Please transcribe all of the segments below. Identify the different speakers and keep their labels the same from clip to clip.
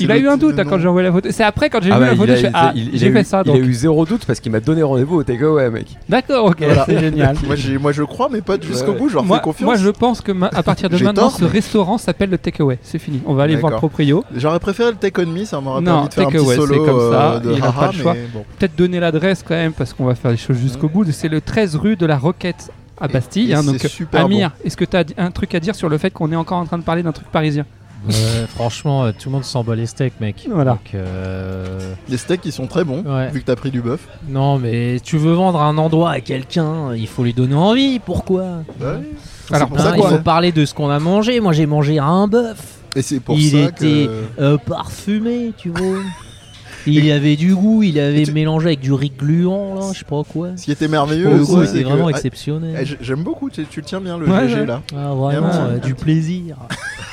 Speaker 1: Il a eu un doute hein, quand j'ai envoyé la photo. C'est après quand j'ai
Speaker 2: bah,
Speaker 3: bah,
Speaker 1: vu la photo, je fais, ah, j'ai fait ça.
Speaker 3: Il a
Speaker 1: donc.
Speaker 3: eu zéro doute parce qu'il m'a donné rendez-vous au takeaway, mec.
Speaker 1: D'accord, ok,
Speaker 2: Voilà.
Speaker 1: c'est génial.
Speaker 2: Moi, j'ai- moi, je crois, mais pas jusqu'au
Speaker 3: Ouais.
Speaker 2: bout, je leur
Speaker 1: Moi,
Speaker 2: fais confiance.
Speaker 1: moi, je pense que ma- à partir de
Speaker 2: J'ai
Speaker 1: maintenant,
Speaker 2: tort,
Speaker 1: ce
Speaker 2: mais-
Speaker 1: restaurant s'appelle le Takeaway. C'est fini. On va aller voir le
Speaker 2: D'accord.
Speaker 1: proprio.
Speaker 2: J'aurais préféré le Take On Me, ça m'aurait
Speaker 1: Non,
Speaker 2: permis de faire un
Speaker 1: Take
Speaker 2: petit
Speaker 1: Away, c'est
Speaker 2: solo
Speaker 1: comme ça,
Speaker 2: euh, de
Speaker 1: il a
Speaker 2: haha,
Speaker 1: pas le choix.
Speaker 2: mais bon.
Speaker 1: Peut-être donner l'adresse quand même parce qu'on va faire les choses jusqu'au bout. C'est le 13 rue de la Roquette à
Speaker 2: Et-
Speaker 1: Bastille.
Speaker 2: et
Speaker 1: hein,
Speaker 2: c'est
Speaker 1: donc,
Speaker 2: super
Speaker 1: Amir, est-ce que tu as un truc à dire sur le fait qu'on est encore en train de parler d'un truc parisien
Speaker 4: Ouais, franchement, euh, tout le monde s'en bat les steaks, mec.
Speaker 1: Voilà.
Speaker 4: Donc, euh,
Speaker 2: Les steaks, ils sont très bons,
Speaker 4: Ouais.
Speaker 2: vu que t'as pris du bœuf.
Speaker 4: Non, mais tu veux vendre un endroit à quelqu'un, il faut lui donner envie. Pourquoi
Speaker 1: Alors,
Speaker 2: pour ça
Speaker 4: Hein,
Speaker 2: qu'on-
Speaker 4: Il faut parler de ce qu'on a mangé. Moi, j'ai mangé un bœuf
Speaker 2: Et c'est pour
Speaker 4: Il
Speaker 2: ça
Speaker 4: était-
Speaker 2: que.
Speaker 4: euh, parfumé, tu vois. Il avait du goût, il avait
Speaker 2: Et tu-
Speaker 4: mélangé avec du riz gluant, là, je sais pas quoi.
Speaker 2: Ce qui était merveilleux,
Speaker 4: Le
Speaker 2: aussi,
Speaker 4: goût
Speaker 2: c'est
Speaker 4: était
Speaker 2: que-
Speaker 4: vraiment
Speaker 2: Ah, eh,
Speaker 4: exceptionnel.
Speaker 2: j- J'aime beaucoup, tu, tu le tiens bien le
Speaker 1: Ouais,
Speaker 2: GG
Speaker 1: ouais.
Speaker 2: là.
Speaker 4: Ah,
Speaker 2: Et un
Speaker 4: vraiment,
Speaker 2: petit-
Speaker 4: euh, du plaisir.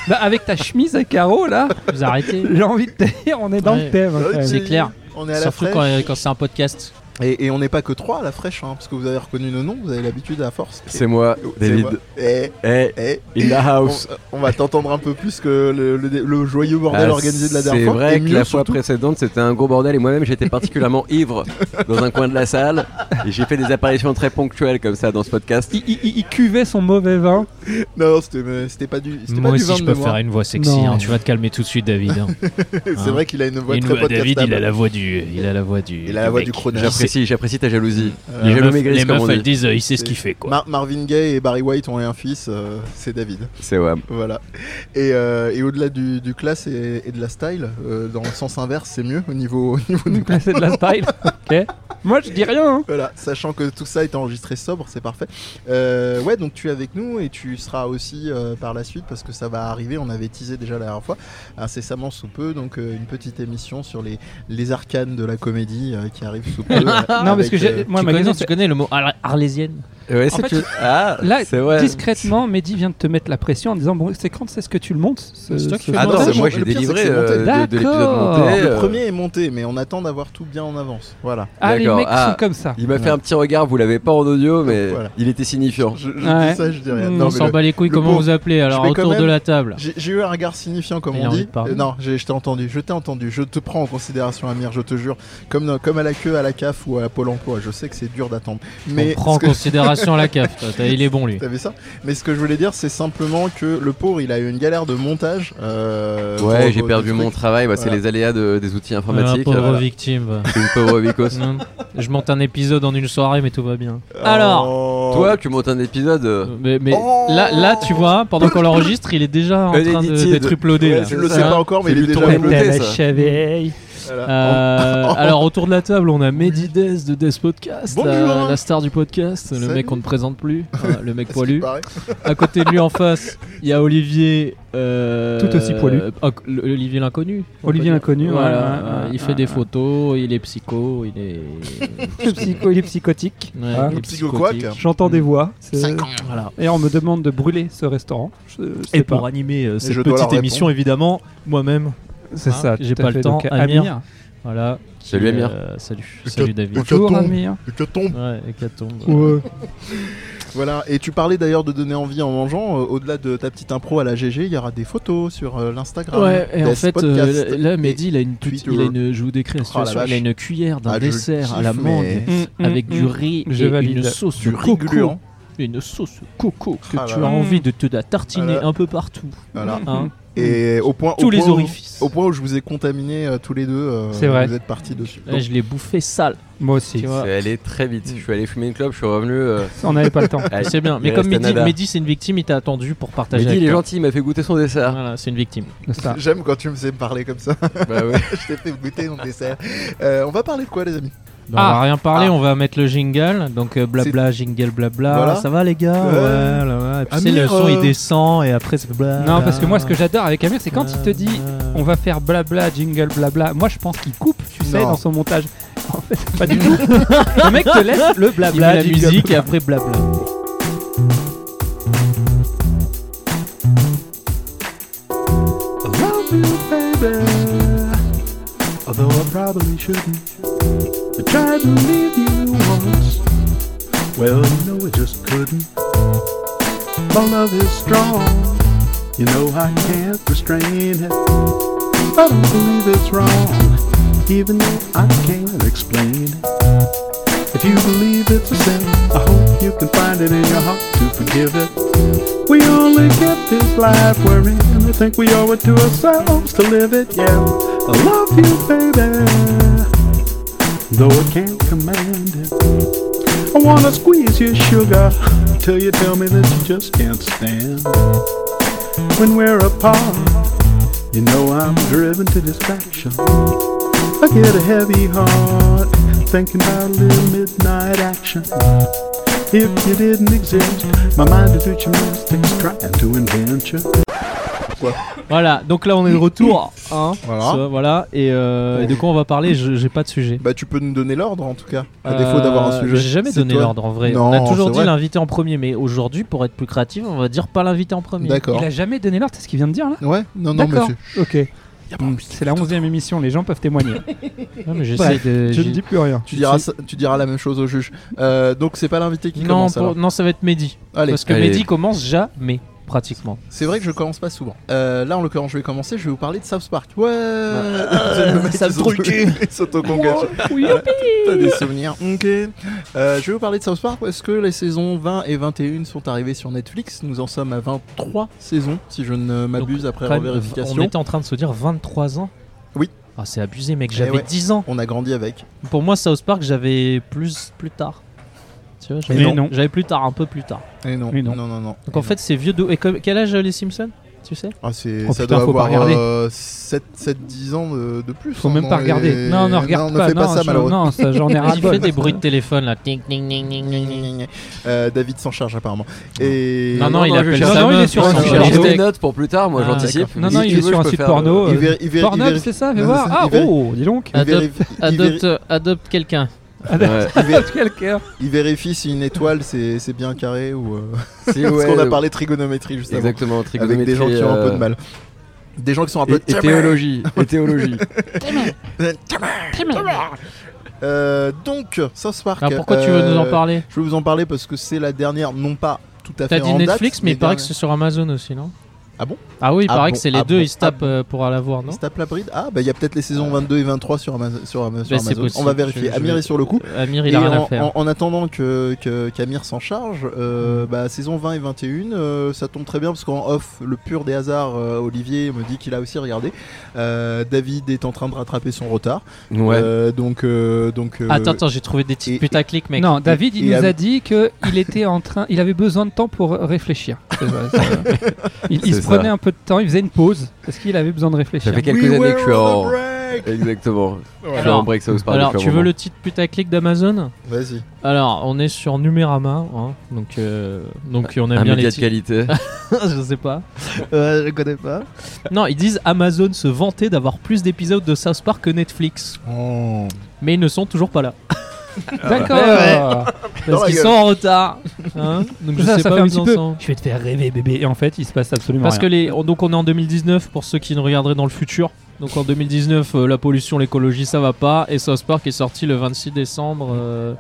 Speaker 1: Bah, avec ta chemise à carreaux là,
Speaker 4: Vous arrêtez.
Speaker 1: j'ai envie de te dire, on est dans le
Speaker 4: Ouais.
Speaker 1: thème. hein, quand
Speaker 2: Ah,
Speaker 1: même.
Speaker 4: c'est clair.
Speaker 2: On est à la
Speaker 4: Surtout
Speaker 2: fraîche.
Speaker 4: quand, quand c'est un podcast.
Speaker 2: Et, et on n'est pas que trois à la fraîche, hein, parce que vous avez reconnu nos noms, vous avez l'habitude à force.
Speaker 3: C'est moi,
Speaker 2: Et- c'est moi.
Speaker 3: David.
Speaker 2: Eh,
Speaker 3: Eh,
Speaker 2: eh,
Speaker 3: in the
Speaker 2: on,
Speaker 3: house.
Speaker 2: on va t'entendre un peu plus que le, le- le joyeux bordel
Speaker 3: Ah,
Speaker 2: organisé de la
Speaker 3: C'est
Speaker 2: dernière fois.
Speaker 3: vrai
Speaker 2: et
Speaker 3: que
Speaker 2: mieux
Speaker 3: la fois
Speaker 2: surtout.
Speaker 3: précédente c'était un gros bordel et moi-même j'étais particulièrement ivre dans un coin de la salle et j'ai fait des apparitions très ponctuelles comme ça dans ce podcast.
Speaker 1: Il, il- il- il cuvait son mauvais vin.
Speaker 2: Non, c'était euh, c'était pas du. c'était
Speaker 4: Moi
Speaker 2: pas du
Speaker 4: aussi,
Speaker 2: vin
Speaker 4: je
Speaker 2: de
Speaker 4: peux
Speaker 2: mémoire.
Speaker 4: faire une voix sexy.
Speaker 1: Non.
Speaker 4: hein, tu vas te calmer tout de suite, David. hein.
Speaker 2: C'est
Speaker 4: Hein.
Speaker 2: vrai qu'il a une voix
Speaker 4: Et nous,
Speaker 2: très podcastable.
Speaker 4: David, il a la voix du, il a la voix du,
Speaker 2: Il a la voix
Speaker 4: mec.
Speaker 2: du crooner.
Speaker 4: Il sait-
Speaker 3: J'apprécie, j'apprécie ta jalousie.
Speaker 2: Euh,
Speaker 3: Les
Speaker 4: Les
Speaker 3: jaloux
Speaker 4: meufs,
Speaker 3: maigrissent,
Speaker 4: les
Speaker 3: comme
Speaker 4: meufs,
Speaker 3: on
Speaker 4: elles
Speaker 3: dit.
Speaker 4: disent, euh, il sait ce qu'il fait quoi.
Speaker 2: Mar- Marvin Gaye et Barry White ont eu un fils, euh, c'est David.
Speaker 3: C'est ouais.
Speaker 2: Voilà. Et, euh, et au-delà du, du classe et, et de la style, euh, dans le sens inverse, c'est mieux au niveau, au niveau des
Speaker 1: Donc là, c'est de la style. ok. Moi, je dis rien. hein.
Speaker 2: Voilà, sachant que tout ça est enregistré sobre, c'est parfait. Euh, ouais, donc tu es avec nous et tu seras aussi euh, par la suite parce que ça va arriver. On avait teasé déjà la dernière fois, incessamment sous peu. Donc euh, une petite émission sur les, les arcanes de la comédie euh, qui arrive sous peu. euh,
Speaker 1: Non, parce
Speaker 2: avec,
Speaker 1: que j'ai-
Speaker 2: euh,
Speaker 1: moi,
Speaker 4: tu,
Speaker 1: ma question,
Speaker 4: connais,
Speaker 1: c'est
Speaker 4: tu connais le mot ar- arlésienne
Speaker 3: Ouais,
Speaker 1: En
Speaker 3: c'est
Speaker 1: fait,
Speaker 3: tu- Ah,
Speaker 1: là,
Speaker 3: c'est vrai.
Speaker 1: discrètement, Mehdi vient de te mettre la pression en disant Bon, c'est quand c'est ce que tu le montes ce-
Speaker 4: C'est toi qui
Speaker 1: ce
Speaker 4: fais le
Speaker 3: Ah non,
Speaker 1: montage
Speaker 3: c'est moi
Speaker 2: Le
Speaker 3: j'ai
Speaker 2: pire, c'est que
Speaker 3: délivré
Speaker 2: c'est monté.
Speaker 3: euh, de, de l'épisode
Speaker 1: D'accord.
Speaker 3: monté.
Speaker 2: le
Speaker 3: euh,
Speaker 2: premier est monté, mais on attend d'avoir tout bien en avance. Voilà.
Speaker 1: Ah, les
Speaker 3: D'accord,
Speaker 1: mecs
Speaker 3: ah.
Speaker 1: sont comme ça.
Speaker 3: Il m'a fait un petit regard, vous l'avez pas en audio, mais
Speaker 2: Voilà.
Speaker 3: il était signifiant.
Speaker 2: Je, je
Speaker 1: Ouais.
Speaker 2: dis ça, je dis rien.
Speaker 1: Mm.
Speaker 2: Non,
Speaker 4: On
Speaker 2: mais
Speaker 4: s'en
Speaker 2: le-
Speaker 4: bat les couilles,
Speaker 2: le
Speaker 4: comment
Speaker 2: pauvre.
Speaker 4: vous appelez Alors,
Speaker 2: vais quand
Speaker 4: autour de
Speaker 2: même-
Speaker 4: la table.
Speaker 2: J'ai j'ai eu un regard signifiant, comme
Speaker 4: Il
Speaker 2: on
Speaker 4: a envie
Speaker 2: dit.
Speaker 4: de parler.
Speaker 2: Euh, non, j'ai- je t'ai entendu, je t'ai entendu. Je te prends en considération, Amir, je te jure. Comme, dans- comme à la queue, à la CAF ou à la Pôle emploi, je sais que c'est dur d'attendre. Mais
Speaker 4: On prend en
Speaker 2: ce que-
Speaker 4: considération la CAF. toi, t'as- Il est bon, lui.
Speaker 2: T'avais ça Mais ce que je voulais dire, c'est simplement que le pauvre, il a eu une galère de montage. euh,
Speaker 3: Ouais,
Speaker 2: pour-
Speaker 3: j'ai
Speaker 2: pour-
Speaker 3: perdu
Speaker 2: des
Speaker 3: mon
Speaker 2: trucs.
Speaker 3: travail, bah, c'est
Speaker 2: Voilà.
Speaker 3: les aléas de- des outils
Speaker 4: Ah,
Speaker 3: informatiques.
Speaker 4: pauvre
Speaker 3: Voilà.
Speaker 4: victime. bah.
Speaker 3: C'est une pauvre vicose.
Speaker 4: Non. Je monte un épisode en une soirée, mais tout va bien.
Speaker 2: Oh.
Speaker 4: Alors,
Speaker 3: Toi, tu montes un épisode. euh,
Speaker 4: mais, mais
Speaker 2: Oh. Euh,
Speaker 4: là, là, tu vois, pendant qu'on l'enregistre, il est déjà en
Speaker 3: Un
Speaker 4: train de-
Speaker 3: éditide.
Speaker 4: d'être uploadé.
Speaker 2: Ouais,
Speaker 4: là.
Speaker 2: tu le
Speaker 3: ça.
Speaker 2: sais pas encore, mais
Speaker 3: C'est
Speaker 2: il est
Speaker 3: du
Speaker 2: déjà
Speaker 3: temps
Speaker 2: monté.
Speaker 3: complet.
Speaker 1: Tête à
Speaker 3: ça.
Speaker 1: chaveille.
Speaker 2: Voilà.
Speaker 4: Euh, alors autour de la table, on a Mehdi Dez de Death Podcast,
Speaker 2: Oh.
Speaker 4: euh,
Speaker 2: Bonjour. hein.
Speaker 4: la, la star du podcast, le
Speaker 2: Salut.
Speaker 4: mec qu'on ne présente plus, euh, le mec
Speaker 2: Est-ce
Speaker 4: poilu.
Speaker 2: qu'il paraît
Speaker 4: À côté de lui, en face, il y a Olivier. euh,
Speaker 1: Tout aussi poilu.
Speaker 4: ah, le- Olivier l'inconnu. on peut
Speaker 1: Olivier
Speaker 4: dire.
Speaker 1: l'inconnu,
Speaker 4: Voilà,
Speaker 1: ouais, ouais,
Speaker 4: euh,
Speaker 1: ouais,
Speaker 4: il fait
Speaker 1: ouais,
Speaker 4: des
Speaker 1: ouais.
Speaker 4: photos, il est psycho, il est.
Speaker 1: Le psycho, il est psychotique.
Speaker 4: Ouais,
Speaker 2: Ah,
Speaker 1: Hein.
Speaker 4: il est
Speaker 2: Psycho-quack.
Speaker 4: psychotique.
Speaker 1: J'entends des voix. c'est-
Speaker 4: Voilà.
Speaker 1: Et on me demande de brûler ce restaurant. Je, je sais
Speaker 4: Et
Speaker 1: pas.
Speaker 4: pour animer euh, cette
Speaker 2: je dois
Speaker 4: petite
Speaker 2: leur
Speaker 4: émission, évidemment, moi-même.
Speaker 1: C'est
Speaker 4: Hein,
Speaker 1: ça.
Speaker 4: j'ai
Speaker 1: tout à
Speaker 4: pas le
Speaker 1: fait.
Speaker 4: temps.
Speaker 1: Donc,
Speaker 4: Amir.
Speaker 1: Amir.
Speaker 4: Voilà.
Speaker 3: Salut,
Speaker 4: Qui,
Speaker 3: Amir.
Speaker 4: euh, salut.
Speaker 2: Le
Speaker 4: Salut
Speaker 2: cat-
Speaker 4: David.
Speaker 2: le cat-
Speaker 1: Bonjour
Speaker 2: Caton.
Speaker 1: Amir.
Speaker 2: Que tombe.
Speaker 4: Ouais, hécatombe.
Speaker 2: Voilà, et tu parlais d'ailleurs de donner envie en mangeant. euh, Au-delà de ta petite impro à la GG, il y aura des photos sur euh, l'Instagram.
Speaker 4: Ouais, et en
Speaker 2: Death
Speaker 4: fait,
Speaker 2: Podcast.
Speaker 4: euh, là, Mehdi, il a une petite.
Speaker 2: Twitter.
Speaker 4: Il a une, je vous décris la
Speaker 2: Oh, la
Speaker 4: situation. il a
Speaker 2: vache.
Speaker 4: une cuillère d'un
Speaker 2: Ah, je
Speaker 4: dessert à
Speaker 2: kiffe,
Speaker 4: la mangue
Speaker 2: mais-
Speaker 1: Mm, mm,
Speaker 4: avec du
Speaker 1: mm.
Speaker 4: riz
Speaker 1: Je
Speaker 4: et
Speaker 1: valide.
Speaker 4: une sauce
Speaker 2: du riz
Speaker 4: coco.
Speaker 2: gluant.
Speaker 4: Une sauce coco que
Speaker 2: Ah
Speaker 4: tu
Speaker 2: là
Speaker 4: as
Speaker 2: là.
Speaker 4: envie de te la tartiner
Speaker 2: Ah là.
Speaker 4: un peu partout.
Speaker 2: Voilà.
Speaker 4: hein.
Speaker 2: Et au point, au
Speaker 4: Tous les
Speaker 2: point où-
Speaker 4: orifices.
Speaker 2: Au point où je vous ai contaminé euh, tous les deux, euh,
Speaker 1: C'est vrai.
Speaker 2: vous êtes partis dessus.
Speaker 4: Là, je l'ai bouffé sale.
Speaker 1: Moi aussi.
Speaker 4: Tu vois.
Speaker 3: C'est allé très vite. Je suis allé fumer une clope, je suis revenu. euh,
Speaker 1: On n'avait pas le temps.
Speaker 3: allez,
Speaker 4: C'est bien.
Speaker 3: il
Speaker 4: Mais comme
Speaker 3: reste
Speaker 4: Mehdi,
Speaker 3: nada.
Speaker 4: Mehdi, c'est une victime, il t'a attendu pour
Speaker 3: Mais
Speaker 4: partager.
Speaker 3: dis,
Speaker 4: avec
Speaker 3: il est
Speaker 4: toi.
Speaker 3: gentil, il m'a fait goûter son dessert.
Speaker 4: Voilà, c'est une victime.
Speaker 1: C'est ça.
Speaker 2: J'aime quand tu me sais me parler comme ça.
Speaker 3: bah ouais.
Speaker 2: je t'ai fait goûter mon dessert. Euh, on va parler de quoi, les amis
Speaker 4: Bon, Bah, On
Speaker 1: Ah.
Speaker 4: va rien parler,
Speaker 2: Ah.
Speaker 4: on va mettre le jingle. Donc euh, blabla, jingle, blabla.
Speaker 2: Voilà.
Speaker 4: Ça va les gars
Speaker 2: Ouais.
Speaker 4: Ouais, là, ouais. Et puis, tu sais,
Speaker 2: Amir,
Speaker 4: le son
Speaker 2: euh,
Speaker 4: il descend et après c'est blabla.
Speaker 1: Non, parce que moi, ce que j'adore avec Amir, c'est quand il te dit
Speaker 2: Euh.
Speaker 1: on va faire blabla, jingle, blabla. Moi, je pense qu'il coupe, tu sais,
Speaker 2: Non.
Speaker 1: dans son montage. En fait, pas du tout. le mec te laisse le blabla,
Speaker 4: la
Speaker 1: jingle,
Speaker 4: musique et
Speaker 1: blabla.
Speaker 4: après blabla.
Speaker 5: Well, no, I just couldn't. My love is strong. You know I can't restrain it. I don't believe it's wrong, even though I can't explain it. If you believe it's a sin, I hope you can find it in your heart to forgive it. We only get this life we're in, and I think we owe it to ourselves to live it. Yeah, I love you, baby, though I can't command it. I wanna squeeze your sugar till you tell me that you just can't stand. When we're apart, you know I'm driven to distraction. I get a heavy heart thinking about a little midnight action. If you didn't exist, my mind would do gymnastics trying to invent you.
Speaker 4: Voilà, donc là on est de retour. hein.
Speaker 2: Voilà.
Speaker 4: Ça, voilà. Et, euh, et de quoi on va parler Je- J'ai pas de sujet.
Speaker 2: Bah, tu peux nous donner l'ordre en tout cas, à
Speaker 4: Euh,
Speaker 2: défaut d'avoir un sujet.
Speaker 4: J'ai jamais
Speaker 2: C'est
Speaker 4: donné
Speaker 2: toi.
Speaker 4: l'ordre en vrai.
Speaker 2: Non,
Speaker 4: on a toujours
Speaker 2: c'est
Speaker 4: dit
Speaker 2: vrai.
Speaker 4: l'invité en premier, mais aujourd'hui, pour être plus créatif, on va dire pas l'invité en premier.
Speaker 2: D'accord.
Speaker 1: Il a jamais donné l'ordre, c'est ce qu'il vient de dire là
Speaker 2: Ouais, non, non,
Speaker 1: D'accord.
Speaker 2: monsieur. Hmm.
Speaker 1: Ok. C'est la 11 émission, les gens peuvent témoigner.
Speaker 4: Ouais, mais j'essaie de-
Speaker 1: Je
Speaker 4: j'ai-
Speaker 1: ne dis plus rien.
Speaker 2: Tu diras, ça- tu diras la même chose au juge. Euh, donc, c'est pas l'invité qui
Speaker 4: non,
Speaker 2: commence
Speaker 4: pour-
Speaker 2: alors.
Speaker 4: non, ça va être Mehdi.
Speaker 2: Allez,
Speaker 4: Parce que
Speaker 3: Allez.
Speaker 4: Mehdi commence jamais, pratiquement.
Speaker 2: c'est vrai que je commence pas souvent. Euh, là, en l'occurrence, je vais commencer, je vais vous parler de South Park. Ouais
Speaker 4: ça me trouve le cul.
Speaker 2: Il
Speaker 1: Oh,
Speaker 2: s'autocongratule. T'as des souvenirs. Ok. Euh, je vais vous parler de South Park parce que les saisons 20 et 21 sont arrivées sur Netflix. Nous en sommes à 23 saisons, si je ne m'abuse, après
Speaker 4: Quand même, On
Speaker 2: revérification.
Speaker 4: était en train de se dire 23 ans.
Speaker 2: Oui. Eh
Speaker 4: Ah, c'est abusé, mec. J'avais
Speaker 2: ouais.
Speaker 4: 10 ans.
Speaker 2: On a grandi avec.
Speaker 4: Pour moi, South Park, j'avais plus plus tard. Tu vois,
Speaker 1: Mais
Speaker 4: j'avais
Speaker 1: non.
Speaker 4: j'avais plus tard, un peu plus tard.
Speaker 2: Et Eh non,
Speaker 1: Et non.
Speaker 2: non, non, non.
Speaker 4: Donc en fait, c'est vieux de. Et comme- quel âge euh, les Simpsons Tu sais
Speaker 2: Ah, c'est,
Speaker 1: Oh
Speaker 2: ça
Speaker 1: putain,
Speaker 2: doit
Speaker 1: faut pas
Speaker 2: avoir euh,
Speaker 1: regarder.
Speaker 2: 7-10 ans de, de plus.
Speaker 1: Faut
Speaker 2: hein,
Speaker 1: même
Speaker 2: non,
Speaker 1: pas
Speaker 2: et-
Speaker 1: regarder. Non, ne regarde pas.
Speaker 2: Ne fais pas
Speaker 1: non,
Speaker 2: ça,
Speaker 1: je-
Speaker 2: malheureux.
Speaker 1: Non, ça, j'en ai ras
Speaker 4: Il
Speaker 1: le bol.
Speaker 4: fait des bruits de téléphone là. Ting, ting, ting, ting, ting, ting.
Speaker 2: Euh, David s'en charge apparemment. Et
Speaker 4: Non, non, il
Speaker 3: non, je
Speaker 4: appelle
Speaker 3: cherche-
Speaker 4: sa
Speaker 1: non, il
Speaker 4: meuf,
Speaker 1: est sur
Speaker 4: son
Speaker 1: un
Speaker 3: J'ai
Speaker 1: site
Speaker 4: cherche
Speaker 1: porno.
Speaker 3: acheté
Speaker 4: des-
Speaker 3: des notes pour plus tard, moi
Speaker 4: Ah,
Speaker 3: j'anticipe.
Speaker 1: Non,
Speaker 3: Si
Speaker 1: non,
Speaker 3: tu
Speaker 1: il est
Speaker 3: veux,
Speaker 1: sur
Speaker 3: je
Speaker 1: un
Speaker 3: peux
Speaker 1: site
Speaker 3: faire,
Speaker 1: porno.
Speaker 3: euh,
Speaker 1: euh,
Speaker 2: il vér- il vér- il
Speaker 1: Pornhub,
Speaker 2: vér-
Speaker 1: c'est ça, fais
Speaker 2: Non,
Speaker 1: voir.
Speaker 2: c'est-
Speaker 1: Ah,
Speaker 2: il vér-
Speaker 1: oh, dis donc.
Speaker 2: il
Speaker 4: Adopte,
Speaker 2: vérifie- il
Speaker 4: adopte,
Speaker 2: vérifie-
Speaker 4: euh, adopte quelqu'un.
Speaker 3: ouais.
Speaker 2: il vér-
Speaker 1: Quelqu'un.
Speaker 2: il vérifie si une étoile c'est c'est bien carré ou. euh,
Speaker 3: Si,
Speaker 2: Parce
Speaker 3: ouais,
Speaker 2: qu'on a
Speaker 3: ou-
Speaker 2: parlé trigonométrie juste avant.
Speaker 3: Exactement,
Speaker 2: Avec des gens qui ont un peu de
Speaker 3: euh,
Speaker 2: mal. Des gens qui sont un
Speaker 3: Et,
Speaker 2: peu.
Speaker 3: et théologie, et théologie.
Speaker 2: Euh, donc, South Park.
Speaker 4: Alors pourquoi tu veux
Speaker 2: euh,
Speaker 4: nous en parler
Speaker 2: Je vais vous en parler parce que c'est la dernière, non pas tout à fait
Speaker 4: T'as dit
Speaker 2: en date,
Speaker 4: Netflix, mais il paraît que
Speaker 2: dernière-
Speaker 4: c'est sur Amazon aussi, non
Speaker 2: Ah bon
Speaker 4: Ah oui, il
Speaker 2: Ah bon,
Speaker 4: paraît que c'est
Speaker 2: ah
Speaker 4: les deux,
Speaker 2: bon,
Speaker 4: ils se tapent
Speaker 2: ah
Speaker 4: euh, pour la voir, non
Speaker 2: Il se tape la bride. Ah, bah il y a peut-être les saisons 22 et 23 sur, Amaz- sur, Ama- sur
Speaker 4: Ouais, Bah, c'est
Speaker 2: Amazon.
Speaker 4: possible.
Speaker 2: On va vérifier.
Speaker 4: Je- je-
Speaker 2: Amir est sur le coup.
Speaker 4: Amir, il
Speaker 2: et
Speaker 4: a rien
Speaker 2: en,
Speaker 4: à faire.
Speaker 2: en- en attendant que que- qu'Amir s'en charge, euh,
Speaker 4: Mm.
Speaker 2: bah, saison 20 et 21, euh, ça tombe très bien parce qu'en off, le pur des hasards, euh, Olivier me dit qu'il a aussi regardé. Euh, David est en train de rattraper son retard.
Speaker 3: Ouais.
Speaker 2: Euh, donc, euh, donc. euh,
Speaker 4: Attends, attends, j'ai trouvé des
Speaker 2: et-
Speaker 4: titres putaclic, mec.
Speaker 1: Non, David, il
Speaker 2: et
Speaker 1: nous
Speaker 2: Am-
Speaker 1: a dit que il était en train, il avait besoin de temps pour réfléchir. C'est vrai, c'est- Il, il se
Speaker 3: C'est ça.
Speaker 1: prenait un peu de temps, il faisait une pause parce qu'il avait besoin de réfléchir.
Speaker 3: Ça fait quelques
Speaker 2: We
Speaker 3: années
Speaker 2: were
Speaker 3: que je suis
Speaker 2: on a
Speaker 3: en.
Speaker 2: break.
Speaker 3: Exactement. Je suis
Speaker 4: Alors-
Speaker 3: en break South Park.
Speaker 4: Alors,
Speaker 3: depuis un
Speaker 4: tu veux
Speaker 3: moment.
Speaker 4: le titre putaclic d'Amazon
Speaker 2: Vas-y.
Speaker 4: Alors, on est sur Numérama, hein, donc, euh, donc on aime
Speaker 3: un média
Speaker 4: bien les
Speaker 3: de
Speaker 4: titres.
Speaker 3: qualité.
Speaker 4: je sais pas. je connais pas. Non, ils disent Amazon se vantait d'avoir plus d'épisodes de South Park que Netflix.
Speaker 2: Oh.
Speaker 4: Mais ils ne sont toujours pas là.
Speaker 1: D'accord.
Speaker 2: Dans
Speaker 4: Parce
Speaker 2: la
Speaker 4: qu'ils
Speaker 2: gueule.
Speaker 4: sont en retard. hein. donc je
Speaker 1: Ça,
Speaker 4: sais
Speaker 1: ça fait
Speaker 4: pas où
Speaker 1: un
Speaker 4: ils
Speaker 1: petit
Speaker 4: en
Speaker 1: peu.
Speaker 4: sont.
Speaker 1: Je vais te faire rêver, bébé. Et en fait, il se passe absolument
Speaker 4: Parce que
Speaker 1: rien.
Speaker 4: les, on- donc on est en 2019 pour ceux qui nous regarderaient dans le futur. Donc en 2019, euh, la pollution, l'écologie, ça va pas. Et South Park est sorti le 26 décembre, euh,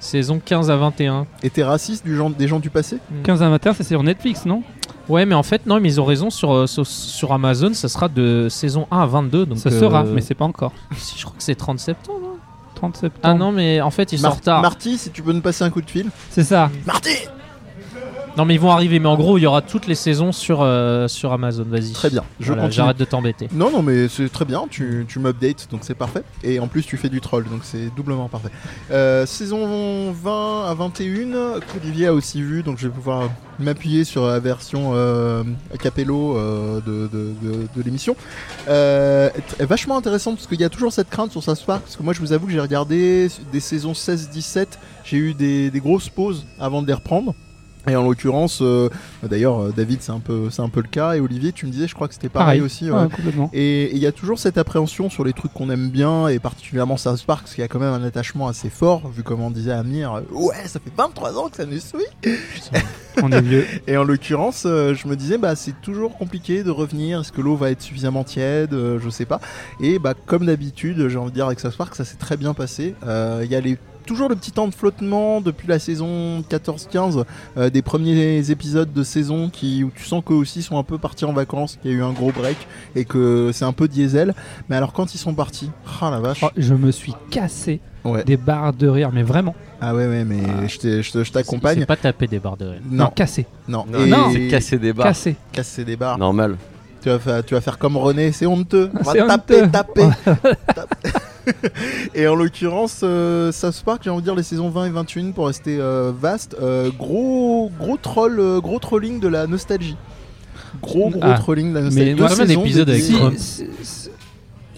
Speaker 4: saison 15 à 21.
Speaker 2: Et t'es raciste du genre, des gens du passé
Speaker 1: 15 à 21, c'est sur Netflix, non
Speaker 4: Ouais, mais en fait, non, mais ils ont raison sur, euh, sur, sur Amazon, ça sera de saison 1 à 22. Donc
Speaker 1: Ça
Speaker 4: euh,
Speaker 1: sera, mais c'est pas encore.
Speaker 4: si, je crois que c'est 30 septembre.
Speaker 1: 30 septembre.
Speaker 4: Ah non, mais en fait, ils sont en
Speaker 2: Mar-
Speaker 4: retard.
Speaker 2: Marty, si tu peux nous passer un coup de fil.
Speaker 1: c'est ça.
Speaker 2: Marty
Speaker 4: Non, mais ils vont arriver. Mais en gros, il y aura toutes les saisons sur, euh, sur Amazon. Vas-y.
Speaker 2: Très bien, je
Speaker 4: Voilà,
Speaker 2: continue.
Speaker 4: J'arrête de t'embêter.
Speaker 2: Non, non, mais c'est très bien, tu, tu m'updates, donc c'est parfait. Et en plus, tu fais du troll, donc c'est doublement parfait. Euh, saison 20 à 21, qu'Olivier a aussi vu, donc je vais pouvoir m'appuyer sur la version euh, Capello euh, de, de- de- de l'émission. Euh, t- vachement intéressante, parce qu'il y a toujours cette crainte sur South Park, parce que moi, je vous avoue que j'ai regardé des saisons 16-17, j'ai eu des, des grosses pauses avant de les reprendre. Et en l'occurrence, euh, d'ailleurs, euh, David, c'est un, peu- c'est un peu le cas. Et Olivier, tu me disais, je crois que c'était pareil,
Speaker 1: Pareil.
Speaker 2: aussi. ouais.
Speaker 1: Ouais, Ah, complètement.
Speaker 2: Et il y a toujours cette appréhension sur les trucs qu'on aime bien, et particulièrement South Park, parce qu'il y a quand même un attachement assez fort, vu comme on disait Amir, euh, ouais, ça fait 23 ans que ça nous suit.
Speaker 1: On est vieux.
Speaker 2: Et en l'occurrence, euh, je me disais, bah, c'est toujours compliqué de revenir, est-ce que l'eau va être suffisamment tiède, Euh, je sais pas. Et bah, comme d'habitude, j'ai envie de dire avec South Park, ça s'est très bien passé. Euh, Il y a les toujours le petit temps de flottement depuis la saison 14-15, euh, des premiers épisodes de saison qui, où tu sens qu'eux aussi sont un peu partis en vacances, qu'il y a eu un gros break et que c'est un peu diesel. Mais alors quand ils sont partis, ah la vache.
Speaker 1: Oh, je me suis cassé
Speaker 2: Ouais.
Speaker 1: des barres de rire, mais vraiment.
Speaker 2: Ah ouais, ouais mais
Speaker 4: Ah.
Speaker 2: je t'ai- je te- je
Speaker 4: Il s'est
Speaker 2: t'accompagne.
Speaker 4: pas tapé des barres de rire.
Speaker 1: Non,
Speaker 2: Non,
Speaker 1: cassé.
Speaker 2: non.
Speaker 3: Non,
Speaker 2: Et-
Speaker 1: non,
Speaker 3: C'est casser des barres.
Speaker 1: Cassé.
Speaker 2: Casser des barres.
Speaker 3: Normal.
Speaker 2: Tu vas, fa- tu vas faire comme René, c'est honteux. On va
Speaker 1: C'est
Speaker 2: taper,
Speaker 1: honteux.
Speaker 2: taper. taper. et en l'occurrence, euh, South Park, j'ai envie de dire les saisons 20 et 21 pour rester euh, vaste. euh, gros, gros troll, euh, gros trolling de la nostalgie. Gros, gros
Speaker 1: Ah.
Speaker 2: trolling de la
Speaker 1: Mais
Speaker 2: nostalgie.
Speaker 1: moi,
Speaker 2: Deux
Speaker 4: même un
Speaker 2: saisons
Speaker 4: épisode avec
Speaker 2: dédiées-
Speaker 4: Trump.
Speaker 1: Si- si-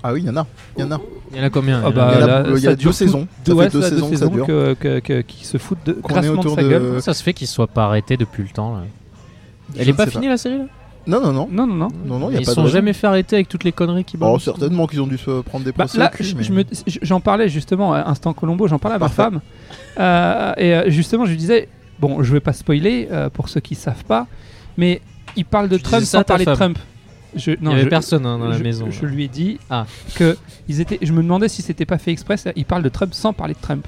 Speaker 2: Ah oui, il y en a. Il y en a.
Speaker 4: Il y en a combien
Speaker 1: Ah
Speaker 4: Il y en
Speaker 1: bah,
Speaker 4: a-
Speaker 2: il y en a,
Speaker 1: là,
Speaker 2: il y a
Speaker 1: ça
Speaker 2: deux
Speaker 1: dure
Speaker 2: saisons. Ça
Speaker 1: ouais,
Speaker 2: fait deux
Speaker 1: ça fait
Speaker 2: saisons que ça dure.
Speaker 1: que, que, que- qui se foutent de,
Speaker 2: Qu'on est
Speaker 1: grassement de
Speaker 2: autour
Speaker 1: sa
Speaker 2: de-
Speaker 1: gueule.
Speaker 4: Comment ça se fait qu'ils soient pas arrêtés depuis le temps là Elle
Speaker 2: Euh, Je
Speaker 4: est
Speaker 2: ne
Speaker 4: pas
Speaker 2: sais
Speaker 4: finie la série là
Speaker 2: Non, non, non.
Speaker 1: Non, non, non.
Speaker 2: Non, non, il y a
Speaker 4: Ils
Speaker 2: pas de
Speaker 4: sont
Speaker 2: raison.
Speaker 4: jamais fait arrêter avec toutes les conneries qui
Speaker 2: Oh,
Speaker 4: balancent.
Speaker 2: certainement qu'ils ont dû se prendre des
Speaker 1: Bah,
Speaker 2: procès. au
Speaker 1: là,
Speaker 2: cul,
Speaker 1: je-
Speaker 2: mais-
Speaker 1: je me- je- j'en parlais justement à Instant Colombo, j'en parlais à ma
Speaker 2: Parfait.
Speaker 1: femme. Euh, et euh, justement, je lui disais, bon, je vais pas spoiler euh, pour ceux qui savent pas, mais il parle de
Speaker 4: Tu
Speaker 1: Trump
Speaker 4: disais ça à
Speaker 1: sans
Speaker 4: ta
Speaker 1: parler de
Speaker 4: femme.
Speaker 1: Trump. Je,
Speaker 4: Il y avait
Speaker 1: je-
Speaker 4: personne hein, dans la
Speaker 1: je-
Speaker 4: maison.
Speaker 1: Je lui ai dit
Speaker 4: Ah.
Speaker 1: que ils étaient. Je me demandais si c'était pas fait exprès. ça, Ils parlent de Trump sans parler de Trump.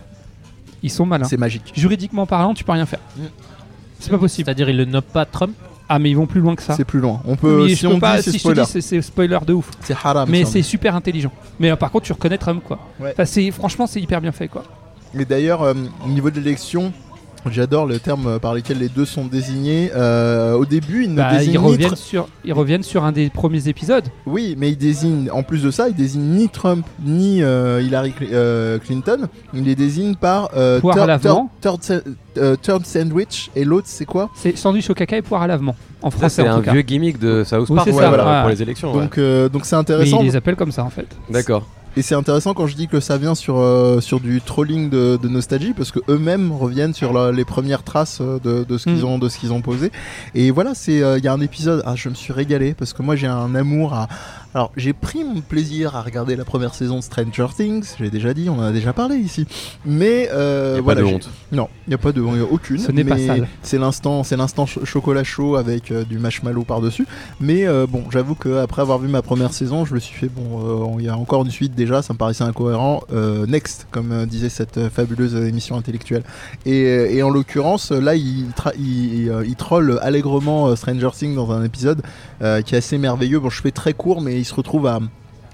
Speaker 1: Ils sont malins.
Speaker 2: C'est magique.
Speaker 1: Juridiquement parlant, tu peux rien faire.
Speaker 2: Mm.
Speaker 1: C'est pas possible.
Speaker 4: C'est-à-dire, ils le nomment pas Trump.
Speaker 1: Ah, mais ils vont plus loin que ça.
Speaker 2: C'est plus loin. On peut,
Speaker 1: Mais
Speaker 2: si
Speaker 1: je
Speaker 2: on
Speaker 1: peux pas.
Speaker 2: dit, c'est
Speaker 1: si je te
Speaker 2: spoiler.
Speaker 1: dis, c'est- c'est spoiler de ouf.
Speaker 2: C'est haram.
Speaker 1: Mais
Speaker 2: ça.
Speaker 1: c'est super intelligent. Mais euh, par contre, tu reconnais Trump, quoi.
Speaker 2: Ouais.
Speaker 1: Enfin, c'est- franchement, c'est hyper bien fait, quoi.
Speaker 2: Mais d'ailleurs, euh, au niveau de l'élection, j'adore le terme euh, par lequel les deux sont désignés. Euh, au début, ils ne
Speaker 1: Bah,
Speaker 2: désignent
Speaker 1: ils,
Speaker 2: ni
Speaker 1: reviennent
Speaker 2: Tr-
Speaker 1: sur, ils reviennent sur un des premiers épisodes.
Speaker 2: Oui, mais ils désignent, en plus de ça, ils désignent ni Trump ni euh, Hillary Cl- euh, Clinton. Ils les désignent par euh,
Speaker 1: Poire à l'avant.
Speaker 2: turd sa- euh, turd sandwich et l'autre, c'est quoi
Speaker 1: C'est sandwich au caca et poire à l'avement. En
Speaker 3: Ça,
Speaker 1: français,
Speaker 3: c'est
Speaker 1: en
Speaker 3: un
Speaker 1: tout cas.
Speaker 3: vieux gimmick de South
Speaker 1: Oui,
Speaker 3: Park
Speaker 1: c'est
Speaker 3: ouais,
Speaker 2: ça,
Speaker 3: voilà,
Speaker 1: ouais.
Speaker 3: pour les élections. ouais.
Speaker 2: Donc euh, donc c'est
Speaker 1: Mais
Speaker 2: intéressant.
Speaker 1: ils les appellent comme ça, en fait.
Speaker 3: D'accord.
Speaker 2: Et c'est intéressant quand je dis que ça vient sur, euh, sur du trolling de, de nostalgie, parce que eux-mêmes reviennent sur la- les premières traces euh, de, de ce qu'ils
Speaker 1: Mm.
Speaker 2: ont, de ce qu'ils ont posé. Et voilà, c'est il y a un épisode, ah, je me suis régalé, parce que moi j'ai un amour à... Alors j'ai pris mon plaisir à regarder la première saison de Stranger Things, j'ai déjà dit, on en a déjà parlé ici. Mais euh,
Speaker 3: Y a pas
Speaker 2: voilà,
Speaker 3: de
Speaker 2: j'ai-
Speaker 3: honte.
Speaker 2: non, il n'y a pas de euh, aucune.
Speaker 1: Ce n'est pas
Speaker 2: mais
Speaker 1: sale.
Speaker 2: C'est l'instant, c'est l'instant ch- chocolat chaud avec euh, du marshmallow par-dessus. Mais euh, bon, j'avoue que après avoir vu ma première saison, je me suis fait bon, euh, il y a encore une suite déjà, ça me paraissait incohérent. Euh, next, comme euh, disait cette euh, fabuleuse euh, émission intellectuelle. Et, euh, et en l'occurrence, euh, là, il, tra- il, il, euh, il troll allègrement euh, Stranger Things dans un épisode euh, qui est assez merveilleux. Bon, je fais très court, mais il se retrouve à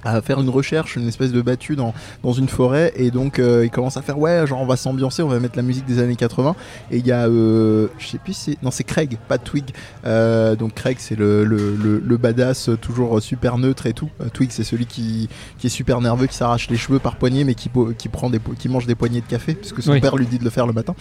Speaker 2: à faire une recherche, une espèce de battue dans, dans une forêt et donc euh, il commence à faire ouais genre on va s'ambiancer, on va mettre la musique des années 80 et il y a euh, je sais plus si c'est non c'est Craig, pas Twig Euh, donc Craig c'est le, le, le, le badass euh, toujours euh, super neutre et tout Euh, Twig c'est celui qui, qui est super nerveux qui s'arrache les cheveux par poignée mais qui, po- qui, prend des, po- qui mange des poignées de café parce que son
Speaker 1: Oui.
Speaker 2: père lui dit de le faire le matin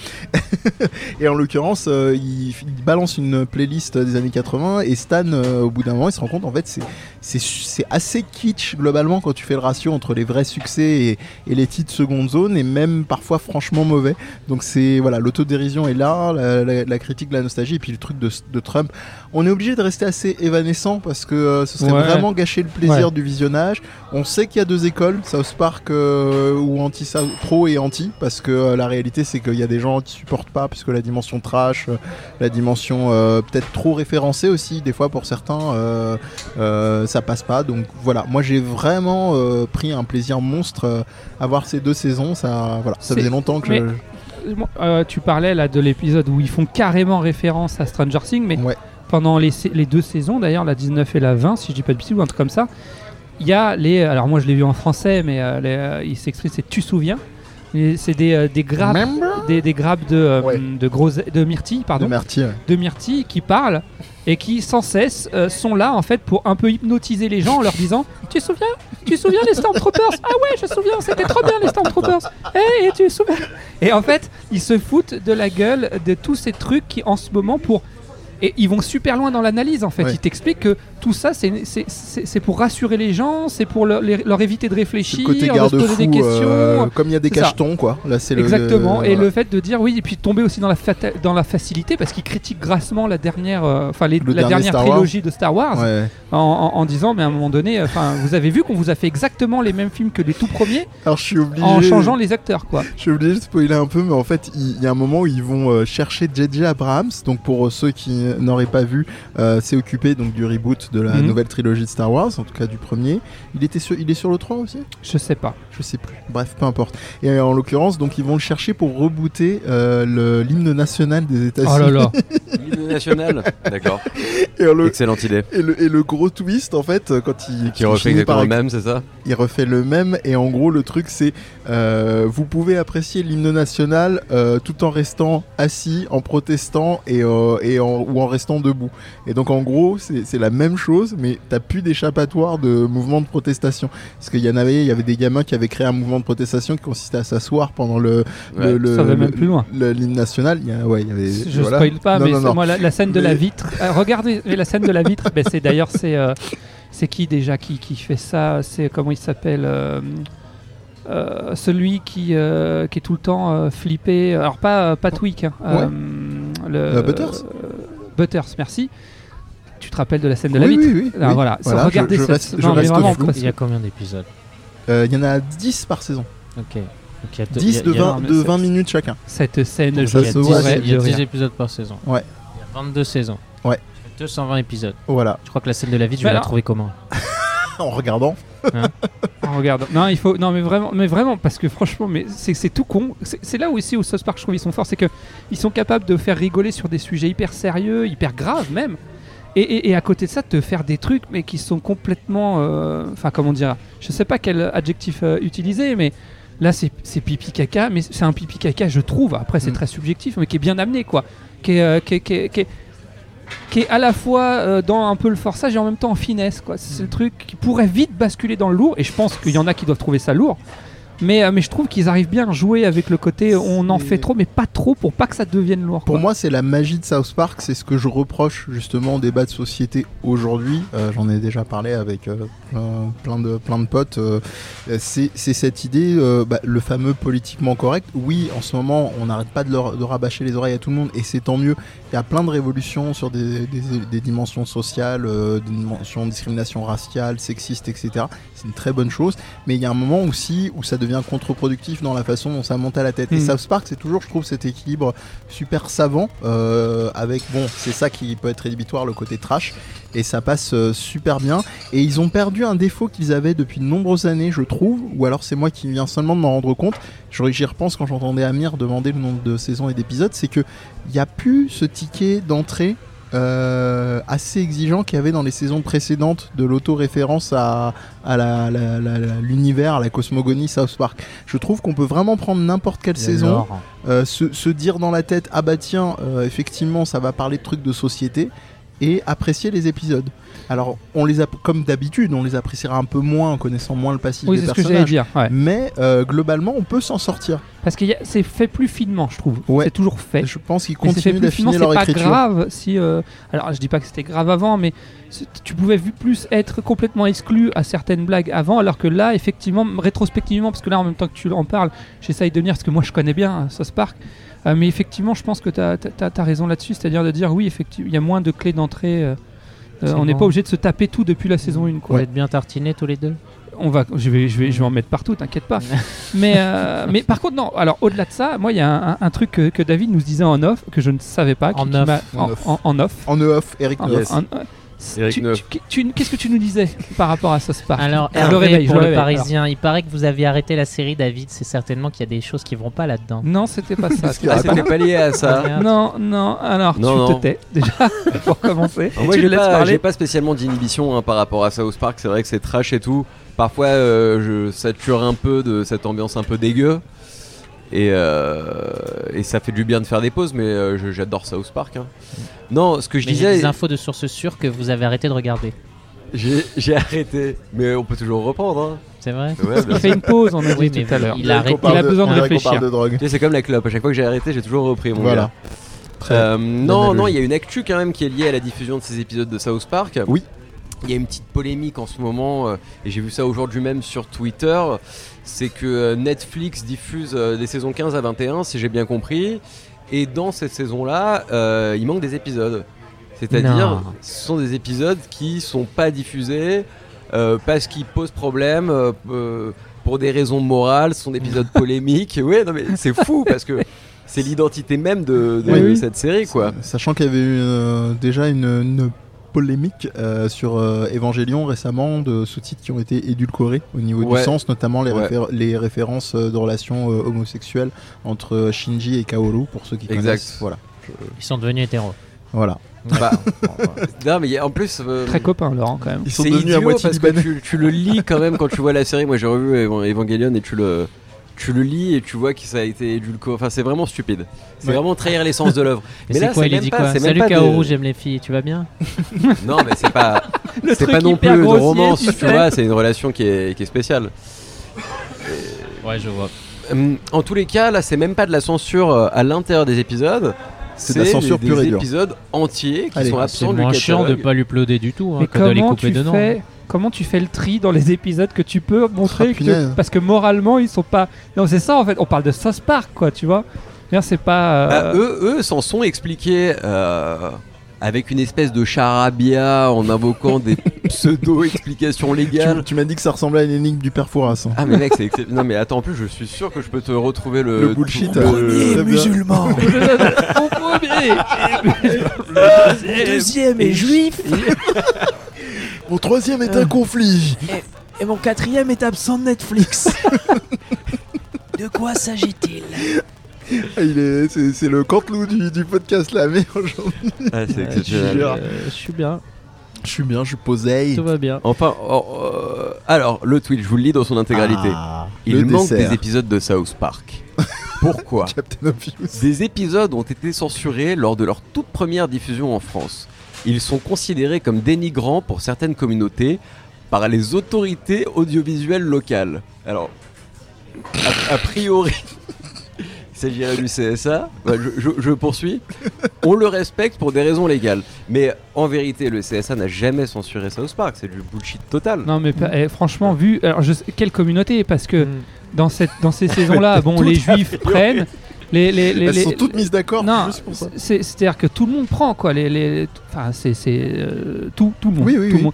Speaker 2: et en l'occurrence euh, il, il balance une playlist des années 80 et Stan euh, au bout d'un moment il se rend compte en fait c'est c'est- c'est assez kitsch globalement quand tu fais le ratio entre les vrais succès et, et les titres seconde zone et même parfois franchement mauvais. Donc c'est voilà, l'autodérision est là, la, la- la critique de la nostalgie et puis le truc de, de Trump. On est obligé de rester assez évanescent parce que euh, ce serait
Speaker 1: Ouais.
Speaker 2: vraiment gâcher le plaisir
Speaker 1: Ouais.
Speaker 2: du visionnage. On sait qu'il y a deux écoles, South Park euh, ou anti South- pro et anti parce que euh, la réalité c'est qu'il y a des gens qui supportent pas puisque la dimension trash, euh, la dimension euh, peut-être trop référencée aussi des fois pour certains euh, euh, ça passe pas. Donc voilà, moi j'ai vraiment euh, pris un plaisir monstre euh, à voir ces deux saisons. Ça, voilà, ça
Speaker 1: C'est-
Speaker 2: faisait longtemps que
Speaker 1: mais-
Speaker 2: je-
Speaker 1: Moi, euh, tu parlais là de l'épisode où ils font carrément référence à Stranger Things, mais
Speaker 2: Ouais.
Speaker 1: pendant les, sa- les deux saisons, d'ailleurs, la 19 et la 20, si je dis pas de bêtises, ou un truc comme ça, il y a les. Alors, moi, je l'ai vu en français, mais euh, les, euh, il s'exprime, c'est Tu souviens Et C'est des, euh, des grappes.
Speaker 2: Remember
Speaker 1: Des, des grappes de, euh,
Speaker 2: Ouais.
Speaker 1: de, groseilles- de myrtilles,
Speaker 2: de
Speaker 1: pardon.
Speaker 2: Marty. ouais.
Speaker 1: de myrtilles qui parlent et qui sans cesse euh, sont là en fait pour un peu hypnotiser les gens en leur disant tu te souviens tu te souviens les Stormtroopers ah ouais je me souviens c'était trop bien les Stormtroopers Eh, et tu te souviens et en fait ils se foutent de la gueule de tous ces trucs qui en ce moment pour et ils vont super loin dans l'analyse en fait.
Speaker 2: Ouais.
Speaker 1: Ils t'expliquent que tout ça c'est- c'est c'est- c'est pour rassurer les gens, c'est pour leur, les- leur éviter de
Speaker 2: C'est
Speaker 1: réfléchir,
Speaker 2: le côté
Speaker 1: de se poser
Speaker 2: garde-fou.
Speaker 1: des questions.
Speaker 2: euh, comme il y a des
Speaker 1: C'est ça.
Speaker 2: cachetons, quoi. Là, c'est le.
Speaker 1: Exactement.
Speaker 2: le-
Speaker 1: et
Speaker 2: voilà.
Speaker 1: le fait de dire oui, et puis de tomber aussi dans la, fata- dans la facilité, parce qu'il critique grassement la dernière, euh, enfin les-
Speaker 2: Le
Speaker 1: la
Speaker 2: dernier
Speaker 1: dernière
Speaker 2: Star
Speaker 1: trilogie de Star Wars,
Speaker 2: Ouais.
Speaker 1: en, en- en disant mais à un moment donné, euh, enfin vous avez vu qu'on vous a fait exactement les mêmes films que les tout premiers,
Speaker 2: Alors, je suis obligé.
Speaker 1: en changeant les acteurs quoi.
Speaker 2: Je suis obligé de spoiler un peu, mais en fait, il il y, a un moment où ils vont euh, chercher JJ Abrams. Donc, pour euh, ceux qui n'auraient pas vu, euh, c'est occupé donc du reboot de la
Speaker 1: Mhm.
Speaker 2: nouvelle trilogie de Star Wars, en tout cas du premier. Il, était sur, il est sur le 3 aussi
Speaker 1: Je sais pas.
Speaker 2: Je sais plus. Bref, peu importe. Et euh, en l'occurrence, donc ils vont le chercher pour rebooter euh, le- l'hymne national des États-Unis.
Speaker 1: Oh là là.
Speaker 3: L'hymne national. D'accord.
Speaker 2: Et, le,
Speaker 3: Excellente idée.
Speaker 2: et le- et le gros twist, en fait, euh, quand il,
Speaker 3: Qui
Speaker 2: il
Speaker 3: refait
Speaker 2: finit par
Speaker 3: exactement le même, c'est ça
Speaker 2: il refait le même et en gros le truc c'est euh, vous pouvez apprécier l'hymne national euh, tout en restant assis, en protestant et, euh, et en- ou en restant debout. Et donc en gros c'est c'est la même chose mais t'as plus d'échappatoire de mouvement de protestation. Parce qu'il y en avait, il y avait des gamins qui avaient créé un mouvement de protestation qui consistait à s'asseoir pendant le
Speaker 3: Ouais.
Speaker 2: le- le-
Speaker 1: Ça va
Speaker 2: le-
Speaker 1: même plus loin.
Speaker 2: le- l'hymne national. Il y a- ouais, il y avait,
Speaker 1: Je
Speaker 2: voilà.
Speaker 1: spoil pas,
Speaker 2: Non,
Speaker 1: mais
Speaker 2: non,
Speaker 1: c'est-
Speaker 2: non.
Speaker 1: moi la, la scène de la
Speaker 2: Mais-
Speaker 1: vitre. Ah, regardez mais la scène de la vitre. ben, c'est d'ailleurs c'est euh, c'est qui déjà qui, qui fait ça C'est comment il s'appelle euh, euh, Celui qui euh, qui est tout le temps euh, flippé. Alors pas euh, pas Tweak. hein, euh, le,
Speaker 2: Euh, Butters
Speaker 1: euh, Butters, merci. Tu te rappelles de la scène de la
Speaker 2: Oui,
Speaker 1: vitre
Speaker 2: oui, oui,
Speaker 1: Ah,
Speaker 2: oui.
Speaker 1: Voilà, c'est-
Speaker 2: Voilà, je-
Speaker 1: regardez
Speaker 2: je
Speaker 1: ce-
Speaker 2: reste- je
Speaker 1: non, mais
Speaker 2: reste
Speaker 1: vraiment,
Speaker 2: flou.
Speaker 1: parce
Speaker 4: Il
Speaker 1: que-
Speaker 4: y a combien d'épisodes
Speaker 2: Euh, il y en a 10 par saison.
Speaker 4: Ok. Donc, il y a deux- il y
Speaker 2: 10
Speaker 4: a-
Speaker 2: de
Speaker 4: il y a-
Speaker 2: 20,
Speaker 1: mais
Speaker 2: de
Speaker 1: c'est-
Speaker 2: 20 minutes chacun.
Speaker 1: Cette scène,
Speaker 2: Donc
Speaker 1: je
Speaker 2: ça
Speaker 1: me
Speaker 2: se voit,
Speaker 1: mourrais
Speaker 4: Il y a
Speaker 1: de
Speaker 4: 10
Speaker 1: rire.
Speaker 4: épisodes par saison.
Speaker 2: Ouais.
Speaker 4: Il y a 22 saisons.
Speaker 2: Ouais.
Speaker 4: 220 épisodes.
Speaker 2: Voilà,
Speaker 4: Je crois que la scène de la vie, je
Speaker 1: Mais
Speaker 4: vais la
Speaker 1: alors-
Speaker 4: trouver comment
Speaker 2: en regardant.
Speaker 1: En regardant. Non, il faut. Non, mais vraiment, mais vraiment, parce que franchement, mais c'est c'est tout con. C'est c'est là où aussi au South Park, je trouve ils sont forts, c'est que ils sont capables de faire rigoler sur des sujets hyper sérieux, hyper graves même. Et, et- et à côté de ça, te faire des trucs, mais qui sont complètement. euh, Enfin, comment dire Je sais pas quel adjectif euh, utiliser, mais là, c'est c'est pipi caca. Mais c'est un pipi caca, je trouve. Après, c'est
Speaker 2: Mm.
Speaker 1: très subjectif, mais qui est bien amené, quoi. Qui est, euh, qui est- qui est- qui est- qui est à la fois euh, dans un peu le forçage et en même temps en finesse. quoi. C'est le truc qui pourrait vite basculer dans le lourd, et je pense qu'il y en a qui doivent trouver ça lourd. Mais, euh, mais je trouve qu'ils arrivent bien à jouer avec le côté euh, on en
Speaker 2: C'est-
Speaker 1: fait trop, mais pas trop pour pas que ça devienne lourd.
Speaker 2: Pour
Speaker 1: quoi.
Speaker 2: moi, c'est la magie de South Park, c'est ce que je reproche justement au débat de société aujourd'hui. Euh, J'en ai déjà parlé avec euh, plein- plein, de, plein de potes. euh, euh, c'est c'est cette idée, euh, bah, le fameux politiquement correct. Oui, en ce moment, on n'arrête pas de, leur- de rabâcher les oreilles à tout le monde et c'est tant mieux. Il y a plein de révolutions sur des, des- des dimensions sociales, euh, des dimensions discrimination raciale, sexiste, etc. C'est une très bonne chose. Mais il y a un moment aussi où ça devient contre-productif dans la façon dont ça monte à la tête. Et
Speaker 1: Mm.
Speaker 2: South Park, c'est toujours, je trouve, cet équilibre super savant euh, avec bon c'est ça qui peut être rédhibitoire le côté trash et ça passe euh, super bien et ils ont perdu un défaut qu'ils avaient depuis de nombreuses années je trouve ou alors c'est moi qui viens seulement de m'en rendre compte Je- j'y repense quand j'entendais Amir demander le nombre de saisons et d'épisodes c'est que il y a plus ce ticket d'entrée euh, assez exigeant qu'il y avait dans les saisons précédentes de l'autoréférence à, à la- la- la- la- l'univers, à la cosmogonie South Park. Je trouve qu'on peut vraiment prendre n'importe quelle saison, euh, se, se dire dans la tête ah bah tiens euh, effectivement ça va parler de trucs de société et apprécier les épisodes. Alors on les a comme d'habitude on les appréciera un peu moins en connaissant moins le passif
Speaker 1: oui,
Speaker 2: des
Speaker 1: c'est ce que j'allais
Speaker 2: personnages.
Speaker 1: dire. ouais.
Speaker 2: Mais euh, globalement on peut s'en sortir.
Speaker 1: Parce que c'est fait plus finement, je trouve.
Speaker 2: Ouais.
Speaker 1: C'est toujours fait.
Speaker 2: Je pense qu'ils
Speaker 1: Mais c'est fait
Speaker 2: continuent
Speaker 1: plus finement,
Speaker 2: d'affiner leur
Speaker 1: c'est pas
Speaker 2: écriture.
Speaker 1: grave si. euh, alors, je dis pas que c'était grave avant, mais c'est- tu pouvais vu plus être complètement exclu à certaines blagues avant, alors que là, effectivement, rétrospectivement, parce que là, en même temps que tu en parles, j'essaye de venir, parce que moi, je connais bien hein, South Park. euh, mais effectivement, je pense que tu as, raison là-dessus, c'est-à-dire de dire oui, effectivement, il y a moins de clés d'entrée. euh, euh,
Speaker 4: C'est
Speaker 1: on n'est
Speaker 4: bon.
Speaker 1: pas obligé de se taper tout depuis la saison 1.
Speaker 4: Vous êtes bien tartinés tous les deux
Speaker 1: On va, je vais, je vais, je vais en mettre partout, t'inquiète pas. mais, euh, mais par contre, non. Alors au-delà de ça, moi, il y a un, un- un truc que, que David nous disait en off que je ne savais pas. qui-
Speaker 4: En
Speaker 1: qui
Speaker 4: off.
Speaker 1: m'a-
Speaker 2: En
Speaker 1: En,
Speaker 2: off.
Speaker 1: en- en off.
Speaker 2: En off, Eric
Speaker 1: En-
Speaker 2: Neuf.
Speaker 1: en- en-
Speaker 3: Eric
Speaker 1: tu-
Speaker 3: Neuf.
Speaker 1: tu- tu- Qu'est-ce que tu nous disais par rapport à South Park
Speaker 4: Alors,
Speaker 1: Ah, Je le
Speaker 4: Hervé,
Speaker 1: réveille, je
Speaker 4: pour
Speaker 1: le
Speaker 4: le,
Speaker 1: réveille,
Speaker 4: Parisien, il paraît que vous aviez arrêté la série, David. C'est certainement qu'il y a des choses qui vont pas là-dedans.
Speaker 1: Non, c'était pas ça.
Speaker 2: qu'il y
Speaker 3: Ah,
Speaker 2: Ah,
Speaker 3: c'était pas lié à ça.
Speaker 4: Merde.
Speaker 1: Non, non. Alors
Speaker 3: Non,
Speaker 1: tu
Speaker 3: non.
Speaker 1: te tais déjà pour commencer.
Speaker 3: Alors Ah, Moi,
Speaker 1: tu
Speaker 3: j'ai
Speaker 1: le laisses
Speaker 3: pas, j'ai
Speaker 1: parler.
Speaker 3: pas spécialement d'inhibition hein, par rapport à South Park. C'est vrai que c'est trash et tout. Parfois, euh, je sature un peu de cette ambiance un peu dégueu. Et, euh, et ça fait du bien de faire des pauses, mais euh, je- j'adore South Park. hein. Non, ce que je
Speaker 4: Mais j'ai
Speaker 3: disais,
Speaker 4: des infos de sources sûres que vous avez arrêté de regarder.
Speaker 3: j'ai j'ai arrêté. Mais on peut toujours reprendre.
Speaker 4: C'est vrai
Speaker 3: hein. Ouais, bien
Speaker 1: Il fait une pause, on a
Speaker 4: Oui,
Speaker 1: dit
Speaker 4: mais
Speaker 1: tout à l'heure.
Speaker 4: il a
Speaker 2: Eric, on
Speaker 4: arrêté.
Speaker 2: parle
Speaker 1: Il a besoin de
Speaker 2: Eric, on
Speaker 1: réfléchir.
Speaker 2: parle de drogue.
Speaker 3: Tu sais, c'est comme la clope, à chaque fois que j'ai arrêté, j'ai toujours repris mon
Speaker 2: Voilà.
Speaker 3: gars.
Speaker 2: Très
Speaker 3: Euh, non,
Speaker 2: analogie.
Speaker 3: non, il y a une actu quand même qui est liée à la diffusion de ces épisodes de South Park.
Speaker 2: Oui.
Speaker 3: Il y a une petite polémique en ce moment, euh, et j'ai vu ça aujourd'hui même sur Twitter, c'est que euh, Netflix diffuse euh, des saisons 15 à 21, si j'ai bien compris, et dans cette saison-là, euh, il manque des épisodes. C'est-à-dire,
Speaker 4: Non.
Speaker 3: ce sont des épisodes qui sont pas diffusés euh, parce qu'ils posent problème. euh, euh, pour des raisons morales, ce sont des épisodes polémiques. Ouais, non mais c'est fou parce que c'est l'identité même de, de
Speaker 1: Oui, oui.
Speaker 3: cette série, quoi.
Speaker 2: Sachant qu'il y avait eu, euh, déjà euh, une, une polémique euh, sur euh, Evangelion récemment de sous-titres qui ont été édulcorés au niveau
Speaker 3: Ouais.
Speaker 2: du sens, notamment les,
Speaker 3: Ouais.
Speaker 2: réfé- les références euh, de relations euh, homosexuelles entre euh, Shinji et Kaoru, pour ceux qui
Speaker 3: Exact.
Speaker 2: connaissent. Voilà.
Speaker 6: Ils sont devenus hétéros.
Speaker 2: voilà.
Speaker 3: Bah, non, mais il y a- en plus. euh,
Speaker 1: Très copain, Laurent, quand même.
Speaker 2: Ils sont
Speaker 3: c'est
Speaker 2: devenus
Speaker 3: idiot
Speaker 2: à moitié
Speaker 3: parce que
Speaker 2: libanais.
Speaker 3: tu, tu le lis quand même quand tu vois la série. Moi j'ai revu Evan- Evangelion et tu le tu le lis et tu vois que ça a été édulcoré. Enfin c'est vraiment stupide. C'est
Speaker 2: Ouais.
Speaker 3: vraiment trahir l'essence de l'œuvre.
Speaker 6: Et
Speaker 3: Mais
Speaker 6: c'est
Speaker 3: là,
Speaker 6: quoi
Speaker 3: c'est
Speaker 6: Il a
Speaker 3: même
Speaker 6: dit
Speaker 3: pas-
Speaker 6: quoi
Speaker 3: c'est même
Speaker 6: Salut
Speaker 3: pas
Speaker 6: Kaoru,
Speaker 3: des-
Speaker 6: j'aime les filles, tu vas bien
Speaker 3: Non mais c'est pas
Speaker 1: Le
Speaker 3: c'est
Speaker 1: truc
Speaker 3: pas non plus
Speaker 1: hyper
Speaker 3: une
Speaker 1: grossier,
Speaker 3: romance.
Speaker 1: tu
Speaker 3: Tu
Speaker 1: sais.
Speaker 3: vois c'est une relation qui est qui est spéciale.
Speaker 4: Ouais, je vois.
Speaker 3: Hum, En tous les cas là c'est même pas de la censure euh, à l'intérieur des épisodes.
Speaker 2: C'est de la censure
Speaker 3: des
Speaker 2: pure et dure.
Speaker 3: épisodes entiers qui
Speaker 2: Allez,
Speaker 3: sont
Speaker 4: C'est
Speaker 3: absents du
Speaker 4: moins chiant de
Speaker 3: catalogue.
Speaker 4: pas lui pleuder du tout hein,
Speaker 1: Mais
Speaker 4: que d'aller
Speaker 1: comment
Speaker 4: couper
Speaker 1: tu,
Speaker 4: dedans. hein.
Speaker 1: fais, comment tu fais le tri dans les épisodes que tu peux montrer
Speaker 2: Ah,
Speaker 1: que tu-
Speaker 2: punaise.
Speaker 1: Parce que moralement, ils sont pas. Non, c'est ça en fait. On parle de South Park, quoi, tu vois. Bien, c'est pas.
Speaker 3: Bah,
Speaker 1: euh,
Speaker 2: Ah,
Speaker 3: eux, eux s'en sont expliqués euh, avec une espèce de charabia en invoquant des pseudo-explications
Speaker 2: Tu,
Speaker 3: légales.
Speaker 2: tu m'as dit que ça ressemblait à une énigme du père Fouras, hein.
Speaker 3: Ah mais mec, c'est excep- non mais attends en plus je suis sûr que je peux te retrouver le,
Speaker 2: Le bullshit.
Speaker 3: le-
Speaker 2: euh, très bien.
Speaker 1: Mon premier
Speaker 7: Deuxième est juif
Speaker 2: Mon troisième est un conflit.
Speaker 7: et mon quatrième est absent de Netflix. De quoi s'agit-il
Speaker 2: Ah, il est- C'est c'est le cantelou du, du podcast la merde aujourd'hui.
Speaker 3: Ah, c'est
Speaker 4: Ouais, je,
Speaker 3: exceptionnel.
Speaker 4: euh, je suis bien,
Speaker 2: Je suis bien, je suis posé.
Speaker 4: tout va bien.
Speaker 3: Enfin, oh, euh, alors le tweet, je vous le lis dans son intégralité.
Speaker 2: Ah,
Speaker 3: Il
Speaker 2: le
Speaker 3: manque
Speaker 2: dessert.
Speaker 3: des épisodes de South Park. Pourquoi
Speaker 2: Captain Obvious.
Speaker 3: Des épisodes ont été censurés lors de leur toute première diffusion en France. Ils sont considérés comme dénigrants pour certaines communautés par les autorités audiovisuelles locales. Alors, a, a priori, il s'agirait du CSA. Bah, je, je- je poursuis. On le respecte pour des raisons légales. Mais en vérité, le CSA n'a jamais censuré South Park. C'est du bullshit total.
Speaker 1: Non, mais pas- eh, franchement, vu. Alors, je sais- quelle communauté Parce que
Speaker 4: Mm.
Speaker 1: dans, cette, dans ces saisons-là, bon, les juifs prennent. Les, les, les,
Speaker 2: Elles
Speaker 1: les-
Speaker 2: sont toutes mises d'accord
Speaker 1: Non,
Speaker 2: juste pour ça.
Speaker 1: c'est- c'est-à-dire que tout le monde prend, quoi. Les, les, enfin, c'est c'est, euh, tout, tout le monde.
Speaker 2: Oui, oui,
Speaker 1: tout le
Speaker 2: oui.
Speaker 1: monde.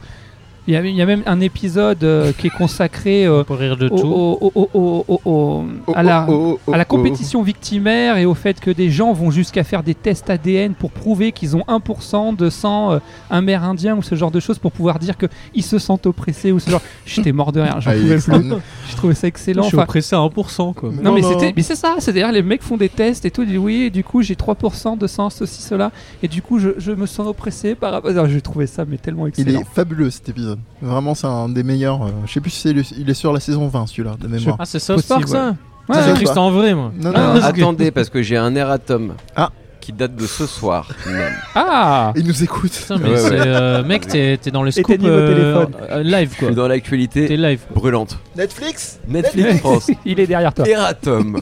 Speaker 1: Il y, a, il y a même un épisode euh, qui est consacré euh,
Speaker 4: Pour rire de
Speaker 1: au-
Speaker 4: tout.
Speaker 1: au- au- au- au- au- à la,
Speaker 2: Oh, oh, oh,
Speaker 1: à la
Speaker 2: oh.
Speaker 1: compétition victimaire et au fait que des gens vont jusqu'à faire des tests ADN pour prouver qu'ils ont 1% de sang euh, amérindien ou ce genre de choses pour pouvoir dire qu'ils se sentent oppressés ou ce genre. J'étais mort de rien, j'en
Speaker 2: Ah, il
Speaker 1: pouvais
Speaker 2: est
Speaker 1: plus.
Speaker 2: extraordinaire.
Speaker 1: Je trouvais ça excellent.
Speaker 4: Je suis
Speaker 1: Enfin,
Speaker 4: oppressé à 1%, quoi.
Speaker 1: non, mais
Speaker 2: Non, non.
Speaker 1: c'était, mais c'est ça, c'est-à-dire les mecs font des tests et tout, ils disent oui, et du coup j'ai 3% de sang, ceci, cela, et du coup je, je me sens oppressé par rapport. Alors, J'ai trouvé ça mais tellement
Speaker 2: Il
Speaker 1: excellent.
Speaker 2: est fabuleux cet épisode. Vraiment, c'est un des meilleurs. euh, je sais plus si c'est le- il est sur la saison 20 celui-là de mémoire.
Speaker 4: Ah, c'est South Park,
Speaker 1: Possible,
Speaker 4: ça
Speaker 1: Ouais,
Speaker 4: C'est
Speaker 1: ouais.
Speaker 4: triste en vrai, moi.
Speaker 2: Non,
Speaker 1: Ah,
Speaker 2: non,
Speaker 1: parce que-
Speaker 3: Attendez, parce que j'ai un erratum
Speaker 2: Ah.
Speaker 3: qui date de ce soir. même.
Speaker 1: Ah,
Speaker 2: il nous écoute.
Speaker 4: Putain, mais
Speaker 3: Ouais,
Speaker 4: c'est,
Speaker 3: ouais.
Speaker 4: euh, mec, t'es t'es dans les
Speaker 1: Éteignez
Speaker 4: scoops
Speaker 1: vos
Speaker 4: euh,
Speaker 1: téléphones.
Speaker 4: euh, live,
Speaker 3: Je
Speaker 4: quoi.
Speaker 3: suis dans l'actualité
Speaker 4: T'es live.
Speaker 3: brûlante.
Speaker 2: Netflix
Speaker 3: Netflix France.
Speaker 1: il est derrière toi.
Speaker 3: Erratum.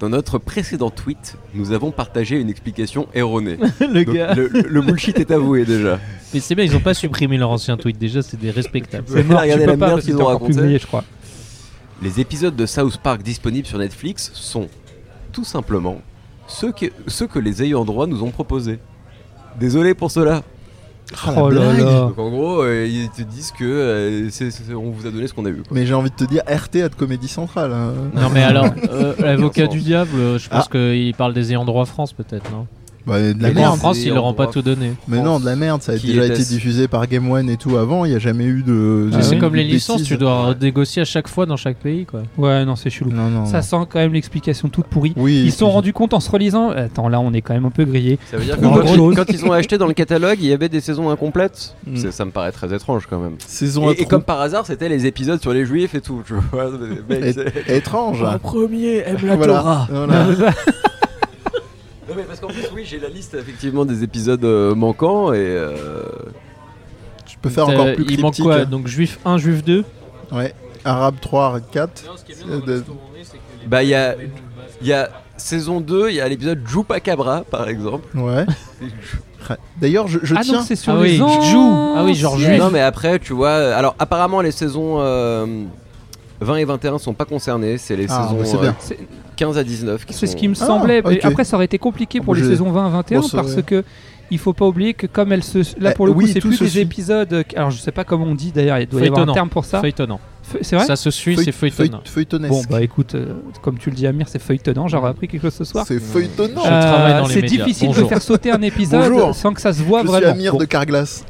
Speaker 3: Dans notre précédent tweet, nous avons partagé une explication erronée.
Speaker 4: le
Speaker 3: Donc, le, le bullshit est avoué déjà.
Speaker 4: Mais c'est bien, ils ont pas supprimé leur ancien tweet déjà, c'est des respectables.
Speaker 3: C'est
Speaker 1: Non, tu
Speaker 3: regardez
Speaker 1: peux
Speaker 3: la
Speaker 1: pas
Speaker 3: merde
Speaker 1: parce que
Speaker 3: qu'ils
Speaker 1: t'es
Speaker 3: ont
Speaker 1: encore
Speaker 3: racontée.
Speaker 1: publié, je crois.
Speaker 3: Les épisodes de South Park disponibles sur Netflix sont tout simplement ceux que, ceux que les ayants droit nous ont proposés. Désolé pour cela.
Speaker 2: Ah, la
Speaker 1: Oh là
Speaker 2: blague.
Speaker 1: là.
Speaker 3: Donc en gros, euh, ils te disent que euh, c'est- c'est- on vous a donné ce qu'on a vu. quoi.
Speaker 2: Mais j'ai envie de te dire RT à de Comédie Centrale. hein.
Speaker 4: Non, mais alors, euh, l'avocat
Speaker 3: Vincent.
Speaker 4: du diable, euh, je pense
Speaker 2: Ah.
Speaker 4: qu'il parle des ayants droit France, peut-être, non
Speaker 2: Bah, de la
Speaker 3: Mais
Speaker 4: Mais en
Speaker 2: merde. Ah
Speaker 4: France, ils
Speaker 3: Ayants
Speaker 4: leur ont pas
Speaker 3: droit
Speaker 4: tout donné.
Speaker 2: Mais non, de la merde. Ça a
Speaker 3: Qui
Speaker 2: déjà été
Speaker 3: était-ce
Speaker 2: diffusé par Game One et tout avant. Il n'y a jamais eu de.
Speaker 4: Tu
Speaker 2: de-
Speaker 4: sais,
Speaker 2: de
Speaker 4: Ah comme les
Speaker 2: bêtises.
Speaker 4: licences, tu dois négocier à chaque fois dans chaque pays, quoi.
Speaker 1: Ouais, non, c'est chelou.
Speaker 2: Non, non.
Speaker 1: Ça sent quand même l'explication toute pourrie.
Speaker 2: Oui.
Speaker 1: Ils se sont
Speaker 2: excuse-
Speaker 1: rendus compte en se relisant. Attends, là on est quand même un peu grillé.
Speaker 3: Ça veut dire que
Speaker 1: Trois
Speaker 3: quand,
Speaker 1: choses.
Speaker 3: ils- quand ils ont acheté dans le catalogue, il y avait des saisons incomplètes.
Speaker 2: Mm.
Speaker 3: C'est- Ça me paraît très étrange quand même.
Speaker 2: Saison
Speaker 3: Et, et comme par hasard, c'était les épisodes sur les juifs et tout. Tu vois, mec,
Speaker 2: Et-
Speaker 3: c'est-
Speaker 2: étrange.
Speaker 4: Ah,
Speaker 7: En premier, aime la
Speaker 2: bah. Voilà.
Speaker 7: Torah.
Speaker 2: Voilà.
Speaker 3: Non, mais parce qu'en plus, oui, j'ai la liste effectivement des épisodes euh, manquants et. euh,
Speaker 2: Je peux faire
Speaker 4: Euh,
Speaker 2: encore plus
Speaker 4: Il manque
Speaker 2: cryptique.
Speaker 4: quoi Donc, juif 1, juif 2
Speaker 2: Ouais. Arabe Euh, 3, Arabe 4. dans la
Speaker 3: Bah, il y a, il y a saison 2, il y a l'épisode Jupacabra par exemple.
Speaker 2: Ouais. D'ailleurs, je, je
Speaker 1: ah
Speaker 2: tiens.
Speaker 1: donc c'est sur
Speaker 4: Ah
Speaker 1: les
Speaker 4: oui,
Speaker 1: anciens.
Speaker 4: Jou. Ah oui, genre Juif.
Speaker 3: Non, mais après, tu vois. Alors, apparemment, les saisons. euh, 20 et 21 sont pas concernées, c'est les
Speaker 2: Ah,
Speaker 3: saisons
Speaker 2: c'est bien.
Speaker 1: C'est-
Speaker 3: 15 à 19 qui
Speaker 1: C'est
Speaker 3: sont-
Speaker 1: ce qui me
Speaker 2: Ah,
Speaker 1: semblait. mais
Speaker 2: ok.
Speaker 1: Après, ça aurait été compliqué
Speaker 2: Ah, bon,
Speaker 1: pour les
Speaker 2: j'ai-
Speaker 1: saisons 20-21
Speaker 2: Bon, ça,
Speaker 1: parce
Speaker 2: ouais.
Speaker 1: que il faut pas oublier que comme elles se, là
Speaker 2: Eh,
Speaker 1: pour le
Speaker 2: oui,
Speaker 1: coup, c'est
Speaker 2: tout
Speaker 1: plus
Speaker 2: se
Speaker 1: des
Speaker 2: suit.
Speaker 1: épisodes. Alors je sais pas comment on dit d'ailleurs. Il doit y avoir un
Speaker 4: Feuilletonnant.
Speaker 1: terme pour ça.
Speaker 4: Feuilletonnant.
Speaker 1: Fe- C'est vrai
Speaker 4: Ça se suit, c'est
Speaker 2: Feuille-
Speaker 4: feuilletonnant.
Speaker 2: feuille- feuilletonesque.
Speaker 1: Bon, bah écoute, euh, comme tu le dis, Amir, c'est feuilletonnant. J'aurais appris quelque chose ce soir.
Speaker 2: C'est feuilletonnant.
Speaker 1: Euh,
Speaker 4: Je travaille dans les
Speaker 1: c'est
Speaker 4: médias.
Speaker 1: difficile de
Speaker 4: Bonjour.
Speaker 1: faire sauter un épisode
Speaker 2: Bonjour.
Speaker 1: sans que ça se voit
Speaker 2: Je suis
Speaker 1: vraiment.
Speaker 2: Amir
Speaker 1: Bon.
Speaker 2: de Carglass.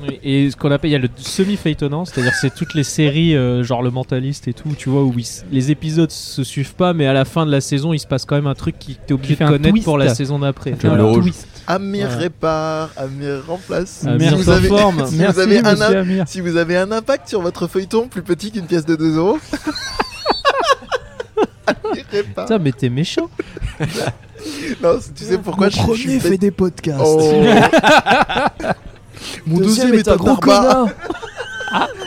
Speaker 4: Oui, Et ce qu'on appelle, il y a le semi-feuilletonnant, c'est-à-dire c'est toutes les séries, euh, genre Le Mentaliste et tout, tu vois, où ils s- les épisodes se suivent pas, mais à la fin de la saison, il se passe quand même un truc qui t'es obligé
Speaker 1: Qui fait
Speaker 4: de
Speaker 1: un
Speaker 4: connaître
Speaker 1: twist.
Speaker 4: pour la saison d'après.
Speaker 3: Comme le
Speaker 4: Voilà.
Speaker 3: rouge.
Speaker 1: Twist.
Speaker 2: Amir
Speaker 4: Voilà.
Speaker 2: répare, Amir
Speaker 1: Ah,
Speaker 2: remplace.
Speaker 4: Amir
Speaker 2: si vous avez,
Speaker 4: s'informe.
Speaker 2: si vous
Speaker 1: Merci,
Speaker 2: avez un,
Speaker 1: monsieur
Speaker 2: im-
Speaker 1: Amir.
Speaker 2: si vous avez un impact sur votre feuilleton plus petit qu'une pièce de 2 euros. Amir répare.
Speaker 4: Putain, mais t'es méchant.
Speaker 2: Non, c'est- tu sais pourquoi
Speaker 7: Mon
Speaker 2: je, je suis
Speaker 7: premier fait
Speaker 2: bête.
Speaker 7: des podcasts.
Speaker 2: Oh. Mon deuxième est un gros barbare.
Speaker 7: connard.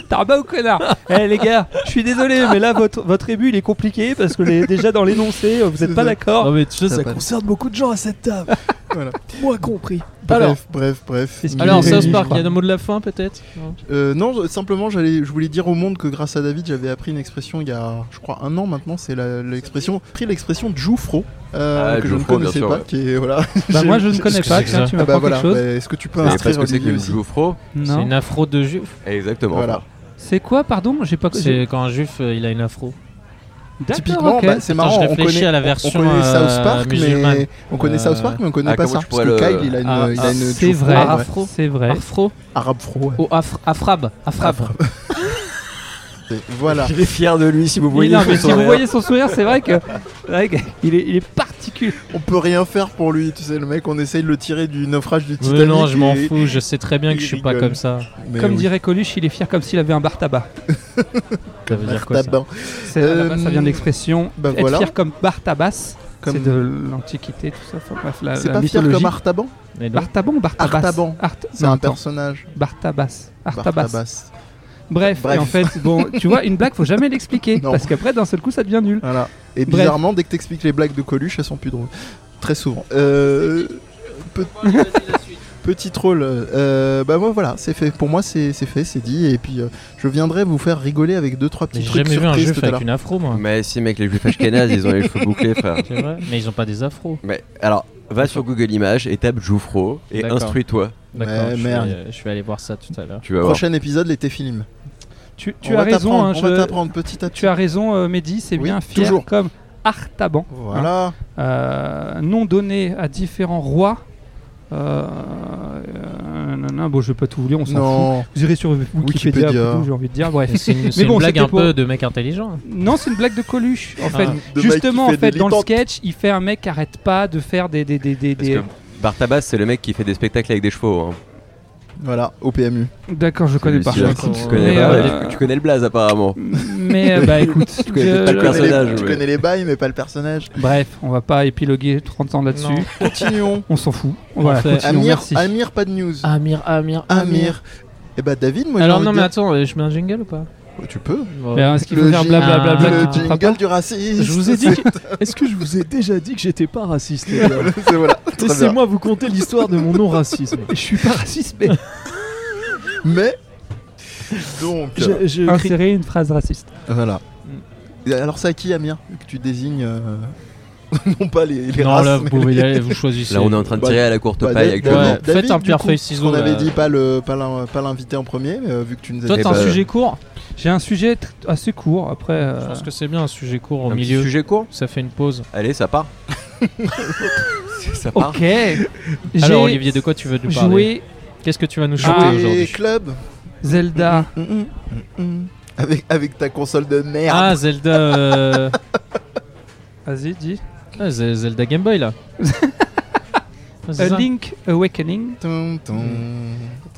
Speaker 1: Tarba ou connard Eh les gars, je suis désolé, mais là votre, votre ébu il est compliqué parce que les, déjà dans l'énoncé, euh, vous
Speaker 2: C'est
Speaker 1: n'êtes pas
Speaker 2: ça.
Speaker 1: d'accord.
Speaker 4: Non, mais tu sais,
Speaker 2: Oh Ça
Speaker 4: ça
Speaker 2: passe.
Speaker 7: Concerne beaucoup de gens à cette table.
Speaker 2: Voilà.
Speaker 7: Moi compris.
Speaker 2: Bref,
Speaker 4: Alors.
Speaker 2: bref, bref.
Speaker 1: Qu'est-ce qu'il
Speaker 4: Alors,
Speaker 1: ça
Speaker 4: South
Speaker 1: se
Speaker 4: Park, il y a un mot de la fin peut-être Non.
Speaker 2: Euh, non, je- simplement, j'allais, je voulais dire au monde que grâce à David, j'avais appris une expression il y a, je crois, un an maintenant. C'est la- l'expression, pris l'expression de Jouffro, euh,
Speaker 3: Ah,
Speaker 2: que je
Speaker 3: Jouffro,
Speaker 2: ne connaissais
Speaker 3: bien sûr,
Speaker 2: pas.
Speaker 3: ouais.
Speaker 2: Qui est, voilà.
Speaker 1: Bah,
Speaker 2: J'ai-
Speaker 1: moi je ne connais
Speaker 4: Qu'est-ce que
Speaker 1: pas,
Speaker 4: c'est que
Speaker 1: tiens,
Speaker 4: ça
Speaker 1: tu
Speaker 2: Ah
Speaker 1: m'apprends
Speaker 2: bah voilà.
Speaker 1: quelque chose.
Speaker 2: bah, Est-ce que tu peux
Speaker 3: Vous savez pas
Speaker 2: inscrire
Speaker 3: ce que c'est que
Speaker 2: Olivier
Speaker 3: le
Speaker 2: aussi
Speaker 3: Jouffro
Speaker 4: C'est
Speaker 1: non.
Speaker 4: une afro de juif.
Speaker 3: Exactement.
Speaker 2: Voilà.
Speaker 1: C'est quoi, pardon J'ai
Speaker 2: Ah,
Speaker 1: pas
Speaker 4: C'est quand un juif, euh, il a une afro.
Speaker 1: D'accord,
Speaker 2: Typiquement,
Speaker 1: ok. Ah,
Speaker 2: bah, c'est
Speaker 4: Attends,
Speaker 2: marrant.
Speaker 4: je
Speaker 2: on
Speaker 4: réfléchis
Speaker 2: connaît,
Speaker 4: à la
Speaker 2: on-
Speaker 4: version,
Speaker 2: on connaît
Speaker 4: euh,
Speaker 2: South Park,
Speaker 4: musulmane.
Speaker 2: mais on connaît
Speaker 4: Euh,
Speaker 2: South Park, mais on connaît
Speaker 3: ah,
Speaker 2: pas
Speaker 3: comment
Speaker 2: ça.
Speaker 3: tu
Speaker 2: Parce
Speaker 3: pourrais
Speaker 2: que
Speaker 3: le-
Speaker 2: Kyle, il a une,
Speaker 4: Ah,
Speaker 2: il
Speaker 4: ah,
Speaker 2: a une
Speaker 1: c'est
Speaker 2: Jouffro,
Speaker 1: vrai,
Speaker 2: ouais.
Speaker 4: Afro.
Speaker 1: c'est vrai.
Speaker 4: Afro
Speaker 2: arabe fro. ouais.
Speaker 4: Ou afra- afrabe. Afrabe.
Speaker 2: Et Voilà.
Speaker 3: Il est fier de lui si vous
Speaker 1: Oui, non, mais si vous voyez son sourire, c'est vrai que, c'est vrai que il, est, il est particulier.
Speaker 2: On peut rien faire pour lui, tu sais, le mec. On essaye de le tirer du naufrage du Titanic.
Speaker 4: Mais non, je m'en
Speaker 2: et-
Speaker 4: fous, je sais très bien que
Speaker 2: il
Speaker 4: je suis pas
Speaker 2: rigole.
Speaker 4: comme ça.
Speaker 2: mais
Speaker 1: Comme
Speaker 2: oui,
Speaker 1: dirait Coluche, il est fier comme s'il avait un bar tabac.
Speaker 4: Ça veut dire quoi ça
Speaker 2: Martabin.
Speaker 1: C'est- à la
Speaker 2: Euh,
Speaker 1: base, ça vient de l'expression
Speaker 2: bah
Speaker 1: être
Speaker 2: voilà.
Speaker 1: fier comme bar tabas.
Speaker 2: Comme-
Speaker 1: C'est de l'antiquité, tout ça. Enfin, bref, la,
Speaker 2: C'est
Speaker 1: la
Speaker 2: pas fier
Speaker 1: mythologie.
Speaker 2: comme Artaban
Speaker 4: Et donc,
Speaker 1: Bartaban ou Bartabas
Speaker 2: Artaban.
Speaker 1: Art-
Speaker 2: C'est
Speaker 1: Non,
Speaker 2: un
Speaker 1: attends.
Speaker 2: personnage.
Speaker 1: Bartabas. Artabas.
Speaker 2: Artabas.
Speaker 1: Bref,
Speaker 2: Bref.
Speaker 1: et en fait, bon, tu vois, une blague, faut jamais l'expliquer.
Speaker 2: Non.
Speaker 1: parce qu'après, d'un seul coup, ça devient nul.
Speaker 2: Voilà. Et
Speaker 1: Bref.
Speaker 2: bizarrement, dès que t'expliques les blagues de Coluche, elles sont plus drôles. Très souvent. Euh, pe- Petit troll. Euh, bah moi voilà, c'est fait. Pour moi c'est c'est fait, c'est dit. Et puis euh, je viendrai vous faire rigoler avec deux trois
Speaker 4: Mais
Speaker 2: petits
Speaker 4: J'ai
Speaker 2: trucs
Speaker 4: jamais vu un
Speaker 2: surprises
Speaker 4: juif
Speaker 2: tout à l'heure.
Speaker 4: avec une afro, moi.
Speaker 3: Mais si, mec, les juifs ashkénazes, ils ont les cheveux bouclés, frère.
Speaker 4: C'est vrai Mais ils ont pas des afros.
Speaker 3: Mais alors, va sur Google Images et tape Jouffro et
Speaker 4: D'accord.
Speaker 3: instruis-toi.
Speaker 4: D'accord,
Speaker 2: Ouais,
Speaker 4: je,
Speaker 2: merde.
Speaker 4: vais, euh, je vais aller voir ça tout à l'heure.
Speaker 3: Tu vas voir.
Speaker 2: Prochain épisode, les téfilms.
Speaker 1: Tu, tu
Speaker 2: On
Speaker 1: as
Speaker 2: va
Speaker 1: raison,
Speaker 2: t'apprendre,
Speaker 1: hein,
Speaker 2: on va
Speaker 1: je-
Speaker 2: t'apprendre petit à petit.
Speaker 1: tu as raison, euh, Mehdi, c'est
Speaker 2: Oui,
Speaker 1: bien fier
Speaker 2: toujours.
Speaker 1: comme Artaban.
Speaker 2: Voilà.
Speaker 1: Euh, nom donné à différents rois. Euh, euh, non, non, bon, je vais pas tout vous lire, on s'en fout.
Speaker 2: non.
Speaker 1: Vous irez sur Wikipédia,
Speaker 2: Wikipédia.
Speaker 1: après tout, j'ai envie de dire. Bref.
Speaker 4: C'est une, c'est
Speaker 1: bon,
Speaker 4: une blague
Speaker 1: c'était
Speaker 4: un
Speaker 1: pour-
Speaker 4: peu de mec intelligent.
Speaker 1: Non, c'est une blague de Coluche, en fait.
Speaker 4: Ah.
Speaker 2: De mec
Speaker 1: Justement,
Speaker 2: qui
Speaker 1: en fait,
Speaker 2: des
Speaker 1: dans le
Speaker 2: litantes.
Speaker 1: sketch, il fait un mec qui arrête pas de faire des. des, des, des-
Speaker 3: Parce
Speaker 1: des-
Speaker 3: que Bartabas, c'est le mec qui fait des spectacles avec des chevaux. hein.
Speaker 2: Voilà, au PMU.
Speaker 1: D'accord, je connais pas.
Speaker 3: Celui-ci, là,
Speaker 4: D'accord.
Speaker 3: Tu connais,
Speaker 1: Mais,
Speaker 3: pas,
Speaker 1: euh,
Speaker 3: tu- tu connais le blaze, apparemment.
Speaker 1: Mais euh, bah écoute,
Speaker 3: connais
Speaker 1: je- je-
Speaker 3: pas le
Speaker 2: Tu connais
Speaker 3: personnage,
Speaker 2: les- tu
Speaker 3: ouais.
Speaker 2: connais les bails, mais pas le personnage.
Speaker 1: bref, on va pas épiloguer 30 ans là-dessus.
Speaker 4: Non.
Speaker 2: Continuons.
Speaker 1: On s'en fout. Voilà,
Speaker 4: fait, euh,
Speaker 1: continuons,
Speaker 2: Amir,
Speaker 1: merci.
Speaker 2: Amir, pas de news.
Speaker 4: Amir, Amir,
Speaker 2: Ah, Amir. Et bah David, moi j'ai
Speaker 4: Alors
Speaker 2: envie
Speaker 4: non,
Speaker 2: de
Speaker 4: mais
Speaker 2: dire-
Speaker 4: attends, euh, je mets un jingle ou pas
Speaker 2: Tu peux.
Speaker 1: Mais alors, Ben, est-ce qu'il faut
Speaker 2: Le
Speaker 1: faire
Speaker 2: jing-
Speaker 1: blablabla
Speaker 4: Ah,
Speaker 2: le
Speaker 1: qui comprend
Speaker 2: jingle
Speaker 1: pas
Speaker 2: du racisme.
Speaker 7: Je vous ai dit. Est-ce que je vous ai déjà dit que j'étais pas raciste les gars
Speaker 2: C'est voilà. très bien.
Speaker 7: Laissez-moi vous conter l'histoire de mon non racisme.
Speaker 1: Je suis pas raciste, mais
Speaker 2: Mais donc euh, Mm.
Speaker 7: Je, je
Speaker 4: Ah,
Speaker 7: crie-
Speaker 1: insérer une phrase raciste.
Speaker 2: voilà. Et Alors c'est à qui Amir que tu désignes euh, non pas les, les
Speaker 4: Non,
Speaker 2: races.
Speaker 4: là, vous
Speaker 2: mais
Speaker 4: pouvez
Speaker 2: les-
Speaker 4: y aller, vous choisissez.
Speaker 3: Là, on est en train de
Speaker 2: Bah,
Speaker 3: tirer à la courte
Speaker 2: bah,
Speaker 3: paille
Speaker 2: David,
Speaker 3: actuellement.
Speaker 4: Ouais, faites un
Speaker 2: du
Speaker 4: pierre
Speaker 2: coup,
Speaker 4: feuille
Speaker 2: On
Speaker 4: ciseaux.
Speaker 2: avait
Speaker 4: là.
Speaker 2: dit pas le pas l'in- pas l'invité en premier, mais euh, vu que tu nous as
Speaker 4: Toi,
Speaker 3: Eh
Speaker 2: dit
Speaker 4: t'as un
Speaker 3: ben,
Speaker 4: sujet court
Speaker 1: J'ai un sujet tr- assez court. Après, euh,
Speaker 4: Je pense que c'est bien un sujet court au
Speaker 3: Un petit
Speaker 4: milieu.
Speaker 3: sujet court
Speaker 4: Ça fait une pause.
Speaker 3: Allez, ça part. ça part.
Speaker 1: ok. J'ai
Speaker 4: Ah. Alors, Olivier, de quoi tu veux nous parler
Speaker 1: joué
Speaker 4: Qu'est-ce que tu vas nous chanter
Speaker 1: Ah.
Speaker 2: et
Speaker 4: aujourd'hui
Speaker 2: euh,
Speaker 4: Mm,
Speaker 2: club
Speaker 1: Zelda.
Speaker 2: Mm-mm, mm-mm. avec avec ta console de merde.
Speaker 4: Ah, Zelda. euh,
Speaker 1: Vas-y, dis.
Speaker 4: ah, Ze- Zelda Game Boy là. Ah, c'est
Speaker 1: A
Speaker 4: ça.
Speaker 1: Link Awakening.
Speaker 2: Tum, tum,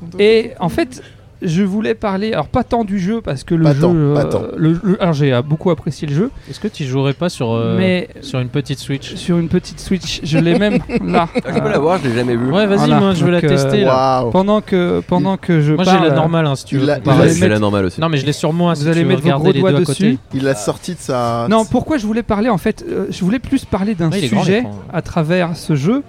Speaker 2: tum, tum.
Speaker 1: Et en fait, je voulais parler, alors pas tant du jeu parce que le
Speaker 2: Pas
Speaker 1: jeu,
Speaker 2: tant, pas
Speaker 1: euh,
Speaker 2: tant.
Speaker 1: le- le- alors j'ai euh, beaucoup apprécié le jeu,
Speaker 4: Est-ce que tu jouerais pas sur, euh,
Speaker 1: mais
Speaker 4: sur une petite Switch
Speaker 1: sur une petite Switch, je l'ai même là.
Speaker 3: Ah, je peux
Speaker 1: Euh,
Speaker 3: l'avoir, je l'ai jamais vu.
Speaker 4: Ouais, vas-y,
Speaker 1: Voilà.
Speaker 4: moi je veux la
Speaker 1: Donc, euh,
Speaker 4: tester là.
Speaker 2: Waouh.
Speaker 1: Pendant que pendant que je
Speaker 4: Moi j'ai
Speaker 1: parle,
Speaker 4: la
Speaker 1: euh,
Speaker 4: normale hein, si tu
Speaker 2: il
Speaker 4: veux.
Speaker 2: l'a-
Speaker 4: comparer.
Speaker 1: vous
Speaker 3: Ouais,
Speaker 1: allez
Speaker 3: je fais Ah, la
Speaker 1: mettre-
Speaker 3: normale aussi.
Speaker 4: Non, mais je l'ai sur moi. si
Speaker 1: vous
Speaker 4: tu
Speaker 1: allez
Speaker 4: veux
Speaker 1: mettre vos
Speaker 4: regarder
Speaker 1: gros
Speaker 4: les
Speaker 1: doigts
Speaker 4: deux à
Speaker 1: dessus.
Speaker 4: côté.
Speaker 2: Il a sorti de sa
Speaker 1: Non, pourquoi je voulais parler en fait, euh, je voulais plus parler d'un
Speaker 4: Ouais, il est grand,
Speaker 1: sujet
Speaker 4: l'écran.
Speaker 1: à travers ce jeu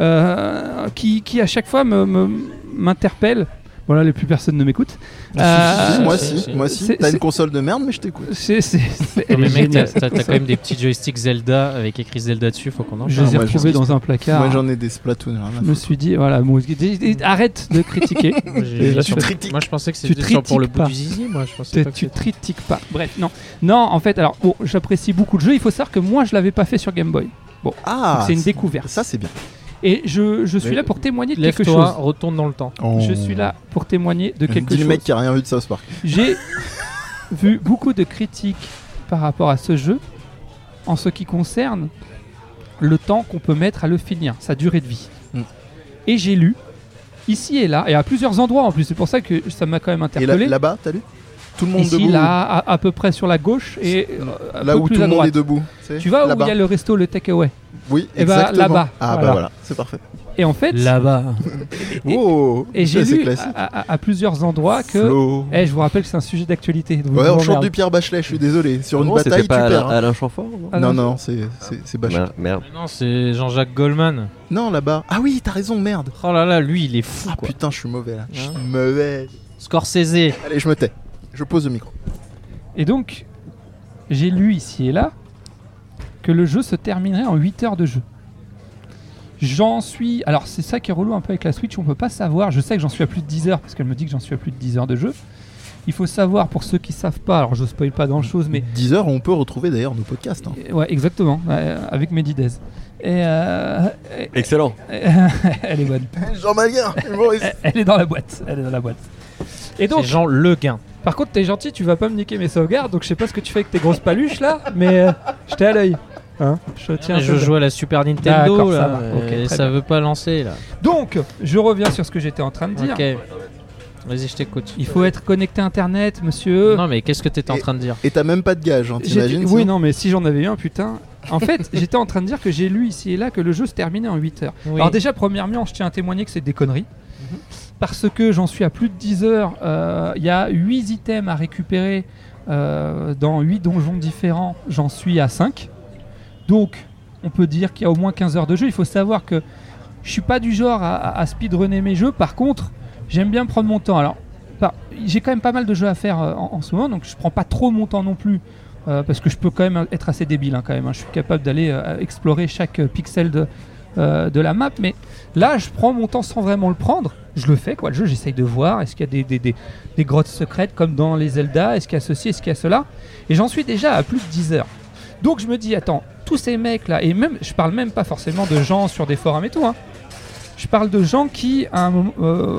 Speaker 1: euh, qui, qui à chaque fois me- me- m'interpelle Voilà, les plus personne ne m'écoute.
Speaker 2: Ah, Si,
Speaker 1: Euh,
Speaker 2: moi
Speaker 4: c'est-
Speaker 2: si,
Speaker 4: ah, c'est-
Speaker 2: moi si.
Speaker 1: c'est-
Speaker 2: T'as
Speaker 1: c'est-
Speaker 2: une console de merde, mais je t'écoute.
Speaker 1: c'est- c'est- c'est-
Speaker 6: Non,
Speaker 1: elle
Speaker 6: mais
Speaker 1: est
Speaker 6: mec, t'as
Speaker 1: géniale.
Speaker 6: t'as- t'as quand même des petits joysticks Zelda avec écrit Zelda dessus, faut qu'on en parle.
Speaker 1: Je les ai
Speaker 2: Ah, moi,
Speaker 1: retrouvés
Speaker 2: j'en-
Speaker 1: dans un placard.
Speaker 2: Moi j'en ai des Splatoon. rien à
Speaker 1: je me
Speaker 2: foutre.
Speaker 1: suis dit, voilà, bon, dis- dis- dis- arrête de critiquer.
Speaker 6: Moi, j'ai-
Speaker 1: Déjà,
Speaker 6: j'ai-
Speaker 1: tu
Speaker 2: critiques.
Speaker 6: Moi, je pensais que
Speaker 1: Tu
Speaker 6: c'était sur pour le
Speaker 1: critiques
Speaker 6: bout
Speaker 1: pas.
Speaker 6: du zizi. Moi, je pensais
Speaker 1: T'es-
Speaker 6: pas que
Speaker 1: tu
Speaker 6: c'était-
Speaker 1: critiques pas. Bref, non. Non, en fait, alors, bon, j'apprécie beaucoup le jeu. Il faut savoir que moi, je l'avais pas fait sur Game Boy.
Speaker 2: Ah,
Speaker 1: c'est une découverte.
Speaker 2: Ça c'est bien.
Speaker 1: Et je, je suis
Speaker 6: Mais-
Speaker 1: là pour témoigner de quelque
Speaker 6: Lève-toi,
Speaker 1: chose.
Speaker 6: retourne dans le temps.
Speaker 1: Je suis là pour témoigner de quelque
Speaker 2: Dis le
Speaker 1: chose.
Speaker 2: mec qui a rien vu de South Park.
Speaker 1: J'ai vu beaucoup de critiques par rapport à ce jeu en ce qui concerne le temps qu'on peut mettre à le finir, sa durée de vie.
Speaker 2: Mm.
Speaker 1: Et j'ai lu ici et là, et à plusieurs endroits en plus, c'est pour ça que ça m'a quand même
Speaker 2: Et là-
Speaker 1: interpellé.
Speaker 2: là-bas, t'as lu Tout le monde
Speaker 1: Ici,
Speaker 2: debout.
Speaker 1: là, à, à peu près sur la gauche et euh, un
Speaker 2: là
Speaker 1: peu
Speaker 2: où
Speaker 1: plus
Speaker 2: tout
Speaker 1: à
Speaker 2: le monde
Speaker 1: droite.
Speaker 2: est debout. sais,
Speaker 1: Tu vois où
Speaker 2: là-bas.
Speaker 1: il y a le resto, le takeaway.
Speaker 2: Oui,
Speaker 1: Eh ben,
Speaker 2: exactement.
Speaker 1: là-bas.
Speaker 2: Ah
Speaker 1: Voilà.
Speaker 2: bah voilà, c'est parfait.
Speaker 1: Et en fait,
Speaker 6: Là-bas.
Speaker 2: Oh,
Speaker 1: et j'ai
Speaker 2: ça, c'est
Speaker 1: lu à,
Speaker 2: classique.
Speaker 1: à- à plusieurs endroits que.
Speaker 2: Flo.
Speaker 1: Eh, oh, je vous rappelle que c'est un sujet d'actualité. donc
Speaker 2: Ouais,
Speaker 1: je
Speaker 2: on
Speaker 1: vous
Speaker 2: chante
Speaker 1: emmerde.
Speaker 2: du Pierre Bachelet, je suis désolé. Sur une
Speaker 3: Non,
Speaker 2: bataille,
Speaker 3: c'était
Speaker 2: tu
Speaker 3: pas Alain,
Speaker 2: perds. hein.
Speaker 3: Alain Chamfort non
Speaker 1: Ah,
Speaker 2: Non,
Speaker 1: non,
Speaker 2: non, c'est c'est- c'est Bachelet.
Speaker 3: Mer- Merde.
Speaker 6: Mais non, c'est Jean-Jacques Goldman.
Speaker 2: Non, là-bas. Ah oui, t'as raison, merde.
Speaker 6: Oh là là, lui, il est fou,
Speaker 2: Ah
Speaker 6: quoi.
Speaker 2: putain, je suis mauvais là. Je suis
Speaker 1: Hein.
Speaker 2: mauvais.
Speaker 6: Scorsese.
Speaker 2: Allez, je me tais. Je pose le micro.
Speaker 1: Et donc, j'ai lu ici et là que le jeu se terminerait en 8 heures de jeu. J'en suis. Alors, c'est ça qui est relou un peu avec la Switch, on peut pas savoir. Je sais que j'en suis à plus de 10 heures parce qu'elle me dit que j'en suis à plus de 10 heures de jeu. Il faut savoir pour ceux qui savent pas, alors je spoil pas grand chose, mais
Speaker 2: 10 heures, on peut retrouver d'ailleurs nos podcasts. hein.
Speaker 1: Euh, ouais, exactement, ouais, avec Medidez. Et euh, et-
Speaker 3: Excellent.
Speaker 1: elle est bonne.
Speaker 2: Jean Malien, humoriste.
Speaker 1: Elle est dans la boîte. Elle est dans la boîte. Et donc,
Speaker 6: C'est Jean Le Guin.
Speaker 1: par contre, t'es gentil, tu vas pas me niquer mes sauvegardes, donc je sais pas ce que tu fais avec tes grosses paluches là, mais euh, je t'ai à l'œil. Hein je tiens.
Speaker 6: Tiens,
Speaker 1: un
Speaker 6: je
Speaker 1: peu de-
Speaker 6: jouais à la Super Nintendo,
Speaker 1: D'accord, ça
Speaker 6: là.
Speaker 1: va. Ok,
Speaker 6: et
Speaker 1: très
Speaker 6: ça
Speaker 1: bien.
Speaker 6: veut pas lancer, là.
Speaker 1: Donc, je reviens sur ce que j'étais en train de dire.
Speaker 6: Ok. Vas-y, je t'écoute.
Speaker 1: Il faut être connecté à Internet, monsieur.
Speaker 6: Non, mais qu'est-ce que t'étais en
Speaker 2: Et-
Speaker 6: train de dire
Speaker 2: Et t'as même pas de gage, hein,
Speaker 1: J'étais-
Speaker 2: t'imagines
Speaker 1: oui,
Speaker 2: sinon
Speaker 1: non, mais si j'en avais eu un, putain. En fait, j'étais en train de dire que j'ai lu ici et là que le jeu se terminait en 8 heures.
Speaker 6: Oui.
Speaker 1: Alors déjà, premièrement, je tiens à témoigner que c'est des conneries. Parce que j'en suis à plus de 10 heures. euh, Il y a 8 items à récupérer euh, dans 8 donjons différents. J'en suis à 5. Donc, on peut dire qu'il y a au moins 15 heures de jeu. Il faut savoir que je suis pas du genre à, à- à speedrunner mes jeux. Par contre, j'aime bien prendre mon temps. Alors, par- j'ai quand même pas mal de jeux à faire euh, en, en ce moment, donc je prends pas trop mon temps non plus. euh, parce que je peux quand même être assez débile hein, quand même. hein. Je suis capable d'aller euh, explorer chaque euh, pixel de, euh, de la map. Mais là, je prends mon temps sans vraiment le prendre. Je le fais, quoi. Le jeu, j'essaye de voir. Est-ce qu'il y a des, des, des- des grottes secrètes comme dans les Zelda Est-ce qu'il y a ceci Est-ce qu'il y a cela Et j'en suis déjà à plus de 10 heures. Donc je me dis, attends, tous ces mecs-là, et même, je parle même pas forcément de gens sur des forums et tout, hein. Je parle de gens qui, à un moment, euh,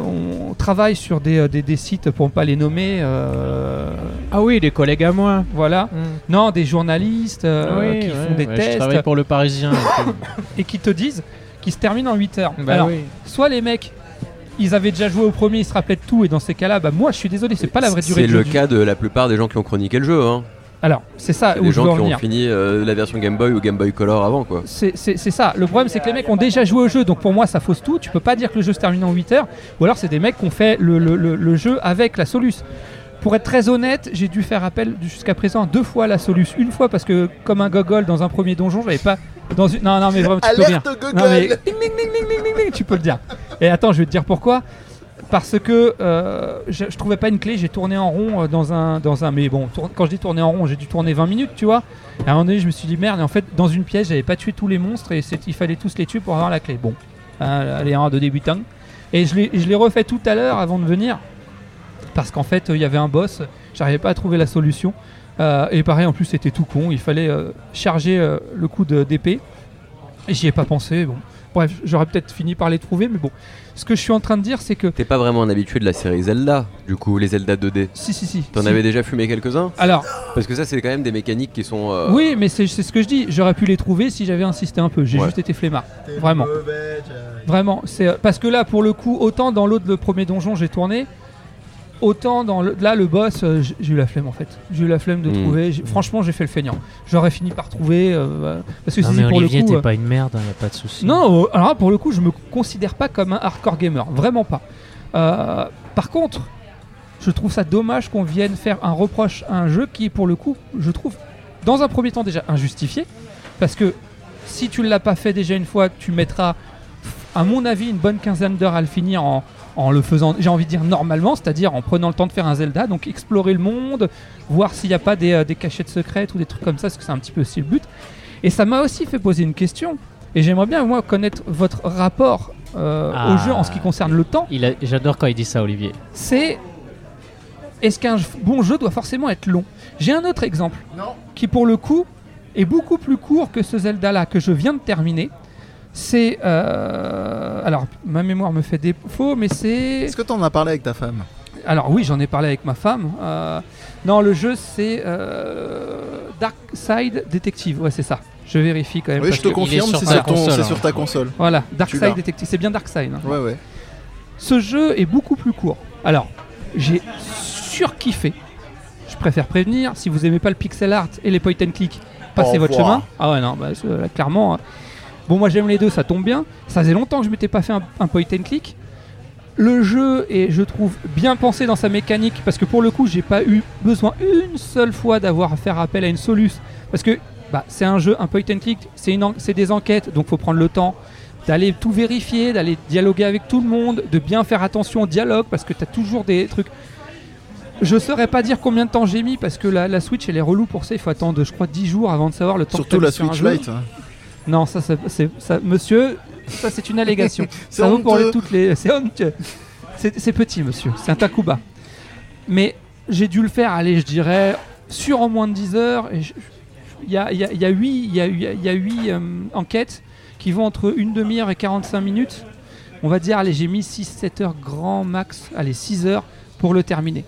Speaker 1: on travaille sur des, euh, des- des sites, pour ne pas les nommer, euh,
Speaker 6: Ah oui, des collègues à moi.
Speaker 1: voilà. Non, des journalistes euh,
Speaker 6: Mm. Ah Oui,
Speaker 1: qui
Speaker 6: ouais,
Speaker 1: font des
Speaker 6: ouais, Je
Speaker 1: tests
Speaker 6: travaille pour le Parisien.
Speaker 1: et qui te disent qu'ils se terminent en 8 heures.
Speaker 6: bah
Speaker 1: Alors,
Speaker 6: oui.
Speaker 1: soit les mecs, ils avaient déjà joué au premier, ils se rappelaient de tout, et dans ces cas-là, bah moi je suis désolé, c'est pas la vraie durée
Speaker 3: C'est
Speaker 1: de jeu
Speaker 3: le
Speaker 1: du-
Speaker 3: cas de la plupart des gens qui ont chroniqué le jeu. Hein.
Speaker 1: Alors, c'est ça
Speaker 3: C'est
Speaker 1: Ah, où
Speaker 3: des
Speaker 1: je veux
Speaker 3: gens
Speaker 1: en
Speaker 3: qui ont
Speaker 1: venir.
Speaker 3: fini euh, la version Game Boy ou Game Boy Color avant quoi.
Speaker 1: C'est c'est- c'est ça. Le problème, c'est que les mecs ont déjà joué au jeu, donc pour moi, ça fausse tout. Tu peux pas dire que le jeu se termine en 8 heures, ou alors c'est des mecs qui ont fait le, le- le- le jeu avec la Solus. Pour être très honnête, j'ai dû faire appel jusqu'à présent deux fois à la Solus. Une fois parce que, comme un gogol dans un premier donjon, j'avais pas. Dans une... Non, non, mais vraiment, tu peux rien.
Speaker 2: Alerte au Google
Speaker 1: Non, mais ding, ding, ding, ding, ding, ding, ding, tu peux le dire. Et attends, je vais te dire pourquoi. Parce que euh, je, je trouvais pas une clé, j'ai tourné en rond euh, dans un, dans un. Mais bon, tour- quand je dis tourner en rond, j'ai dû tourner 20 minutes, tu vois. Et à un moment donné, je me suis dit merde, et en fait, dans une pièce, j'avais pas tué tous les monstres et c'est- il fallait tous les tuer pour avoir la clé. Bon, hein, allez, un de débutant. Et je l'ai- je l'ai refait tout à l'heure avant de venir. Parce qu'en fait, euh, il y avait un boss, j'arrivais pas à trouver la solution. Euh, et pareil, en plus, c'était tout con, il fallait euh, charger euh, le coup de- d'épée. Et J'y ai pas pensé, bon. Bref, j'aurais peut-être fini par les trouver, mais bon. Ce que je suis en train de dire, c'est que.
Speaker 3: T'es pas vraiment un habitué de la série Zelda, du coup, les Zelda 2D.
Speaker 1: Si, si, si.
Speaker 3: T'en
Speaker 1: si.
Speaker 3: avais déjà fumé quelques-uns
Speaker 1: Alors,
Speaker 3: Parce que ça, c'est quand même des mécaniques qui sont. euh,
Speaker 1: oui, mais c'est c'est ce que je dis. J'aurais pu les trouver si j'avais insisté un peu. J'ai
Speaker 3: Ouais.
Speaker 1: juste été flemmard. Vraiment.
Speaker 2: Mauvais, Jack.
Speaker 1: Vraiment, c'est euh, parce que là, pour le coup, autant dans l'autre le premier donjon j'ai tourné, autant dans le, là le boss, euh, j- j'ai eu la flemme en fait. J'ai eu la flemme de
Speaker 3: Mmh.
Speaker 1: trouver.
Speaker 6: Hmm.
Speaker 1: j'ai- Franchement, j'ai fait le feignant. J'aurais fini par trouver euh, euh, parce que
Speaker 6: Non,
Speaker 1: si,
Speaker 6: mais
Speaker 1: si, pour le
Speaker 6: Olivier,
Speaker 1: coup.
Speaker 6: t'es
Speaker 1: euh,
Speaker 6: pas une merde, hein, y a pas de souci.
Speaker 1: non, euh, alors pour le coup, je me considère pas comme un hardcore gamer, vraiment pas. Euh, par contre, je trouve ça dommage qu'on vienne faire un reproche à un jeu qui est pour le coup, je trouve, dans un premier temps déjà injustifié, parce que si tu l'as pas fait déjà une fois, tu mettras, à mon avis, une bonne quinzaine d'heures à le finir en, en le faisant, j'ai envie de dire normalement, c'est-à-dire en prenant le temps de faire un Zelda, donc explorer le monde, voir s'il n'y a pas des, euh, des cachettes secrètes ou des trucs comme ça, parce que c'est un petit peu aussi le but. Et ça m'a aussi fait poser une question, et j'aimerais bien, moi, connaître votre rapport euh,
Speaker 6: Ah.
Speaker 1: au jeu en ce qui concerne le temps.
Speaker 6: Il a- J'adore quand il dit ça, Olivier.
Speaker 1: C'est est-ce qu'un f- bon jeu doit forcément être long J'ai un autre exemple
Speaker 2: Non.
Speaker 1: qui, pour le coup, est beaucoup plus court que ce Zelda-là que je viens de terminer. C'est. euh, Alors, ma mémoire me fait défaut, mais c'est.
Speaker 2: Est-ce que t'en as parlé avec ta femme
Speaker 1: Alors oui, j'en ai parlé avec ma femme. Euh, non, le jeu c'est euh, Dark Side Detective. Ouais, c'est ça. Je vérifie quand même.
Speaker 2: Oui,
Speaker 1: parce
Speaker 2: je te
Speaker 1: que-
Speaker 2: confirme,
Speaker 6: il est
Speaker 2: c'est
Speaker 6: sur ta
Speaker 2: sur, ton-
Speaker 6: console,
Speaker 2: c'est
Speaker 6: hein.
Speaker 2: sur ta console.
Speaker 1: Voilà, Dark
Speaker 2: Tu
Speaker 1: Side
Speaker 2: l'as.
Speaker 1: Detective. C'est bien Dark Side. hein.
Speaker 2: Ouais, ouais.
Speaker 1: Ce jeu est beaucoup plus court. Alors, j'ai surkiffé. Je préfère prévenir, si vous aimez pas le pixel art et les point and click, passez
Speaker 2: Au
Speaker 1: votre
Speaker 2: revoir.
Speaker 1: chemin. Ah ouais, non, bah, ce- là, clairement. euh, Bon, moi j'aime les deux, ça tombe bien. Ça faisait longtemps que je m'étais pas fait un, un point and click. Le jeu est, je trouve, bien pensé dans sa mécanique parce que pour le coup, j'ai pas eu besoin une seule fois d'avoir à faire appel à une solus parce que bah, c'est un jeu, un point and click, c'est une en- c'est des enquêtes, donc faut prendre le temps d'aller tout vérifier, d'aller dialoguer avec tout le monde, de bien faire attention au dialogue parce que tu as toujours des trucs. Je saurais pas dire combien de temps j'ai mis parce que la, la Switch elle est relou pour ça, il faut attendre je crois 10 jours avant de savoir le temps que
Speaker 2: Surtout
Speaker 1: t'as
Speaker 2: la
Speaker 1: mis sur un
Speaker 2: Switch
Speaker 1: jeu.
Speaker 2: Lite. hein.
Speaker 1: Non, ça, ça- c'est ça monsieur, ça c'est une allégation.
Speaker 2: C'est
Speaker 1: ça vaut pour les-
Speaker 2: honteux.
Speaker 1: toutes les c'est honteux. C'est c'est petit monsieur, c'est un Takuba. Mais j'ai dû le faire allez, je dirais sur en moins de 10 heures et je- je- il y a il y a- il y a huit- il y a- il y a- il y a huit, euh, enquêtes qui vont entre une demi-heure et 45 minutes. On va dire, allez, j'ai mis 6-7 heures grand max, allez, 6 heures pour le terminer.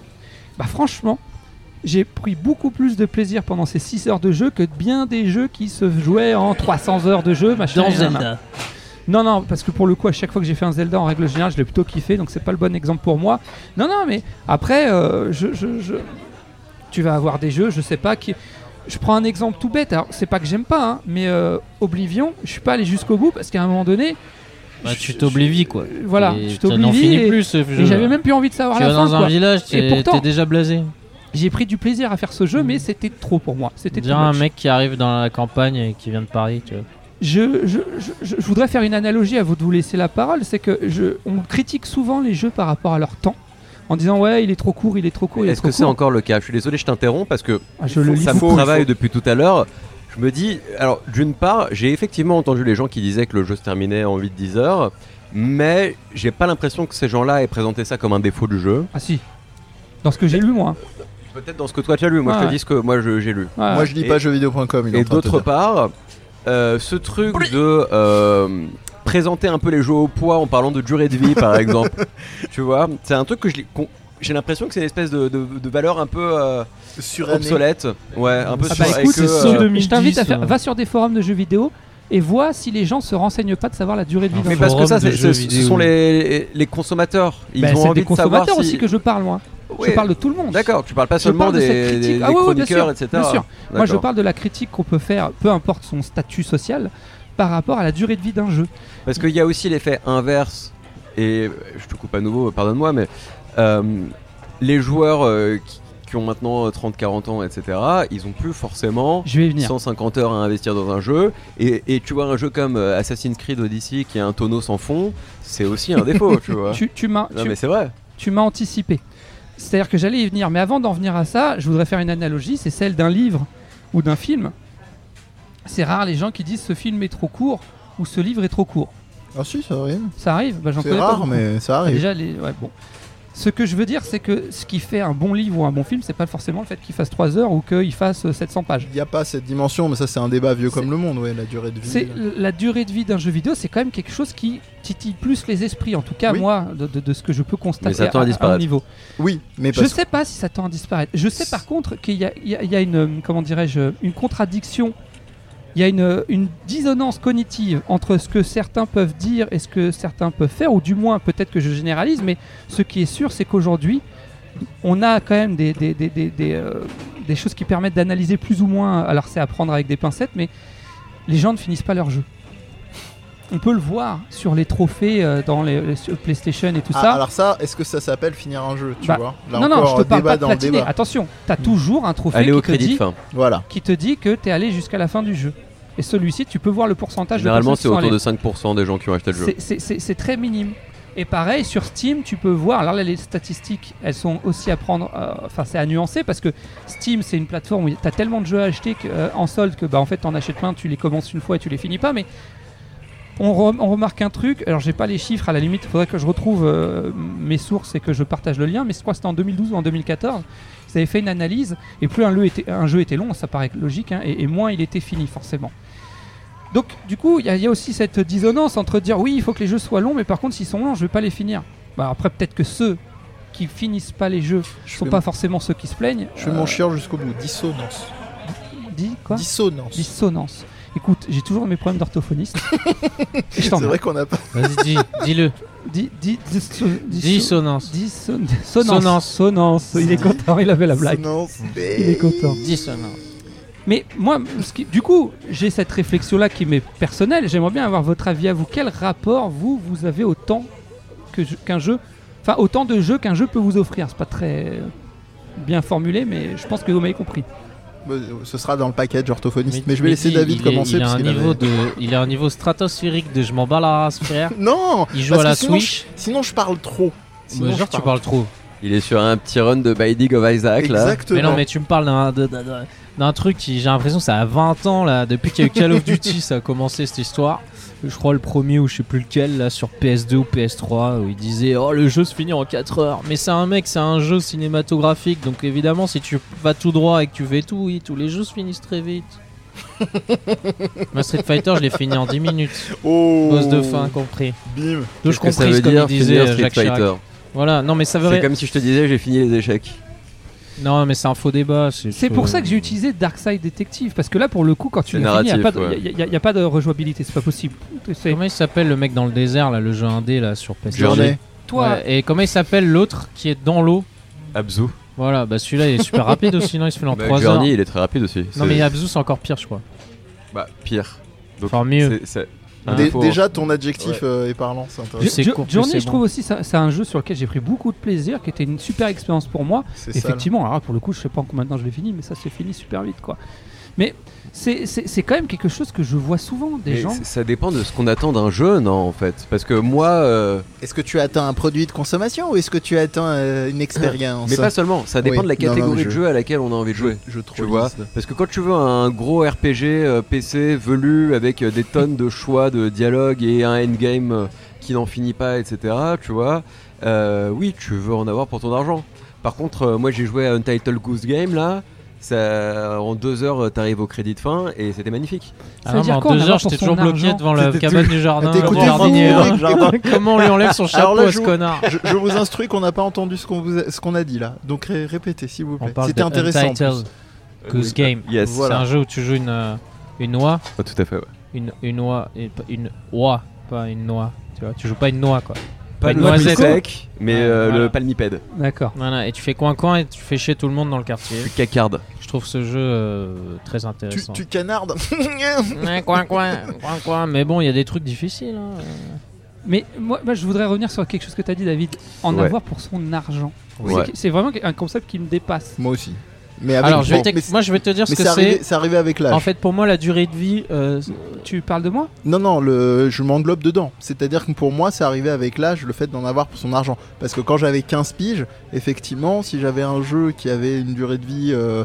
Speaker 1: Bah franchement, j'ai pris beaucoup plus de plaisir pendant ces 6 heures de jeu que bien des jeux qui se jouaient en 300 heures de jeu, machin.
Speaker 7: Dans
Speaker 1: et nanana.
Speaker 7: Zelda.
Speaker 1: Non, non, parce que pour le coup, à chaque fois que j'ai fait un Zelda en règle générale, je l'ai plutôt kiffé, donc c'est pas le bon exemple pour moi. Non, non, mais après, euh, je, je- je- tu vas avoir des jeux, je sais pas qui. Je prends un exemple tout bête, alors c'est pas que j'aime pas, hein, mais euh, Oblivion, je suis pas allé jusqu'au bout parce qu'à un moment donné,
Speaker 6: Bah,
Speaker 1: je-
Speaker 6: tu t'oblivies, quoi.
Speaker 1: je- Voilà,
Speaker 6: Et
Speaker 1: je
Speaker 6: t'en en
Speaker 1: t'oblivies
Speaker 6: finis
Speaker 1: et,
Speaker 6: plus. ce jeu-là.
Speaker 1: et j'avais même plus envie de savoir
Speaker 6: Tu
Speaker 1: la
Speaker 6: vas
Speaker 1: fin.
Speaker 6: dans un
Speaker 1: quoi.
Speaker 6: village,
Speaker 1: Et
Speaker 6: t'es
Speaker 1: pourtant-
Speaker 6: t'es déjà blasé.
Speaker 1: J'ai pris du plaisir à faire ce
Speaker 6: Mmh.
Speaker 1: jeu, mais c'était trop pour moi. C'était
Speaker 6: Dire
Speaker 1: too
Speaker 6: un
Speaker 1: much.
Speaker 6: mec qui arrive dans la campagne et qui vient de Paris, tu vois.
Speaker 1: je, je, je- je- je voudrais faire une analogie à vous de vous laisser la parole, c'est que je, on critique souvent les jeux par rapport à leur temps, en disant ouais il est trop court, il est trop court, il est
Speaker 3: Est-ce
Speaker 1: trop
Speaker 3: que c'est
Speaker 1: court.
Speaker 3: encore le cas Je suis désolé, je t'interromps parce que
Speaker 1: Ah, je le lis.
Speaker 3: ça
Speaker 2: faut,
Speaker 3: me
Speaker 2: il
Speaker 3: travaille
Speaker 2: faut.
Speaker 3: depuis tout à l'heure. Je me dis, alors d'une part, j'ai effectivement entendu les gens qui disaient que le jeu se terminait en 8-10 heures, mais j'ai pas l'impression que ces gens-là aient présenté ça comme un défaut du jeu.
Speaker 1: Ah si, dans ce que j'ai lu moi.
Speaker 3: Peut-être dans ce que toi tu as lu, moi je
Speaker 1: Ouais.
Speaker 3: te dis ce que moi je- j'ai lu.
Speaker 1: Ouais.
Speaker 2: Moi, je lis
Speaker 3: Et-
Speaker 2: pas jeuxvideo.com. il est en
Speaker 3: Et
Speaker 2: train de te
Speaker 3: d'autre
Speaker 2: dire.
Speaker 3: part, euh, ce truc de euh, présenter un peu les jeux au poids en parlant de durée de vie, par exemple, tu vois, c'est un truc que je lis- qu'on- j'ai l'impression que c'est une espèce de, de- de valeur un peu euh,
Speaker 2: Suranné.
Speaker 3: obsolète, ouais, un peu
Speaker 1: Ah
Speaker 3: sur-
Speaker 1: bah
Speaker 3: et
Speaker 1: écoute,
Speaker 3: que,
Speaker 1: je-
Speaker 3: euh,
Speaker 1: je t'invite à
Speaker 4: 2010,
Speaker 1: faire,
Speaker 4: euh.
Speaker 1: va sur des forums de jeux vidéo et vois si les gens se renseignent pas de savoir la durée de vie.
Speaker 4: Mais
Speaker 1: d'un
Speaker 3: Mais
Speaker 1: jeu.
Speaker 3: parce que ça,
Speaker 4: forum de
Speaker 3: c'est-
Speaker 4: jeux
Speaker 3: ce, ce
Speaker 4: vidéo.
Speaker 3: sont les, les consommateurs. Ils
Speaker 1: Bah,
Speaker 3: ont
Speaker 1: c'est
Speaker 3: envie
Speaker 1: des
Speaker 3: de savoir
Speaker 1: consommateurs
Speaker 3: si...
Speaker 1: aussi que je parle moi.
Speaker 3: Ouais,
Speaker 1: Je parle de tout le monde.
Speaker 3: D'accord, tu parles pas
Speaker 1: Je
Speaker 3: seulement
Speaker 1: parle de
Speaker 3: des,
Speaker 1: cette critique.
Speaker 3: des-
Speaker 1: Ah
Speaker 3: des
Speaker 1: ouais, ouais, bien
Speaker 3: chroniqueurs,
Speaker 1: sûr,
Speaker 3: etc.
Speaker 1: bien sûr. Moi, je
Speaker 3: D'accord.
Speaker 1: parle de la critique qu'on peut faire, peu importe son statut social, par rapport à la durée de vie d'un jeu.
Speaker 3: Parce qu'il y a aussi l'effet inverse, et je te coupe à nouveau, pardonne-moi, mais euh, les joueurs euh, qui, qui ont maintenant 30-40 ans, etc., ils ont plus forcément
Speaker 1: Je vais y venir.
Speaker 3: 150 heures à investir dans un jeu, et, et tu vois un jeu comme euh, Assassin's Creed Odyssey qui est un tonneau sans fond, c'est aussi un défaut, tu vois.
Speaker 1: Tu, tu m'as,
Speaker 3: Non
Speaker 1: tu-
Speaker 3: mais c'est vrai.
Speaker 1: tu m'as anticipé. C'est-à-dire que j'allais y venir, mais avant d'en venir à ça, je voudrais faire une analogie, c'est celle d'un livre ou d'un film. C'est rare les gens qui disent ce film est trop court ou ce livre est trop court.
Speaker 2: Ah si, ça arrive.
Speaker 1: Ça arrive, bah, j'en
Speaker 2: C'est
Speaker 1: connais pas
Speaker 2: rare,
Speaker 1: beaucoup.
Speaker 2: mais ça
Speaker 1: Bah,
Speaker 2: arrive.
Speaker 1: Déjà, les... ouais, bon. Ce que je veux dire, c'est que ce qui fait un bon livre ou un bon film, c'est pas forcément le fait qu'il fasse 3 heures ou qu'il fasse euh, 700 pages.
Speaker 2: Il n'y a pas cette dimension, mais ça, c'est un débat vieux
Speaker 1: C'est-
Speaker 2: comme le monde, ouais, la durée de
Speaker 1: C'est
Speaker 2: vie.
Speaker 1: la durée de vie d'un jeu vidéo, c'est quand même quelque chose qui titille plus les esprits, en tout cas
Speaker 2: Oui.
Speaker 1: moi, de, de- de ce que je peux constater
Speaker 3: Mais ça tend à
Speaker 1: un
Speaker 3: disparaître.
Speaker 1: niveau.
Speaker 2: Oui, mais
Speaker 1: Je
Speaker 2: parce
Speaker 1: sais pas si ça tend à disparaître. Je sais par contre qu'il y a, il y a- il y a une, euh, comment dirais-je, une contradiction. Il y a une, euh, une dissonance cognitive entre ce que certains peuvent dire et ce que certains peuvent faire, ou du moins peut-être que je généralise, mais ce qui est sûr, c'est qu'aujourd'hui, on a quand même des, des, des- des- des, euh, des choses qui permettent d'analyser plus ou moins, alors c'est à prendre avec des pincettes, mais les gens ne finissent pas leur jeu. On peut le voir sur les trophées euh, dans les, les- sur PlayStation et tout
Speaker 2: Ah,
Speaker 1: ça.
Speaker 2: alors ça, est-ce que ça s'appelle finir un jeu, tu
Speaker 1: Bah,
Speaker 2: vois Là
Speaker 1: non, non,
Speaker 2: encore,
Speaker 1: je te parle
Speaker 2: débat
Speaker 1: pas de
Speaker 2: dans le
Speaker 1: platiner.
Speaker 2: débat. Mm.
Speaker 1: Attention, t'as toujours un trophée
Speaker 3: Allez
Speaker 1: qui
Speaker 3: au
Speaker 1: te,
Speaker 3: crédit de
Speaker 1: dit,
Speaker 3: fin.
Speaker 2: Voilà.
Speaker 1: qui te dit que t'es allé jusqu'à la fin du jeu. Et celui-ci, tu peux voir le pourcentage
Speaker 3: Généralement,
Speaker 1: de
Speaker 3: c'est
Speaker 1: personnes qui
Speaker 3: autour
Speaker 1: sont
Speaker 3: de 5% des gens qui ont acheté le jeu.
Speaker 1: allées. C'est- c'est- C'est c'est très minime. Et pareil, sur Steam, tu peux voir. Alors là, les statistiques, elles sont aussi à prendre. euh, Enfin, c'est à nuancer parce que Steam, c'est une plateforme où tu as tellement de jeux à acheter que, euh, en solde que, bah, en fait, t'en achètes plein, tu les commences une fois et tu les finis pas. Mais on, re- on remarque un truc. Alors, j'ai pas les chiffres à la limite, faudrait que je retrouve euh, mes sources et que je partage le lien. Mais je crois que c'était en 2012 ou en 2014. Ils avaient fait une analyse et plus un, lieu était- un jeu était long, ça paraît logique, hein, et- et moins il était fini, forcément. Donc, du coup, il y, a- il y a aussi cette dissonance entre dire oui, il faut que les jeux soient longs, mais par contre, s'ils sont longs, je vais pas les finir. Bah, après, peut-être que ceux qui finissent pas les jeux
Speaker 2: Je
Speaker 1: sont
Speaker 2: fais
Speaker 1: pas forcément ceux qui se plaignent.
Speaker 2: Je fais
Speaker 1: Euh,
Speaker 2: mon chieur jusqu'au bout. Dissonance.
Speaker 1: Dis quoi
Speaker 2: Dissonance.
Speaker 1: Dissonance. Écoute, j'ai toujours mes problèmes d'orthophoniste. Et je
Speaker 2: C'est
Speaker 1: t'en
Speaker 2: vrai qu'on n'a pas.
Speaker 4: Vas-y, dis, dis-le.
Speaker 1: Dis, dis, disso- disso-
Speaker 4: Dissonance.
Speaker 1: disson-
Speaker 4: Sonance.
Speaker 1: Sonance. Sonance. Il est content, il avait la blague.
Speaker 2: Dissonance.
Speaker 1: Il est content.
Speaker 4: Dissonance.
Speaker 1: Mais moi, ce qui- du coup, j'ai cette réflexion-là qui m'est personnelle. J'aimerais bien avoir votre avis à vous. Quel rapport, vous, vous avez au temps que je- qu'un jeu... Enfin, autant de jeux qu'un jeu peut vous offrir. C'est pas très bien formulé, mais je pense que vous m'avez compris.
Speaker 2: Bah, euh, Ce sera dans le package orthophoniste. Mais,
Speaker 4: Mais-
Speaker 2: je vais
Speaker 4: mais
Speaker 2: laisser
Speaker 4: dis,
Speaker 2: David
Speaker 4: il est-
Speaker 2: commencer.
Speaker 4: il, a
Speaker 2: parce
Speaker 4: un
Speaker 2: qu'il
Speaker 4: niveau
Speaker 2: avait-
Speaker 4: de, il a un niveau stratosphérique de je m'en bats la race, frère.
Speaker 2: Non
Speaker 4: Il joue
Speaker 2: parce
Speaker 4: à la
Speaker 2: que sinon,
Speaker 4: Switch.
Speaker 2: je- Sinon, je parle trop. Sinon,
Speaker 4: Mais genre,
Speaker 2: je
Speaker 4: tu
Speaker 2: parle-
Speaker 4: parles trop.
Speaker 3: Il est sur un petit run de Binding of Isaac là.
Speaker 2: Exactement.
Speaker 4: Mais non, mais tu me parles d'un- d'un- d'un d'un truc qui, j'ai l'impression, ça a 20 ans là, depuis qu'il y a eu Call of Duty, ça a commencé cette histoire. Je crois le premier ou je sais plus lequel là sur PS2 ou PS3 où il disait oh le jeu se finit en 4 heures. Mais c'est un mec, c'est un jeu cinématographique donc évidemment si tu vas tout droit et que tu fais tout, oui, tous les jeux se finissent très vite. Moi Street Fighter, je l'ai fini en 10 minutes,
Speaker 2: Oh
Speaker 4: pause de fin compris.
Speaker 2: Bim
Speaker 4: Donc
Speaker 3: Qu'est-ce
Speaker 4: je
Speaker 3: que ça
Speaker 4: compris
Speaker 3: veut
Speaker 4: ce
Speaker 3: dire
Speaker 4: comme il disait
Speaker 3: finir Street
Speaker 4: Jacques Chirac.
Speaker 3: Fighter
Speaker 4: Voilà, non mais ça veut
Speaker 3: C'est
Speaker 4: rien.
Speaker 3: comme si je te disais j'ai fini les échecs.
Speaker 4: Non mais c'est un faux débat.
Speaker 1: C'est pour ça que j'ai utilisé Darkside Detective. Parce que là, pour le coup, quand tu
Speaker 3: C'est
Speaker 1: l'as fini, il n'y a,
Speaker 3: narratif,
Speaker 1: pas de-
Speaker 3: ouais.
Speaker 1: y a- y a- y a pas de rejouabilité. C'est pas possible. C'est-
Speaker 4: Comment il s'appelle le mec dans le désert là, le jeu indé là sur PS2
Speaker 3: Journey.
Speaker 1: Toi,
Speaker 4: Ouais, Et comment il s'appelle l'autre qui est dans l'eau
Speaker 3: Abzu.
Speaker 4: Voilà, bah celui-là il est super rapide aussi, non il se fait en
Speaker 3: Bah,
Speaker 4: 3 heures.
Speaker 3: Journey, il est très rapide aussi.
Speaker 4: Non
Speaker 3: C'est-
Speaker 4: mais Abzu c'est encore pire je crois.
Speaker 3: bah, pire. Donc,
Speaker 4: Enfin mieux.
Speaker 3: c'est- c'est
Speaker 4: Hein.
Speaker 3: un
Speaker 2: Dé-
Speaker 3: défaut.
Speaker 2: Déjà, ton adjectif
Speaker 3: Ouais.
Speaker 2: euh, est parlant, c'est
Speaker 1: Jo-
Speaker 4: Je-
Speaker 2: intéressant.
Speaker 4: c'est
Speaker 1: Jo-
Speaker 4: court, mais
Speaker 1: Journey,
Speaker 4: c'est
Speaker 1: je
Speaker 4: bon.
Speaker 1: trouve aussi, ça- c'est un jeu sur lequel j'ai pris beaucoup de plaisir, qui était une super expérience pour moi.
Speaker 2: C'est ça.
Speaker 1: Effectivement, alors pour le coup, je sais pas encore maintenant je l'ai fini, mais ça c'est fini super vite quoi. Mais c'est- c'est c'est quand même quelque chose que je vois souvent des
Speaker 3: Mais
Speaker 1: gens.
Speaker 3: c'est- Ça dépend de ce qu'on attend d'un jeu, non, en fait. Parce que moi, euh,
Speaker 2: Est-ce que tu attends un produit de consommation ou est-ce que tu attends euh, une expérience
Speaker 3: mais pas seulement. Ça dépend
Speaker 2: Oui,
Speaker 3: de la
Speaker 2: non, non, mais
Speaker 3: catégorie
Speaker 2: je-
Speaker 3: de jeu à laquelle on a envie de jouer.
Speaker 2: Je
Speaker 3: Tu
Speaker 2: trouve.
Speaker 3: vois, parce que quand tu veux un gros RPG euh, PC velu avec euh, des tonnes de choix de dialogue et un endgame euh, qui n'en finit pas, etc., tu vois, euh, oui, tu veux en avoir pour ton argent. Par contre, euh, moi j'ai joué à Untitled Goose Game là, ça, en deux heures euh, t'arrives au crédit de fin et c'était magnifique.
Speaker 1: Ça
Speaker 4: Ah
Speaker 1: veut
Speaker 4: non, mais
Speaker 1: dire
Speaker 4: en
Speaker 1: quoi, on a
Speaker 4: deux
Speaker 1: avoir
Speaker 4: heures
Speaker 1: pour
Speaker 4: j'étais
Speaker 1: son
Speaker 4: toujours bloqué
Speaker 1: argent
Speaker 4: devant la
Speaker 2: T'étais-
Speaker 4: cabane du jardin.
Speaker 2: t'écoutais
Speaker 4: le
Speaker 2: vraiment
Speaker 4: jardinier,
Speaker 2: avec
Speaker 4: hein.
Speaker 2: Jardin.
Speaker 4: Comment on lui enlève son
Speaker 2: Alors
Speaker 4: chapeau
Speaker 2: là,
Speaker 4: à
Speaker 2: je
Speaker 4: ce
Speaker 2: vous-
Speaker 4: connard
Speaker 2: Je, je vous instruis qu'on n'a pas entendu ce qu'on vous a, ce qu'on a dit là. Donc ré- répétez s'il vous
Speaker 4: On
Speaker 2: plaît.
Speaker 4: parle
Speaker 2: C'était
Speaker 4: de
Speaker 2: intéressant. en plus. Euh,
Speaker 4: Untitled Goose Game.
Speaker 3: Yes,
Speaker 2: Voilà.
Speaker 4: C'est un jeu où tu joues une euh, une oie,
Speaker 3: Oh, tout à fait. ouais.
Speaker 4: une une oie, et pas- une oie, pas une noix. Tu vois, tu joues pas une noix quoi.
Speaker 3: Pas
Speaker 4: Une
Speaker 3: le noisette
Speaker 4: noisette.
Speaker 3: sec, mais euh,
Speaker 4: Voilà.
Speaker 3: le palmipède.
Speaker 1: D'accord.
Speaker 4: Voilà, et tu fais coin-coin et tu fais chier tout le monde dans le quartier.
Speaker 3: Tu cacardes.
Speaker 4: Je trouve ce jeu euh, très
Speaker 2: Tu,
Speaker 4: intéressant.
Speaker 2: tu canardes.
Speaker 4: Ouais, coin, coin, coin, coin. Mais bon, il y a des trucs difficiles. hein.
Speaker 1: Mais moi, moi, je voudrais revenir sur quelque chose que tu as dit David, en
Speaker 3: Ouais.
Speaker 1: avoir pour son argent. C'est-
Speaker 3: Ouais.
Speaker 1: C'est vraiment un concept qui me dépasse.
Speaker 2: Moi aussi. Ah Mais avec
Speaker 4: Alors, je vais
Speaker 2: bon,
Speaker 4: t'ex-
Speaker 2: mais, c'est-
Speaker 4: moi, je vais te dire
Speaker 2: mais
Speaker 4: ce que
Speaker 2: c'est
Speaker 4: c'est.
Speaker 2: arrivé, c'est arrivé avec l'âge.
Speaker 4: En fait, pour moi, la durée de vie, euh,
Speaker 1: Tu parles de moi
Speaker 2: Non, non, le, je m'englobe dedans. C'est-à-dire que pour moi, c'est arrivé avec l'âge, le fait d'en avoir pour son argent. Parce que quand j'avais 15 piges, effectivement, si j'avais un jeu qui avait une durée de vie, euh,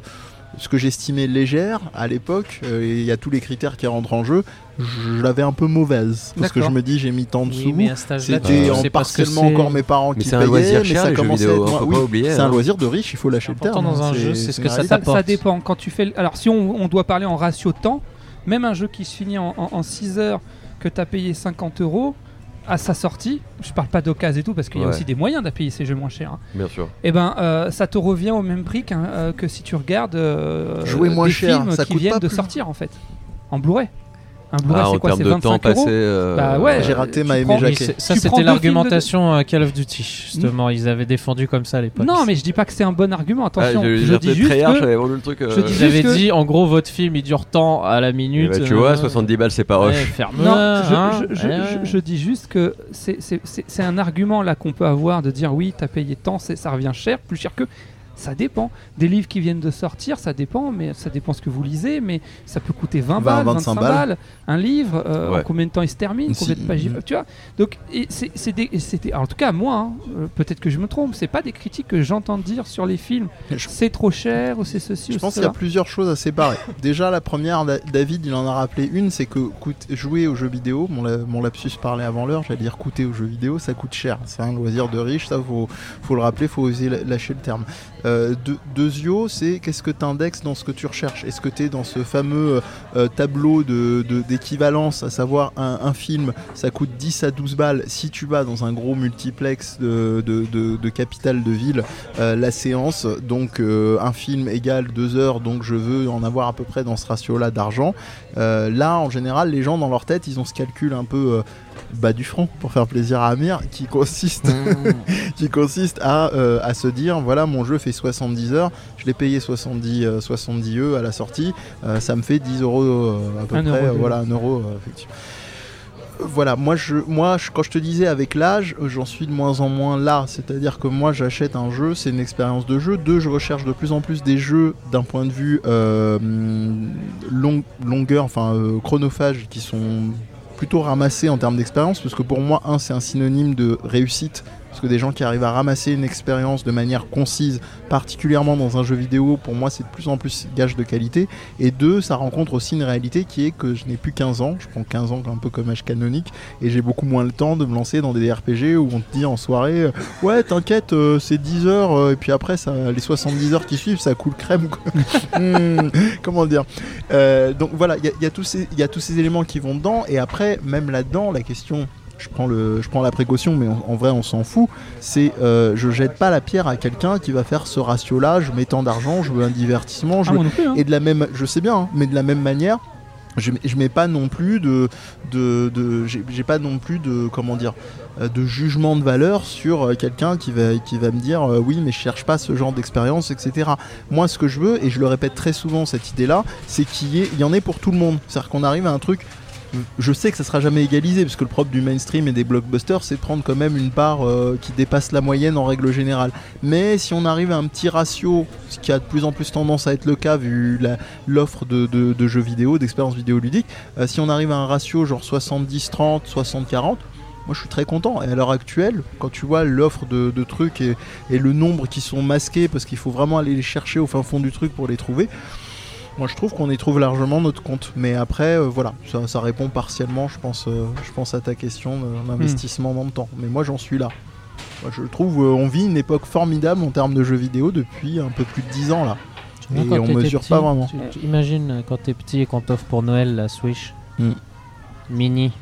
Speaker 2: ce que j'estimais légère à l'époque, euh, et il y a tous les critères qui rentrent en jeu, je, je l'avais un peu mauvaise. Parce que je
Speaker 1: D'accord.
Speaker 2: me dis, j'ai mis tant en
Speaker 4: oui,
Speaker 2: dessous.
Speaker 4: mais à cet âge-là, tu
Speaker 2: C'était
Speaker 4: tu
Speaker 2: en
Speaker 4: sais pas ce que c'est.
Speaker 2: partiellement encore mes parents
Speaker 3: Mais
Speaker 2: qui
Speaker 3: c'est un
Speaker 2: payaient,
Speaker 3: loisir
Speaker 2: mais
Speaker 3: cher,
Speaker 2: ça
Speaker 3: les jeux
Speaker 2: commençait à
Speaker 3: vidéo,
Speaker 2: être
Speaker 3: hein,
Speaker 2: moins-
Speaker 3: faut
Speaker 2: oui,
Speaker 3: pas oublier,
Speaker 2: C'est un
Speaker 3: hein.
Speaker 2: loisir de riche, il faut lâcher le
Speaker 4: Important
Speaker 2: terme. hein.
Speaker 4: dans un jeu, c'est ce que
Speaker 2: une
Speaker 4: ça
Speaker 2: réalité.
Speaker 1: ça,
Speaker 4: t'apporte.
Speaker 1: ça dépend. Quand tu fais. le- Alors, si on, on doit parler en ratio temps, même un jeu qui se finit en, 6 heures que tu as payé 50 euros à sa sortie, je parle pas d'occasion et tout, parce qu'il y a
Speaker 3: Ouais.
Speaker 1: aussi des moyens d'appuyer ces jeux moins chers. hein.
Speaker 3: Bien sûr.
Speaker 1: Eh ben, euh, ça te revient au même prix qu'un- euh, que si tu regardes euh,
Speaker 2: Jouer
Speaker 1: des
Speaker 2: moins cher,
Speaker 1: films
Speaker 2: ça
Speaker 1: qui
Speaker 2: coûte
Speaker 1: viennent
Speaker 2: pas
Speaker 1: de
Speaker 2: plus.
Speaker 1: sortir en fait, en Blu-ray. Un Blu-ray,
Speaker 3: Ah, en
Speaker 1: c'est quoi
Speaker 3: termes
Speaker 1: C'est
Speaker 3: de temps
Speaker 1: 25
Speaker 3: passé.
Speaker 1: euros.
Speaker 3: euh,
Speaker 1: Bah ouais,
Speaker 2: J'ai raté
Speaker 1: tu
Speaker 2: ma Aimé
Speaker 1: prends-
Speaker 4: Oui,
Speaker 2: Jacquet.
Speaker 4: c'est- ça,
Speaker 1: Tu prends
Speaker 4: c'était
Speaker 1: deux films
Speaker 4: l'argumentation à Call of Duty.
Speaker 2: Mm.
Speaker 4: Justement, ils avaient défendu comme ça à l'époque.
Speaker 1: Non, mais je dis pas que c'est un bon argument.
Speaker 3: Ah,
Speaker 1: Attention,
Speaker 3: j'ai-
Speaker 1: je,
Speaker 3: j'ai
Speaker 1: dis
Speaker 3: fait
Speaker 1: juste
Speaker 3: très hard,
Speaker 1: que
Speaker 3: j'avais vendu le truc.
Speaker 1: je
Speaker 3: euh,
Speaker 1: dis-
Speaker 4: ils avaient
Speaker 1: juste que-
Speaker 4: dit, en gros, votre film, il dure tant à la minute.
Speaker 3: bah, tu
Speaker 4: euh,
Speaker 3: vois, oh, 70 balles, c'est pas
Speaker 4: ouais,
Speaker 3: roche.
Speaker 4: ferme-le,
Speaker 1: Non, je,
Speaker 4: hein,
Speaker 1: je- je-
Speaker 4: ouais,
Speaker 1: je-
Speaker 4: ouais.
Speaker 1: je dis juste que c'est- c'est c'est- c'est un argument là qu'on peut avoir de dire oui, t'as payé tant, c'est- ça revient cher, plus cher que. ça dépend. Des livres qui viennent de sortir, ça dépend, mais ça dépend ce que vous lisez, mais ça peut coûter
Speaker 2: 20,
Speaker 1: 20 balles,
Speaker 2: 25
Speaker 1: 25
Speaker 2: balles.
Speaker 1: balles. Un livre, euh,
Speaker 3: Ouais.
Speaker 1: en combien de temps il se
Speaker 2: Si-
Speaker 1: termine,
Speaker 2: Mm-hmm.
Speaker 1: combien de pages il faut- tu vois. Donc, et c'est- c'est des- et c'était, alors, en tout cas, moi, hein, euh, peut-être que je me trompe, c'est pas des critiques que j'entends dire sur les films.
Speaker 2: Je-
Speaker 1: C'est trop cher ou c'est ceci
Speaker 2: Je
Speaker 1: ou
Speaker 2: pense qu'il y
Speaker 1: cela.
Speaker 2: a plusieurs choses à séparer. Déjà, la première, Da- David, il en a rappelé une, c'est que coûte- jouer aux jeux vidéo, mon, la- mon lapsus parlait avant l'heure, j'allais dire coûter aux jeux vidéo, ça coûte cher. C'est un loisir de riche, ça faut, faut le rappeler, faut oser la- lâcher le terme. Euh, de- Deuxio, c'est qu'est-ce que tu indexes dans ce que tu recherches Est-ce que tu es dans ce fameux euh, tableau de- de- d'équivalence, à savoir un, un film, ça coûte 10 à 12 balles. Si tu vas dans un gros multiplex de, de, de- de capitale de ville, euh, la séance. Donc euh, un film égale 2 heures, donc je veux en avoir à peu près dans ce ratio-là d'argent. Euh, là, en général, les gens dans leur tête, ils ont ce calcul un peu euh, bas du front pour faire plaisir à Amir, qui consiste,
Speaker 1: Mm.
Speaker 2: qui consiste à, euh, à se dire voilà, mon jeu fait 70 heures, je l'ai payé 70, euh, 70 euros à la sortie, euh, ça me fait 10 euros euh, à peu
Speaker 1: Un
Speaker 2: près,
Speaker 1: euro
Speaker 2: euh,
Speaker 1: de-
Speaker 2: voilà, un euro, euh, effectivement. Voilà, moi, je, moi je- quand je te disais avec l'âge, euh, j'en suis de moins en moins là. C'est-à-dire que moi j'achète un jeu, c'est une expérience de jeu. Deux, je recherche de plus en plus des jeux d'un point de vue euh, hum, long- longueur, enfin euh, chronophage, qui sont plutôt ramassés en termes d'expérience, parce que pour moi, un, c'est un synonyme de réussite. Parce que des gens qui arrivent à ramasser une expérience de manière concise, particulièrement dans un jeu vidéo, pour moi c'est de plus en plus gage de qualité. Et deux, ça rencontre aussi une réalité qui est que je n'ai plus 15 ans, je prends 15 ans un peu comme âge canonique, et j'ai beaucoup moins le temps de me lancer dans des RPG où on te dit en soirée euh, Ouais, t'inquiète, euh, c'est 10 heures, euh, et puis après, ça, les 70 heures qui suivent, ça coule crème. quoi. Hmm, comment dire Euh, Donc voilà, il y, a- il y a tous ces- il y a tous ces éléments qui vont dedans, et après, même là-dedans, la question. Je prends, le, je prends la précaution, mais en, en vrai, on s'en fout. C'est euh, je jette pas la pierre à quelqu'un qui va faire ce ratio-là. Je mets tant d'argent, je veux un divertissement, je
Speaker 1: Ah, moi non plus, hein.
Speaker 2: et de la même, je sais bien, hein, mais de la même manière, je, mets- je mets pas non plus de, de, de- j'ai j'ai pas non plus de, comment dire, euh, de jugement de valeur sur euh, quelqu'un qui va, qui va me dire euh, oui, mais je cherche pas ce genre d'expérience, etc. Moi, ce que je veux, et je le répète très souvent cette idée-là, c'est qu'il y, ait- il y en ait pour tout le monde. C'est-à-dire qu'on arrive à un truc. Je sais que ça sera jamais égalisé, parce que le propre du mainstream et des blockbusters, c'est de prendre quand même une part euh, qui dépasse la moyenne en règle générale. Mais si on arrive à un petit ratio, ce qui a de plus en plus tendance à être le cas vu la- l'offre de, de- de jeux vidéo, d'expériences vidéoludiques, euh, si on arrive à un ratio genre 70-30, 60-40, moi je suis très content. Et à l'heure actuelle, quand tu vois l'offre de, de trucs et, et le nombre qui sont masqués parce qu'il faut vraiment aller les chercher au fin fond du truc pour les trouver, moi je trouve qu'on y trouve largement notre compte. Mais après, euh, voilà, ça, ça répond partiellement, je pense, euh, je pense à ta question euh, de l'investissement dans le temps. Mais moi j'en suis là. Moi, je trouve euh, on vit une époque formidable en termes de jeux vidéo depuis un peu plus de 10 ans là.
Speaker 6: Moi,
Speaker 2: Et
Speaker 6: quand
Speaker 2: on
Speaker 6: t'étais
Speaker 2: mesure
Speaker 6: petit,
Speaker 2: pas vraiment.
Speaker 6: tu- tu imagines euh, quand t'es petit et qu'on t'offre pour Noël la Switch
Speaker 2: Hmm.
Speaker 6: mini.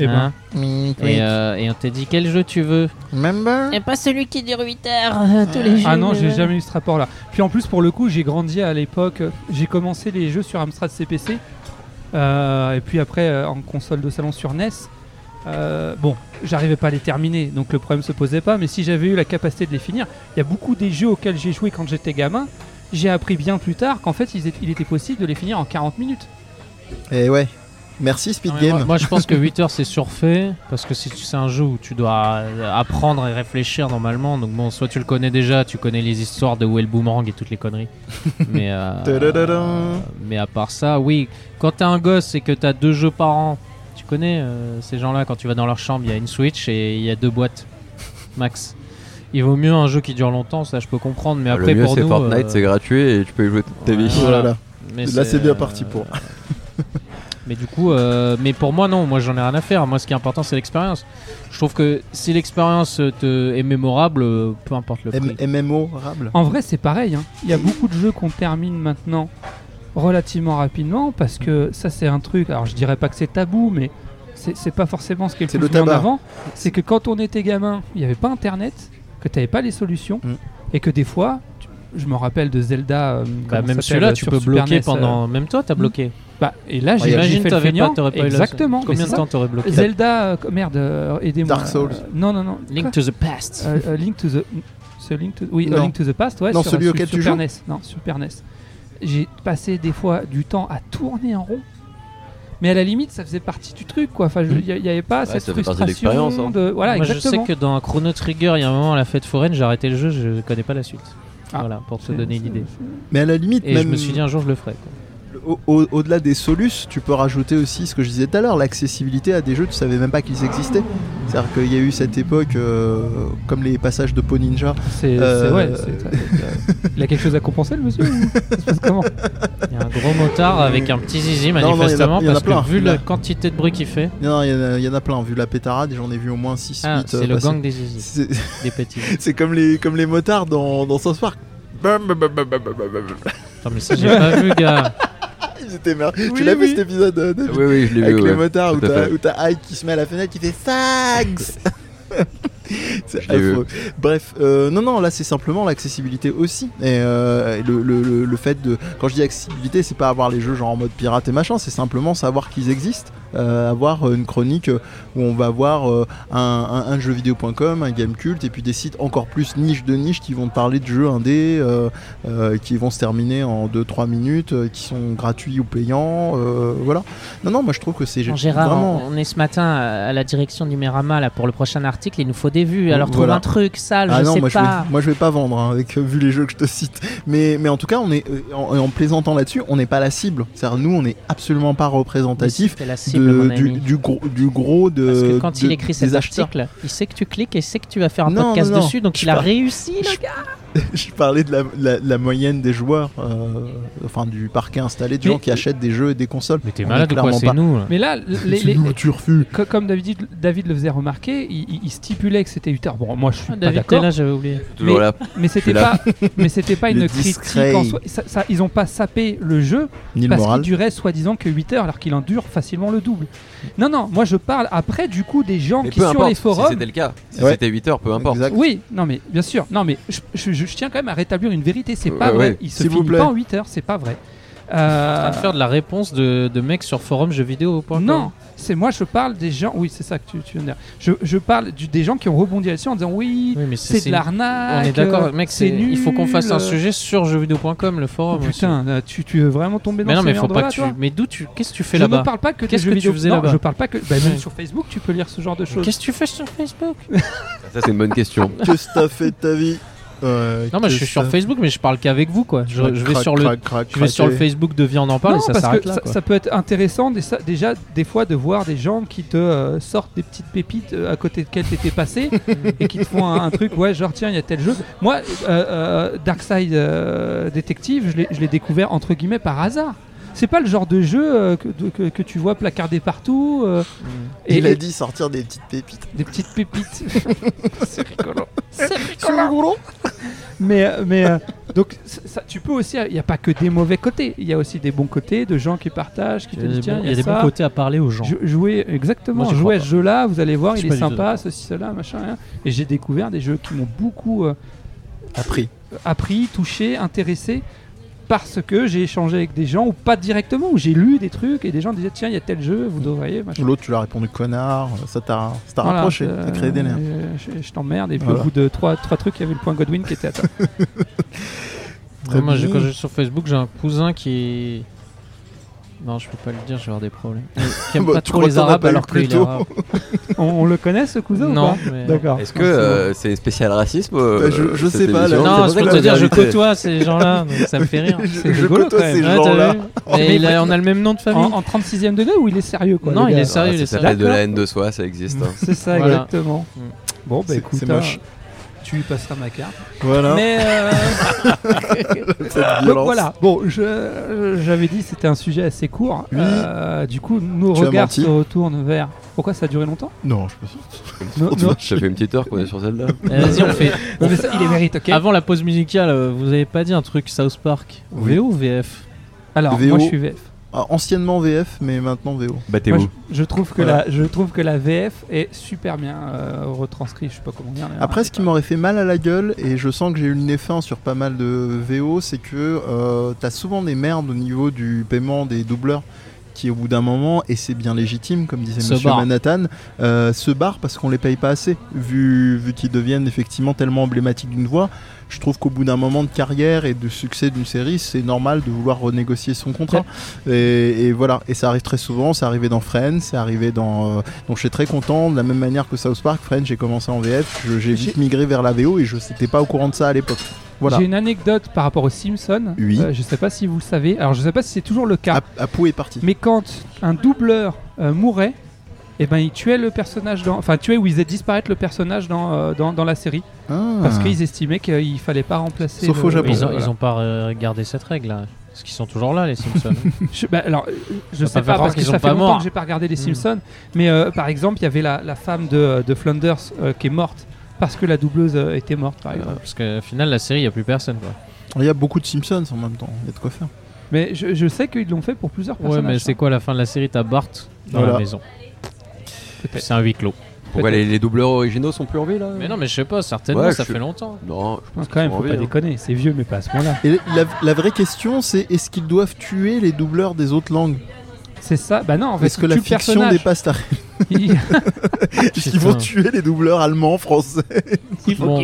Speaker 1: Eh ben.
Speaker 6: hein,
Speaker 2: Mm,
Speaker 6: et, euh, et on t'a dit quel jeu tu veux
Speaker 2: Remember
Speaker 8: Et pas celui qui dure 8 heures euh, tous les jours.
Speaker 1: Ah non, j'ai jamais eu ce rapport-là. Puis en plus, pour le coup, j'ai grandi à l'époque. euh, J'ai commencé les jeux sur Amstrad CPC. euh, et puis après, euh, en console de salon sur NES. Euh, bon, j'arrivais pas à les terminer, donc le problème se posait pas. Mais si j'avais eu la capacité de les finir, il y a beaucoup des jeux auxquels j'ai joué quand j'étais gamin. J'ai appris bien plus tard qu'en fait, ils étaient- il était possible de les finir en 40 minutes.
Speaker 2: Et Eh ouais. Merci Speed
Speaker 6: Non, mais
Speaker 2: Game.
Speaker 6: Moi, moi, je pense que 8 heures c'est surfait parce que si tu- c'est un jeu où tu dois euh, apprendre et réfléchir normalement, donc bon, soit tu le connais déjà, tu connais les histoires de où est le boomerang et toutes les conneries. mais, euh,
Speaker 2: Tadadadam.
Speaker 6: mais à part ça, oui, quand t'es un gosse et que t'as deux jeux par an, tu connais euh, ces gens-là, quand tu vas dans leur chambre, il y a une Switch et il y a deux boîtes max. Il vaut mieux un jeu qui dure longtemps, ça je peux comprendre, mais après
Speaker 3: Ah, le mieux
Speaker 6: pour
Speaker 3: c'est
Speaker 6: nous.
Speaker 3: Fortnite,
Speaker 6: euh,
Speaker 3: c'est gratuit et tu peux y jouer toute ta
Speaker 6: ouais.
Speaker 3: vie.
Speaker 2: Voilà.
Speaker 6: mais
Speaker 2: Oh
Speaker 6: euh,
Speaker 2: Là, c'est bien parti pour.
Speaker 6: mais du coup, euh, mais pour moi, non, moi j'en ai rien à faire. Moi, ce qui est important, c'est l'expérience. Je trouve que si l'expérience euh, te est mémorable, euh, peu importe le prix.
Speaker 2: M- MMO, Rable.
Speaker 1: En vrai, c'est pareil. hein. Il y a beaucoup de jeux qu'on termine maintenant relativement rapidement parce que ça, c'est un truc. Alors, je dirais pas que c'est tabou, mais c'est c'est pas forcément ce qui est
Speaker 2: C'est
Speaker 1: le
Speaker 2: le
Speaker 1: plus mis en
Speaker 2: tabac.
Speaker 1: avant. C'est que quand on était gamin, il n'y avait pas Internet, que t'avais pas les solutions
Speaker 2: Mm.
Speaker 1: et que des fois, tu- je me rappelle de Zelda. euh,
Speaker 6: Bah,
Speaker 1: comment
Speaker 6: même
Speaker 1: ça
Speaker 6: celui-là,
Speaker 1: s'appelle,
Speaker 6: tu
Speaker 1: sur
Speaker 6: peux
Speaker 1: Super
Speaker 6: bloquer
Speaker 1: NES, euh,
Speaker 6: pendant. Même toi, t'as bloqué.
Speaker 1: bah, et là, j'ai- j'ai
Speaker 6: J'imagine
Speaker 1: fait le
Speaker 6: t'avais pas,
Speaker 1: feignant.
Speaker 6: t'aurais pas eu la-
Speaker 1: Exactement. mais
Speaker 6: Combien
Speaker 1: c'est
Speaker 6: de temps t'aurais bloqué
Speaker 1: ça. Zelda, euh, merde, euh, aidez-moi.
Speaker 2: Dark Souls.
Speaker 1: Euh, non, non, non.
Speaker 6: Link
Speaker 1: Quoi
Speaker 6: to the past.
Speaker 1: Euh, euh, Link to the. c'est Link to- Oui, euh,
Speaker 2: Non.
Speaker 1: Link to the Past, ouais.
Speaker 2: Non,
Speaker 1: sur, euh,
Speaker 2: celui
Speaker 1: sur
Speaker 2: auquel tu
Speaker 1: Super
Speaker 2: joues
Speaker 1: NES. Non, Super NES. J'ai passé des fois du temps à tourner en rond. Mais à la limite, ça faisait partie du truc, quoi. Enfin,
Speaker 2: Mhm.
Speaker 1: il n'y avait pas cette
Speaker 3: ça fait partie de
Speaker 1: frustration
Speaker 3: l'expérience, hein.
Speaker 1: de. Voilà,
Speaker 6: Moi, je sais
Speaker 1: exactement.
Speaker 6: que dans Chrono Trigger, il y a un moment à la fête foraine, j'ai arrêté le jeu, je connais pas la suite.
Speaker 1: Ah.
Speaker 4: Voilà, pour te donner une idée.
Speaker 2: Mais à la limite,
Speaker 4: Et
Speaker 2: même
Speaker 4: je me suis dit hein. un jour je le ferai. quoi.
Speaker 2: au- au- au-delà des solus, tu peux rajouter aussi ce que je disais tout à l'heure, l'accessibilité à des jeux, tu savais même pas qu'ils existaient. C'est-à-dire qu'il y a eu cette époque, euh, comme les passages de Pau Ninja,
Speaker 1: C'est c'est-
Speaker 2: Euh,
Speaker 1: ouais, c'est- il a quelque chose à compenser le monsieur ou ça se passe comment
Speaker 4: Il y a un gros motard avec un petit zizi
Speaker 2: non, il y en a-
Speaker 4: manifestement
Speaker 2: il y en a
Speaker 4: parce
Speaker 2: plein.
Speaker 4: que vu
Speaker 2: Il y en a-
Speaker 4: la quantité de bruit qu'il fait,
Speaker 2: Non, il y, en a- il y en a plein. Vu la pétarade, j'en ai vu au moins 6-8.
Speaker 4: ah, c'est le gang des zizi,
Speaker 2: euh, bah, C'est
Speaker 4: des petits.
Speaker 2: c'est comme les, comme les motards dans, dans South Park. Bam, bam, bam, bam, bam, bam, bam.
Speaker 4: Non mais ça j'ai pas vu gars.
Speaker 2: Ils étaient mer- Tu l'as vu cet épisode euh, David
Speaker 3: Oui, oui, je l'ai
Speaker 2: Avec
Speaker 3: vu.
Speaker 2: les
Speaker 3: ouais.
Speaker 2: motards où
Speaker 3: tout à
Speaker 2: t'as
Speaker 3: fait.
Speaker 2: où t'as Ike qui se met à la fenêtre qui fait Sags C'est
Speaker 3: Je l'ai vu.
Speaker 2: affreux. Bref, euh, non, non, là c'est simplement l'accessibilité aussi. Et euh, le, le- le- le fait de. Quand je dis accessibilité, c'est pas avoir les jeux genre en mode pirate et machin, c'est simplement savoir qu'ils existent. Euh, avoir une chronique euh, où on va voir euh, un, un, un jeuxvideo.com, un game culte, et puis des sites encore plus niche de niche qui vont te parler de jeux indés, euh, euh, qui vont se terminer en 2-3 minutes, euh, qui sont gratuits ou payants. euh, voilà. Non, non, moi je trouve que c'est
Speaker 4: Jean Gérard,
Speaker 2: vraiment.
Speaker 4: on on est ce matin euh, à à la direction du Mérama là pour le prochain article, il nous faut des vues.
Speaker 2: Oh,
Speaker 4: Alors trouve
Speaker 2: voilà.
Speaker 4: un truc sale,
Speaker 2: Ah
Speaker 4: je
Speaker 2: non,
Speaker 4: sais
Speaker 2: moi,
Speaker 4: pas.
Speaker 2: Je vais, moi je vais pas vendre hein, avec euh, vu les jeux que je te cite. Mais, mais en tout cas, on est euh, en, en plaisantant là-dessus, on n'est pas la cible. C'est-à-dire nous, on n'est absolument pas représentatif
Speaker 4: C'était la cible mon
Speaker 2: de,
Speaker 4: ami.
Speaker 2: du, du gros du gros de.
Speaker 4: Parce que quand
Speaker 2: de-
Speaker 4: il écrit
Speaker 2: des
Speaker 4: cet
Speaker 2: acheteurs.
Speaker 4: article, il sait que tu cliques et sait que tu vas faire un
Speaker 2: Non,
Speaker 4: podcast
Speaker 2: non, non.
Speaker 4: dessus, donc
Speaker 2: Je
Speaker 4: il a
Speaker 2: parle-
Speaker 4: réussi le
Speaker 2: je-
Speaker 4: gars.
Speaker 2: je parlais de la, la- la moyenne des joueurs, euh, enfin du parquet installé, des
Speaker 1: Mais-
Speaker 2: gens qui achètent des jeux et des consoles.
Speaker 9: Mais t'es
Speaker 2: On est
Speaker 9: malade ou quoi
Speaker 2: clairement
Speaker 9: C'est
Speaker 2: pas-
Speaker 9: nous. là.
Speaker 1: Mais là, les,
Speaker 2: C'est
Speaker 1: les-
Speaker 2: nous, tu refus.
Speaker 1: co- comme David, David le faisait remarquer, il, il- il stipulait que c'était 8 heures. Bon, moi je suis pas
Speaker 4: Ah, David, t'es
Speaker 1: d'accord,
Speaker 4: là, j'avais oublié.
Speaker 3: Toujours
Speaker 1: Mais-
Speaker 3: là.
Speaker 1: mais c'était
Speaker 3: là.
Speaker 1: pas, mais c'était pas
Speaker 2: Le
Speaker 1: une critique en
Speaker 2: discret.
Speaker 1: soi. Ça- ça- ils ont pas sapé le jeu
Speaker 2: Ni le
Speaker 1: parce
Speaker 2: moral.
Speaker 1: qu'il durait soi-disant que 8 heures alors qu'il en dure facilement le double. Non, non, moi je parle après du coup des gens
Speaker 3: Mais
Speaker 1: qui
Speaker 3: peu
Speaker 1: sur
Speaker 3: importe,
Speaker 1: les
Speaker 3: si
Speaker 1: forums.
Speaker 3: c'était le cas. Si
Speaker 2: Ouais.
Speaker 3: c'était 8 heures, peu importe.
Speaker 2: Exact.
Speaker 1: oui, non mais bien sûr, non mais je, je- je tiens quand même à rétablir une vérité, c'est pas
Speaker 3: Ouais,
Speaker 1: vrai.
Speaker 3: Euh, ouais.
Speaker 1: Il se
Speaker 2: S'il vous
Speaker 1: finit
Speaker 2: plaît.
Speaker 1: pas en 8 heures, c'est pas vrai. Euh,
Speaker 4: en train de faire de la réponse de, de mecs sur forum jeux vidéo.
Speaker 1: Non, c'est moi je parle des gens. Oui, c'est ça que tu, tu viens de dire. Je, je parle du, des gens qui ont rebondi là-dessus en disant oui,
Speaker 4: Oui, mais
Speaker 1: c'est de
Speaker 4: On
Speaker 1: l'arnaque.
Speaker 4: est d'accord,
Speaker 1: euh,
Speaker 4: mec,
Speaker 1: c'est
Speaker 4: c'est il faut qu'on fasse un
Speaker 1: nul, euh.
Speaker 4: sujet sur jeuxvideo.com, le
Speaker 1: Oh,
Speaker 4: forum. aussi.
Speaker 1: putain, là, tu, tu veux vraiment tomber dans
Speaker 4: mais non,
Speaker 1: ces
Speaker 4: mais faut
Speaker 1: merdes-là,
Speaker 4: pas que tu.
Speaker 1: toi
Speaker 4: Mais d'où tu. Qu'est-ce que tu fais
Speaker 1: je ne
Speaker 4: là-bas
Speaker 1: parle pas que des
Speaker 4: Qu'est-ce
Speaker 1: jeux
Speaker 4: que tu
Speaker 1: vidéo.
Speaker 4: faisais
Speaker 1: Non,
Speaker 4: là-bas
Speaker 1: Je parle pas que. bah,
Speaker 4: Ouais.
Speaker 1: même sur Facebook, tu peux lire ce genre de choses.
Speaker 4: Qu'est-ce que tu fais sur Facebook
Speaker 3: Ça, c'est une bonne question.
Speaker 2: Qu'est-ce que t'as fait de ta vie Ouais,
Speaker 4: Non, mais je
Speaker 2: qu'est-ce
Speaker 4: suis sur
Speaker 2: que-
Speaker 4: Facebook, mais je parle qu'avec vous, quoi. Je, je vais
Speaker 2: Crac,
Speaker 4: sur le.
Speaker 2: crac, crac,
Speaker 4: Je vais sur le
Speaker 2: craquer.
Speaker 4: Facebook de Viande en parle
Speaker 1: non,
Speaker 4: et ça
Speaker 1: parce
Speaker 4: s'arrête
Speaker 1: que
Speaker 4: là.
Speaker 1: ça,
Speaker 4: quoi.
Speaker 1: ça peut être intéressant des- ça- déjà des fois de voir des gens qui te euh, sortent des petites pépites euh, à côté desquelles t'étais passé et qui te font un, un truc ouais genre tiens il y a tel jeu. Moi euh, euh, Darkside euh, Detective je l'ai- je l'ai découvert entre guillemets par hasard. C'est pas le genre de jeu euh, que, de- que, que tu vois placardé partout euh, et,
Speaker 2: Il a
Speaker 1: et
Speaker 2: dit sortir des petites pépites.
Speaker 1: des petites pépites. C'est rigolo.
Speaker 10: C'est rigolo.
Speaker 1: Mais, euh, mais euh, donc, ça, ça- tu peux aussi. Il n'y a pas que des mauvais côtés. Il y a aussi des bons côtés de gens qui partagent, qui te disent tiens,
Speaker 4: Il y a des
Speaker 1: ça.
Speaker 4: bons côtés à parler aux gens.
Speaker 1: Jou- Jouez, exactement,
Speaker 4: Moi, j'y
Speaker 1: jouez
Speaker 4: crois
Speaker 1: à ce jeu-là, vous allez voir, il
Speaker 4: Je suis
Speaker 1: est
Speaker 4: pas du tout
Speaker 1: sympa, ceci, cela, machin, rien. Et j'ai découvert des jeux qui m'ont beaucoup euh,
Speaker 2: Appris.
Speaker 1: appris, touché, intéressé, parce que j'ai échangé avec des gens, ou pas directement, où j'ai lu des trucs, et des gens disaient, tiens, il y a tel jeu, vous devriez, machin.
Speaker 2: L'autre, tu l'as répondu connard, ça t'a ça t'a
Speaker 1: Voilà,
Speaker 2: rapproché,
Speaker 1: euh,
Speaker 2: t'as créé des liens.
Speaker 1: euh, Je, je t'emmerde, et puis
Speaker 2: Voilà.
Speaker 1: au bout de trois, trois trucs, il y avait le point Godwin qui était à toi.
Speaker 2: Très
Speaker 4: moi, je-
Speaker 2: bien.
Speaker 4: quand je suis sur Facebook, j'ai un cousin qui. Non, je peux pas le dire, je vais avoir des problèmes. Qui aime
Speaker 2: Bah,
Speaker 4: pas
Speaker 2: tu
Speaker 4: trop
Speaker 2: crois
Speaker 4: les
Speaker 2: qu'on en a
Speaker 4: arabes
Speaker 2: pas eu
Speaker 4: alors
Speaker 2: plus
Speaker 4: qu'il est
Speaker 2: tôt
Speaker 4: arabe.
Speaker 1: on, on le connaît ce cousin ou
Speaker 4: Non,
Speaker 1: pas
Speaker 4: mais-
Speaker 1: D'accord.
Speaker 3: Est-ce que euh, c'est spécial racisme euh,
Speaker 2: je- je sais
Speaker 3: cette
Speaker 2: pas, là.
Speaker 3: émission
Speaker 4: Non,
Speaker 2: c'est
Speaker 4: c'est pour
Speaker 2: vrai
Speaker 4: te
Speaker 2: que la
Speaker 4: dire, je
Speaker 3: vérité-
Speaker 4: côtoie ces gens-là, donc ça me fait rire.
Speaker 2: Je-
Speaker 4: C'est
Speaker 2: je
Speaker 4: rigolo
Speaker 2: côtoie
Speaker 4: quand même.
Speaker 2: ces
Speaker 4: Ouais, t'as
Speaker 2: gens-là.
Speaker 4: vu
Speaker 1: Ah,
Speaker 4: Mais il a- on a le même nom de famille.
Speaker 1: En, en 36ème degré ou il est sérieux quoi
Speaker 4: Non,
Speaker 1: le
Speaker 4: il
Speaker 1: gars
Speaker 4: est sérieux,
Speaker 3: Ah,
Speaker 4: il est
Speaker 3: ça
Speaker 4: sérieux.
Speaker 3: s'appelle de la haine de soi, ça existe. hein.
Speaker 1: C'est ça,
Speaker 4: Voilà.
Speaker 1: exactement.
Speaker 4: Mm.
Speaker 1: Bon, bah
Speaker 2: C'est-
Speaker 1: écoute,
Speaker 2: c'est moche.
Speaker 1: hein, tu lui passeras ma carte.
Speaker 2: Voilà.
Speaker 1: Mais euh,
Speaker 2: Cette
Speaker 1: donc
Speaker 2: violence.
Speaker 1: voilà, bon, je- j'avais dit c'était un sujet assez court.
Speaker 2: Oui.
Speaker 1: Euh, du coup, nos
Speaker 2: Tu as
Speaker 1: regards
Speaker 2: menti.
Speaker 1: se retournent vers. Pourquoi ça a duré longtemps
Speaker 2: Non, je peux pas.
Speaker 1: Non, non.
Speaker 3: Ça fait une petite heure qu'on est sur celle-là.
Speaker 4: Euh, Vas-y, on fait.
Speaker 1: Non, mais ça, il les mérite, ok
Speaker 4: Avant la pause musicale, euh, vous avez pas dit un truc South Park
Speaker 2: Oui.
Speaker 4: VO ou VF
Speaker 1: Alors,
Speaker 2: VO.
Speaker 1: moi je suis VF.
Speaker 2: Ah, anciennement VF, mais maintenant VO.
Speaker 1: Moi,
Speaker 3: Battez-vous.
Speaker 1: je, je trouve que
Speaker 2: Voilà.
Speaker 1: la, je trouve que la VF est super bien euh, retranscrite. Je sais pas comment dire. mais-
Speaker 4: Ah,
Speaker 1: euh,
Speaker 2: Après, ce qui m'aurait fait mal à la gueule, et je sens que j'ai eu le nez fin sur pas mal de VO, c'est que euh, t'as souvent des merdes au niveau du paiement des doubleurs qui, au bout d'un moment, et c'est bien légitime, comme disait
Speaker 4: Se
Speaker 2: Monsieur
Speaker 4: barrent.
Speaker 2: Manhattan, euh, se barrent parce qu'on les paye pas assez, vu, vu qu'ils deviennent effectivement tellement emblématiques d'une voix. Je trouve qu'au bout d'un moment de carrière et de succès d'une série, c'est normal de vouloir renégocier son contrat. Et, et voilà, et ça arrive très souvent, c'est arrivé dans Friends, c'est arrivé dans... euh, donc je suis très content, de la même manière que South Park, Friends, j'ai commencé en VF, je- j'ai vite migré vers la VO et je n'étais pas au courant de ça à l'époque. Voilà.
Speaker 1: J'ai une anecdote par rapport aux Simpsons.
Speaker 2: Oui.
Speaker 1: Euh, je sais pas si vous le savez. Alors je sais pas si c'est toujours le cas.
Speaker 2: Ap- Apu est parti.
Speaker 1: Mais quand un doubleur euh, mourait, et ben il tuait le personnage dans, enfin tuait ou il faisait disparaître le personnage dans euh, dans, dans la série
Speaker 2: Ah.
Speaker 1: parce qu'ils estimaient qu'il fallait pas remplacer.
Speaker 2: Sauf
Speaker 1: le-
Speaker 2: au Japon.
Speaker 1: Ils
Speaker 4: Ils, ont,
Speaker 1: ont-
Speaker 4: ils ont pas euh, gardé cette règle là. Parce qu'ils sont toujours là, les Simpsons.
Speaker 1: Je, bah, alors euh, je
Speaker 4: Ça
Speaker 1: sais
Speaker 4: va faire
Speaker 1: pas parce
Speaker 4: qu'ils
Speaker 1: que
Speaker 4: sont
Speaker 1: ça fait
Speaker 4: pas
Speaker 1: longtemps
Speaker 4: morts.
Speaker 1: que j'ai pas regardé les
Speaker 2: Hmm.
Speaker 1: Simpsons. Mais euh, par exemple, il y avait la, la femme de, de Flanders euh, qui est morte parce que la doubleuse euh, était morte par exemple.
Speaker 4: parce qu'au final, la série, il n'y a plus personne. Quoi.
Speaker 2: Il y a beaucoup de Simpsons en même temps. Il y a de quoi faire.
Speaker 1: Mais je, je sais qu'ils l'ont fait pour plusieurs
Speaker 4: Ouais,
Speaker 1: personnages.
Speaker 4: mais c'est
Speaker 1: hein.
Speaker 4: quoi la fin de la série T'as Bart dans
Speaker 2: Voilà.
Speaker 4: la maison.
Speaker 1: Peut-être.
Speaker 4: C'est un huis clos.
Speaker 1: hein.
Speaker 3: Pourquoi les, les doubleurs originaux sont plus en vie là
Speaker 4: Mais non, mais je sais pas, certainement,
Speaker 3: Ouais,
Speaker 4: ça
Speaker 3: je-
Speaker 4: fait longtemps.
Speaker 3: Non, je pense
Speaker 1: Quand même, faut
Speaker 3: qu'ils sont en
Speaker 1: pas
Speaker 3: vie, hein.
Speaker 1: déconner. C'est vieux, mais pas à ce point-là.
Speaker 2: Et la, la vraie question, c'est est-ce qu'ils doivent tuer les doubleurs des autres langues
Speaker 1: C'est ça. Bah non, en fait,
Speaker 2: Est-ce que
Speaker 1: tu
Speaker 2: la
Speaker 1: tues le
Speaker 2: fiction
Speaker 1: personnage.
Speaker 2: dépasse la
Speaker 1: Il-
Speaker 2: Est-ce qu'ils vont
Speaker 4: Putain.
Speaker 2: tuer les doubleurs allemands, français
Speaker 4: Bon,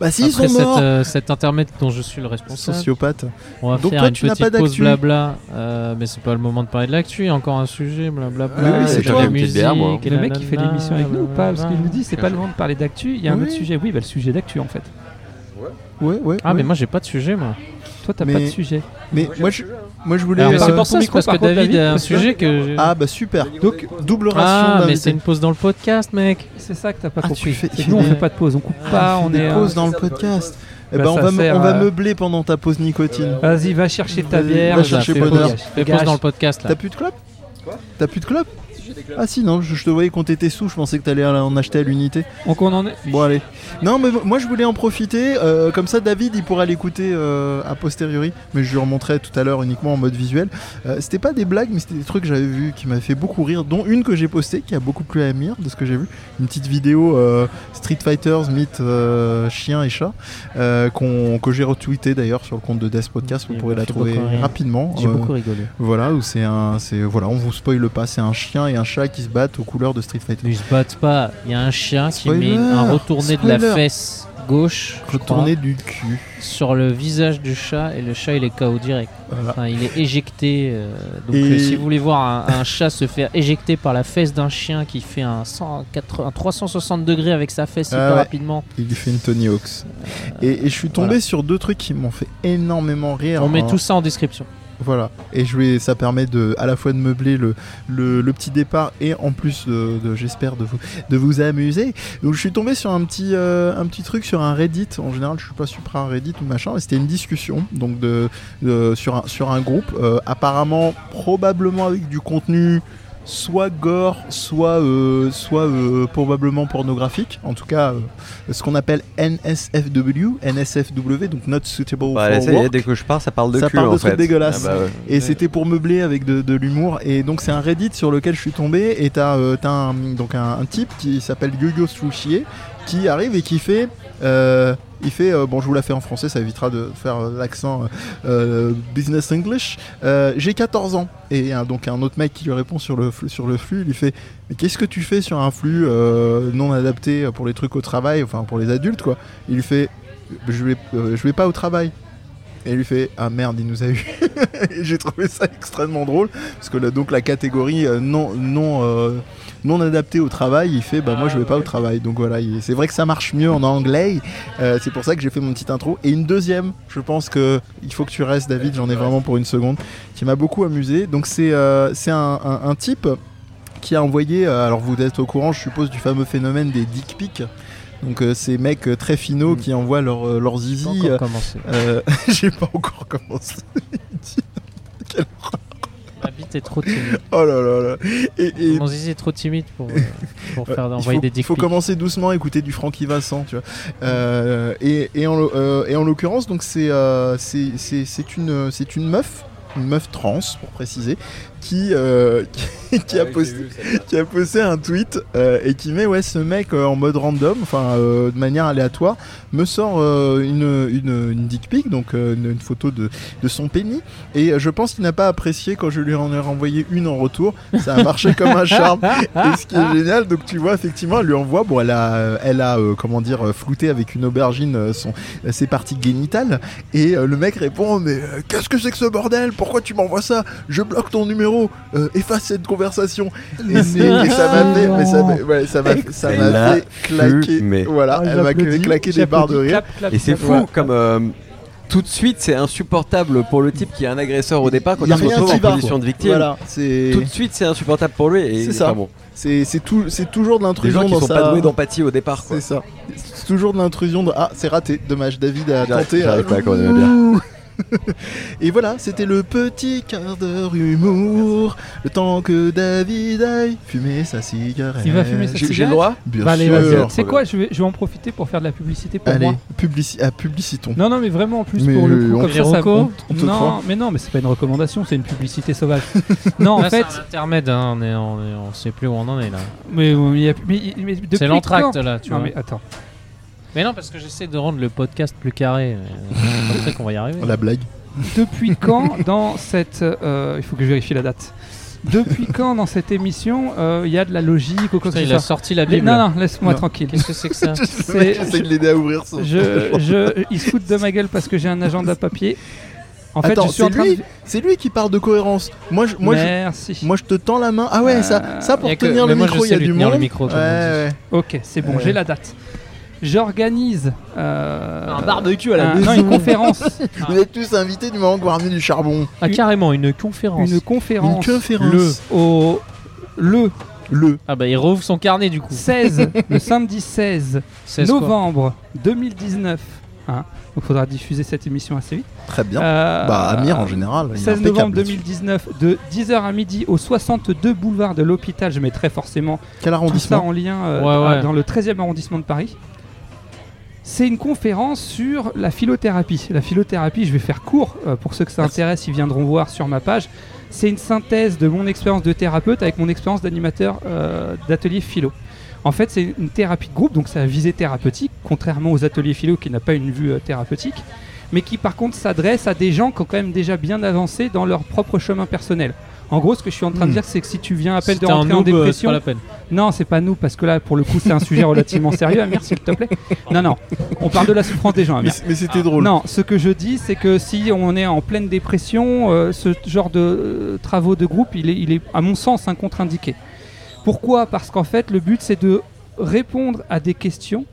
Speaker 2: Bah si, ils sont
Speaker 4: après cette,
Speaker 2: morts
Speaker 4: euh, cet intermède dont je suis le responsable,
Speaker 2: Sociopathe.
Speaker 4: on va
Speaker 2: Donc
Speaker 4: faire
Speaker 2: toi,
Speaker 4: une
Speaker 2: tu n'as
Speaker 4: petite
Speaker 2: pas
Speaker 4: pause
Speaker 2: d'actu.
Speaker 4: blabla. Euh, mais c'est pas le moment de parler de l'actu. il y a Encore un sujet, blablabla.
Speaker 2: Ah oui, c'est
Speaker 4: de la
Speaker 2: toi.
Speaker 3: Une petite bière, moi.
Speaker 4: musique,
Speaker 1: le mec qui fait
Speaker 4: nanana,
Speaker 1: l'émission avec nous ou pas Parce qu'il nous dit c'est pas
Speaker 3: Bien
Speaker 1: le moment de parler d'actu, il y a un
Speaker 2: Oui.
Speaker 1: autre sujet. Oui, bah le sujet d'actu en fait.
Speaker 2: Ouais, ouais.
Speaker 4: Ah,
Speaker 2: ouais.
Speaker 4: mais moi, j'ai pas de sujet, moi.
Speaker 1: Toi t'as
Speaker 2: Mais-
Speaker 1: pas de sujet.
Speaker 2: Mais moi, je,
Speaker 4: hein.
Speaker 2: moi, je voulais.
Speaker 1: Ah,
Speaker 4: Alors,
Speaker 2: euh,
Speaker 4: Ah, c'est pour
Speaker 1: ton
Speaker 4: ça, c'est
Speaker 1: micro,
Speaker 4: parce
Speaker 1: par
Speaker 4: que
Speaker 1: contre,
Speaker 4: David
Speaker 1: David,
Speaker 4: a un
Speaker 1: parce que-
Speaker 4: sujet que. j'ai-
Speaker 2: Ah bah super. Donc double ration.
Speaker 4: Ah, mais
Speaker 2: d'invités.
Speaker 4: c'est une pause dans le podcast, mec.
Speaker 1: C'est ça que t'as pas
Speaker 2: Ah, tu
Speaker 1: compris.
Speaker 2: fais-
Speaker 1: C'est
Speaker 2: tu
Speaker 1: que nous on
Speaker 2: fais
Speaker 1: fait
Speaker 4: des-
Speaker 1: pas de pause, on coupe
Speaker 2: Ah,
Speaker 1: pas,
Speaker 2: tu
Speaker 1: on
Speaker 2: fais
Speaker 1: est.
Speaker 2: des
Speaker 1: euh,
Speaker 2: pauses dans le podcast. Eh ben
Speaker 1: Bah,
Speaker 2: on
Speaker 1: ça
Speaker 2: va, me-
Speaker 1: sert
Speaker 2: on va
Speaker 1: à-
Speaker 2: meubler pendant ta pause nicotine.
Speaker 1: Vas-y, va chercher ta
Speaker 2: Vas-y,
Speaker 1: bière.
Speaker 2: va
Speaker 1: je la
Speaker 2: chercher
Speaker 1: fais
Speaker 2: bonheur.
Speaker 1: pas.
Speaker 4: Fais pause dans le podcast, là.
Speaker 2: T'as plus de clope T'as plus de clope Ah si non, je, je te voyais compter tes sous, je pensais que t'allais en acheter à l'unité.
Speaker 1: Donc on en est.
Speaker 2: Bon allez. Non mais moi je voulais en profiter, euh, comme ça David il pourra l'écouter euh, a posteriori, mais je lui remontrerai tout à l'heure uniquement en mode visuel. Euh, c'était pas des blagues mais c'était des trucs que j'avais vu qui m'a fait beaucoup rire, dont une que j'ai postée qui a beaucoup plu à Amir de ce que j'ai vu. Une petite vidéo euh, Street Fighters mythe chien et chat euh, qu'on- que j'ai retweeté d'ailleurs sur le compte de Death Podcast, vous
Speaker 4: Il
Speaker 2: pourrez
Speaker 4: m'a
Speaker 2: la
Speaker 4: fait
Speaker 2: trouver
Speaker 4: beaucoup rire.
Speaker 2: rapidement.
Speaker 4: J'ai
Speaker 2: Euh,
Speaker 4: beaucoup rigolé.
Speaker 2: voilà, où c'est un, c'est voilà, on vous spoile pas, c'est un chien et un chat qui se battent aux couleurs de Street Fighter.
Speaker 4: Mais ils se battent pas. Il y a un chien qui
Speaker 2: Spoiler
Speaker 4: met un retourné de
Speaker 2: Spoiler
Speaker 4: la fesse gauche je crois,
Speaker 2: Retourner du cul.
Speaker 4: sur le visage du chat et le chat il est KO direct.
Speaker 2: Voilà.
Speaker 4: Enfin, il est éjecté. euh, donc
Speaker 2: Ah. Et-
Speaker 4: euh, si vous voulez voir un, un chat se faire éjecter par la fesse d'un chien qui fait un, 180 un 360 degrés avec sa fesse
Speaker 2: Ah
Speaker 4: hyper
Speaker 2: ouais.
Speaker 4: rapidement,
Speaker 2: Il fait une Tony Hawks. Et, et je suis tombé
Speaker 4: voilà.
Speaker 2: sur deux trucs qui m'ont fait énormément rire.
Speaker 4: on met
Speaker 2: hein.
Speaker 4: tout ça en description.
Speaker 2: Voilà. Et je vais, ça permet de, à la fois de meubler le, le, le petit départ et en plus, de, de- j'espère, de vous, de vous amuser. Donc, je suis tombé sur un petit, euh, un petit truc sur un Reddit. En général, je suis pas super un Reddit ou machin. mais C'était une discussion donc de, de- sur, un, sur un groupe, euh, apparemment, probablement avec du contenu soit gore, soit, euh, soit euh, probablement pornographique. En tout cas, euh, ce qu'on appelle NSFW, NSFW, donc Not Suitable
Speaker 3: Bah, là,
Speaker 2: for
Speaker 3: ça y est,
Speaker 2: Work.
Speaker 3: dès que je pars, ça parle de
Speaker 2: Ça
Speaker 3: cul
Speaker 2: parle de
Speaker 3: en
Speaker 2: trucs
Speaker 3: fait.
Speaker 2: dégueulasses.
Speaker 3: Ah bah ouais.
Speaker 2: Et c'était pour meubler avec de, de l'humour. Et donc c'est un Reddit sur lequel je suis tombé. Et t'as euh, t'as un, donc un, un type qui s'appelle Yo-Yo Sushie qui arrive et qui fait... euh, il fait, euh, bon je vous la fais en français, ça évitera de faire euh, l'accent euh, euh, business English. Euh, J'ai 14 ans. Et euh, donc un autre mec qui lui répond sur le, fl- sur le flux, il lui fait, mais qu'est-ce que tu fais sur un flux euh, non adapté pour les trucs au travail, enfin pour les adultes quoi Il lui fait, je vais, euh, je vais pas au travail. Et il lui fait Ah merde, il nous a eu. Et J'ai trouvé ça extrêmement drôle parce que là, donc la catégorie euh, non non euh, non adaptée au travail, il fait Bah moi je vais pas au travail. Donc voilà, il- c'est vrai que ça marche mieux en anglais. Euh, c'est pour ça que j'ai fait mon petite intro et une deuxième. Je pense que il faut que tu restes, David. J'en ai vraiment pour une seconde qui m'a beaucoup amusé. Donc c'est euh, c'est un, un- un type qui a envoyé. euh, alors vous êtes au courant, je suppose, du fameux phénomène des dick pics. Donc euh, ces mecs euh, très finaux qui envoient leur, euh, leurs zizi.
Speaker 4: Mm. Pas encore
Speaker 2: euh,
Speaker 4: commencé.
Speaker 2: euh, j'ai pas encore commencé.
Speaker 4: Ma bite est trop timide.
Speaker 2: Oh là là là. Et, et
Speaker 4: Mon zizi est trop timide pour, euh, pour faire
Speaker 2: il
Speaker 4: envoyer
Speaker 2: faut,
Speaker 4: des
Speaker 2: il
Speaker 4: dick
Speaker 2: faut
Speaker 4: pics.
Speaker 2: commencer doucement à écouter du Francky Vincent, tu vois. Euh, et, et en, l'o- euh, et en l'occurrence, donc c'est euh, c'est c'est- c'est une euh, c'est une meuf, une meuf trans pour préciser, qui euh, qui, qui a posté qui a posté un tweet euh, et qui met ouais ce mec euh, en mode random, enfin euh, de manière aléatoire, me sort euh, une, une, une dick pic, donc euh, une, une photo de, de son pénis, et euh, je pense qu'il n'a pas apprécié quand je lui en ai renvoyé une en retour. Ça a marché comme un charme. Et ce qui est génial, donc tu vois effectivement, elle lui envoie, bon elle a, euh, elle a euh, comment dire, euh, flouté avec une aubergine euh, son, euh, ses parties génitales, et euh, le mec répond mais euh, qu'est-ce que c'est que ce bordel Pourquoi tu m'envoies ça Je bloque ton numéro, Euh, efface cette conversation. Et, c'est- et ça m'a fait, mais ça m'a,
Speaker 3: Oh.
Speaker 2: ouais, ça m'a, ça m'a
Speaker 3: Excellent.
Speaker 2: fait claquer.
Speaker 3: Fumé.
Speaker 2: Voilà,
Speaker 1: Ah,
Speaker 2: elle m'a fait
Speaker 1: j'applaudis,
Speaker 2: claquer des barres de
Speaker 1: j'applaudis,
Speaker 2: rire.
Speaker 1: clap, clap,
Speaker 3: Et c'est
Speaker 1: clap.
Speaker 3: fou comme euh, tout de suite, c'est insupportable pour le type qui est un agresseur au départ quand
Speaker 2: Y a
Speaker 3: il se
Speaker 2: rien
Speaker 3: retrouve
Speaker 2: qui
Speaker 3: en
Speaker 2: va,
Speaker 3: position de victime.
Speaker 2: Voilà, c'est
Speaker 3: Tout de suite, c'est insupportable pour lui. et-
Speaker 2: C'est ça.
Speaker 3: enfin bon,
Speaker 2: c'est c'est tout- c'est toujours de
Speaker 3: Des
Speaker 2: l'intrusion
Speaker 3: gens qui
Speaker 2: dans
Speaker 3: sont
Speaker 2: sa-
Speaker 3: pas doués d'empathie au départ. Quoi.
Speaker 2: C'est ça. C'est toujours de l'intrusion de ah c'est raté. Dommage, David a
Speaker 3: J'arrive-
Speaker 2: tenté.
Speaker 3: j'arrive
Speaker 2: à-
Speaker 3: pas à coordonner bien.
Speaker 2: Et voilà, c'était le petit quart d'heure humour. Le temps que David aille fumer sa cigarette.
Speaker 1: Il va fumer sa
Speaker 3: J'ai
Speaker 1: cigarette.
Speaker 3: j'ai le droit
Speaker 2: Bien
Speaker 1: Bah, allez,
Speaker 2: sûr.
Speaker 1: vas-y. C'est
Speaker 3: Trop
Speaker 1: quoi je vais, je vais en profiter pour faire de la publicité pour
Speaker 2: Allez,
Speaker 1: moi.
Speaker 2: publici- ah, publicitons.
Speaker 1: Non, non, mais vraiment en plus
Speaker 2: Mais
Speaker 1: pour le
Speaker 2: on
Speaker 1: coup, comme
Speaker 2: te
Speaker 1: ça, ça
Speaker 2: reco-
Speaker 1: compte.
Speaker 2: on te
Speaker 1: Non,
Speaker 2: croit.
Speaker 1: mais non, mais c'est pas une recommandation, c'est une publicité sauvage. non, en
Speaker 4: Là, c'est
Speaker 1: fait,
Speaker 4: un intermède, hein, on, est, on, est- on sait plus où on en est là.
Speaker 1: mais, mais, il y a- mais- mais depuis
Speaker 4: C'est l'entracte
Speaker 1: quand
Speaker 4: là, tu
Speaker 1: Non,
Speaker 4: vois.
Speaker 1: mais
Speaker 4: Mais...
Speaker 1: attends.
Speaker 4: non, parce que j'essaie de rendre le podcast plus carré. euh, Peut-être qu'on va y arriver.
Speaker 2: La blague.
Speaker 1: Depuis quand dans cette euh, il faut que je vérifie la date. Depuis quand dans cette émission euh, il y a de la logique ou quoi que
Speaker 4: Putain,
Speaker 1: ce
Speaker 4: il a
Speaker 1: soit
Speaker 4: sorti la
Speaker 1: Les-
Speaker 4: Bible.
Speaker 1: Non non, laisse-moi
Speaker 2: Non.
Speaker 1: tranquille.
Speaker 4: Qu'est-ce que c'est que ça
Speaker 1: C'est-
Speaker 2: J'essaie de l'aider à ouvrir son.
Speaker 1: Je, je, il se fout de ma gueule parce que j'ai un agenda papier. En fait,
Speaker 2: Attends,
Speaker 1: je suis en
Speaker 2: c'est
Speaker 1: train
Speaker 2: lui
Speaker 1: de.
Speaker 2: C'est lui qui parle de cohérence. Moi, je, moi, je,
Speaker 1: Merci.
Speaker 2: moi, je te tends la main. Ah ouais, ça, ça
Speaker 4: y
Speaker 2: pour
Speaker 4: a que-
Speaker 2: tenir
Speaker 4: mais
Speaker 2: le
Speaker 4: moi, je
Speaker 2: micro, il
Speaker 4: sais
Speaker 2: y a
Speaker 4: lui
Speaker 2: du
Speaker 4: tenir
Speaker 2: monde.
Speaker 4: le micro, comme on
Speaker 2: Ouais, ouais.
Speaker 1: Ok, c'est bon,
Speaker 2: Euh.
Speaker 1: j'ai la date. J'organise euh,
Speaker 6: Un barbecue à la
Speaker 1: un-
Speaker 6: maison.
Speaker 1: non, une conférence,
Speaker 2: Vous êtes tous invités du moment que vous ramenez du charbon.
Speaker 4: Ah, carrément, une conférence.
Speaker 1: une conférence,
Speaker 2: Une conférence.
Speaker 1: le au le
Speaker 2: Le.
Speaker 4: Ah bah, il rouvre son carnet du coup.
Speaker 1: 16, le samedi 16
Speaker 4: 16 quoi.
Speaker 1: novembre 2019. Hein, donc faudra diffuser cette émission assez vite.
Speaker 2: Très bien.
Speaker 1: Euh,
Speaker 2: Bah, Amir en général. il est
Speaker 1: 16
Speaker 2: impeccable
Speaker 1: novembre
Speaker 2: là-dessus.
Speaker 1: 2019 de 10h à midi au 62 boulevard de l'hôpital. Je mettrai forcément
Speaker 2: Quel
Speaker 1: tout ça
Speaker 2: arrondissement
Speaker 1: en lien euh,
Speaker 4: Ouais,
Speaker 1: dans-
Speaker 4: ouais.
Speaker 1: dans le 13e arrondissement de Paris. C'est une conférence sur la philothérapie. La philothérapie, je vais faire court euh, pour ceux que ça
Speaker 2: Merci.
Speaker 1: intéresse, ils viendront voir sur ma page. C'est une synthèse de mon expérience de thérapeute avec mon expérience d'animateur euh, d'atelier philo. En fait, c'est une thérapie de groupe, donc c'est à visée thérapeutique, contrairement aux ateliers philo qui n'a pas une vue euh, thérapeutique, mais qui par contre s'adresse à des gens qui ont quand même déjà bien avancé dans leur propre chemin personnel. En gros, ce que je suis en train de
Speaker 2: Hmm.
Speaker 1: dire, c'est que si tu viens à peine
Speaker 4: Si
Speaker 1: de
Speaker 4: t'es un
Speaker 1: rentrer en
Speaker 4: noob, euh,
Speaker 1: dépression,
Speaker 4: C'est pas la peine.
Speaker 1: non, c'est pas nous, parce que là, pour le coup, c'est un sujet relativement sérieux, Amir, s'il te plaît. Non, non, on parle de la souffrance des gens,
Speaker 2: Mais,
Speaker 1: Amir. Ah,
Speaker 2: mais c'était drôle.
Speaker 1: Non, ce que je dis, c'est que si on est en pleine dépression, euh, ce genre de euh, travaux de groupe, il est, il est à mon sens, un contre-indiqué. Pourquoi Parce qu'en fait, le but, c'est de répondre à des questions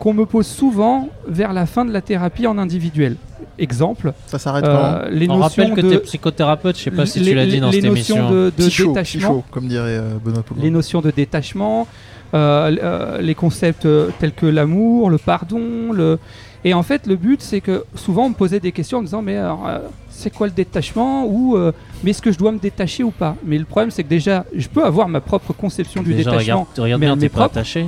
Speaker 1: qu'on me pose souvent vers la fin de la thérapie en individuel. Exemple,
Speaker 2: Ça s'arrête quand hein
Speaker 1: euh, les
Speaker 4: On rappelle
Speaker 1: notions
Speaker 4: que
Speaker 1: de...
Speaker 4: t'es psychothérapeute, je sais pas si
Speaker 1: les-
Speaker 4: tu l'as dit
Speaker 1: les-
Speaker 4: dans
Speaker 1: les
Speaker 4: cette
Speaker 1: notions
Speaker 4: émission.
Speaker 1: de, de
Speaker 2: Psycho,
Speaker 1: détachement
Speaker 2: psycho, comme dirait euh, Benoît Poulvord.
Speaker 1: les notions de détachement, euh, l- euh, les concepts euh, tels que l'amour, le pardon, le... Et en fait, le but, c'est que souvent, on me posait des questions en me disant, mais alors, euh, c'est quoi le détachement Ou, euh, mais est-ce que je dois me détacher ou pas Mais le problème, c'est que déjà, je peux avoir ma propre conception du
Speaker 4: Déjà,
Speaker 1: détachement.
Speaker 4: regarde, regarde
Speaker 1: mais
Speaker 4: bien,
Speaker 1: elle
Speaker 4: t'es
Speaker 1: m'est
Speaker 4: pas
Speaker 1: propre.
Speaker 4: attaché.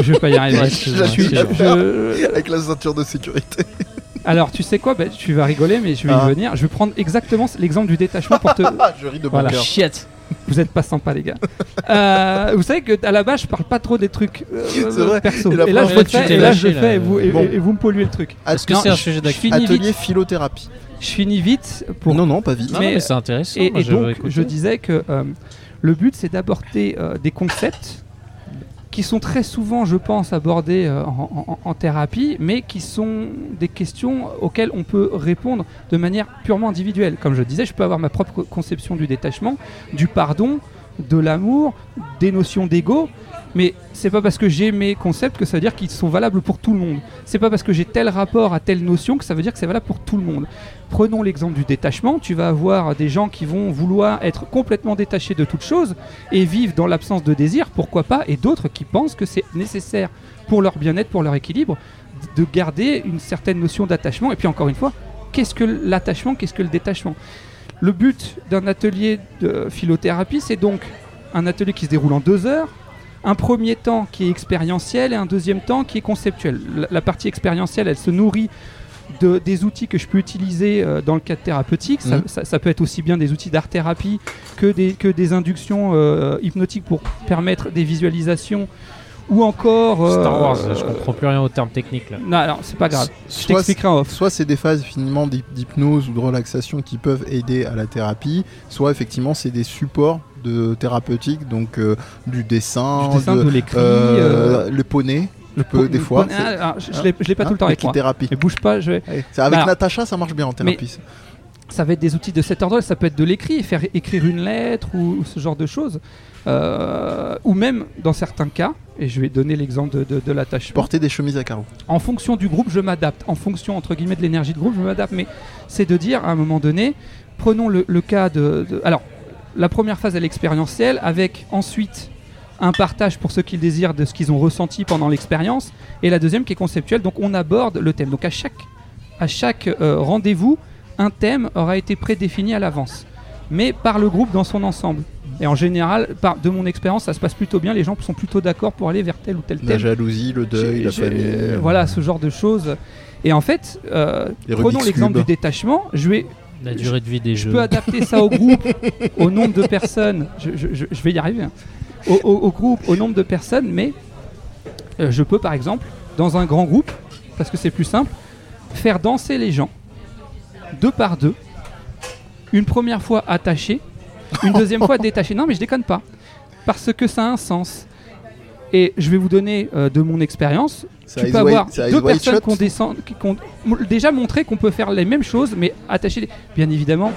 Speaker 1: Je vais pas y arriver.
Speaker 4: Ouais,
Speaker 1: Je
Speaker 4: excuse-moi,
Speaker 1: suis-
Speaker 4: excuse-moi.
Speaker 1: je-
Speaker 2: Avec la ceinture de sécurité.
Speaker 1: Alors, tu sais quoi Ben, Tu vas rigoler, mais je vais
Speaker 2: Ah.
Speaker 1: y venir. Je vais prendre exactement l'exemple du détachement pour te,
Speaker 2: Ah, je ris de
Speaker 1: Voilà.
Speaker 2: mon cœur.
Speaker 6: Chiette.
Speaker 1: Vous êtes pas sympa les gars. Euh, vous savez que à la base je parle pas trop des trucs euh,
Speaker 2: C'est vrai.
Speaker 1: perso.
Speaker 2: Et la euh,
Speaker 1: Et, là je
Speaker 4: première
Speaker 1: le
Speaker 4: fois que tu
Speaker 1: fais,
Speaker 4: t'es
Speaker 1: et là je
Speaker 4: lâché,
Speaker 1: le
Speaker 4: là,
Speaker 1: fais et vous, et-
Speaker 2: bon.
Speaker 1: et vous me polluez le truc.
Speaker 4: Est-ce que
Speaker 2: Non,
Speaker 4: c'est un sujet
Speaker 1: Je
Speaker 4: d'actu
Speaker 1: finis vite.
Speaker 2: Atelier philothérapie.
Speaker 1: Je finis vite pour.
Speaker 2: Non, non, pas vite.
Speaker 4: Non, non,
Speaker 1: mais-
Speaker 4: mais c'est intéressant.
Speaker 1: et
Speaker 4: moi,
Speaker 1: et
Speaker 4: je veux
Speaker 1: donc
Speaker 4: écouter.
Speaker 1: je disais que euh, le but c'est d'aborder euh, des concepts qui sont très souvent, je pense, abordés euh, en, en- en thérapie, mais qui sont des questions auxquelles on peut répondre de manière purement individuelle. Comme je disais, je peux avoir ma propre conception du détachement, du pardon, de l'amour, des notions d'ego. Mais c'est pas parce que j'ai mes concepts que ça veut dire qu'ils sont valables pour tout le monde. C'est pas parce que j'ai tel rapport à telle notion que ça veut dire que c'est valable pour tout le monde. Prenons l'exemple du détachement. Tu vas avoir des gens qui vont vouloir être complètement détachés de toute chose et vivent dans l'absence de désir, pourquoi pas, et d'autres qui pensent que c'est nécessaire pour leur bien-être, pour leur équilibre, de garder une certaine notion d'attachement. Et puis encore une fois, qu'est-ce que l'attachement, qu'est-ce que le détachement Le but d'un atelier de philothérapie, c'est donc un atelier qui se déroule en deux heures, un premier temps qui est expérientiel et un deuxième temps qui est conceptuel. La, la partie expérientielle, elle se nourrit de, des outils que je peux utiliser euh, dans le cadre thérapeutique. Ça,
Speaker 4: Mmh.
Speaker 2: Mhm.
Speaker 1: ça- ça peut être aussi bien des outils d'art-thérapie que des, que des inductions euh, hypnotiques pour permettre des visualisations ou encore... euh,
Speaker 4: Star Wars, je comprends plus rien aux termes techniques là.
Speaker 1: Non, non, c'est pas grave. Je
Speaker 2: Soit c'est-
Speaker 1: t'expliquerai en off.
Speaker 2: Soit c'est des phases finalement d'hyp- d'hypnose ou de relaxation qui peuvent aider à la thérapie, soit effectivement c'est des supports de thérapeutique, donc euh, du dessin,
Speaker 1: Je dessin
Speaker 2: de-
Speaker 1: de l'écrit. euh,
Speaker 2: euh, le poney, je peux
Speaker 1: pour-
Speaker 2: des fois.
Speaker 1: pour-
Speaker 2: c'est-
Speaker 1: ah, ah, je je l'ai je l'ai pas
Speaker 2: hein,
Speaker 1: tout le temps avec moi.
Speaker 2: l'équithérapie.
Speaker 1: Mais bouge pas, je vais.
Speaker 2: C'est avec
Speaker 1: Alors-
Speaker 2: Natacha, ça marche bien en thérapie. ça.
Speaker 1: ça va être des outils de cet ordre ça peut être de l'écrit, faire écrire une lettre ou, ou ce genre de choses. Euh, ou même, dans certains cas, et je vais donner l'exemple de, de, de l'attachement,
Speaker 2: Porter des chemises à carreaux.
Speaker 1: en fonction du groupe, je m'adapte. En fonction, entre guillemets, de l'énergie de groupe, je m'adapte. Mais c'est de dire, à un moment donné, prenons le, le cas de, de- Alors, la première phase, elle est expérientielle, avec ensuite un partage pour ceux qui le désirent de ce qu'ils ont ressenti pendant l'expérience, et la deuxième qui est conceptuelle, donc on aborde le thème. Donc à chaque, à chaque euh, rendez-vous, un thème aura été prédéfini à l'avance, mais par le groupe dans son ensemble. Et en général, par, de mon expérience, ça se passe plutôt bien, les gens sont plutôt d'accord pour aller vers tel ou tel
Speaker 2: La
Speaker 1: thème.
Speaker 2: jalousie, le deuil,
Speaker 1: J'ai-
Speaker 2: la
Speaker 1: j'ai-
Speaker 2: famille. euh,
Speaker 1: Voilà, ce genre de choses. Et en fait, euh,
Speaker 2: Les
Speaker 1: prenons
Speaker 2: Rubik's
Speaker 1: l'exemple
Speaker 2: Cube.
Speaker 1: du détachement, je vais
Speaker 6: La durée de vie des
Speaker 1: je
Speaker 6: jeux.
Speaker 1: peux adapter ça au groupe, au nombre de personnes. Je, je- je- je vais y arriver. hein. Au, au- au groupe, au nombre de personnes, mais euh, je peux par exemple, dans un grand groupe, parce que c'est plus simple, faire danser les gens deux par deux, une première fois attachés, une deuxième fois détachés. Non, mais je déconne pas, parce que ça a un sens. Et je vais vous donner euh, de mon expérience
Speaker 2: c'est
Speaker 1: tu
Speaker 2: Eyes
Speaker 1: peux
Speaker 2: Wide-
Speaker 1: avoir
Speaker 2: c'est Eyes
Speaker 1: deux
Speaker 2: Wide
Speaker 1: personnes
Speaker 2: Shut.
Speaker 1: qu'on descend, qui- qu'on- m- déjà montré qu'on peut faire les mêmes choses, mais attachées. les- Bien évidemment,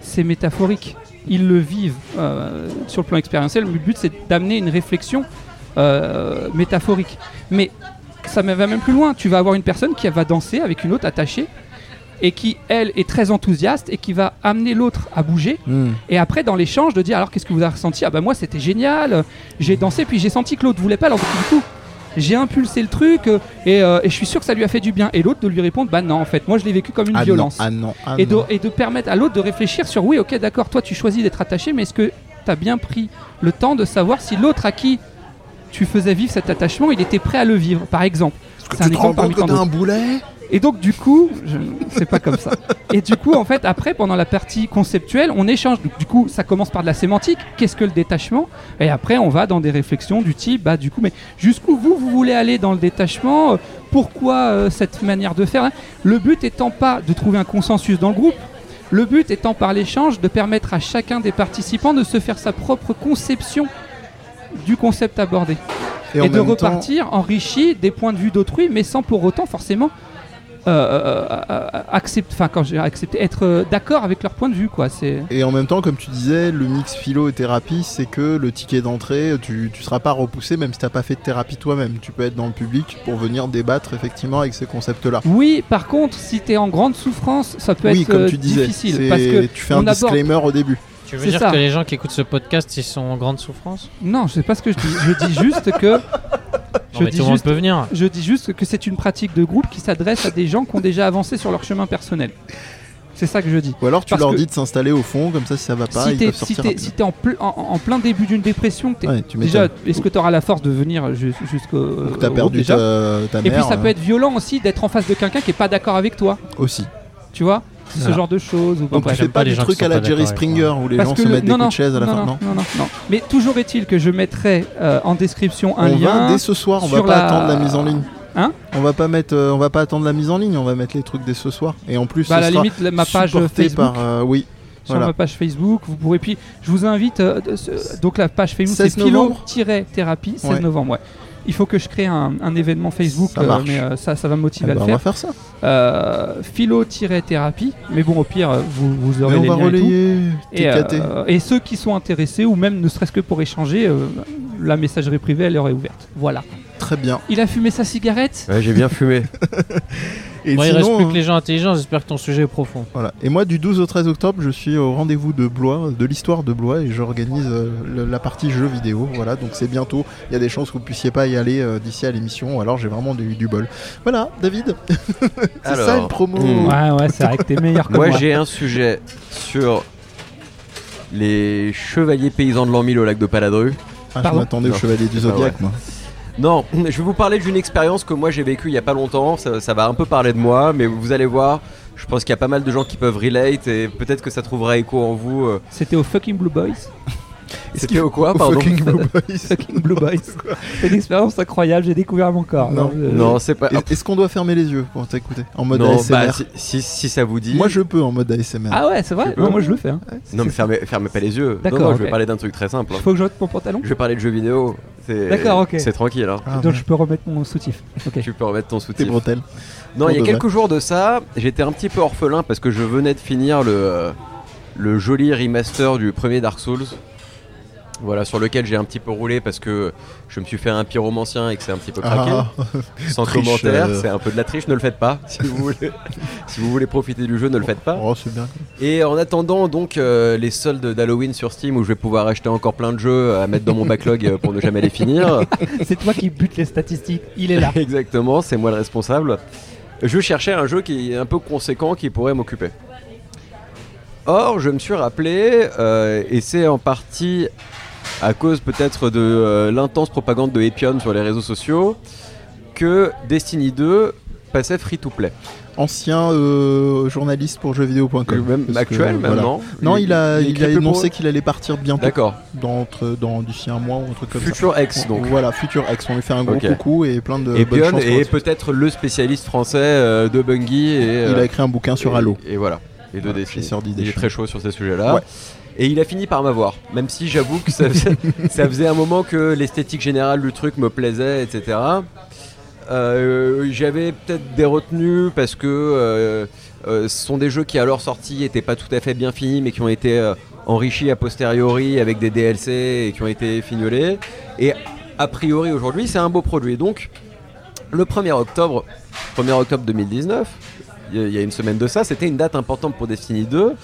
Speaker 1: c'est métaphorique. Ils le vivent euh, sur le plan expérientiel. Le but, c'est d'amener une réflexion euh, métaphorique. Mais ça me va même plus loin. Tu vas avoir une personne qui va danser avec une autre attachée et qui, elle, est très enthousiaste et qui va amener l'autre à bouger.
Speaker 2: Hmm.
Speaker 1: Et après, dans l'échange, de dire alors qu'est-ce que vous avez ressenti Ah bah moi c'était génial, euh, j'ai dansé, puis j'ai senti que l'autre voulait pas, alors du coup, j'ai impulsé le truc euh, et, euh, et je suis sûr que ça lui a fait du bien. Et l'autre de lui répondre bah non, en fait, moi je l'ai vécu comme une
Speaker 2: Ah non,
Speaker 1: violence.
Speaker 2: ah non, ah
Speaker 1: et, de,
Speaker 2: non.
Speaker 1: et de permettre à l'autre de réfléchir sur oui, ok, d'accord, toi tu choisis d'être attaché, mais est-ce que t'as bien pris le temps de savoir si l'autre à qui tu faisais vivre cet attachement, il était prêt à le vivre, par exemple C'est un
Speaker 2: Tu te rends
Speaker 1: exemple parmi
Speaker 2: compte que
Speaker 1: tant
Speaker 2: t'as
Speaker 1: d'autres.
Speaker 2: un boulet
Speaker 1: et donc du coup, je- c'est pas comme ça. Et du coup, en fait, après, pendant la partie conceptuelle, on échange. Donc, du coup, ça commence par de la sémantique. Qu'est-ce que le détachement Et après, on va dans des réflexions du type, bah du coup, mais jusqu'où vous vous voulez aller dans le détachement Euh, Pourquoi euh, cette manière de faire hein Le but étant pas de trouver un consensus dans le groupe. Le but étant par l'échange de permettre à chacun des participants de se faire sa propre conception du concept abordé
Speaker 2: Et,
Speaker 1: et,
Speaker 2: en
Speaker 1: de
Speaker 2: même temps-
Speaker 1: repartir enrichi des points de vue d'autrui, mais sans pour autant forcément euh, euh, euh, accept- enfin quand j'ai accepté, être euh, d'accord avec leur point de vue, quoi. C'est
Speaker 2: Et en même temps, comme tu disais, le mix philo et thérapie, c'est que le ticket d'entrée, tu, tu seras pas repoussé même si t'as pas fait de thérapie toi-même. Tu peux être dans le public pour venir débattre effectivement avec ces concepts-là.
Speaker 1: oui. Par contre, si t'es en grande souffrance, ça peut
Speaker 2: Oui,
Speaker 1: être
Speaker 2: comme
Speaker 1: euh,
Speaker 2: tu disais,
Speaker 1: difficile
Speaker 2: c'est-
Speaker 1: parce que
Speaker 2: tu fais un
Speaker 1: on aborde-
Speaker 2: disclaimer au début.
Speaker 6: Tu veux
Speaker 1: C'est
Speaker 6: dire
Speaker 1: ça.
Speaker 6: que les gens qui écoutent ce podcast, ils sont en grande souffrance
Speaker 1: non, je sais pas ce que je dis. Je dis juste que
Speaker 6: Non,
Speaker 1: Je
Speaker 6: mais
Speaker 1: dis
Speaker 6: tout le monde
Speaker 1: juste-
Speaker 6: peut venir.
Speaker 1: je dis juste que c'est une pratique de groupe qui s'adresse à des gens qui ont déjà avancé sur leur chemin personnel. C'est ça que je dis.
Speaker 2: Ou alors tu
Speaker 1: Parce
Speaker 2: leur
Speaker 1: que-
Speaker 2: dis de s'installer au fond, comme ça si ça va pas,
Speaker 1: si
Speaker 2: ils
Speaker 1: t'es
Speaker 2: peuvent
Speaker 1: si
Speaker 2: sortir.
Speaker 1: t'es-
Speaker 2: rapidement.
Speaker 1: si t'es en, ple- en- en plein début d'une dépression, que t'es-
Speaker 2: Ouais, tu
Speaker 1: déjà,
Speaker 2: m'étonnes.
Speaker 1: est-ce que t'auras la force de venir ju- jusqu'au
Speaker 2: Ou que t'as
Speaker 1: Euh, au-
Speaker 2: perdu
Speaker 1: déjà
Speaker 2: ta, ta
Speaker 1: Et
Speaker 2: mère.
Speaker 1: puis ça peut
Speaker 2: euh,
Speaker 1: être violent aussi d'être en face de quelqu'un qui est pas d'accord avec toi,
Speaker 2: aussi.
Speaker 1: tu vois, ce
Speaker 2: Voilà.
Speaker 1: genre de choses. Ou bon,
Speaker 2: Donc tu
Speaker 1: bref.
Speaker 2: fais
Speaker 6: j'aime pas
Speaker 2: pas
Speaker 6: les
Speaker 2: du
Speaker 6: gens qui
Speaker 2: truc
Speaker 6: sont
Speaker 2: à la
Speaker 6: pas
Speaker 2: Jerry
Speaker 6: d'accord avec
Speaker 2: Springer où les
Speaker 1: Parce
Speaker 2: gens
Speaker 1: que
Speaker 2: se
Speaker 1: le-
Speaker 2: mettent des
Speaker 1: non,
Speaker 2: coups
Speaker 1: non,
Speaker 2: de chaise à la
Speaker 1: non,
Speaker 2: fin.
Speaker 1: non,
Speaker 2: Non.
Speaker 1: non, non, non. Mais toujours est-il que je mettrai euh, en description un
Speaker 2: On va
Speaker 1: lien.
Speaker 2: dès ce soir, on va
Speaker 1: sur
Speaker 2: pas
Speaker 1: la-
Speaker 2: attendre la mise en ligne.
Speaker 1: Hein
Speaker 2: On va pas mettre, euh, on va pas attendre la mise en ligne, on va mettre les trucs dès ce soir. Et en plus,
Speaker 1: Bah, à
Speaker 2: ce
Speaker 1: la
Speaker 2: sera
Speaker 1: limite, la- ma page
Speaker 2: supporté
Speaker 1: Facebook.
Speaker 2: par euh, oui.
Speaker 1: Sur
Speaker 2: voilà.
Speaker 1: ma page Facebook, vous pourrez. Puis je vous invite. euh, de ce- donc la page Facebook,
Speaker 2: 16
Speaker 1: c'est
Speaker 2: novembre
Speaker 1: philo-thérapie, 16
Speaker 2: Ouais.
Speaker 1: novembre, ouais. Il faut que je crée un, un événement Facebook,
Speaker 2: Ça marche.
Speaker 1: mais euh, ça, ça va me
Speaker 2: Ah
Speaker 1: motiver
Speaker 2: bah,
Speaker 1: à
Speaker 2: on
Speaker 1: le
Speaker 2: va
Speaker 1: faire.
Speaker 2: faire ça.
Speaker 1: Euh, philo-thérapie, mais bon, au pire, euh, vous, vous aurez
Speaker 2: Mais on
Speaker 1: les
Speaker 2: va
Speaker 1: liens et tout.
Speaker 2: relayer
Speaker 1: Et,
Speaker 2: TKT.
Speaker 1: euh, et ceux qui sont intéressés, ou même ne serait-ce que pour échanger, euh, la messagerie privée, elle leur est ouverte. Voilà.
Speaker 2: Très bien.
Speaker 1: Il a fumé sa cigarette
Speaker 3: Ouais, j'ai bien fumé.
Speaker 2: Et,
Speaker 6: Moi, il
Speaker 2: sinon,
Speaker 6: reste plus
Speaker 2: euh,
Speaker 6: que les gens intelligents. J'espère que ton sujet est profond.
Speaker 2: voilà. et moi, du 12 au 13 octobre, je suis au rendez-vous de Blois, de l'histoire de Blois, et j'organise euh, le- la partie jeux vidéo. Voilà, donc c'est bientôt. Il y a des chances que vous puissiez pas y aller euh, d'ici à l'émission. Alors, j'ai vraiment eu du bol. Voilà, David. c'est ça
Speaker 3: Alors,
Speaker 2: une promo. Ah,
Speaker 3: hmm.
Speaker 1: Ouais, ouais, c'est vrai que t'es meilleur que moi.
Speaker 3: Moi, j'ai un sujet sur les chevaliers paysans de l'an 1000 au lac de Paladru.
Speaker 2: Ah, je
Speaker 1: Pardon.
Speaker 2: m'attendais au
Speaker 3: Non.
Speaker 2: chevalier du zodiaque, moi.
Speaker 3: Non, je vais vous parler d'une expérience que moi j'ai vécue il y a pas longtemps. Ça, ça va un peu parler de moi, mais vous allez voir. Je pense qu'il y a pas mal de gens qui peuvent relate et peut-être que ça trouvera écho en vous. euh.
Speaker 1: C'était au fucking Blue Boys.
Speaker 3: C'était au quoi,
Speaker 2: Au
Speaker 3: Ah, pardon
Speaker 2: fucking Blue Boys.
Speaker 1: Fucking Blue Boys. C'est une expérience incroyable, j'ai découvert mon corps.
Speaker 2: Non.
Speaker 1: Alors, euh,
Speaker 3: Non, c'est pas.
Speaker 2: Est- Est-ce qu'on doit fermer les yeux pour t'écouter En mode
Speaker 3: non,
Speaker 2: ASMR
Speaker 3: bah, si, si, si ça vous dit.
Speaker 2: Moi je peux en mode ASMR.
Speaker 1: Ah ouais, c'est vrai
Speaker 3: Tu peux.
Speaker 1: Non, moi je le fais. hein.
Speaker 3: Non, mais fermez, fermez pas les yeux. Non,
Speaker 1: D'accord,
Speaker 3: non, je
Speaker 1: ok.
Speaker 3: vais parler d'un truc très simple. hein.
Speaker 1: Faut que je remette mon pantalon
Speaker 3: Je vais parler de jeux vidéo. C'est-
Speaker 1: D'accord, ok.
Speaker 3: C'est tranquille, alors.
Speaker 2: Ah,
Speaker 1: Donc
Speaker 2: merde,
Speaker 1: je peux remettre mon soutif. Ok.
Speaker 3: Tu peux remettre ton soutien.
Speaker 2: Tes bretelles.
Speaker 3: Non, il y a
Speaker 2: Pour de
Speaker 3: quelques jours de ça, j'étais un petit peu orphelin parce que je venais de finir le, euh, le joli remaster du premier Dark Souls. Voilà, sur lequel j'ai un petit peu roulé parce que je me suis fait un pyromancien et que c'est un petit peu craqué.
Speaker 2: Ah,
Speaker 3: Sans
Speaker 2: triche,
Speaker 3: commentaire,
Speaker 2: euh.
Speaker 3: c'est un peu de la triche, ne le faites pas. Si vous voulez, si vous voulez profiter du jeu, ne le faites pas.
Speaker 2: oh, c'est bien.
Speaker 3: Et en attendant donc euh, les soldes d'Halloween sur Steam où je vais pouvoir acheter encore plein de jeux à mettre dans mon backlog euh, pour ne jamais les finir.
Speaker 1: C'est toi qui bute les statistiques. Il est là.
Speaker 3: Exactement, c'est moi le responsable. Je cherchais un jeu qui est un peu conséquent qui pourrait m'occuper. Or, je me suis rappelé, euh, et c'est en partie à cause peut-être de euh, l'intense propagande de Epion sur les réseaux sociaux, que Destiny 2 passait free to play.
Speaker 2: Ancien euh, journaliste pour jeuxvideo.com.
Speaker 3: Même
Speaker 2: Parce que,
Speaker 3: actuel,
Speaker 2: voilà.
Speaker 3: maintenant.
Speaker 2: Non, il a, il a annoncé
Speaker 3: que.
Speaker 2: qu'il allait partir bientôt.
Speaker 3: D'accord.
Speaker 2: Dans, entre- dans d'ici un mois ou un truc comme
Speaker 3: Future
Speaker 2: ça.
Speaker 3: X, donc.
Speaker 2: Voilà, Future X. On lui fait un gros
Speaker 3: Ok.
Speaker 2: coucou et plein de
Speaker 3: Et
Speaker 2: bonnes
Speaker 3: Bjorn
Speaker 2: chances. pour
Speaker 3: est
Speaker 2: la suite.
Speaker 3: peut-être le spécialiste français euh, de Bungie et
Speaker 2: Il
Speaker 3: euh,
Speaker 2: a écrit un bouquin sur
Speaker 3: et-
Speaker 2: Halo.
Speaker 3: Et voilà. Et de
Speaker 2: Voilà,
Speaker 3: Destiny.
Speaker 2: et sur Destiny.
Speaker 3: Il est très chaud sur ces sujets-là.
Speaker 2: Ouais.
Speaker 3: Et il a fini par m'avoir, même si j'avoue que ça faisait, ça faisait un moment que l'esthétique générale du truc me plaisait, etc. Euh, J'avais peut-être des retenues parce que euh, euh, ce sont des jeux qui à leur sortie n'étaient pas tout à fait bien finis, mais qui ont été euh, enrichis a posteriori avec des DLC et qui ont été fignolés. Et a priori aujourd'hui, c'est un beau produit. Donc, le 1er octobre, 1er octobre 2019, il y a- il y a une semaine de ça, c'était une date importante pour Destiny 2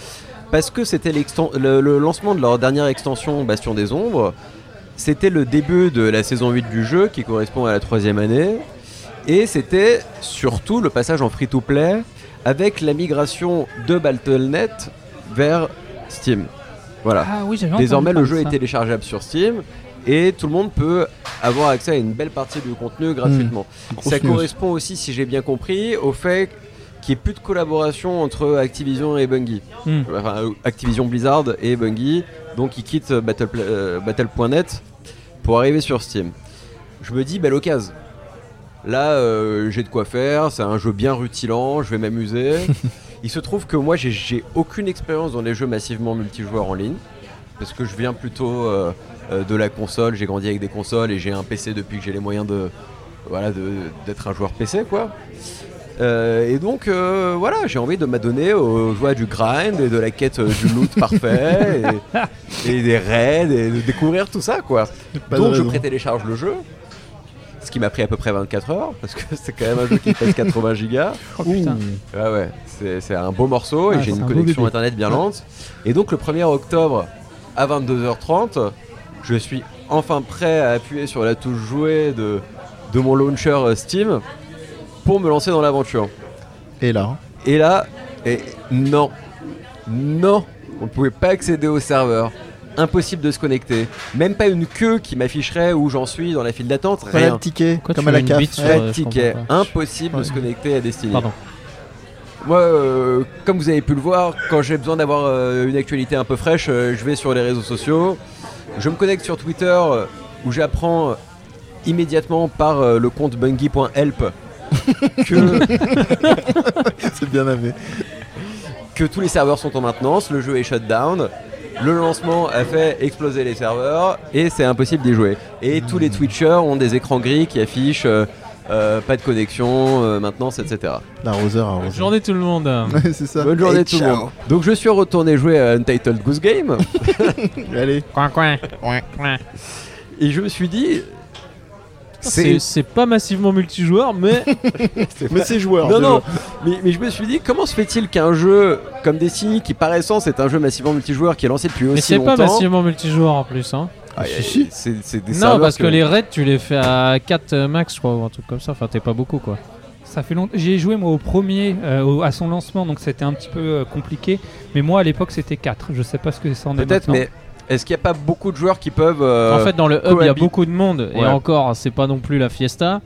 Speaker 3: parce que c'était l'exten- le, le lancement de leur dernière extension Bastion des Ombres. C'était le début de la saison 8 du jeu qui correspond à la troisième année. Et c'était surtout le passage en free-to-play avec la migration de Battle.net vers Steam. Voilà.
Speaker 1: Ah oui, j'avais
Speaker 3: Désormais, le
Speaker 1: entendu
Speaker 3: jeu est
Speaker 1: parler de
Speaker 3: téléchargeable sur Steam et tout le monde peut avoir accès à une belle partie du contenu gratuitement.
Speaker 2: Grosse
Speaker 3: Ça
Speaker 2: news.
Speaker 3: correspond aussi, si j'ai bien compris, au fait qu'il n'y ait plus de collaboration entre Activision et Bungie.
Speaker 1: Hmm.
Speaker 3: Enfin, euh, Activision Blizzard et Bungie. Donc, ils quittent euh, Battle- euh, Battle.net pour arriver sur Steam. Je me dis, belle occasion. Là, euh, j'ai de quoi faire, c'est un jeu bien rutilant, je vais m'amuser. Il se trouve que moi, j'ai- j'ai aucune expérience dans les jeux massivement multijoueurs en ligne, parce que je viens plutôt euh, euh, de la console, j'ai grandi avec des consoles et j'ai un PC depuis que j'ai les moyens de voilà de- d'être un joueur PC quoi. Euh, et donc euh, voilà, j'ai envie de m'adonner aux joies du grind et de la quête euh, du loot parfait et, et des raids et de découvrir tout ça quoi.
Speaker 2: Pas de
Speaker 3: Donc je
Speaker 2: raison.
Speaker 3: pré-télécharge le jeu, ce qui m'a pris à peu près 24 heures, parce que c'est quand même un jeu qui pèse 80 gigas.
Speaker 1: ça. Oh, putain.
Speaker 3: Ouais, ouais, c'est c'est un beau morceau
Speaker 1: Ah,
Speaker 3: et j'ai
Speaker 1: c'est
Speaker 3: une
Speaker 1: un beau
Speaker 3: connexion
Speaker 1: bébé.
Speaker 3: internet bien lente. Et donc le 1er octobre à 22h30, je suis enfin prêt à appuyer sur la touche jouer de, de mon launcher euh, Steam pour me lancer dans l'aventure.
Speaker 2: Et là, hein.
Speaker 3: Et là, et non, non, on ne pouvait pas accéder au serveur. Impossible de se connecter. Même pas une queue qui m'afficherait où j'en suis dans la file d'attente.
Speaker 2: pas
Speaker 3: Rien.
Speaker 2: de ticket,
Speaker 4: Pourquoi
Speaker 2: comme
Speaker 4: tu
Speaker 2: à la
Speaker 4: mets une
Speaker 2: CAF.
Speaker 4: bite sur-
Speaker 3: Pas de
Speaker 4: Ouais, je
Speaker 3: ticket.
Speaker 4: comprends pas.
Speaker 3: Impossible de se connecter à Destiny.
Speaker 4: Pardon.
Speaker 3: Moi, euh, comme vous avez pu le voir, quand j'ai besoin d'avoir euh, une actualité un peu fraîche, euh, je vais sur les réseaux sociaux. Je me connecte sur Twitter euh, où j'apprends euh, immédiatement par euh, le compte bungie.help que,
Speaker 2: C'est bien avé.
Speaker 3: que tous les serveurs sont en maintenance, le jeu est shut down. Le lancement a fait exploser les serveurs et c'est impossible d'y jouer. Et tous les Twitchers ont des écrans gris qui affichent euh, euh, pas de connexion, euh, maintenance, etc.
Speaker 2: L'arroseur
Speaker 4: Bonne
Speaker 2: arroseur.
Speaker 4: journée tout le monde.
Speaker 2: Ouais, c'est ça.
Speaker 3: Bonne journée
Speaker 2: Et
Speaker 3: tout le
Speaker 2: ciao.
Speaker 3: monde. Donc je suis retourné jouer à Untitled Goose Game
Speaker 2: Allez,
Speaker 4: Coin, coin.
Speaker 3: et je me suis dit.
Speaker 4: C'est c'est pas massivement multijoueur, mais
Speaker 2: mais c'est joueur.
Speaker 3: Non,
Speaker 2: de-
Speaker 3: non, mais, mais je me suis dit, comment se fait-il qu'un jeu comme Destiny, qui par essence est un jeu massivement multijoueur qui est lancé depuis
Speaker 4: mais
Speaker 3: aussi
Speaker 4: c'est
Speaker 3: longtemps.
Speaker 4: pas massivement multijoueur en plus. Hein.
Speaker 3: Ah,
Speaker 2: Si,
Speaker 3: y a-
Speaker 2: si.
Speaker 3: c'est c'est des
Speaker 4: Non,
Speaker 3: serveurs
Speaker 4: parce que... les raids tu les fais à 4 max, je crois, ou un truc comme ça. Enfin, t'es pas beaucoup quoi.
Speaker 1: Ça fait longtemps. J'ai joué moi au premier, euh, au- à son lancement, donc c'était un petit peu euh, compliqué. Mais moi à l'époque c'était 4. Je sais pas ce que ça en est.
Speaker 3: Peut-être,
Speaker 1: maintenant.
Speaker 3: mais est-ce qu'il n'y a pas beaucoup de joueurs qui peuvent. euh,
Speaker 4: En fait, dans le hub, il y a
Speaker 3: cohabite-
Speaker 4: beaucoup de monde. Et
Speaker 3: Ouais.
Speaker 4: encore, c'est pas non plus la fiesta.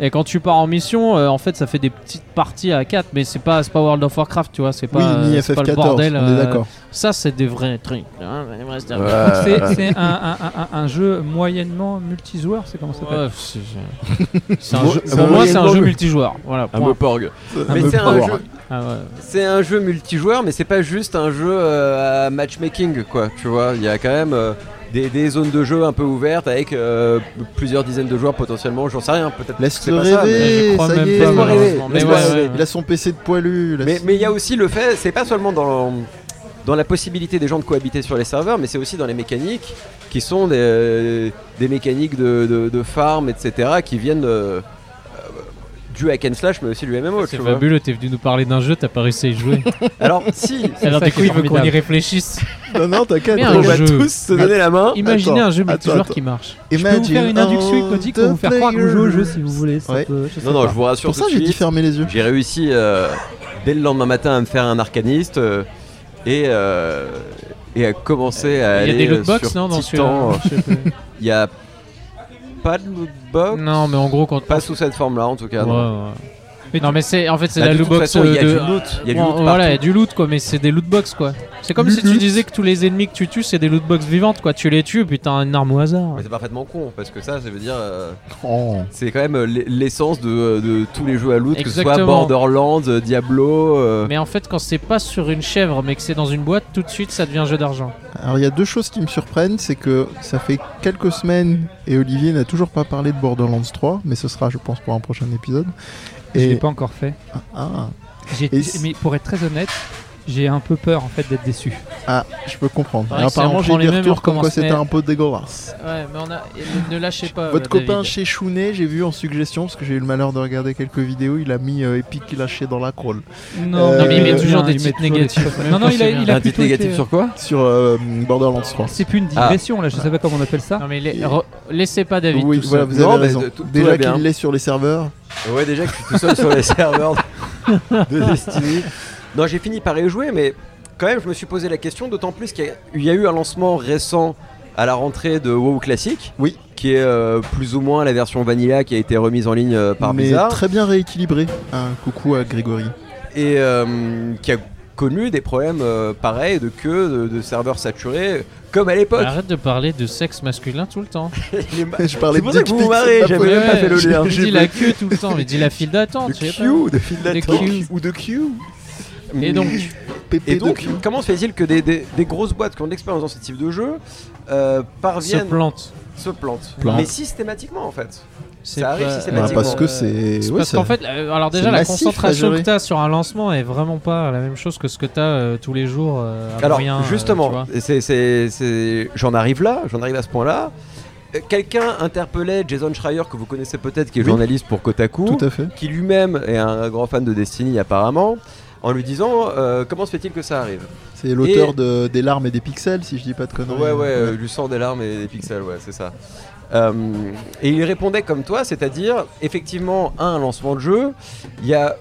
Speaker 4: Et quand tu pars en mission, euh, en fait, ça fait des petites parties à 4, mais c'est pas, c'est pas World of Warcraft, tu vois, c'est pas,
Speaker 2: Oui,
Speaker 4: euh,
Speaker 2: ni
Speaker 4: c'est pas le
Speaker 2: FF14,
Speaker 4: bordel.
Speaker 2: on est
Speaker 4: euh,
Speaker 2: d'accord.
Speaker 4: ça, c'est des vrais trucs. hein, les vrais trucs.
Speaker 3: euh,
Speaker 1: Donc c'est- c'est un, un- un- un- un jeu moyennement multijoueur, c'est comment ça s'appelle
Speaker 4: Ouais, c'est- c'est un
Speaker 3: Mo-
Speaker 4: jeu-
Speaker 3: un
Speaker 4: Pour moi, c'est un
Speaker 3: moyennement
Speaker 4: jeu
Speaker 3: jeu.
Speaker 4: multijoueur. Voilà,
Speaker 3: Un
Speaker 4: point.
Speaker 3: beau porg. Mais
Speaker 2: peu
Speaker 3: c'est un
Speaker 2: power.
Speaker 3: jeu.
Speaker 4: Ah ouais.
Speaker 3: C'est un jeu multijoueur, mais c'est pas juste un jeu euh, à matchmaking, quoi. Tu vois, il y a quand même euh, des, des zones de jeu un peu ouvertes avec euh, plusieurs dizaines de joueurs potentiellement. J'en sais rien, peut-être. que
Speaker 2: Laisse-le
Speaker 3: c'est pas ça, mais-
Speaker 4: mais je
Speaker 2: rêver,
Speaker 4: crois
Speaker 2: ça
Speaker 4: même
Speaker 2: y
Speaker 4: pas,
Speaker 2: est.
Speaker 3: Laisse-moi rêver.
Speaker 4: malheureusement. Mais
Speaker 3: Laisse-moi
Speaker 4: ouais,
Speaker 3: rêver.
Speaker 4: ouais, ouais.
Speaker 2: Il a son PC de poilu. laisse-
Speaker 3: Mais mais il y a aussi le fait, c'est pas seulement dans dans la possibilité des gens de cohabiter sur les serveurs, mais c'est aussi dans les mécaniques qui sont des, des mécaniques de, de- de farm, etc., qui viennent euh, euh, du hack and slash, mais aussi du MMO.
Speaker 4: C'est
Speaker 3: tu vois.
Speaker 4: fabuleux, t'es venu nous parler d'un jeu, t'as pas réussi à y jouer.
Speaker 3: Alors, si,
Speaker 4: Alors
Speaker 1: ça
Speaker 4: du
Speaker 1: qui
Speaker 4: coup,
Speaker 1: est
Speaker 4: il veut qu'on y
Speaker 1: formidable.
Speaker 4: réfléchisse.
Speaker 2: Non, non, t'inquiète,
Speaker 4: Mais un
Speaker 2: on va
Speaker 4: jeu.
Speaker 2: tous se donner la main.
Speaker 4: Imaginez
Speaker 2: Attends,
Speaker 4: un jeu
Speaker 2: attends,
Speaker 4: multijoueur
Speaker 2: attends.
Speaker 4: qui marche.
Speaker 1: Je peux vous faire une induction hypnotique pour vous faire croire que vous jouez au jeu si vous voulez. ça
Speaker 2: Ouais.
Speaker 1: peut- je sais
Speaker 3: non, non,
Speaker 1: pas.
Speaker 3: je vous rassure.
Speaker 2: Pour ça,
Speaker 3: tout de
Speaker 2: j'ai dit
Speaker 3: suite.
Speaker 2: fermer les yeux.
Speaker 3: J'ai réussi euh, dès le lendemain matin à me faire un arcaniste euh, et, euh, et à commencer à
Speaker 4: Il y
Speaker 3: aller
Speaker 4: a des
Speaker 3: euh,
Speaker 4: lootbox,
Speaker 3: sur
Speaker 4: non, dans
Speaker 3: Titan.
Speaker 4: celui-là Je sais pas.
Speaker 3: Il y a pas de lootbox,
Speaker 4: Non, mais en gros, quand
Speaker 3: pas sous cette forme-là en tout cas.
Speaker 4: Ouais,
Speaker 3: non.
Speaker 4: ouais. Mais non, mais c'est en fait c'est
Speaker 3: Bah,
Speaker 4: la
Speaker 3: de toute
Speaker 4: lootbox
Speaker 3: façon,
Speaker 4: euh,
Speaker 3: il y a
Speaker 4: de
Speaker 3: du loot, il y a du
Speaker 4: Ouais,
Speaker 3: loot
Speaker 4: voilà, il y a
Speaker 3: partout. Mhm.
Speaker 4: du loot quoi, mais c'est des lootbox quoi. C'est comme si tu disais que tous les ennemis que tu tues, c'est des lootbox vivantes quoi. Tu les tues, puis t'as une arme au hasard.
Speaker 3: Mais c'est parfaitement con parce que ça, ça veut dire euh,
Speaker 2: Oh.
Speaker 3: c'est quand même euh, l'e- l'essence de, euh, de tous les jeux à loot, que ce soit
Speaker 4: Exactement.
Speaker 3: Borderlands, euh, Diablo. euh,
Speaker 4: Mais en fait, quand c'est pas sur une chèvre, mais que c'est dans une boîte, tout de suite ça devient jeu d'argent.
Speaker 2: Alors il y a deux choses qui me surprennent, c'est que ça fait quelques semaines et Olivier n'a toujours pas parlé de Borderlands 3, mais ce sera je pense pour un prochain épisode.
Speaker 1: Je l'ai
Speaker 2: Et
Speaker 1: pas encore fait.
Speaker 2: ah,
Speaker 1: J'ai-
Speaker 2: Et c'est-
Speaker 1: Mais pour être très honnête, j'ai un peu peur en fait d'être déçu.
Speaker 2: ah, je peux comprendre.
Speaker 4: Pareil,
Speaker 2: Et
Speaker 4: c'est- on
Speaker 2: apparemment
Speaker 4: prend
Speaker 2: j'ai eu
Speaker 4: les
Speaker 2: des
Speaker 4: mêmes et on
Speaker 2: retours comme quoi
Speaker 4: recommence,
Speaker 2: c'était
Speaker 4: mais- Ah,
Speaker 2: un peu dégueulasse.
Speaker 4: Ouais, mais on a ne lâchez pas. euh,
Speaker 2: Votre copain chez Chounet, j'ai vu en suggestion parce que j'ai eu le malheur de regarder quelques vidéos, il a mis euh, Epic lâché dans la crawl
Speaker 1: Non,
Speaker 2: Euh,
Speaker 4: Non, mais il met
Speaker 2: euh,
Speaker 4: toujours
Speaker 1: bien,
Speaker 4: des
Speaker 1: il met
Speaker 4: titres
Speaker 1: toujours
Speaker 4: négatifs.
Speaker 1: Non, non, il a, il a
Speaker 3: un titre
Speaker 1: plutôt
Speaker 3: négatif
Speaker 1: été-
Speaker 3: sur quoi
Speaker 2: sur euh, Borderlands 3.
Speaker 1: C'est plus une digression là, je sais pas comment on appelle ça.
Speaker 4: Non, mais la- re- laissez pas David.
Speaker 2: Oui,
Speaker 4: tout
Speaker 2: voilà,
Speaker 4: seul.
Speaker 2: vous
Speaker 3: Non,
Speaker 2: avez
Speaker 3: mais
Speaker 2: raison.
Speaker 3: de- tout- tout va
Speaker 2: Déjà
Speaker 3: bien.
Speaker 2: qu'il l'est sur les serveurs.
Speaker 3: Ouais, déjà que je suis tout seul sur les serveurs de Destiny. Non, j'ai fini par y jouer, mais quand même, je me suis posé la question, d'autant plus qu'il y a- il y a eu un lancement récent à la rentrée de WoW Classic.
Speaker 2: Oui.
Speaker 3: Qui est euh, plus ou moins la version vanilla qui a été remise en ligne euh, par
Speaker 2: mais
Speaker 3: Blizzard.
Speaker 2: très bien rééquilibré. Un coucou à Grégory.
Speaker 3: Et euh, qui a connu des problèmes euh, pareils de queue, de, de serveurs saturés, comme à l'époque.
Speaker 4: Arrête de parler de sexe masculin tout le temps.
Speaker 3: Les ma-
Speaker 2: Je parlais
Speaker 3: Bah,
Speaker 2: de
Speaker 3: C'est pour ça que
Speaker 2: dick
Speaker 3: vous
Speaker 2: pics,
Speaker 3: vous
Speaker 2: c'est
Speaker 3: marrez,
Speaker 2: pas
Speaker 3: j'avais même pas fait le
Speaker 2: possible.
Speaker 3: lien.
Speaker 2: J'ai- j'ai
Speaker 4: Dis la queue tout le temps, mais dis la file
Speaker 3: de
Speaker 4: d'attente. je sais pas.
Speaker 3: Q, de fil d'attente.
Speaker 4: Q.
Speaker 3: ou de Q.
Speaker 4: Et donc,
Speaker 2: Pépé
Speaker 3: Et
Speaker 2: de
Speaker 3: donc,
Speaker 2: cul.
Speaker 3: comment se fait-il que des, des- des grosses boîtes qui ont de l'expérience dans ce type de jeu euh,
Speaker 4: se
Speaker 3: parviennent,
Speaker 4: plante.
Speaker 3: se, plantent
Speaker 2: Plante.
Speaker 3: Mais systématiquement en fait.
Speaker 4: C'est
Speaker 3: Ça arrive
Speaker 4: pas-
Speaker 2: Bah,
Speaker 3: systématiquement. Thématiquement.
Speaker 2: parce que c'est.
Speaker 4: C'est
Speaker 2: ouais,
Speaker 4: parce
Speaker 2: ça-
Speaker 4: qu'en fait, euh, alors déjà,
Speaker 2: c'est
Speaker 4: la
Speaker 2: massif à
Speaker 4: concentration que
Speaker 2: gérer.
Speaker 4: tu as sur un lancement est vraiment pas la même chose que ce que tu as tous les jours euh, à
Speaker 3: Ah, Alors,
Speaker 4: moyen, euh, tu
Speaker 3: justement,
Speaker 4: vois.
Speaker 3: c'est- c'est- c'est- j'en arrive là, j'en arrive à ce point-là. Euh, Quelqu'un interpellait Jason Schreier, que vous connaissez peut-être, qui est
Speaker 2: Oui.
Speaker 3: journaliste pour Kotaku,
Speaker 2: Tout à fait.
Speaker 3: qui lui-même est un grand fan de Destiny apparemment, en lui disant euh, Comment se fait-il que ça arrive
Speaker 2: C'est l'auteur de des larmes et des pixels, si je dis pas de conneries.
Speaker 3: Ouais, ouais, euh, du sang, des larmes et des pixels, ouais, c'est ça. Euh, et il répondait comme toi, c'est-à-dire, effectivement, un lancement de jeu, il y a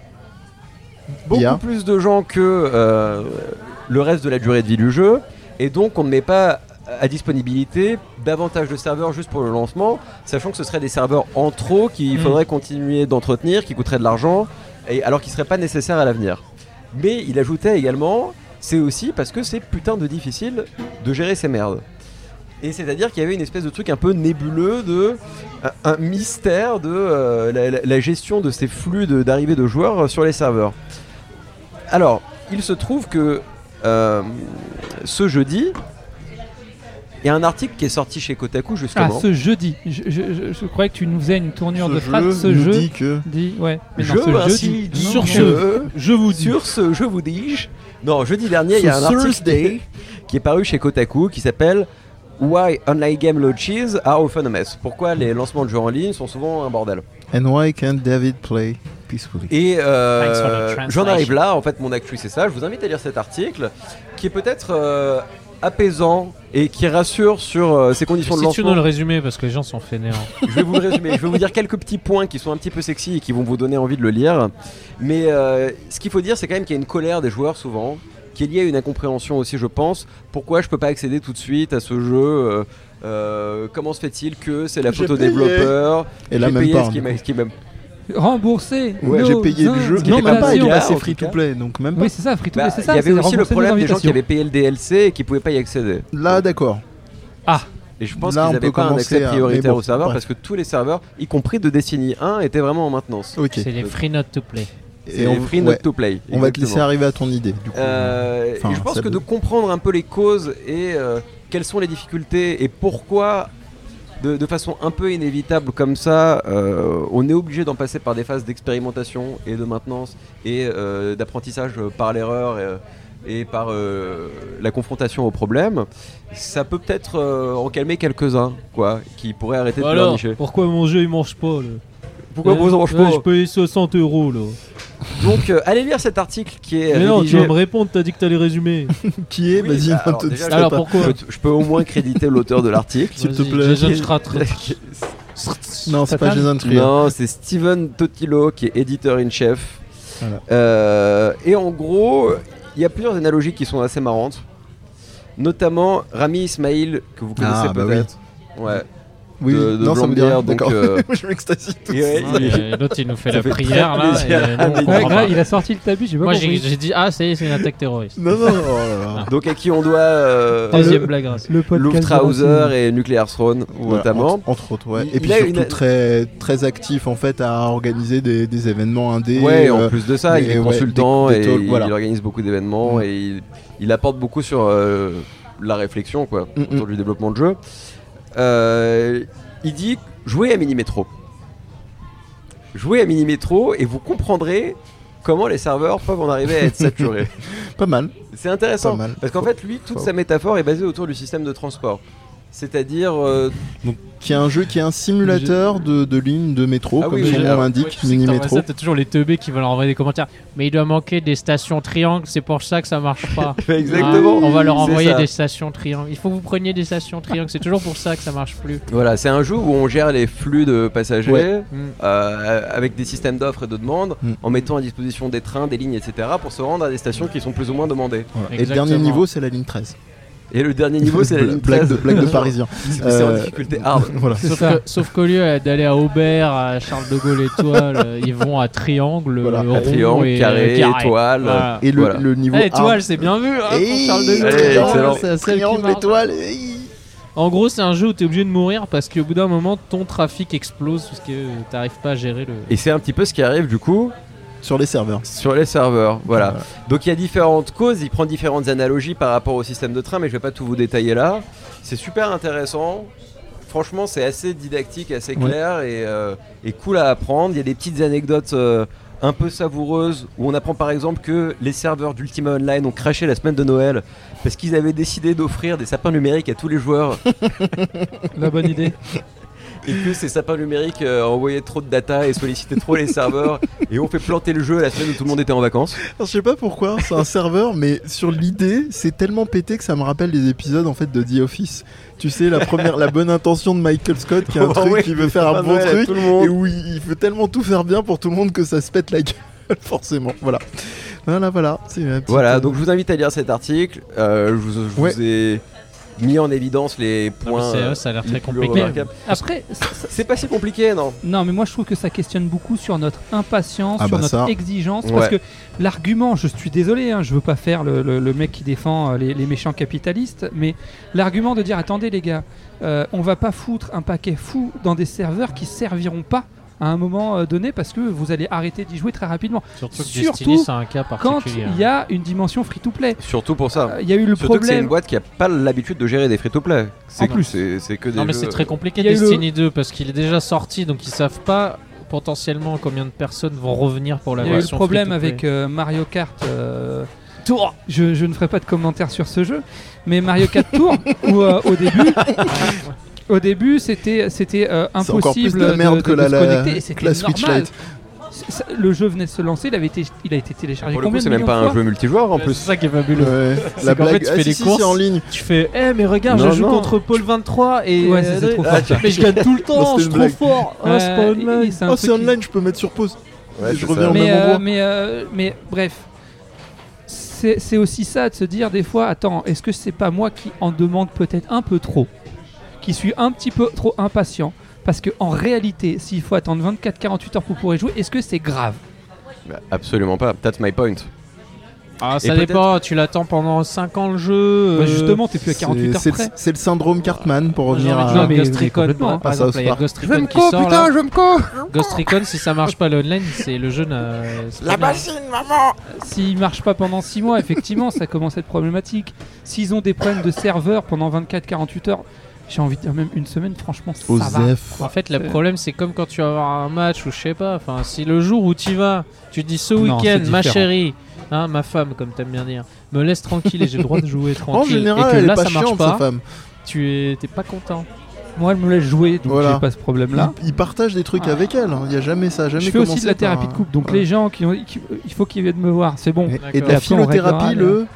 Speaker 3: beaucoup
Speaker 2: Il y a.
Speaker 3: plus de gens que euh, le reste de la durée de vie du jeu, et donc on ne met pas à disponibilité davantage de serveurs juste pour le lancement, sachant que ce seraient des serveurs en trop qu'il
Speaker 4: Mm.
Speaker 3: faudrait continuer d'entretenir, qui coûteraient de l'argent, et alors qu'ils ne seraient pas nécessaires à l'avenir. Mais il ajoutait également, c'est aussi parce que c'est putain de difficile de gérer ces merdes. Et c'est-à-dire qu'il y avait une espèce de truc un peu nébuleux de un, un mystère de euh, la, la- la gestion de ces flux de- d'arrivée de, joueurs euh, sur les serveurs. Alors, il se trouve que euh, ce jeudi, il y a un article qui est sorti chez Kotaku
Speaker 1: Ah,
Speaker 3: justement.
Speaker 1: ce jeudi. Je, je- je- je croyais que tu nous faisais une tournure
Speaker 2: Ce
Speaker 1: de
Speaker 2: jeu
Speaker 1: phrase. Ce
Speaker 2: nous
Speaker 1: jeu
Speaker 2: dit bah que.
Speaker 1: dit. Ouais. Mais non,
Speaker 3: Je
Speaker 1: ce
Speaker 3: ainsi
Speaker 1: jeudi.
Speaker 3: dis
Speaker 1: Sur
Speaker 3: que-
Speaker 1: ce.
Speaker 3: je vous dis. Sur ce, je vous dis. Non, jeudi dernier, il y a un
Speaker 2: Ce
Speaker 3: article
Speaker 2: Thursday.
Speaker 3: qui est paru chez Kotaku qui s'appelle Why Online Game Launches Are Often a Mess. Pourquoi les lancements de jeux en ligne sont souvent un bordel.
Speaker 2: And why can't David play peacefully?
Speaker 3: Et euh,
Speaker 4: Thanks for the translation.
Speaker 3: j'en arrive là, en fait mon actu c'est ça, je vous invite à lire cet article qui est peut-être euh, apaisant et qui rassure sur euh, ces conditions de
Speaker 4: Si tu
Speaker 3: lancement.
Speaker 4: nous le résumais, parce que les gens sont fainéants.
Speaker 3: Je vais vous le résumer, je vais vous dire quelques petits points qui sont un petit peu sexy et qui vont vous donner envie de le lire. Mais euh, ce qu'il faut dire c'est quand même qu'il y a une colère des joueurs souvent, qui est liée à une incompréhension aussi je pense, pourquoi je peux pas accéder tout de suite à ce jeu euh, euh, comment se fait-il que c'est la
Speaker 2: J'ai
Speaker 3: photo
Speaker 2: payé.
Speaker 3: développeur
Speaker 2: Et là
Speaker 3: j'ai
Speaker 2: même
Speaker 3: payé
Speaker 2: pas.
Speaker 3: ce qui
Speaker 2: hein.
Speaker 3: m'a- ce qui m'a-
Speaker 1: rembourser.
Speaker 2: Ouais, j'ai
Speaker 1: nos
Speaker 2: payé le jeu.
Speaker 3: Non,
Speaker 2: Non, même pas, il est
Speaker 1: indignations.
Speaker 3: gars,
Speaker 2: passé
Speaker 3: en
Speaker 2: free
Speaker 3: tout
Speaker 2: to
Speaker 3: cas.
Speaker 2: play, donc même pas.
Speaker 1: Oui, c'est ça, free to
Speaker 3: Bah,
Speaker 1: play,
Speaker 3: Il
Speaker 1: c'est ça.
Speaker 3: y avait
Speaker 1: c'est
Speaker 3: aussi le
Speaker 1: rembourser nos
Speaker 3: problème des gens qui
Speaker 1: invitations.
Speaker 3: avaient payé le DLC et qui pouvaient pas y accéder.
Speaker 2: Là, d'accord.
Speaker 3: Et je pense
Speaker 2: Là,
Speaker 3: qu'ils
Speaker 2: on
Speaker 3: n'avaient
Speaker 2: peut
Speaker 3: pas un
Speaker 2: commencer
Speaker 3: accès
Speaker 2: à-
Speaker 3: prioritaire
Speaker 2: mais bon,
Speaker 3: au serveur
Speaker 2: bref.
Speaker 3: parce que tous les serveurs, y compris de Destiny 1, étaient vraiment en maintenance.
Speaker 2: Ok.
Speaker 6: C'est les free not to play.
Speaker 3: Et on free
Speaker 2: ouais,
Speaker 3: not to play.
Speaker 2: on va te
Speaker 3: exactement.
Speaker 2: laisser arriver à ton idée. Du coup.
Speaker 3: Euh,
Speaker 2: Enfin,
Speaker 3: et je pense
Speaker 2: ça
Speaker 3: que
Speaker 2: peut-
Speaker 3: de comprendre un peu les causes et euh, quelles sont les difficultés et pourquoi, de, de façon un peu inévitable comme ça, euh, on est obligé d'en passer par des phases d'expérimentation et de maintenance et euh, d'apprentissage euh, par l'erreur et, euh, et par euh, la confrontation aux problèmes, ça peut peut-être euh, en calmer quelques-uns, quoi, qui pourraient arrêter de
Speaker 4: Alors,
Speaker 3: pleurnicher.
Speaker 4: pourquoi mon jeu il mange pas là
Speaker 3: Pourquoi
Speaker 4: Euh,
Speaker 3: vous en mangez
Speaker 4: ouais,
Speaker 3: pas
Speaker 4: Je paye 60 euros là.
Speaker 3: Donc euh, allez lire cet article qui est
Speaker 4: Mais non, tu
Speaker 3: rédigé
Speaker 4: vas me répondre, t'as dit que t'allais résumer.
Speaker 2: Qui est
Speaker 3: Oui,
Speaker 2: Vas-y,
Speaker 3: bah,
Speaker 2: on
Speaker 3: alors,
Speaker 2: te
Speaker 3: déjà,
Speaker 2: dis-
Speaker 4: Alors
Speaker 2: pas.
Speaker 4: pourquoi
Speaker 3: Je peux- Je peux au moins créditer l'auteur de l'article.
Speaker 2: S'il te
Speaker 4: Vas-y,
Speaker 2: plaît.
Speaker 4: Jason Schratter.
Speaker 2: Non, c'est pas Jason Trier.
Speaker 3: Non, c'est Steven Totilo qui est éditeur in chef.
Speaker 2: Voilà.
Speaker 3: Euh, et en gros, il y a plusieurs analogies qui sont assez marrantes. Notamment Rami Ismail, que vous connaissez
Speaker 2: Ah, bah
Speaker 3: peut-être. Ouais,
Speaker 2: Oui,
Speaker 3: de, de
Speaker 2: non, ça me dit
Speaker 3: Blonde
Speaker 2: rien,
Speaker 3: Bear, donc,
Speaker 2: d'accord.
Speaker 3: euh,
Speaker 2: Je m'extasie tout
Speaker 3: et ouais,
Speaker 4: Non,
Speaker 3: il-
Speaker 4: mais L'autre hein, il nous fait
Speaker 3: Ça
Speaker 4: la
Speaker 3: fait très
Speaker 4: prière là.
Speaker 3: plaisir
Speaker 4: et nous, on
Speaker 3: à
Speaker 4: comprend
Speaker 1: Ouais,
Speaker 3: Enfin,
Speaker 1: grave,
Speaker 4: pas.
Speaker 1: il a sorti le tabu, j'ai pas
Speaker 4: Moi j'ai
Speaker 1: compris.
Speaker 4: j'ai dit, ah ça y est, c'est une attaque terroriste.
Speaker 2: Non, non, oh là là.
Speaker 3: donc à qui on doit euh,
Speaker 4: Deuxième blague raciste.
Speaker 1: Le podcast de la
Speaker 3: Luftrauser
Speaker 1: semaine.
Speaker 3: et Nuclear Throne,
Speaker 2: Voilà,
Speaker 3: notamment.
Speaker 2: entre, entre autres, ouais.
Speaker 3: Il-
Speaker 2: Et puis
Speaker 3: il a
Speaker 2: surtout
Speaker 3: une-
Speaker 2: très, très actif en fait à organiser des, des événements indés.
Speaker 3: Ouais,
Speaker 2: euh,
Speaker 3: en plus de ça, il
Speaker 2: mais
Speaker 3: est
Speaker 2: ouais,
Speaker 3: consultant
Speaker 2: des- des
Speaker 3: et
Speaker 2: talks,
Speaker 3: il,
Speaker 2: voilà.
Speaker 3: organise beaucoup d'événements
Speaker 2: Mm.
Speaker 3: et il, il apporte beaucoup sur euh, la réflexion quoi,
Speaker 2: Mm,
Speaker 3: autour du développement de jeu. Euh, il dit jouez à Mini Metro. Jouez à Mini Metro et vous comprendrez comment les serveurs peuvent en arriver à être saturés.
Speaker 2: pas mal,
Speaker 3: C'est
Speaker 2: pas
Speaker 3: intéressant
Speaker 2: mal.
Speaker 3: parce qu'en fait, lui, toute sa métaphore est basée autour du système de transport. C'est-à-dire euh,
Speaker 2: Qui est un jeu qui est un simulateur de, de ligne de métro,
Speaker 3: Ah
Speaker 2: comme
Speaker 3: oui,
Speaker 2: son
Speaker 3: oui,
Speaker 2: nom
Speaker 3: alors,
Speaker 4: Ouais,
Speaker 2: l'indique,
Speaker 4: je sais que
Speaker 2: mini
Speaker 4: t'envoies
Speaker 2: métro.
Speaker 4: ça, T'as toujours les teubés qui veulent envoyer des commentaires. Mais il doit manquer des stations triangles, c'est pour ça que ça marche pas.
Speaker 3: exactement.
Speaker 4: Ah, on va leur
Speaker 3: C'est
Speaker 4: envoyer
Speaker 3: ça.
Speaker 4: des stations triangles. Il faut que vous preniez des stations triangles, c'est toujours pour ça que ça marche plus.
Speaker 3: Voilà, c'est un jeu où on gère les flux de passagers
Speaker 2: Ouais.
Speaker 4: Mm.
Speaker 3: euh, avec des systèmes d'offres et de demandes
Speaker 2: Mm.
Speaker 3: en mettant à disposition des trains, des lignes, etc. pour se rendre à des stations qui sont plus ou moins demandées.
Speaker 2: Et le dernier
Speaker 4: Exactement.
Speaker 2: niveau, c'est la ligne 13.
Speaker 3: Et le dernier niveau, c'est la ligne Ah.
Speaker 2: blague,
Speaker 3: 13.
Speaker 2: de, blague de parisien.
Speaker 3: C'est en
Speaker 2: Euh,
Speaker 3: difficulté hard.
Speaker 2: voilà.
Speaker 1: C'est
Speaker 4: Sauf,
Speaker 1: ça.
Speaker 4: que- sauf qu'au lieu euh, d'aller à Aubert, à Charles de Gaulle étoile, euh, ils vont à triangle,
Speaker 2: Voilà.
Speaker 4: euh,
Speaker 2: À
Speaker 4: rond
Speaker 3: Triangle,
Speaker 4: et euh,
Speaker 3: carré, étoile.
Speaker 4: Voilà.
Speaker 2: Et le,
Speaker 3: Voilà.
Speaker 2: le niveau.
Speaker 4: Eh, étoile,
Speaker 2: hard-
Speaker 4: c'est bien vu hein, pour
Speaker 2: Hey,
Speaker 4: Charles de Gaulle.
Speaker 3: Allez,
Speaker 4: Triangle,
Speaker 3: excellent.
Speaker 4: c'est la seule qui
Speaker 2: Triangle,
Speaker 4: marche.
Speaker 2: étoile. hey.
Speaker 4: En gros, c'est un jeu où t'es obligé de mourir parce qu'au bout d'un moment, ton trafic explose parce que euh, t'arrives pas à gérer le.
Speaker 3: Et c'est un petit peu ce qui arrive du coup
Speaker 2: Sur les serveurs.
Speaker 3: sur les serveurs. Voilà. Donc il y a différentes causes, il prend différentes analogies par rapport au système de train, mais je vais pas tout vous détailler là. C'est super intéressant. Franchement, c'est assez didactique, assez
Speaker 2: Ouais.
Speaker 3: clair et, euh, et cool à apprendre. Il y a des petites anecdotes euh, un peu savoureuses où on apprend par exemple que les serveurs d'Ultima Online ont craché la semaine de Noël parce qu'ils avaient décidé d'offrir des sapins numériques à tous les joueurs
Speaker 1: La bonne idée.
Speaker 3: et que ces sapins numériques euh, envoyaient trop de data et sollicitaient trop les serveurs et ont fait planter le jeu la semaine où tout le monde était en vacances.
Speaker 2: Alors, je sais pas pourquoi, c'est un serveur, mais sur l'idée, c'est tellement pété que ça me rappelle les épisodes en fait de The Office. Tu sais, la première, la bonne intention de Michael Scott, qui est un
Speaker 3: Oh,
Speaker 2: truc,
Speaker 3: ouais,
Speaker 2: qui veut faire un
Speaker 3: Pas
Speaker 2: bon
Speaker 3: mal à
Speaker 2: truc,
Speaker 3: tout le monde.
Speaker 2: et où il il veut tellement tout faire bien pour tout le monde que ça se pète la gueule, forcément. Voilà. Voilà, voilà. C'est la petite,
Speaker 3: Voilà,
Speaker 2: euh,
Speaker 3: donc je vous invite à lire cet article. Euh, je vous, je vous
Speaker 2: Ouais.
Speaker 3: ai mis en évidence les
Speaker 4: Ah, mais
Speaker 3: points.
Speaker 4: c'est-
Speaker 3: euh, hein.
Speaker 4: ouais, ça a l'air
Speaker 3: les
Speaker 4: très
Speaker 3: plus
Speaker 4: compliqué.
Speaker 3: remarquables.
Speaker 1: Après, ça- ça-
Speaker 3: C'est pas si compliqué, non
Speaker 1: non, mais moi je trouve que ça questionne beaucoup sur notre impatience,
Speaker 2: Ah
Speaker 1: sur
Speaker 2: bah
Speaker 1: notre
Speaker 2: ça.
Speaker 1: exigence, parce que
Speaker 3: Ouais.
Speaker 1: l'argument, je suis désolé, hein, je veux pas faire le, le- le mec qui défend euh, les, les méchants capitalistes, mais l'argument de dire attendez les gars, euh, on va pas foutre un paquet fou dans des serveurs qui serviront pas à un moment euh, donné parce que vous allez arrêter d'y jouer très rapidement.
Speaker 4: Surtout que
Speaker 1: Surtout
Speaker 4: Destiny, c'est un cas
Speaker 1: Quand
Speaker 4: particulier. hein.
Speaker 1: il y a une dimension free to play,
Speaker 3: Surtout pour ça.
Speaker 1: Euh, il y a eu le
Speaker 3: Surtout que c'est
Speaker 1: problème.
Speaker 3: une boîte qui a pas l'habitude de gérer des free-to-play. C'est
Speaker 1: plus.
Speaker 3: c'est c'est que des.
Speaker 4: Non mais
Speaker 3: jeux- euh,
Speaker 4: c'est très compliqué
Speaker 1: Il y a eu
Speaker 4: Destiny 2 parce qu'il est déjà sorti donc ils savent pas potentiellement combien de personnes vont revenir pour la
Speaker 1: Il y a eu le
Speaker 4: version
Speaker 1: problème
Speaker 4: free-to-play.
Speaker 1: avec euh, Mario Kart euh, Tour. Je, je ne ferai pas de commentaires sur ce jeu, mais Mario Kart Tour, où euh, au début. Au début, c'était c'était euh,
Speaker 2: C'est encore plus
Speaker 1: impossible
Speaker 2: de merde que
Speaker 1: de
Speaker 2: la,
Speaker 1: se
Speaker 2: la-
Speaker 1: connecter. et
Speaker 2: que
Speaker 1: C'était
Speaker 2: la Switch
Speaker 1: normal.
Speaker 2: Lite.
Speaker 1: C'est- ça- le jeu venait de se lancer, il avait été il a été téléchargé
Speaker 3: Pour le coup,
Speaker 1: combien de
Speaker 3: c'est même
Speaker 1: millions
Speaker 3: pas
Speaker 1: de
Speaker 3: un
Speaker 1: fois
Speaker 3: jeu multijoueur en
Speaker 1: euh,
Speaker 4: C'est
Speaker 3: plus. Euh,
Speaker 4: ça qui est fabuleux.
Speaker 2: Ouais.
Speaker 4: C'est
Speaker 2: La
Speaker 4: qu'en fait,
Speaker 2: blague,
Speaker 4: tu
Speaker 2: ah,
Speaker 4: fais
Speaker 2: si,
Speaker 4: des
Speaker 2: si,
Speaker 4: courses.
Speaker 2: c'est en ligne.
Speaker 4: Tu fais Eh mais regarde,
Speaker 3: Non,
Speaker 4: je joue
Speaker 3: non. Ah,
Speaker 4: contre Paul 23 et euh,
Speaker 1: Ouais, ça, c'est trop fort, ça.
Speaker 4: mais je gagne tout le temps,
Speaker 2: Non,
Speaker 4: je
Speaker 2: c'était
Speaker 4: suis
Speaker 2: une
Speaker 4: trop
Speaker 2: blague.
Speaker 4: fort. Ah, c'est pas
Speaker 1: Euh,
Speaker 4: online.
Speaker 1: et c'est un
Speaker 2: Ah,
Speaker 1: truc
Speaker 2: c'est
Speaker 1: qui-
Speaker 2: online, je peux mettre sur pause.
Speaker 3: Ouais,
Speaker 2: Je
Speaker 3: c'est
Speaker 2: reviens
Speaker 3: ça.
Speaker 2: au
Speaker 1: mais,
Speaker 2: même
Speaker 1: euh,
Speaker 2: endroit.
Speaker 1: mais, euh, mais bref, c'est c'est aussi ça de se dire des fois, attends, est-ce que c'est pas moi qui en demande peut-être un peu trop, qui suis un petit peu trop impatient Parce que en réalité, s'il faut attendre 24-48 heures pour pouvoir y jouer, est-ce que c'est grave
Speaker 3: Bah, Absolument pas. That's my point.
Speaker 4: Ah,
Speaker 3: Et
Speaker 4: ça
Speaker 3: peut-être-
Speaker 4: dépend, tu l'attends pendant 5 ans le jeu.
Speaker 1: Bah,
Speaker 4: euh,
Speaker 1: Justement, t'es plus à 48
Speaker 2: C'est-
Speaker 1: heures
Speaker 2: C'est
Speaker 1: près.
Speaker 2: le- c'est le syndrome Cartman pour
Speaker 4: j'ai
Speaker 2: revenir
Speaker 1: Non,
Speaker 4: envie de
Speaker 2: à.
Speaker 4: jouer à
Speaker 1: mais-
Speaker 4: Ghost
Speaker 1: mais
Speaker 4: Recon,
Speaker 1: complètement,
Speaker 4: par-
Speaker 1: hein.
Speaker 4: par
Speaker 2: Ah, ça
Speaker 4: exemple,
Speaker 2: se
Speaker 4: il y a
Speaker 2: part.
Speaker 4: Ghost Recon qui sort là.
Speaker 3: je me co
Speaker 4: Ghost Recon, si ça marche pas l'online, c'est le jeu n'a. c'est pas bien.
Speaker 1: S'ils marchent pas pendant 6 mois, effectivement, ça commence à être problématique. S'ils ont des problèmes de serveur pendant 24-48 heures, j'ai envie de dire même une semaine, franchement, ça va.
Speaker 2: Osef.
Speaker 4: En fait,
Speaker 1: C'est-
Speaker 4: le problème, c'est comme quand tu vas avoir un match ou je sais pas. Enfin, si le jour où tu vas, tu te dis ce
Speaker 1: c'est
Speaker 4: week-end,
Speaker 1: différent.
Speaker 4: ma chérie, hein, ma femme, comme t'aimes bien dire, me laisse tranquille et j'ai le droit de jouer
Speaker 2: En
Speaker 4: tranquille. et
Speaker 2: général,
Speaker 4: que
Speaker 2: elle
Speaker 4: là,
Speaker 2: est pas
Speaker 4: ça marche
Speaker 2: chiante,
Speaker 4: pas,
Speaker 2: sa femme.
Speaker 4: tu es, t'es pas content.
Speaker 1: Moi, elle me laisse jouer, donc
Speaker 2: Voilà.
Speaker 1: j'ai pas ce problème-là.
Speaker 2: Il, il partage des trucs
Speaker 1: Ah.
Speaker 2: avec elle. hein. Il y a jamais ça, a jamais
Speaker 1: Je fais aussi
Speaker 2: commencé
Speaker 1: de la
Speaker 2: par
Speaker 1: thérapie
Speaker 2: un-
Speaker 1: de couple, donc
Speaker 2: Voilà.
Speaker 1: les gens qui ont, qui- il faut qu'ils viennent me voir, c'est bon.
Speaker 2: Et, et de la
Speaker 1: Après, on hein. réglera
Speaker 2: philothérapie, le.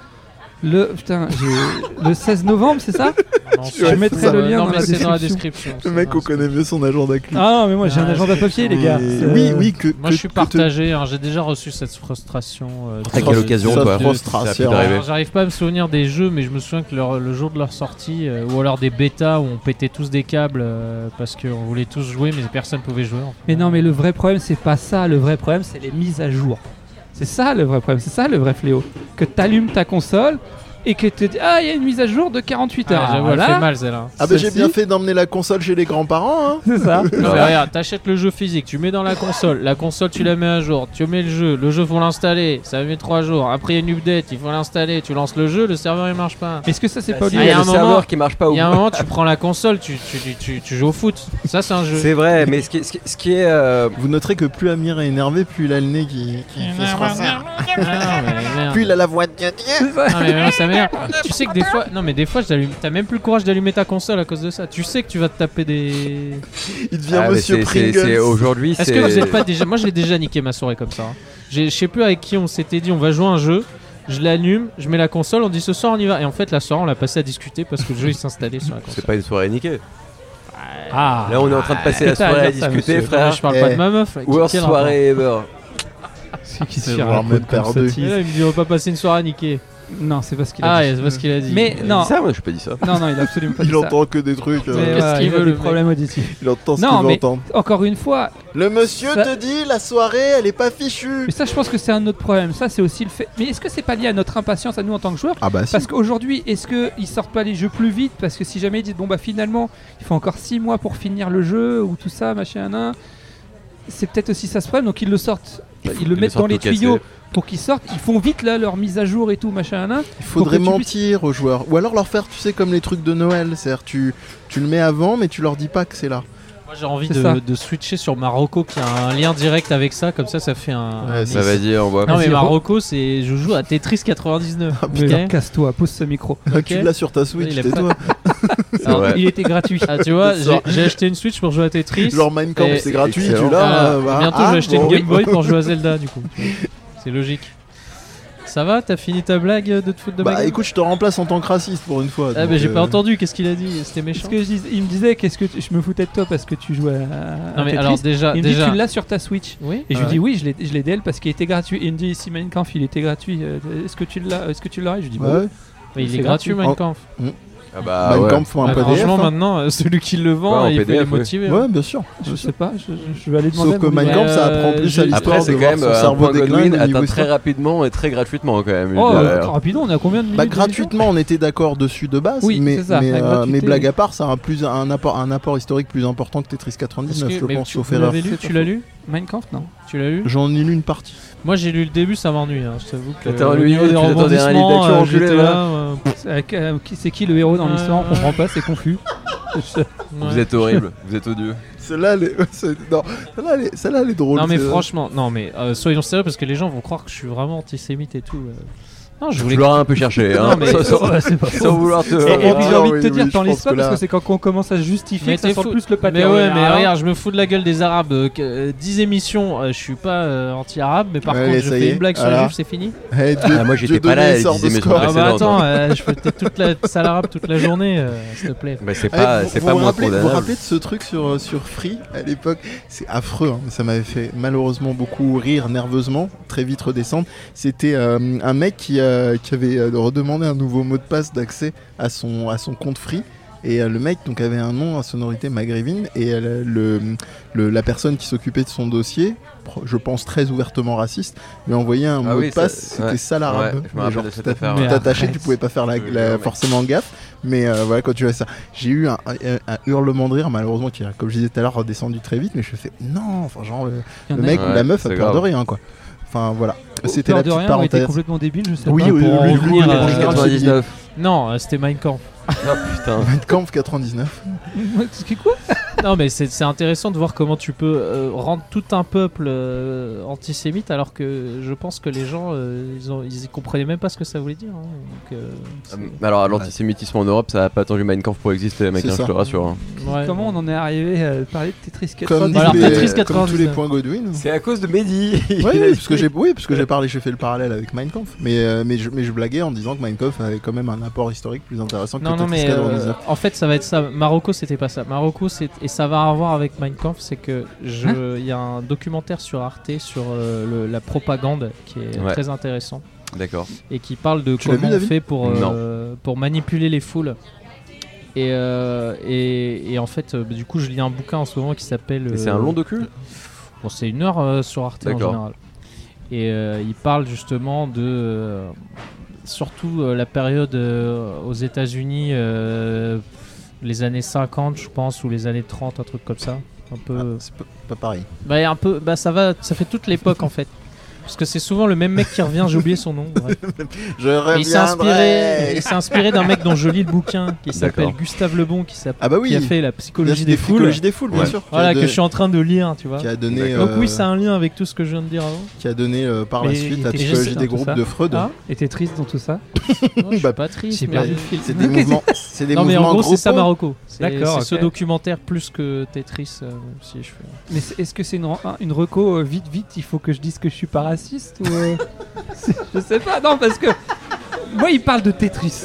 Speaker 1: Le putain, j'ai- le 16 novembre, c'est ça
Speaker 4: Non,
Speaker 1: Je
Speaker 4: ça-
Speaker 1: mettrai
Speaker 4: ça-
Speaker 1: le lien
Speaker 4: non,
Speaker 1: dans
Speaker 4: mais
Speaker 1: la
Speaker 4: c'est
Speaker 1: description.
Speaker 4: description,
Speaker 2: Le
Speaker 4: c'est
Speaker 2: mec,
Speaker 4: dans
Speaker 2: on
Speaker 4: la
Speaker 2: connaît mieux son agenda clip.
Speaker 1: Ah non, mais moi j'ai un
Speaker 4: Ah,
Speaker 1: agenda papier, les gars. Euh,
Speaker 2: Et-
Speaker 1: C'est-
Speaker 2: Oui, oui, que.
Speaker 4: Moi,
Speaker 2: que-
Speaker 4: je suis
Speaker 2: que te-
Speaker 4: partagé. hein, J'ai déjà reçu cette frustration. euh,
Speaker 3: À
Speaker 4: de-
Speaker 3: quelle
Speaker 4: de-
Speaker 3: occasion,
Speaker 4: de-
Speaker 3: toi
Speaker 4: de-
Speaker 2: Frustration.
Speaker 4: Alors,
Speaker 3: Arrivé.
Speaker 4: J'arrive pas à me souvenir des jeux, mais je me souviens que leur- le jour de leur sortie, euh, ou alors des bêtas où on pétait tous des câbles euh, parce qu'on voulait tous jouer, mais personne pouvait jouer. en fait.
Speaker 1: Mais non, mais le vrai problème, c'est pas ça. Le vrai problème, c'est les mises à jour. C'est ça le vrai problème, c'est ça le vrai fléau. Que t'allumes ta console et que tu dis Ah, il y a une mise à jour de 48 heures.
Speaker 4: Ah,
Speaker 1: Ah,
Speaker 4: j'avoue, elle fait
Speaker 1: voilà,
Speaker 4: mal celle-là.
Speaker 2: Ah bah j'ai
Speaker 1: Celle-ci.
Speaker 2: bien fait d'emmener la console chez les grands-parents. hein.
Speaker 1: c'est ça.
Speaker 4: Non, mais regarde, t'achètes le jeu physique, tu mets dans la console, la console tu la mets à jour, tu mets le jeu, le jeu faut l'installer, ça met 3 jours, après il y a une update, il faut l'installer, tu lances le jeu, le serveur il marche pas.
Speaker 1: Mais Est-ce que ça, c'est
Speaker 3: Ah,
Speaker 1: pas
Speaker 3: si,
Speaker 1: lié
Speaker 3: Il y a
Speaker 4: un
Speaker 3: le
Speaker 4: moment-
Speaker 3: serveur qui marche pas au
Speaker 4: Il y a un moment, tu prends la console, tu, tu, tu, tu- tu joues au foot, ça c'est un jeu.
Speaker 3: C'est vrai, mais ce qui, ce qui- ce qui est. euh,
Speaker 2: Vous noterez que plus Amir est énervé, plus il a le nez qui, qui fait se resserre.
Speaker 4: Ah, non, mais merde.
Speaker 2: Plus il a la voix de Dieu Dieu.
Speaker 4: Ah, mais vraiment, sa mère. Tu sais que des fois, non mais des fois, j'allume- t'as même plus le courage d'allumer ta console à cause de ça. Tu sais que tu vas te taper des.
Speaker 2: Il devient
Speaker 3: ah, mais
Speaker 2: Monsieur
Speaker 3: c'est- c'est- c'est-
Speaker 2: Pringles.
Speaker 3: Aujourd'hui,
Speaker 4: Est-ce
Speaker 3: c'est.
Speaker 4: que vous êtes pas déjà Moi, je l'ai déjà niqué ma soirée comme ça. hein. J'ai- Je sais plus avec qui on s'était dit, on va jouer à un jeu. Je l'allume, je mets la console, on dit ce soir on y va. Et en fait, la soirée, on l'a passé à discuter parce que le jeu il s'installait sur la console.
Speaker 3: C'est pas une soirée niquée.
Speaker 1: Ah,
Speaker 3: Là, on est en train de passer la
Speaker 1: Qu'est-ce que t'as à
Speaker 3: soirée à
Speaker 1: dire, ça,
Speaker 3: discuter,
Speaker 1: monsieur
Speaker 4: Ouais,
Speaker 3: frère.
Speaker 4: je parle pas
Speaker 2: Eh.
Speaker 4: de ma meuf. là. Qui-
Speaker 3: Worst
Speaker 4: quel rapport
Speaker 3: soirée euh, bah, ever.
Speaker 1: c'est qui
Speaker 2: C'est
Speaker 1: se tire
Speaker 2: vraiment
Speaker 1: la faute comme
Speaker 2: perdu.
Speaker 1: ça,
Speaker 4: Et là, il me dit, on va pas passer une soirée à niquer.
Speaker 1: il- Non, c'est pas ce qu'il a
Speaker 4: Ah,
Speaker 1: dit.
Speaker 4: c'est pas ce qu'il a dit.
Speaker 1: Mais
Speaker 3: J'ai
Speaker 1: non,
Speaker 3: dit ça, moi, je pas dit ça. Bah,
Speaker 1: non, non, il a absolument pas dit
Speaker 2: Il
Speaker 1: ça.
Speaker 2: entend que des trucs. euh,
Speaker 1: Mais
Speaker 4: Qu'est-ce
Speaker 1: ouais,
Speaker 4: qu'il
Speaker 1: il a
Speaker 4: veut,
Speaker 1: des
Speaker 4: le mec
Speaker 1: problèmes auditifs.
Speaker 2: Il entend ce
Speaker 1: Non,
Speaker 2: qu'il veut
Speaker 1: mais-
Speaker 2: entendre.
Speaker 1: Encore une fois,
Speaker 2: Le monsieur
Speaker 1: Ça-
Speaker 2: te dit la soirée, elle est pas fichue.
Speaker 1: mais ça, je pense que c'est un autre problème. Ça, c'est aussi le fait. Mais est-ce que c'est pas lié à notre impatience à nous en tant que joueurs
Speaker 2: Ah bah si.
Speaker 1: Parce qu'aujourd'hui, est-ce qu'ils sortent pas les jeux plus vite Parce que si jamais ils disent, bon bah finalement, il faut encore 6 mois pour finir le jeu, ou tout ça, machin, nan, c'est peut-être aussi ça ce problème, donc ils le sortent. Ils le
Speaker 3: Ils
Speaker 1: mettent
Speaker 3: sortent
Speaker 1: dans les
Speaker 3: tout cassé.
Speaker 1: tuyaux pour qu'ils sortent. Ils font vite là leur mise à jour et tout, machin, nan.
Speaker 2: Il faudrait
Speaker 1: Pour que tu puisses-
Speaker 2: mentir aux joueurs. Ou alors leur faire, tu sais, comme les trucs de Noël. C'est-à-dire, tu, tu le mets avant, mais tu leur dis pas que c'est là.
Speaker 4: Moi, j'ai envie
Speaker 1: C'est ça.
Speaker 4: de, de switcher sur Marocco qui a un lien direct avec ça. Comme ça, ça fait un.
Speaker 2: Ouais,
Speaker 3: Ça va dire, on voit.
Speaker 4: Non mais
Speaker 1: Vas-y,
Speaker 4: Marocco c'est je joue à Tetris 99.
Speaker 2: Ah,
Speaker 4: ok
Speaker 1: Mais alors, Casse-toi, pose ce micro.
Speaker 2: Tu l'as sur ta Switch,
Speaker 4: Il a
Speaker 2: tais-toi.
Speaker 3: C'est vrai.
Speaker 1: Il était gratuit.
Speaker 4: Ah tu vois, j'ai
Speaker 2: Sors.
Speaker 4: j'ai acheté une Switch pour jouer à Tetris.
Speaker 2: Genre Minecraft,
Speaker 4: Et-
Speaker 2: c'est gratuit,
Speaker 3: Excellent.
Speaker 2: tu l'as.
Speaker 4: Euh,
Speaker 2: euh, bah,
Speaker 4: bientôt
Speaker 2: ah,
Speaker 4: je vais acheter
Speaker 2: bon.
Speaker 4: une Game Boy pour jouer à Zelda du coup. C'est logique. Ça va, t'as fini ta blague euh, de te foutre de ma
Speaker 2: Bah
Speaker 4: gueule
Speaker 2: écoute, je te remplace en tant que raciste pour une fois.
Speaker 4: Ah
Speaker 2: donc,
Speaker 4: mais j'ai pas
Speaker 2: euh,
Speaker 4: entendu, qu'est-ce qu'il a dit C'était
Speaker 1: Parce
Speaker 4: méchant.
Speaker 1: que je dis- il me disait, qu'est-ce que tu- je me foutais de toi parce que tu jouais à. à
Speaker 4: Non mais
Speaker 1: Tetris.
Speaker 4: alors déjà
Speaker 1: il me dit,
Speaker 4: déjà
Speaker 1: tu l'as sur ta Switch.
Speaker 4: Oui.
Speaker 1: Et je
Speaker 2: Ah
Speaker 1: lui
Speaker 2: Ouais.
Speaker 1: dis oui, je l'ai- je l'ai d'elle parce qu'il était gratuit. Et il me dit si Minecraft il était gratuit, euh, est-ce que tu l'as Est-ce que tu l'aurais Je lui dis bah
Speaker 2: Ouais.
Speaker 4: Mais il
Speaker 1: C'est
Speaker 4: est gratuit
Speaker 1: gratuit.
Speaker 4: Minecraft.
Speaker 3: Ah bah,
Speaker 2: Bah,
Speaker 3: ouais.
Speaker 2: Camp font un
Speaker 4: Ah,
Speaker 2: PDF.
Speaker 4: franchement
Speaker 2: hein.
Speaker 4: maintenant euh, celui qui le
Speaker 3: Ouais,
Speaker 4: vend
Speaker 3: en
Speaker 4: il peut les
Speaker 3: PDF, oui.
Speaker 4: motiver. hein.
Speaker 2: Ouais, bien sûr.
Speaker 1: Je sais pas, je, je- je vais aller demander
Speaker 2: Sauf
Speaker 1: à
Speaker 2: que
Speaker 1: mon
Speaker 2: Mein
Speaker 1: libraire.
Speaker 2: Kampf, ça
Speaker 4: Euh,
Speaker 2: apprend plus à
Speaker 4: j'ai-
Speaker 2: l'histoire
Speaker 3: Après,
Speaker 2: de
Speaker 3: c'est quand même
Speaker 2: voir son
Speaker 3: un
Speaker 2: cerveau
Speaker 3: point
Speaker 2: déglingue
Speaker 3: Godwin
Speaker 2: au niveau
Speaker 3: atteint très
Speaker 2: histoire.
Speaker 3: rapidement et très gratuitement quand même.
Speaker 1: Oh,
Speaker 3: Il a-
Speaker 1: rapidement, on est à combien de minutes
Speaker 2: Bah
Speaker 1: d'émission
Speaker 2: gratuitement, on était d'accord dessus de base,
Speaker 1: Oui,
Speaker 2: mais,
Speaker 1: c'est ça,
Speaker 2: mais,
Speaker 1: la
Speaker 2: euh,
Speaker 1: gratuité.
Speaker 2: mais blague à part, ça a un, plus, un, apport, un apport historique plus important que Tetris
Speaker 4: Est-ce
Speaker 2: 99,
Speaker 4: que-
Speaker 2: je
Speaker 4: mais
Speaker 2: pense,
Speaker 4: tu-
Speaker 2: sauf
Speaker 4: vous
Speaker 2: erreur.
Speaker 4: l'avez lu Tu l'as lu
Speaker 1: Minecraft, non
Speaker 4: Tu l'as lu
Speaker 2: J'en ai lu une partie.
Speaker 4: Moi j'ai lu le début, ça m'ennuie. Hein. Je t'avoue que
Speaker 3: T'attends,
Speaker 4: euh,
Speaker 3: lui, tu t'attendais à un livre d'action
Speaker 4: euh,
Speaker 3: enculé,
Speaker 4: j'étais
Speaker 3: là.
Speaker 4: là, euh,
Speaker 1: C'est avec, euh, qui- C'est qui le héros dans
Speaker 4: Ouais,
Speaker 1: l'histoire On
Speaker 4: ouais.
Speaker 1: comprend pas, c'est confus.
Speaker 3: Vous
Speaker 4: ouais.
Speaker 3: êtes horrible, vous êtes odieux.
Speaker 2: Celle-là, elle est, c'est- non, celle-là, elle est- celle-là, elle est drôle.
Speaker 4: Non mais
Speaker 2: c'est-
Speaker 4: franchement, non mais euh, soyons sérieux parce que les gens vont croire que je suis vraiment antisémite et tout. euh. Non, je
Speaker 3: Je
Speaker 4: voulais.
Speaker 3: l'aurais un peu cherché, hein.
Speaker 4: Non, mais-
Speaker 3: sans,
Speaker 4: Eh,
Speaker 3: sans-
Speaker 1: Ouais, c'est pas faux.
Speaker 3: sans vouloir te.
Speaker 1: Et, et puis j'ai envie de
Speaker 2: oui,
Speaker 1: te
Speaker 2: oui,
Speaker 1: dire,
Speaker 2: je
Speaker 1: t'en laisses
Speaker 2: pense
Speaker 1: pas
Speaker 2: que
Speaker 1: parce
Speaker 2: là-
Speaker 1: que c'est quand on commence à se justifier
Speaker 4: Mais
Speaker 1: que ça
Speaker 4: t'es
Speaker 1: sent
Speaker 4: fou.
Speaker 1: plus le pâté.
Speaker 4: Mais ouais, mais
Speaker 1: Ah,
Speaker 4: regarde, je me fous de la gueule des Arabes. euh, que- euh, 10 émissions, euh, je suis pas euh, anti-arabe, mais par
Speaker 2: Ouais,
Speaker 4: contre,
Speaker 2: mais
Speaker 4: je
Speaker 2: ça y
Speaker 4: fais
Speaker 2: est,
Speaker 4: une blague sur
Speaker 2: voilà.
Speaker 4: les juifs, c'est fini.
Speaker 2: Eh, Dieu-
Speaker 3: Ah, moi, j'étais
Speaker 2: Dieudonné
Speaker 3: pas là, elle
Speaker 2: sort
Speaker 3: disait
Speaker 2: de
Speaker 3: mes
Speaker 2: score.
Speaker 3: Ah,
Speaker 4: Ah
Speaker 3: c'est
Speaker 4: bah
Speaker 3: énorme.
Speaker 4: attends, euh, je fais peut-être toute la sale arabe toute la journée, euh, s'il te plaît.
Speaker 3: Bah, c'est
Speaker 2: Eh,
Speaker 3: pas,
Speaker 2: vous-
Speaker 3: c'est
Speaker 2: vous
Speaker 3: pas
Speaker 2: vous
Speaker 3: moins
Speaker 2: rappelez, vous vous
Speaker 3: condamnable.
Speaker 2: rappelez de ce truc sur, euh, sur Free à l'époque C'est affreux, hein, mais ça m'avait fait malheureusement beaucoup rire nerveusement, très vite redescendre. C'était euh, un mec qui, euh, qui avait euh, redemandé un nouveau mot de passe d'accès à son, à son compte Free. Et euh, le mec donc avait un nom à sonorité maghrébine et elle, le, le- la personne qui s'occupait de son dossier, pro- je pense très ouvertement raciste, lui a envoyé un
Speaker 3: Ah
Speaker 2: mot
Speaker 3: oui,
Speaker 2: de passe.
Speaker 3: ça-
Speaker 2: C'était
Speaker 3: ouais.
Speaker 2: ça l'arabe.
Speaker 3: Ouais, je
Speaker 2: Et
Speaker 3: me rappelle
Speaker 2: genre,
Speaker 3: de cette
Speaker 2: tout à-
Speaker 3: affaire,
Speaker 2: tout
Speaker 3: ouais.
Speaker 2: attaché,
Speaker 4: Arrête.
Speaker 2: tu pouvais pas faire la,
Speaker 3: Je
Speaker 2: la-
Speaker 3: jure, mec.
Speaker 2: forcément gaffe. Mais euh, voilà, quand tu vois ça, j'ai eu un, un- un hurlement de rire, malheureusement, qui, a, comme je disais tout à l'heure, redescendu très vite. Mais je fais non, enfin, genre, le,
Speaker 1: Il y en
Speaker 2: le
Speaker 1: a
Speaker 2: mec
Speaker 3: qui-
Speaker 2: ou
Speaker 3: Ouais,
Speaker 2: la meuf a
Speaker 3: c'est
Speaker 2: peur de
Speaker 3: grave.
Speaker 2: rien, quoi. Enfin, voilà. C'était
Speaker 1: Peur
Speaker 2: la
Speaker 1: de
Speaker 2: petite
Speaker 1: rien, hein, on était
Speaker 2: parenthèse.
Speaker 1: complètement débile, je sais
Speaker 2: Oui,
Speaker 1: pas.
Speaker 2: oui,
Speaker 1: pour en
Speaker 2: oui, oui,
Speaker 1: revenir
Speaker 2: oui,
Speaker 1: à-
Speaker 2: oui, oui.
Speaker 3: 99.
Speaker 4: Non, euh, c'était Mein Kampf.
Speaker 3: Ah putain.
Speaker 2: Kampf 99.
Speaker 1: C'est quoi
Speaker 4: Non, mais c'est c'est intéressant de voir comment tu peux euh, rendre tout un peuple euh, antisémite alors que je pense que les gens euh, ils, ont, ils y comprenaient même pas ce que ça voulait dire. hein. Donc, euh, c'est-
Speaker 3: Ah, Alors, l'antisémitisme en Europe, ça a pas attendu Mein Kampf pour exister, mec,
Speaker 2: C'est
Speaker 3: hein, je
Speaker 2: ça.
Speaker 3: te rassure. hein.
Speaker 4: ouais.
Speaker 1: Comment on en est arrivé à parler de Tetris
Speaker 2: Comme,
Speaker 1: 99
Speaker 4: Voilà,
Speaker 2: disent les-
Speaker 4: Tetris
Speaker 2: comme tous les
Speaker 4: 99.
Speaker 2: points Godwin.
Speaker 3: C'est à cause de Mehdi
Speaker 2: Oui, oui, parce que j'ai oui, parce que j'ai parlé, j'ai fait le parallèle avec Mein Kampf, mais euh, mais je mais je blaguais en disant que Mein Kampf avait quand même un apport historique plus intéressant que
Speaker 4: Non, non,
Speaker 2: Tetris
Speaker 4: mais euh,
Speaker 2: 99.
Speaker 4: en fait, ça va être ça. Marocco, c'était pas ça. Marocco, c'est- et ça va avoir avec Mein Kampf, c'est que je- il y a un documentaire sur Arte sur euh, le- la propagande qui est
Speaker 3: Ouais.
Speaker 4: très intéressant
Speaker 3: D'accord.
Speaker 2: Euh,
Speaker 4: et qui parle de
Speaker 2: Tu l'as
Speaker 4: comment
Speaker 2: vu,
Speaker 4: on
Speaker 2: David
Speaker 4: fait pour, euh, pour manipuler les foules. Et, euh, et, et en fait, euh, bah, du coup, je lis un bouquin en ce moment qui s'appelle.
Speaker 3: Et C'est
Speaker 4: euh,
Speaker 3: un long docu
Speaker 4: Bon, c'est une heure euh, sur Arte en
Speaker 3: D'accord.
Speaker 4: général. Et euh, il parle justement de euh, surtout euh, la période euh, aux États-Unis, euh, les années 50, je pense, ou les années 30, un truc comme ça. Un peu.
Speaker 2: Ah, c'est pas, pas pareil.
Speaker 4: Bah, et un peu. Bah, ça va. Ça fait toute l'époque en fait. Parce que c'est souvent le même mec qui revient. J'ai oublié son nom. bref.
Speaker 2: Je
Speaker 4: Et Il s'est inspiré,
Speaker 2: reviendrai.
Speaker 4: il s'est inspiré d'un mec dont je lis le bouquin qui s'appelle
Speaker 3: D'accord.
Speaker 4: Gustave Le Bon, qui, s'appelle-
Speaker 2: Ah bah oui.
Speaker 4: qui a fait la
Speaker 2: Bien
Speaker 4: psychologie
Speaker 2: sûr,
Speaker 4: des foules.
Speaker 2: Psychologie des foules, bien
Speaker 3: Ouais.
Speaker 2: sûr. qui a
Speaker 4: Voilà,
Speaker 2: donné-
Speaker 4: que je suis en train de lire, tu vois.
Speaker 2: qui a donné.
Speaker 4: Donc
Speaker 2: euh,
Speaker 4: oui, ça a un lien avec tout ce que je viens de dire avant.
Speaker 2: qui a donné euh, par la
Speaker 1: Mais
Speaker 2: suite
Speaker 1: il
Speaker 2: la
Speaker 1: était
Speaker 2: psychologie
Speaker 1: juste
Speaker 2: des
Speaker 1: dans tout
Speaker 2: groupes
Speaker 1: ça.
Speaker 2: de Freud.
Speaker 4: Ah,
Speaker 1: Et Tetris dans tout ça
Speaker 4: Non, je suis
Speaker 2: Bah,
Speaker 4: pas triste.
Speaker 1: j'ai
Speaker 4: mais-
Speaker 1: perdu le fil.
Speaker 2: C'est des mouvements. C'est des
Speaker 4: Non mais en
Speaker 2: mouvements
Speaker 4: gros c'est ça
Speaker 2: groupaux.
Speaker 4: Marocco. C'est-
Speaker 1: D'accord,
Speaker 4: C'est ce
Speaker 1: ok.
Speaker 4: documentaire plus que Tetris euh, si je fais.
Speaker 1: Mais c'est- est-ce que c'est une, un- une reco euh, vite vite il faut que je dise que je suis pas raciste ou euh, c'est- je sais pas non parce que moi il parle de Tetris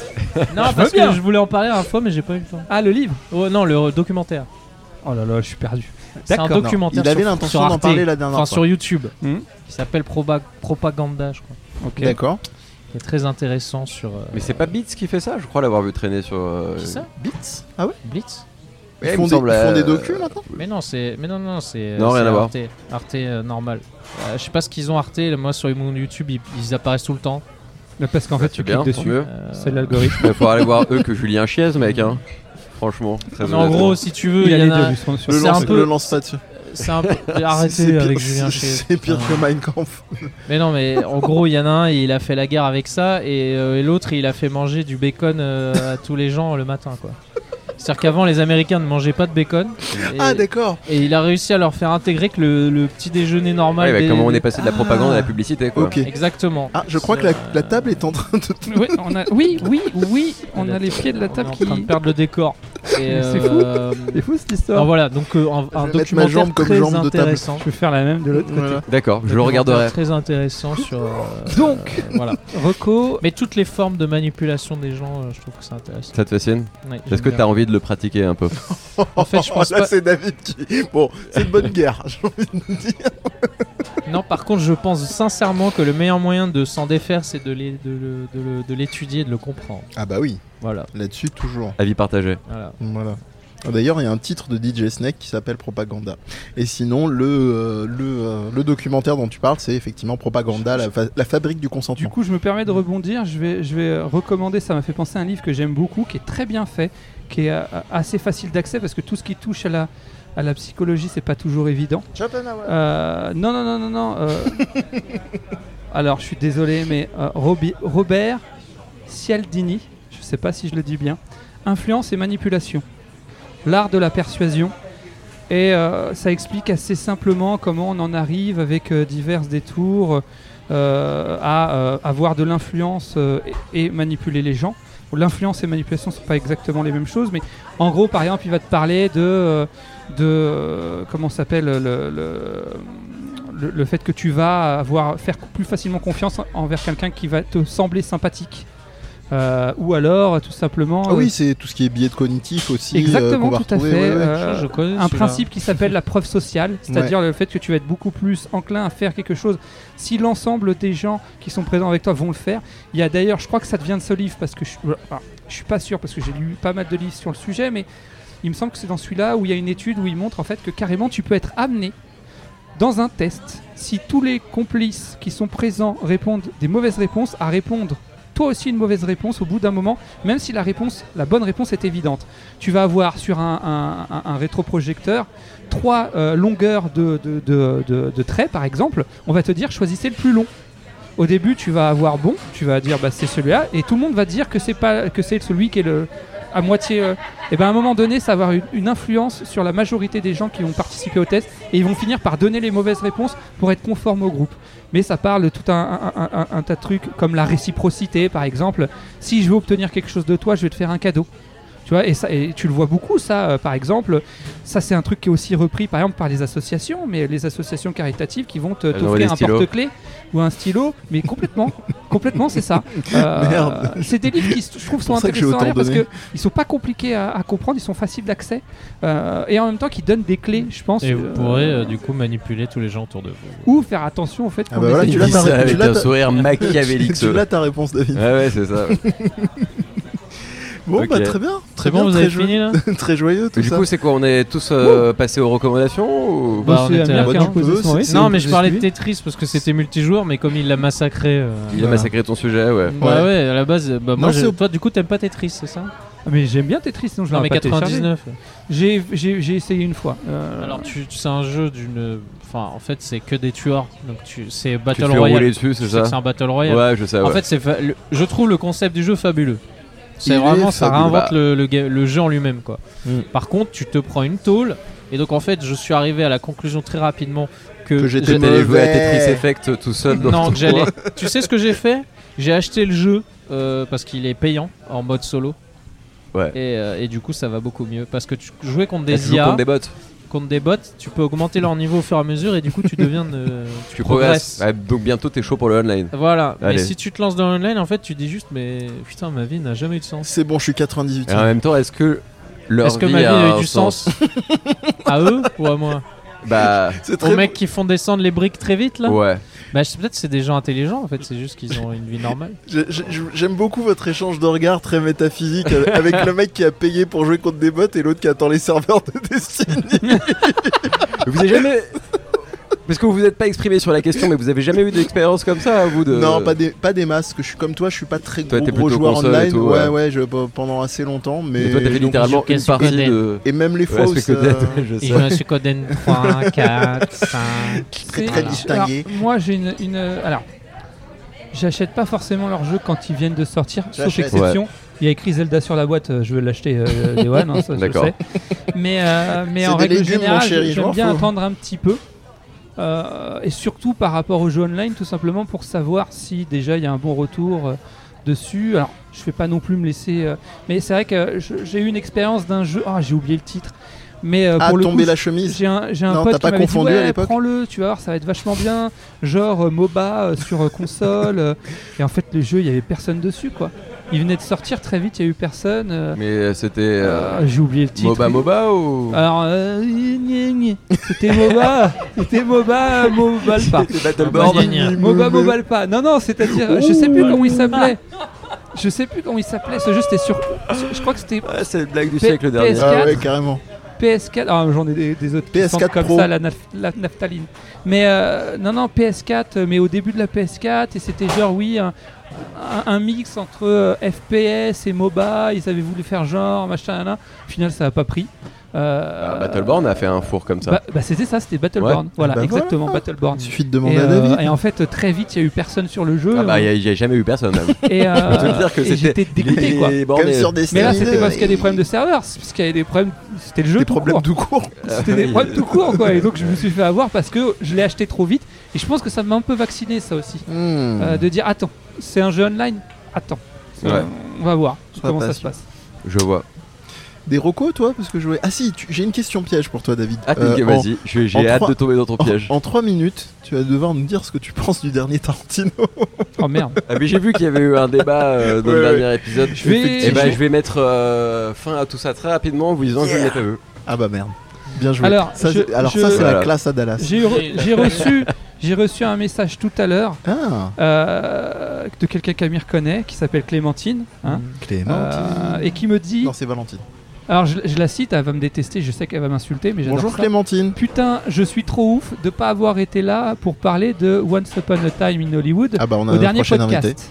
Speaker 4: Non parce
Speaker 1: bien.
Speaker 4: que je voulais en parler un fois mais j'ai pas eu le temps.
Speaker 1: ah le livre
Speaker 4: Oh non le euh, documentaire.
Speaker 1: oh là là je suis perdu
Speaker 4: C'est un
Speaker 1: D'accord.
Speaker 2: Non,
Speaker 4: documentaire
Speaker 2: Il avait
Speaker 4: sur-
Speaker 2: l'intention
Speaker 4: sur
Speaker 2: d'en
Speaker 4: Arte.
Speaker 2: parler la dernière
Speaker 4: Enfin
Speaker 2: fois.
Speaker 4: sur YouTube.
Speaker 1: Hmm.
Speaker 4: Qui s'appelle Proba- Propaganda je crois.
Speaker 1: ok
Speaker 2: D'accord.
Speaker 4: Qui est très intéressant sur. euh,
Speaker 3: Mais c'est pas Beats qui fait ça Je crois l'avoir vu traîner sur. euh,
Speaker 4: Qui ça
Speaker 2: Beats. Ah ouais.
Speaker 4: Blitz.
Speaker 2: Ils
Speaker 3: Ouais, il
Speaker 2: font
Speaker 3: me
Speaker 2: des-
Speaker 3: semble,
Speaker 2: ils font des
Speaker 3: euh,
Speaker 2: docus maintenant.
Speaker 4: Mais non c'est mais non non c'est.
Speaker 3: Non,
Speaker 4: euh,
Speaker 3: rien
Speaker 4: c'est
Speaker 3: à voir.
Speaker 4: Arte, Arte euh, normal. Euh, je sais pas ce qu'ils ont Arte. là, Moi sur mon YouTube ils, ils apparaissent tout le temps.
Speaker 1: Mais parce
Speaker 4: Bah,
Speaker 1: qu'en fait tu
Speaker 3: C'est
Speaker 1: cliques
Speaker 3: bien, tant
Speaker 1: dessus
Speaker 3: mieux.
Speaker 4: Euh,
Speaker 1: c'est l'algorithme
Speaker 3: Il faut aller voir eux que Julien Chiez, mec. Hein. Franchement. Très
Speaker 4: Mais en
Speaker 3: honnêtement.
Speaker 4: gros si tu veux
Speaker 1: il
Speaker 4: Euh, il
Speaker 1: a
Speaker 4: y
Speaker 1: les
Speaker 4: en a.
Speaker 1: deux sur- sur-
Speaker 2: Le
Speaker 4: c'est un
Speaker 2: lance,
Speaker 4: peu-
Speaker 2: le lance pas dessus.
Speaker 4: C'est un peu...
Speaker 2: C'est
Speaker 4: Arrêtez
Speaker 2: pire-
Speaker 4: avec Julien
Speaker 2: c'est-
Speaker 4: Chez.
Speaker 2: C'est pire que Mein Kampf.
Speaker 4: Mais non, mais en gros, il y en a un, il a fait la guerre avec ça, et, euh, et l'autre, il a fait manger du bacon euh, à tous les gens le matin, quoi. C'est-à-dire qu'avant, les Américains ne mangeaient pas de bacon. Et,
Speaker 2: Ah d'accord.
Speaker 4: et il a réussi à leur faire intégrer que le, le petit déjeuner normal.
Speaker 3: Ouais, bah,
Speaker 4: des-
Speaker 3: comment on est passé de la propagande à
Speaker 2: Ah.
Speaker 3: la publicité, quoi.
Speaker 2: Ok.
Speaker 4: Exactement. Euh,
Speaker 2: Ah, je crois que la, la table est en train de.
Speaker 1: oui, on a- oui oui oui on a les pieds de la
Speaker 4: On est
Speaker 1: table
Speaker 4: en
Speaker 1: qui
Speaker 4: train de perdre le décor. Et,
Speaker 1: C'est
Speaker 4: euh,
Speaker 1: c'est fou cette
Speaker 4: alors
Speaker 1: histoire
Speaker 4: voilà, donc euh, un, un
Speaker 2: vais mettre ma
Speaker 4: documentaire
Speaker 2: jambe comme
Speaker 4: très
Speaker 2: jambe de table.
Speaker 4: intéressant.
Speaker 1: je vais faire la même de l'autre côté
Speaker 2: Voilà.
Speaker 3: D'accord, je le
Speaker 4: Documentaire
Speaker 3: regarderai.
Speaker 4: Très intéressant sur. euh,
Speaker 1: Donc.
Speaker 4: voilà.
Speaker 1: reco
Speaker 4: Mais toutes les formes de manipulation des gens, euh, je trouve que c'est intéressant.
Speaker 3: Ça te fascine
Speaker 4: Ouais,
Speaker 3: Est-ce
Speaker 4: j'aime
Speaker 3: que
Speaker 4: bien.
Speaker 3: t'as envie de le pratiquer un peu
Speaker 4: En fait, je pense
Speaker 2: Là,
Speaker 4: pas-
Speaker 2: c'est David qui. Bon, c'est une bonne guerre. j'ai envie de dire.
Speaker 4: Non, par contre, je pense sincèrement que le meilleur moyen de s'en défaire, c'est de l'é- de le- de le- de l'étudier, et de le comprendre.
Speaker 2: Ah bah oui.
Speaker 4: Voilà.
Speaker 2: Là-dessus toujours.
Speaker 3: Avis partagé.
Speaker 4: voilà.
Speaker 2: Voilà. Ah, D'ailleurs, il y a un titre de DJ Snake qui s'appelle Propaganda. Et sinon, le, euh, le, euh, le documentaire dont tu parles, c'est effectivement Propaganda, la, fa- la fabrique du
Speaker 1: Du
Speaker 2: consentement.
Speaker 1: coup, je me permets de rebondir. Je vais, je vais euh, recommander. Ça m'a fait penser à un livre que j'aime beaucoup, qui est très bien fait, qui est euh, assez facile d'accès parce que tout ce qui touche à la, à la psychologie, c'est pas toujours évident. Euh, non, non, non, non, non. euh, alors, je suis désolé, mais euh, Robi- Robert Cialdini, je sais pas si je le dis bien, influence et manipulation, l'art de la persuasion. Et euh, ça explique assez simplement comment on en arrive avec euh, divers détours euh, à euh, avoir de l'influence euh, et, et manipuler les gens. Bon, L'influence et manipulation sont pas exactement les mêmes choses, mais en gros, par exemple, il va te parler de, euh, de euh, comment ça s'appelle le, le, le- le fait que tu vas avoir faire plus facilement confiance envers quelqu'un qui va te sembler sympathique. Euh, ou alors, tout simplement,
Speaker 2: Ah
Speaker 1: euh,
Speaker 2: oui, c'est tout ce qui est biais de cognitif aussi. euh,
Speaker 1: Exactement,
Speaker 2: qu'on va
Speaker 1: tout à
Speaker 2: retrouver,
Speaker 1: fait,
Speaker 2: ouais, ouais.
Speaker 1: euh,
Speaker 4: Je connais
Speaker 1: un
Speaker 4: celui-là.
Speaker 1: principe qui s'appelle la preuve sociale, c'est-à-dire le fait que tu vas être beaucoup plus enclin à faire quelque chose si l'ensemble des gens qui sont présents avec toi vont le faire. Il y a d'ailleurs, je crois que ça devient de ce livre parce que je, euh, enfin, je suis pas sûr parce que j'ai lu pas mal de livres sur le sujet, mais il me semble que c'est dans celui-là où il y a une étude où il montre en fait que carrément tu peux être amené dans un test si tous les complices qui sont présents répondent des mauvaises réponses à répondre toi aussi une mauvaise réponse au bout d'un moment, même si la réponse, la bonne réponse est évidente tu vas avoir sur un, un- un- un rétroprojecteur trois euh, longueurs de, de, de- de- de traits, par exemple. On va te dire choisissez le plus long. Au début, tu vas avoir bon, tu vas dire bah, c'est celui-là, et tout le monde va dire que c'est pas que c'est celui qui est le à moitié. euh. et ben à un moment donné, ça va avoir une, une influence sur la majorité des gens qui ont participé au test, et ils vont finir par donner les mauvaises réponses pour être conformes au groupe. Mais ça parle de tout un, un- un- un- un tas de trucs comme la réciprocité, par exemple. Si je veux obtenir quelque chose de toi, je vais te faire un cadeau. Tu vois, et, ça, et tu le vois beaucoup, ça, euh, par exemple. Ça, c'est un truc qui est aussi repris, par exemple, par les associations, mais les associations caritatives qui vont te-
Speaker 3: Elles envoient des
Speaker 1: t'offrir un
Speaker 3: stylos.
Speaker 1: porte-clé ou un stylo, mais complètement, complètement, c'est ça. Euh,
Speaker 2: Merde.
Speaker 1: C'est des livres qui, je trouve, sont
Speaker 2: pour ça que j'ai
Speaker 1: intéressants à
Speaker 2: autant
Speaker 1: lire parce
Speaker 2: donné.
Speaker 1: que ils sont pas compliqués à, à comprendre, ils sont faciles d'accès, euh, et en même temps, qui donnent des clés, je pense.
Speaker 4: Et vous
Speaker 1: euh,
Speaker 4: pourrez euh, du coup manipuler tous les gens autour de vous.
Speaker 1: ou faire attention au fait qu'on
Speaker 2: Ah bah voilà,
Speaker 1: les ait-
Speaker 2: tu
Speaker 3: Il
Speaker 2: l'as
Speaker 3: dit
Speaker 2: pas-
Speaker 3: ça
Speaker 2: tu
Speaker 3: avec
Speaker 2: l'as
Speaker 3: un
Speaker 2: pas-
Speaker 3: sourire machiavélique.
Speaker 2: tu
Speaker 3: ce-
Speaker 2: là ta réponse, David.
Speaker 3: Ouais, ouais, c'est ça.
Speaker 2: Bon,
Speaker 3: Ok.
Speaker 2: bah très bien.
Speaker 4: C'est
Speaker 2: Très
Speaker 4: bon,
Speaker 2: bien,
Speaker 4: vous
Speaker 2: très
Speaker 4: avez
Speaker 2: joyeux.
Speaker 4: fini là
Speaker 2: Très joyeux tout
Speaker 3: Du
Speaker 2: ça.
Speaker 3: coup, c'est quoi On est tous euh, passés aux recommandations ou...
Speaker 4: Bah, on
Speaker 1: c'est
Speaker 4: était
Speaker 1: Amir
Speaker 4: là
Speaker 1: qui a
Speaker 2: dedans.
Speaker 1: imposé
Speaker 2: Eux,
Speaker 1: son
Speaker 2: c'est-
Speaker 1: rythme.
Speaker 2: c'est-
Speaker 4: Non, mais je parlais de
Speaker 2: suivi
Speaker 4: Tetris parce que c'était multijoueur, mais comme il l'a massacré. euh,
Speaker 3: Il a
Speaker 4: voilà.
Speaker 3: massacré ton sujet, ouais.
Speaker 4: Bah ouais, à la base, bah moi,
Speaker 2: Non,
Speaker 4: je-
Speaker 2: c'est au-
Speaker 4: toi du coup t'aimes pas Tetris, c'est ça
Speaker 1: Ah, Mais j'aime bien Tetris, sinon je
Speaker 4: Non, mais
Speaker 1: l'aurais pas téléchargé.
Speaker 4: 99.
Speaker 1: J'ai j'ai- j'ai essayé une fois. euh,
Speaker 4: Alors tu, tu- c'est un jeu d'une, enfin en fait c'est que des tueurs, donc tu, c'est
Speaker 3: Tu
Speaker 4: Battle
Speaker 3: te fais
Speaker 4: Royale.
Speaker 3: rouler dessus,
Speaker 4: Tu
Speaker 3: c'est
Speaker 4: sais que C'est
Speaker 3: ça
Speaker 4: un Battle Royale.
Speaker 3: Ouais, je sais.
Speaker 4: En
Speaker 3: ouais.
Speaker 4: fait, c'est fa- le- je trouve le concept du jeu fabuleux. C'est
Speaker 2: Il
Speaker 4: vraiment,
Speaker 2: est
Speaker 4: ça
Speaker 2: fabuleux.
Speaker 3: Bah.
Speaker 4: réinvente le, le ga- le jeu en lui-même, quoi.
Speaker 3: Mm.
Speaker 4: Par contre, tu te prends une tôle, et donc en fait, je suis arrivé à la conclusion très rapidement que,
Speaker 2: Que j'étais
Speaker 4: j'a-
Speaker 3: T'es allé jouer à
Speaker 2: Mauvais.
Speaker 3: Tetris Effect euh, tout seul dans
Speaker 4: non,
Speaker 3: ton
Speaker 4: que j'allais.
Speaker 3: coin.
Speaker 4: tu sais ce que j'ai fait J'ai acheté le jeu euh, parce qu'il est payant en mode solo.
Speaker 3: Ouais.
Speaker 4: Et, euh, et du coup, ça va beaucoup mieux parce que tu jouais contre
Speaker 3: Ah,
Speaker 4: des
Speaker 3: tu joues
Speaker 4: IA,
Speaker 3: contre des bots.
Speaker 4: contre des bots, tu peux augmenter leur niveau au fur et à mesure et du coup tu deviens euh,
Speaker 3: Tu progresses.
Speaker 4: progresses.
Speaker 3: Ouais, donc bientôt t'es chaud pour le online.
Speaker 4: voilà, mais
Speaker 3: Allez.
Speaker 4: si tu te lances dans l'online en fait, tu dis juste mais putain, ma vie n'a jamais eu de sens.
Speaker 2: C'est bon, je suis 98.
Speaker 3: Et en même temps, est-ce que leur euh,
Speaker 4: Est-ce que
Speaker 3: vie
Speaker 4: ma vie
Speaker 3: a
Speaker 4: a eu
Speaker 3: un
Speaker 4: du sens à eux ou à moi
Speaker 3: Bah
Speaker 2: C'est
Speaker 4: Aux
Speaker 2: très
Speaker 4: mecs qui font descendre les briques très vite là
Speaker 3: ouais.
Speaker 4: Bah je- peut-être c'est des gens intelligents en fait, c'est juste qu'ils ont une vie normale.
Speaker 2: J'ai- j'ai- J'aime beaucoup votre échange de regards très métaphysique euh, avec le mec qui a payé pour jouer contre des bots et l'autre qui attend les serveurs de Destiny.
Speaker 3: Vous avez jamais parce que vous vous êtes pas exprimé sur la question, mais vous avez jamais eu d'expérience comme ça, vous de
Speaker 2: Non, pas des, pas des masses, que je suis comme toi, je suis pas très
Speaker 3: Toi,
Speaker 2: gros,
Speaker 3: t'es
Speaker 2: gros
Speaker 3: plutôt
Speaker 2: joueur
Speaker 3: console et
Speaker 2: online.
Speaker 3: tout,
Speaker 2: ouais,
Speaker 3: ouais.
Speaker 2: ouais, je, bah, pendant assez longtemps, mais.
Speaker 3: Mais toi, t'as fait
Speaker 2: donc,
Speaker 3: littéralement
Speaker 4: je-
Speaker 3: une
Speaker 4: je- je-
Speaker 3: partie
Speaker 4: je-
Speaker 3: de.
Speaker 2: Et même les fois
Speaker 3: Ouais,
Speaker 2: où
Speaker 3: c'est que
Speaker 2: ça-
Speaker 3: d'être, ouais, je
Speaker 4: Ils
Speaker 3: sais.
Speaker 4: jouent à Suikoden 3, 4, 5.
Speaker 1: C'est-
Speaker 2: très
Speaker 1: alors,
Speaker 2: distingué.
Speaker 1: moi, j'ai une, une, euh, Alors, j'achète pas forcément leurs jeux quand ils viennent de sortir, sauf
Speaker 2: J'achète.
Speaker 1: exception. Il y a écrit Zelda sur la boîte, euh, je vais l'acheter euh, Day One, hein, ça, je le
Speaker 3: D'accord.
Speaker 1: sais. Mais, euh, mais
Speaker 2: C'est
Speaker 1: en
Speaker 2: des
Speaker 1: règle
Speaker 2: légumes, mon
Speaker 1: générale,
Speaker 2: chéri, je
Speaker 1: j'aime
Speaker 2: m'en
Speaker 1: bien
Speaker 2: fous.
Speaker 1: attendre un petit peu. Euh, et surtout par rapport aux jeux online, tout simplement pour savoir si déjà il y a un bon retour euh, dessus. Alors, je vais pas non plus me laisser. euh, mais c'est vrai que euh, je- j'ai eu une expérience d'un jeu. Ah, j'ai oublié le titre. Mais euh,
Speaker 2: Ah,
Speaker 1: pour le
Speaker 2: tomber
Speaker 1: coup,
Speaker 2: la chemise.
Speaker 1: j'ai un, j'ai un
Speaker 2: Non,
Speaker 1: pote
Speaker 2: t'as
Speaker 1: qui
Speaker 2: pas
Speaker 1: m'avait dit,
Speaker 2: confondu à
Speaker 1: Ouais,
Speaker 2: l'époque
Speaker 1: Prends-le, tu vas voir, ça va être vachement bien. Genre euh, MOBA euh, sur euh, console. euh. et en fait, le jeu, il y avait personne dessus, quoi. Il venait de sortir très vite, il y a eu personne. euh.
Speaker 3: Mais euh, c'était euh,
Speaker 4: Ah,
Speaker 1: Euh, J'ai oublié le titre.
Speaker 3: Moba Moba ou
Speaker 1: Alors, euh, gna, gna. c'était MOBA, c'était MOBA, MOBALPA.
Speaker 3: Battleborn
Speaker 4: Bah, gna, gna.
Speaker 1: MOBA, MOBALPA. Non, non, c'est-à-dire, je sais plus comment il s'appelait. Je sais plus comment il s'appelait, ce jeu, c'était sur. Je crois que c'était
Speaker 3: Ouais, C'est la blague du
Speaker 1: P-
Speaker 3: siècle dernier.
Speaker 1: PS4.
Speaker 2: Ah ouais, carrément.
Speaker 1: PS4, ah, j'en ai des, des autres qui
Speaker 2: PS4
Speaker 1: sentent comme
Speaker 2: Pro.
Speaker 1: ça la, naf- la naphtaline. Mais euh, non, non, PS4, euh, mais au début de la PS4, et c'était genre, oui, un, un- un mix entre euh, FPS et MOBA, ils avaient voulu faire genre, machin, nan, nan. Au final, ça n'a pas pris. Euh,
Speaker 3: Ah, Battleborn a fait un four comme ça.
Speaker 1: bah, bah, c'était ça, c'était Battleborn. Voilà,
Speaker 2: Bah,
Speaker 1: exactement,
Speaker 2: voilà.
Speaker 1: Battleborn.
Speaker 2: Il suffit de
Speaker 1: Et,
Speaker 2: demander à
Speaker 1: euh,
Speaker 2: David.
Speaker 1: et en fait, très vite, il y a eu personne sur le jeu.
Speaker 3: Ah bah, il y a- il y a jamais eu personne. même.
Speaker 1: et euh,
Speaker 3: Je veux dire que
Speaker 1: et
Speaker 3: c'était
Speaker 1: j'étais dégoûté, quoi.
Speaker 3: Il est
Speaker 2: Comme
Speaker 3: borné.
Speaker 2: sur Destiny.
Speaker 1: Mais là, c'était parce qu'il y a des
Speaker 2: euh,
Speaker 1: problèmes de serveur, c'est parce qu'il y avait des problèmes. C'était le jeu.
Speaker 2: Des
Speaker 1: tout
Speaker 2: problèmes
Speaker 1: court.
Speaker 2: tout court.
Speaker 1: C'était des
Speaker 3: oui.
Speaker 1: problèmes tout court quoi et donc je me suis fait avoir parce que je l'ai acheté trop vite et je pense que ça m'a un peu vacciné ça aussi
Speaker 2: Hmm.
Speaker 1: Euh, de dire attends c'est un jeu online attends
Speaker 3: Ouais.
Speaker 1: on va voir
Speaker 2: Sois
Speaker 1: comment ça
Speaker 2: patient.
Speaker 1: se passe
Speaker 3: Je vois.
Speaker 2: Des rocos, toi Parce que je voulais- Ah si, tu- j'ai une question piège pour toi, David.
Speaker 3: Ah,
Speaker 2: Euh,
Speaker 3: nickel,
Speaker 2: en-
Speaker 3: vas-y, j'ai j'ai
Speaker 2: en
Speaker 3: hâte
Speaker 2: trois-
Speaker 3: de tomber dans ton
Speaker 2: en-
Speaker 3: piège.
Speaker 2: En 3 minutes, tu vas devoir nous dire ce que tu penses du dernier Tarantino.
Speaker 1: Oh merde.
Speaker 3: Ah, mais j'ai vu qu'il y avait eu un débat euh, dans le
Speaker 2: Ouais, ouais.
Speaker 3: dernier épisode.
Speaker 1: Je vais-
Speaker 3: Et ben, je vais mettre euh, fin à tout ça très rapidement en vous disant que je ne l'ai pas vu.
Speaker 2: Ah bah merde. Bien joué.
Speaker 1: Alors,
Speaker 2: ça,
Speaker 1: je-
Speaker 2: c'est- alors
Speaker 1: je-
Speaker 2: ça, c'est
Speaker 3: Voilà.
Speaker 2: la classe à Dallas.
Speaker 1: J'ai re- j'ai reçu, j'ai reçu un message tout à l'heure
Speaker 2: Ah,
Speaker 1: euh, de quelqu'un qui m'y reconnaît, qui s'appelle Clémentine, hein,
Speaker 2: Hmm. Clémentine.
Speaker 1: euh, et qui me dit.
Speaker 2: Non, c'est Valentine.
Speaker 1: Alors je, je la cite, elle va me détester, je sais qu'elle va m'insulter, mais j'adore
Speaker 2: Bonjour
Speaker 1: ça.
Speaker 2: Clémentine.
Speaker 1: Putain, je suis trop ouf de pas avoir été là pour parler de Once Upon a Time in Hollywood
Speaker 2: Ah bah on a
Speaker 1: au
Speaker 2: notre
Speaker 1: dernier
Speaker 2: prochain
Speaker 1: podcast.
Speaker 2: invité.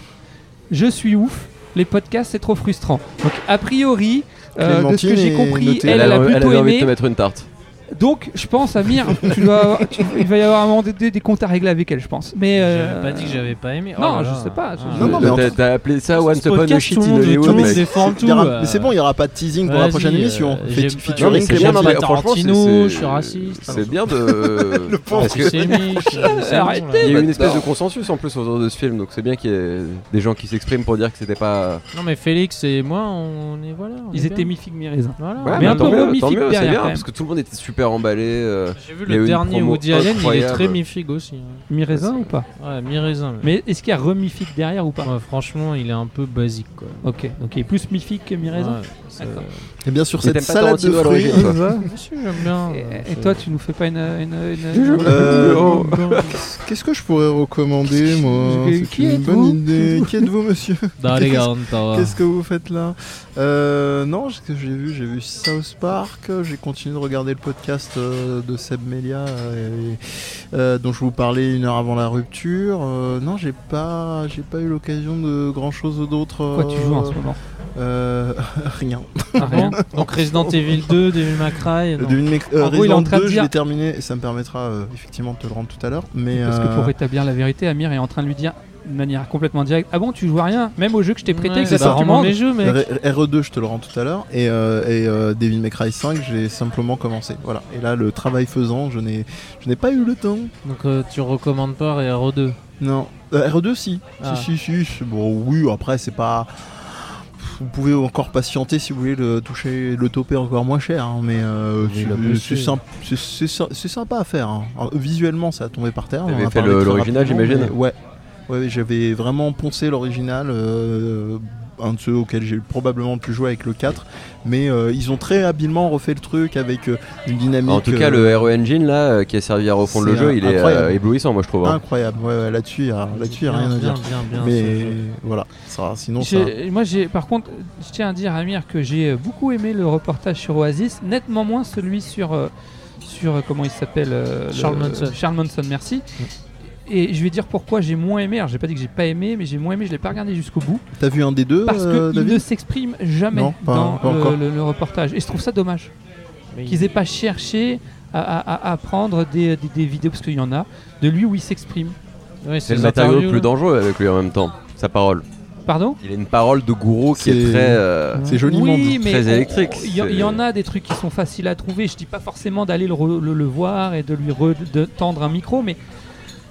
Speaker 1: Je suis ouf. Les podcasts, c'est trop frustrant. Donc, a priori, euh, de ce que
Speaker 2: Clémentine
Speaker 1: j'ai
Speaker 2: est
Speaker 1: compris,
Speaker 2: notée.
Speaker 1: elle, elle, a plutôt
Speaker 3: avait envie de te
Speaker 1: aimé.
Speaker 3: mettre une tarte.
Speaker 1: Donc, je pense, Amir, tu dois avoir- tu- il va y avoir un moment donné des comptes à régler avec elle, je pense. Mais euh,
Speaker 4: J'avais pas dit que j'avais pas aimé. Oh
Speaker 1: non,
Speaker 4: là
Speaker 1: je
Speaker 4: là.
Speaker 1: sais pas, je-
Speaker 4: Ah.
Speaker 2: Non, non,
Speaker 3: Euh,
Speaker 2: mais en
Speaker 3: t'as-
Speaker 2: tout-
Speaker 3: T'as appelé ça
Speaker 4: ce
Speaker 3: Once Upon a
Speaker 4: podcast,
Speaker 3: Shit
Speaker 4: tout le
Speaker 3: in
Speaker 4: monde- tout
Speaker 3: Hollywood,
Speaker 4: le monde
Speaker 3: mec.
Speaker 4: se déforme
Speaker 2: Il y aura-
Speaker 4: tout, euh.
Speaker 2: Mais c'est bon, il n'y aura pas de teasing pour la
Speaker 4: Vas-y,
Speaker 2: prochaine
Speaker 4: euh,
Speaker 2: émission. hein.
Speaker 4: j'aime
Speaker 2: Fait-
Speaker 4: pas-
Speaker 3: Non, mais
Speaker 2: Featuring
Speaker 3: c'est bien, non,
Speaker 2: Clémentine.
Speaker 3: mais
Speaker 4: Tarantino,
Speaker 3: franchement, c'est-
Speaker 4: je
Speaker 3: c'est-
Speaker 4: suis raciste.
Speaker 1: hein.
Speaker 3: C'est bien de. Parce que
Speaker 4: Antisémite, euh, c'est bon,
Speaker 1: Arrêtez.
Speaker 4: là.
Speaker 3: Il y a eu une espèce
Speaker 1: Non.
Speaker 3: de consensus en plus autour de ce film, donc c'est bien qu'il y ait des gens qui s'expriment pour dire que c'était pas.
Speaker 4: Non mais Félix et moi, on est voilà. on
Speaker 1: ils
Speaker 4: est
Speaker 1: étaient
Speaker 4: bien.
Speaker 1: mi figue mi raisin.
Speaker 4: Voilà.
Speaker 1: Ouais,
Speaker 4: on
Speaker 1: mais
Speaker 4: est
Speaker 1: un
Speaker 4: bien.
Speaker 1: peu
Speaker 3: tant mieux,
Speaker 1: mi-figue
Speaker 3: tant mieux,
Speaker 1: derrière,
Speaker 3: c'est
Speaker 1: quand
Speaker 3: bien,
Speaker 1: même.
Speaker 3: parce que tout le monde était super emballé. euh,
Speaker 4: J'ai vu
Speaker 3: Il y a eu
Speaker 4: le
Speaker 3: une
Speaker 4: dernier
Speaker 3: promo
Speaker 4: Woody Allen, il est
Speaker 3: incroyable.
Speaker 4: très mi-fig aussi. hein.
Speaker 1: Mi raisin ou pas
Speaker 4: Ouais, mi-raisin. Mais...
Speaker 1: Mais est-ce qu'il y a remifique derrière ou pas
Speaker 3: Bah.
Speaker 4: Ouais, franchement, il est un peu basique quoi.
Speaker 1: Ok, donc il est plus mifique que mi raisin.
Speaker 4: Ouais, c'est-
Speaker 1: D'accord.
Speaker 2: Et bien sûr,
Speaker 3: Mais
Speaker 2: cette
Speaker 3: t'aimes pas
Speaker 2: salade de
Speaker 3: Tarantino à
Speaker 2: fruits.
Speaker 3: l'origine, toi.
Speaker 4: Bien sûr, j'aime bien.
Speaker 1: Et-
Speaker 4: euh,
Speaker 1: Et,
Speaker 4: c'est-
Speaker 1: toi, tu nous fais pas une. une, une- une-
Speaker 2: Euh,
Speaker 3: Oh.
Speaker 2: Qu'est-ce que je pourrais recommander, moi
Speaker 1: Qui
Speaker 2: C'est une
Speaker 1: êtes-vous Ah.
Speaker 2: bonne idée. Qui êtes-vous, monsieur
Speaker 4: Dans les gardes, t'as-
Speaker 2: Qu'est-ce que vous faites là euh, Non, ce que j'ai vu, j'ai vu South Park. J'ai continué de regarder le podcast euh, de Seb Melia euh, et, euh, dont je vous parlais une heure avant la rupture. Euh, non, j'ai pas, j'ai pas eu l'occasion de grand chose d'autre. euh,
Speaker 1: Quoi, tu joues en ce moment
Speaker 2: euh, Rien.
Speaker 1: Ah, rien.
Speaker 4: Donc Resident Evil 2, Devil May Cry. non.
Speaker 2: Devine mes- euh,
Speaker 1: En gros, il est en
Speaker 2: Resident
Speaker 1: train de
Speaker 2: 2, je
Speaker 1: dire-
Speaker 2: l'ai terminé et ça me permettra euh, effectivement de te le rendre tout à l'heure. Mais
Speaker 1: Parce que
Speaker 2: euh,
Speaker 1: pour rétablir la vérité, Amir est en train de lui dire de manière complètement directe Ah bon, tu joues à rien Même au jeu que je t'ai prêté,
Speaker 4: Ouais,
Speaker 1: que ça
Speaker 4: bah,
Speaker 1: sort du
Speaker 4: rends-moi
Speaker 1: monde.
Speaker 4: mes jeux, mec.
Speaker 2: R- RE2, je te le rends tout à l'heure, et, euh, et euh, Devil May Cry 5, j'ai simplement commencé. Voilà. Et là, le travail faisant, je n'ai, je n'ai pas eu le temps.
Speaker 4: Donc euh, tu recommandes pas RO2.
Speaker 2: Non. Euh, RE2, si.
Speaker 4: Ah.
Speaker 2: Si, si, si. c'est- Bon, oui, après, c'est pas. Vous pouvez encore patienter si vous voulez le toucher, le toper encore moins cher, hein, mais euh,
Speaker 4: Oui, la
Speaker 2: c'est-
Speaker 4: PC.
Speaker 2: c'est, symp- c'est- c'est sy- c'est sympa à faire. hein. Alors, visuellement, ça a tombé par terre. hein, on en a
Speaker 3: T'avais fait
Speaker 2: parlé
Speaker 3: le-
Speaker 2: très
Speaker 3: l'original,
Speaker 2: rapidement,
Speaker 3: j'imagine
Speaker 2: mais Ouais. Ouais, j'avais vraiment poncé l'original, euh, un de ceux auxquels j'ai probablement le plus joué avec le 4, mais euh, ils ont très habilement refait le truc avec euh, une dynamique.
Speaker 3: En tout cas,
Speaker 2: euh,
Speaker 3: le Hero Engine là, euh, qui a servi à refondre le
Speaker 2: c'est
Speaker 3: jeu, il est
Speaker 2: incroyable.
Speaker 3: euh, éblouissant, moi je trouve. hein.
Speaker 2: incroyable. Ouais, ouais, là-dessus, il y a- Ah, là-dessus, il y a
Speaker 4: Bien,
Speaker 2: rien à dire.
Speaker 4: Ah, Bien, bien, bien. ce
Speaker 2: Mais
Speaker 4: jeu.
Speaker 2: voilà, ça, sinon ça.
Speaker 1: J'ai- Moi, j'ai, par contre, je tiens à dire à Amir que j'ai euh, beaucoup aimé le reportage sur Oasis, nettement moins celui sur, euh, sur euh, comment il s'appelle euh, le-
Speaker 4: Charles Manson.
Speaker 1: Charles Manson, merci. Et je vais dire pourquoi j'ai moins aimé. Alors, j'ai pas dit que j'ai pas aimé, mais j'ai moins aimé. Je l'ai pas regardé jusqu'au bout
Speaker 2: T'as vu un des deux,
Speaker 1: parce
Speaker 2: euh,
Speaker 1: qu'il
Speaker 2: David
Speaker 1: ne s'exprime jamais
Speaker 2: Non, pas-
Speaker 1: dans
Speaker 2: pas
Speaker 1: le-
Speaker 2: encore.
Speaker 1: le, le reportage. Et je trouve ça dommage
Speaker 4: Mais
Speaker 1: qu'ils aient pas cherché à, à- à- à prendre des, des- des vidéos parce qu'il y en a de lui où il s'exprime.
Speaker 4: Ouais, hein.
Speaker 3: C'est le
Speaker 4: les
Speaker 3: matériau le
Speaker 4: interviews,
Speaker 3: plus
Speaker 4: là.
Speaker 3: dangereux avec lui en même temps, sa parole.
Speaker 1: Pardon.
Speaker 3: Il a une parole de gourou qui est
Speaker 2: C'est-
Speaker 3: très. euh,
Speaker 2: C'est joliment dit.
Speaker 1: Oui, mais
Speaker 3: Très
Speaker 1: on-
Speaker 3: électrique,
Speaker 1: on- Il y, a-
Speaker 3: c'est-
Speaker 1: il y en a des trucs qui sont faciles à trouver. Je dis pas forcément d'aller le, re- le- le voir et de lui re- de tendre un micro, mais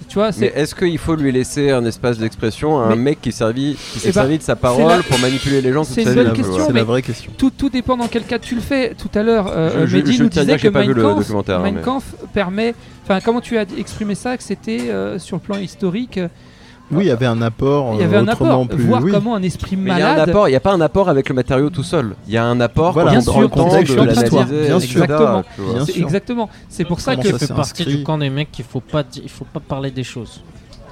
Speaker 1: tu vois,
Speaker 3: Mais
Speaker 1: c'est
Speaker 3: est-ce qu'il faut lui laisser un espace d'expression à un
Speaker 1: Mais-
Speaker 3: mec qui, servit, qui s'est
Speaker 1: Eh ben,
Speaker 3: servi de sa
Speaker 1: c'est
Speaker 3: parole
Speaker 1: la-
Speaker 3: pour manipuler les gens
Speaker 1: c'est
Speaker 3: toute
Speaker 1: une
Speaker 3: sa vie
Speaker 1: bonne
Speaker 3: là,
Speaker 1: question,
Speaker 3: voilà.
Speaker 2: C'est
Speaker 1: mais-
Speaker 2: la vraie question.
Speaker 1: tout, tout dépend dans quel cas tu le fais. Tout à l'heure, euh,
Speaker 3: Je- je-
Speaker 1: Mehdi
Speaker 3: je
Speaker 1: nous
Speaker 3: tiens à
Speaker 1: disait
Speaker 3: dire que j'ai
Speaker 1: que
Speaker 3: pas vu
Speaker 1: Mein
Speaker 3: le
Speaker 1: Kampf,
Speaker 3: documentaire,
Speaker 1: Mein
Speaker 3: mais-
Speaker 1: Kampf permet. Enfin, comment tu as dit- exprimé ça Que c'était euh, sur le plan historique, euh,
Speaker 2: Oui, il y avait un apport.
Speaker 1: il y avait un
Speaker 2: euh,
Speaker 1: apport.
Speaker 2: autrement plus.
Speaker 1: voir
Speaker 2: oui.
Speaker 1: comment un esprit
Speaker 3: Mais il y a un
Speaker 1: malade.
Speaker 3: apport, il n'y a pas un apport avec le matériau tout seul. Il y a un apport
Speaker 2: Voilà,
Speaker 3: quand
Speaker 1: bien
Speaker 3: on
Speaker 1: sûr,
Speaker 3: prend le temps
Speaker 1: contexte,
Speaker 3: de
Speaker 1: bien sûr,
Speaker 3: l'analyser,
Speaker 1: bien
Speaker 3: etc.,
Speaker 1: sûr. Exactement.
Speaker 3: tu vois.
Speaker 2: Bien
Speaker 1: C'est-
Speaker 2: sûr.
Speaker 1: Exactement. C'est pour ça
Speaker 2: Comment
Speaker 1: que
Speaker 2: ça
Speaker 4: fait
Speaker 2: c'est
Speaker 4: partie
Speaker 2: inscrit.
Speaker 4: du camp des mecs qu'il faut pas, di- il faut pas parler des choses.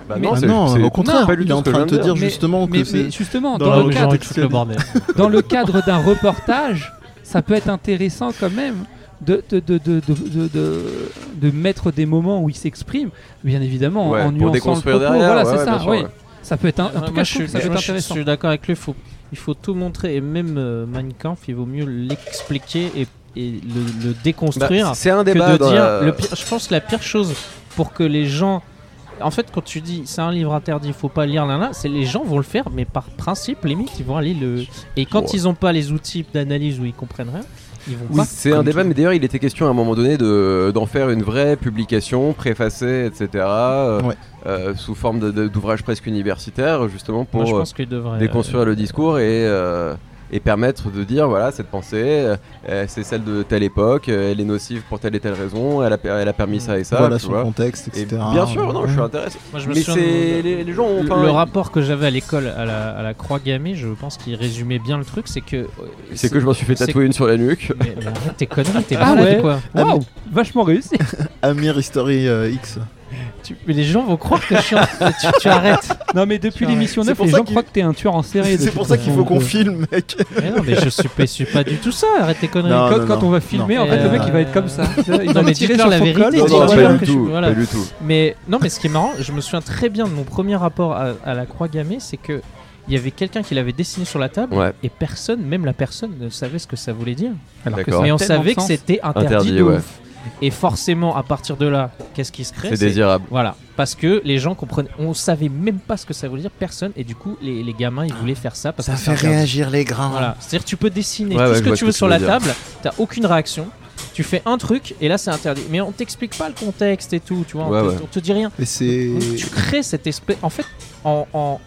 Speaker 3: Bah
Speaker 1: Mais-
Speaker 2: Ah
Speaker 3: c'est-
Speaker 2: non,
Speaker 3: c'est-
Speaker 2: au contraire,
Speaker 3: pas du
Speaker 2: il est
Speaker 3: tout
Speaker 2: en
Speaker 3: ce que
Speaker 2: train
Speaker 3: je
Speaker 2: de te
Speaker 3: viens de
Speaker 2: dire
Speaker 1: mais-
Speaker 2: justement
Speaker 1: mais-
Speaker 2: que c'est.
Speaker 1: mais justement,
Speaker 2: dans
Speaker 1: dans,
Speaker 2: la
Speaker 1: le
Speaker 2: logique
Speaker 1: cadre,
Speaker 2: du foutre le
Speaker 4: bordel.
Speaker 1: dans le cadre d'un reportage, ça peut être intéressant quand même de, de, de, de, de, de- de- de mettre des moments où il s'exprime, bien évidemment,
Speaker 3: Ouais,
Speaker 1: en
Speaker 3: pour
Speaker 1: nuançant le
Speaker 3: déconstruire
Speaker 1: propos.
Speaker 3: derrière,
Speaker 1: Voilà,
Speaker 3: ouais,
Speaker 1: c'est
Speaker 3: ouais,
Speaker 1: ça.
Speaker 3: bien sûr, Bah,
Speaker 1: oui.
Speaker 3: ouais.
Speaker 1: Ça peut être un- Hein, en
Speaker 4: Ouais,
Speaker 1: tout
Speaker 4: Euh, moi,
Speaker 1: cas,
Speaker 4: je
Speaker 1: je trouve
Speaker 4: suis-
Speaker 1: que ça peut
Speaker 4: moi,
Speaker 1: être
Speaker 4: je suis-
Speaker 1: intéressant.
Speaker 4: Je suis d'accord avec lui, faut, il faut tout montrer et même euh, Mein Kampf, il vaut mieux l'expliquer et, et le, le
Speaker 3: Bah,
Speaker 4: déconstruire
Speaker 3: C'est euh, un
Speaker 4: que
Speaker 3: débat
Speaker 4: de
Speaker 3: dans
Speaker 4: dire.
Speaker 3: la-
Speaker 4: Le pire, je pense que la pire chose pour que les gens. En fait, quand tu dis c'est un livre interdit, faut pas le lire là là, c'est les gens vont le faire, mais par principe, limite, ils vont aller le. Et quand
Speaker 3: Ouais.
Speaker 4: ils ont pas les outils d'analyse où ils comprennent rien, ils vont
Speaker 3: Oui,
Speaker 4: pas.
Speaker 3: c'est un débat, mais d'ailleurs, il était question à un moment donné de- d'en faire une vraie publication, préfacée, etc., euh,
Speaker 2: Ouais.
Speaker 3: euh, sous forme de- de- d'ouvrage presque universitaire, justement
Speaker 4: Moi, je
Speaker 3: pour euh,
Speaker 4: pense qu'ils devraient. euh,
Speaker 3: déconstruire le discours et, euh, et permettre de dire voilà cette pensée euh, euh, c'est celle de telle époque euh, elle est nocive pour telle et telle raison elle a, per- elle a permis ça et ça
Speaker 2: voilà
Speaker 3: tu
Speaker 2: son
Speaker 3: vois.
Speaker 2: contexte,
Speaker 3: Et
Speaker 2: etc.
Speaker 3: bien sûr non je suis intéressé
Speaker 4: Moi, je me
Speaker 3: mais
Speaker 4: souviens de-
Speaker 3: c'est les, les gens ont
Speaker 4: Le,
Speaker 3: pas-
Speaker 4: le rapport que j'avais à l'école à la, à la croix gammée, je pense qu'il résumait bien le truc, c'est que. euh,
Speaker 3: c'est que je m'en suis fait
Speaker 4: c'est-
Speaker 3: tatouer une sur la nuque
Speaker 4: Mais, mais arrête tes conneries, t'es
Speaker 1: Ah
Speaker 4: malade
Speaker 1: ouais.
Speaker 4: quoi.
Speaker 1: Waouh, vachement réussi.
Speaker 2: Amir History euh, X.
Speaker 4: Tu- mais les gens vont croire que je suis. un- tu, tu arrêtes.
Speaker 1: Non, mais depuis
Speaker 4: C'est
Speaker 1: l'émission
Speaker 2: vrai.
Speaker 1: 9,
Speaker 2: C'est pour
Speaker 1: les
Speaker 2: ça
Speaker 1: gens
Speaker 2: qu'il-
Speaker 1: croient que t'es un tueur en série. de
Speaker 2: C'est
Speaker 1: toute
Speaker 2: pour ça qu'il
Speaker 1: façon,
Speaker 2: faut qu'on
Speaker 1: donc,
Speaker 2: filme, mec.
Speaker 4: Mais non, mais je suis pas, je suis pas du tout ça. Arrête tes conneries.
Speaker 2: Non,
Speaker 1: Quand,
Speaker 2: non,
Speaker 1: quand
Speaker 2: non.
Speaker 1: on va filmer,
Speaker 4: Non.
Speaker 1: en fait, le mec
Speaker 4: Euh,
Speaker 1: il va être comme ça. Il
Speaker 4: non,
Speaker 1: va
Speaker 4: mais
Speaker 1: me tirer
Speaker 4: dites-leur
Speaker 1: sur
Speaker 4: la
Speaker 1: son
Speaker 4: vérité,
Speaker 1: col.
Speaker 4: Et
Speaker 3: non,
Speaker 4: tu
Speaker 3: non,
Speaker 4: vois
Speaker 3: pas
Speaker 4: bien
Speaker 3: du
Speaker 4: que je-
Speaker 3: tout
Speaker 4: voilà.
Speaker 3: pas du tout
Speaker 4: Mais non, mais ce qui est marrant, je me souviens très bien de mon premier rapport à, à la croix gammée, c'est que il y avait quelqu'un qui l'avait dessiné sur la table
Speaker 3: ouais
Speaker 4: et personne, même la personne, ne savait ce que ça voulait dire.
Speaker 3: d'accord
Speaker 4: mais
Speaker 1: tellement
Speaker 4: on
Speaker 1: de
Speaker 4: savait que
Speaker 1: sens.
Speaker 4: c'était interdit,
Speaker 3: Interdit,
Speaker 4: de
Speaker 3: ouais.
Speaker 4: ouf. Et forcément, à partir de là, qu'est-ce qui se crée
Speaker 3: c'est
Speaker 4: C'est-
Speaker 3: désirable
Speaker 4: Voilà, parce que les gens comprenaient, on savait même pas ce que ça voulait dire, personne, et du coup, les, les gamins ils voulaient faire ça parce que c'est interdit.
Speaker 2: les grands.
Speaker 4: Voilà, c'est-à-dire que tu peux dessiner
Speaker 3: Ouais,
Speaker 4: tout
Speaker 3: ouais,
Speaker 4: ce
Speaker 3: je
Speaker 4: que
Speaker 3: vois
Speaker 4: tu
Speaker 3: ce
Speaker 4: veux
Speaker 3: que tu
Speaker 4: sur
Speaker 3: veux
Speaker 4: la
Speaker 3: dire.
Speaker 4: table, t'as aucune réaction, tu fais un truc et là c'est interdit. Mais on t'explique pas le contexte et tout, tu vois, on
Speaker 3: Ouais,
Speaker 4: te-
Speaker 3: ouais.
Speaker 4: on te dit rien.
Speaker 2: Mais c'est.
Speaker 4: Tu crées cette espèce. En fait, en, en,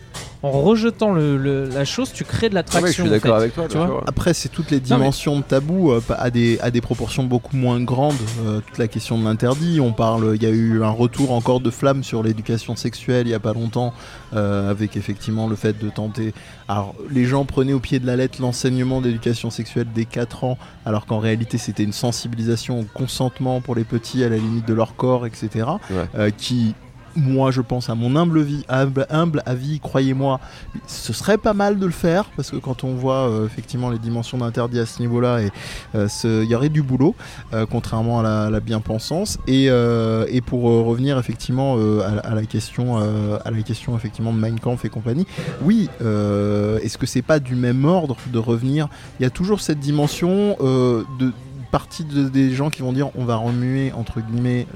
Speaker 4: en rejetant le, le- la chose, tu crées de
Speaker 3: Ah Ouais, je
Speaker 4: l'attraction.
Speaker 3: suis
Speaker 4: en
Speaker 3: d'accord
Speaker 4: fait.
Speaker 3: avec toi
Speaker 4: Tu
Speaker 3: bien
Speaker 4: vois.
Speaker 3: sûr.
Speaker 2: Après, c'est toutes les dimensions de tabou euh, pas- à des, à des proportions beaucoup moins grandes. euh, toute la question de l'interdit, on parle, il y a eu un retour encore de flamme sur l'éducation sexuelle il n'y a pas longtemps, euh, avec effectivement le fait de tenter. Alors, les gens prenaient au pied de la lettre l'enseignement d'éducation sexuelle dès 4 ans, alors qu'en réalité, c'était une sensibilisation au consentement pour les petits à la limite de leur corps, etc.
Speaker 3: Ouais.
Speaker 2: euh, qui. Moi, je pense à mon humble, vie, humble, humble avis, croyez-moi, ce serait pas mal de le faire parce que quand on voit euh, effectivement les dimensions d'interdit à ce niveau-là, et euh, ce- il y aurait du boulot, euh, contrairement à la, la bien-pensance. Et, euh, et pour euh, revenir effectivement euh, à, la- à la question, euh, à la question effectivement de Mein Kampf et compagnie, oui, euh, est-ce que c'est pas du même ordre de revenir Il y a toujours cette dimension euh, de partie de- des gens qui vont dire on va remuer entre guillemets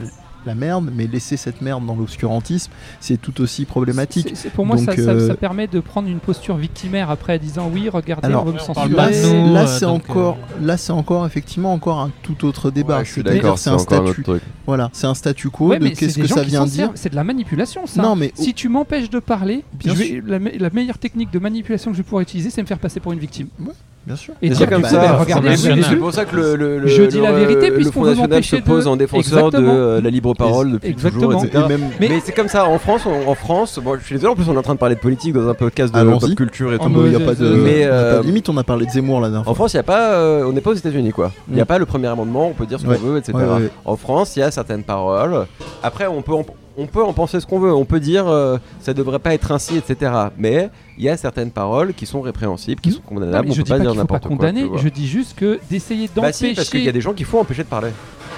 Speaker 2: la merde, mais laisser cette merde dans l'obscurantisme, c'est tout aussi problématique.
Speaker 1: C'est- c'est- Pour moi, ça,
Speaker 2: Donc,
Speaker 1: ça-
Speaker 2: euh,
Speaker 1: ça permet de prendre une posture victimaire après en disant oui, regardez,
Speaker 2: Alors,
Speaker 1: on veut me
Speaker 4: parle
Speaker 1: censurer.
Speaker 2: Là,
Speaker 4: de
Speaker 2: c'est-
Speaker 4: nous,
Speaker 2: là,
Speaker 4: euh,
Speaker 2: c'est
Speaker 4: donc,
Speaker 2: encore, là, c'est encore effectivement encore un tout autre débat.
Speaker 3: Ouais, je suis
Speaker 2: C'est-à-dire,
Speaker 3: d'accord
Speaker 2: c'est un
Speaker 3: encore un
Speaker 2: statut.
Speaker 3: autre truc
Speaker 2: Voilà, c'est un statu quo
Speaker 1: Ouais,
Speaker 2: de
Speaker 1: mais c'est
Speaker 2: qu'est-ce
Speaker 1: des
Speaker 2: que
Speaker 1: gens
Speaker 2: ça
Speaker 1: qui
Speaker 2: vient
Speaker 1: s'en
Speaker 2: dire.
Speaker 1: servent. C'est de la manipulation, ça.
Speaker 2: Non, mais
Speaker 1: Si tu m'empêches de parler,
Speaker 2: Bien
Speaker 1: je vais- la, me- la meilleure technique de manipulation que je pourrais utiliser, c'est me faire passer pour une victime.
Speaker 2: oh, bien sûr.
Speaker 1: Et
Speaker 3: Des
Speaker 1: dire
Speaker 3: trucs comme
Speaker 1: du coup,
Speaker 3: ça,
Speaker 1: bah,
Speaker 3: ça
Speaker 1: regardez,
Speaker 4: m'a
Speaker 1: oui,
Speaker 4: étonné.
Speaker 1: les
Speaker 3: C'est
Speaker 1: yeux-
Speaker 3: pour ça que le, le- le-
Speaker 1: Je dis
Speaker 3: le-
Speaker 1: la vérité,
Speaker 3: le
Speaker 1: puisqu'on
Speaker 3: Front
Speaker 1: veut
Speaker 3: National se
Speaker 1: m'empêcher
Speaker 3: pose
Speaker 1: de-
Speaker 3: en défenseur de
Speaker 1: Exactement.
Speaker 3: euh, la libre parole depuis
Speaker 1: Exactement.
Speaker 3: toujours,
Speaker 2: Et
Speaker 3: etc.
Speaker 2: même,
Speaker 3: Mais,
Speaker 1: Mais-
Speaker 3: c'est comme ça, en France, on- en France, bon, je suis désolé, en plus on est en train de parler de politique dans un podcast de
Speaker 2: Allons-y.
Speaker 3: pop culture et
Speaker 2: Oh,
Speaker 3: tout.
Speaker 2: mais y a pas de,
Speaker 3: Mais,
Speaker 2: y a
Speaker 3: euh,
Speaker 2: pas de limite, on a parlé de Zemmour la dernière fois.
Speaker 3: En France, il y a pas, euh, on n'est pas aux États-Unis, quoi. Il n'y
Speaker 1: Mm.
Speaker 3: a pas le premier amendement, on peut dire ce qu'on
Speaker 2: Ouais.
Speaker 3: veut, etc.
Speaker 2: Ouais, ouais, ouais.
Speaker 3: En France, il y a certaines paroles. Après, on peut, en, on peut en penser ce qu'on veut. On peut dire euh, ça devrait pas être ainsi, etc. Mais il y a certaines paroles qui sont répréhensibles, qui sont
Speaker 1: Mm. Non, mais
Speaker 3: condamnables. Ah, on
Speaker 1: je
Speaker 3: peut
Speaker 1: dis pas
Speaker 3: pas
Speaker 1: qu'il
Speaker 3: dire
Speaker 1: faut pas
Speaker 3: n'importe quoi.
Speaker 1: condamner,
Speaker 3: tu vois.
Speaker 1: je dis juste que d'essayer
Speaker 3: Bah si,
Speaker 1: d'empêcher.
Speaker 3: parce qu'il y a des gens qui font empêcher de parler.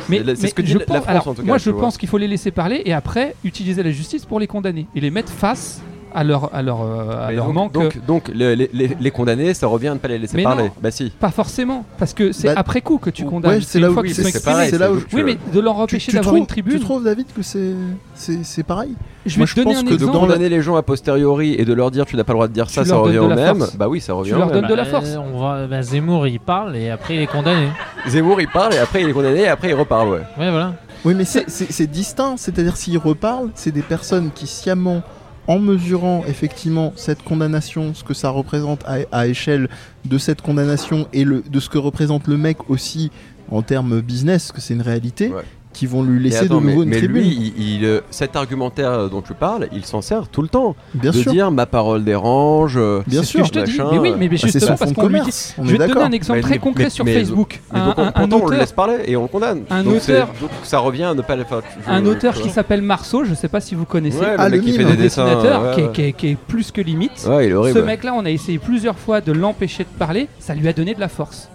Speaker 1: mais,
Speaker 3: c'est ce
Speaker 1: mais
Speaker 3: que dit
Speaker 1: je
Speaker 3: la
Speaker 1: pense-
Speaker 3: France,
Speaker 1: alors,
Speaker 3: en tout cas,
Speaker 1: Moi,
Speaker 3: tu
Speaker 1: je
Speaker 3: vois.
Speaker 1: pense qu'il faut les laisser parler et après utiliser la justice pour les condamner et les mettre face à leur à leur euh, à
Speaker 3: Mais
Speaker 1: leur
Speaker 3: donc,
Speaker 1: manque.
Speaker 3: donc, donc, les, les- les- les condamnés, ça revient à ne pas les laisser
Speaker 1: Mais
Speaker 3: parler.
Speaker 1: non.
Speaker 3: Bah si.
Speaker 1: Pas forcément, parce que c'est
Speaker 2: Bah,
Speaker 1: après coup que tu
Speaker 2: ouais,
Speaker 1: condamnes.
Speaker 2: c'est là
Speaker 1: une
Speaker 2: où-
Speaker 1: fois qu'ils
Speaker 2: c'est-
Speaker 1: sont
Speaker 2: c'est
Speaker 1: exprimés.
Speaker 2: pareil, c'est là où-
Speaker 3: donc,
Speaker 1: Oui,
Speaker 3: euh,
Speaker 1: mais de leur
Speaker 2: Tu, tu
Speaker 1: empêcher d'avoir
Speaker 2: trouves,
Speaker 1: une tribune.
Speaker 2: tu trouves, David que c'est c'est c'est pareil
Speaker 1: Je
Speaker 2: Moi,
Speaker 1: vais
Speaker 2: je
Speaker 1: te donner
Speaker 2: pense
Speaker 1: un
Speaker 2: que
Speaker 3: de
Speaker 2: dedans,
Speaker 1: exemple.
Speaker 2: dans la-
Speaker 3: condamner les gens a posteriori et de leur dire tu n'as pas le droit de dire ça,
Speaker 1: Tu
Speaker 3: ça
Speaker 1: leur
Speaker 3: revient
Speaker 1: donnes de
Speaker 3: au
Speaker 1: la
Speaker 3: même.
Speaker 1: force.
Speaker 3: Bah oui, ça revient
Speaker 1: leur
Speaker 3: au même.
Speaker 1: donnes de la force.
Speaker 4: euh, on va, bah, Zemmour il parle et après il est condamné.
Speaker 3: Zemmour il parle et après il est condamné et après il repart, ouais.
Speaker 4: Ouais, voilà.
Speaker 2: Oui, mais c'est- c'est c'est distinct. C'est-à-dire, s'ils reparlent, c'est des personnes qui sciemment, en mesurant effectivement cette condamnation, ce que ça représente à, à échelle de cette condamnation et le, de ce que représente le mec aussi en termes business, parce que c'est une réalité,
Speaker 3: Ouais.
Speaker 2: qui vont lui laisser
Speaker 3: mais attends,
Speaker 2: de nouveau
Speaker 3: mais,
Speaker 2: une
Speaker 3: mais
Speaker 2: tribune.
Speaker 3: lui, il, il, euh, cet argumentaire euh, dont tu parles, il s'en sert tout le temps.
Speaker 2: bien
Speaker 3: de
Speaker 2: sûr,
Speaker 3: dire ma parole dérange. euh,
Speaker 2: bien
Speaker 1: C'est ce que
Speaker 2: sûr.
Speaker 1: je te dis.
Speaker 3: machin,
Speaker 1: Mais oui,
Speaker 3: euh,
Speaker 1: mais, mais
Speaker 2: Bah, c'est
Speaker 1: justement
Speaker 2: son
Speaker 1: parce
Speaker 2: fonds de
Speaker 1: qu'on lui dit.
Speaker 2: commerce. On
Speaker 1: Je
Speaker 2: est
Speaker 1: vais te donner
Speaker 2: d'accord.
Speaker 1: un exemple
Speaker 3: Mais-
Speaker 1: très
Speaker 3: mais-
Speaker 1: concret
Speaker 3: mais-
Speaker 1: sur
Speaker 3: mais-
Speaker 1: Facebook.
Speaker 3: Mais
Speaker 1: un,
Speaker 3: donc,
Speaker 1: un-
Speaker 3: on,
Speaker 1: un
Speaker 3: pourtant, on le
Speaker 1: auteur,
Speaker 3: laisse parler et on le condamne.
Speaker 1: un
Speaker 3: donc, c'est-
Speaker 1: auteur-
Speaker 3: donc ça revient à ne pas le faire. je-
Speaker 1: un auteur
Speaker 3: je-
Speaker 1: qui s'appelle Marceau, je sais pas si vous connaissez,
Speaker 3: Ouais, le
Speaker 2: Ah,
Speaker 3: mec
Speaker 2: euh, le
Speaker 3: qui fait
Speaker 2: mime.
Speaker 3: des
Speaker 1: un
Speaker 3: dessins.
Speaker 1: dessinateur
Speaker 3: ouais,
Speaker 1: qui, est,
Speaker 3: ouais.
Speaker 1: qui est- qui est plus que limite.
Speaker 3: Ouais, il est
Speaker 1: Ce
Speaker 3: horrible.
Speaker 1: mec-là, on a essayé plusieurs fois de l'empêcher de parler, ça lui a donné de la force.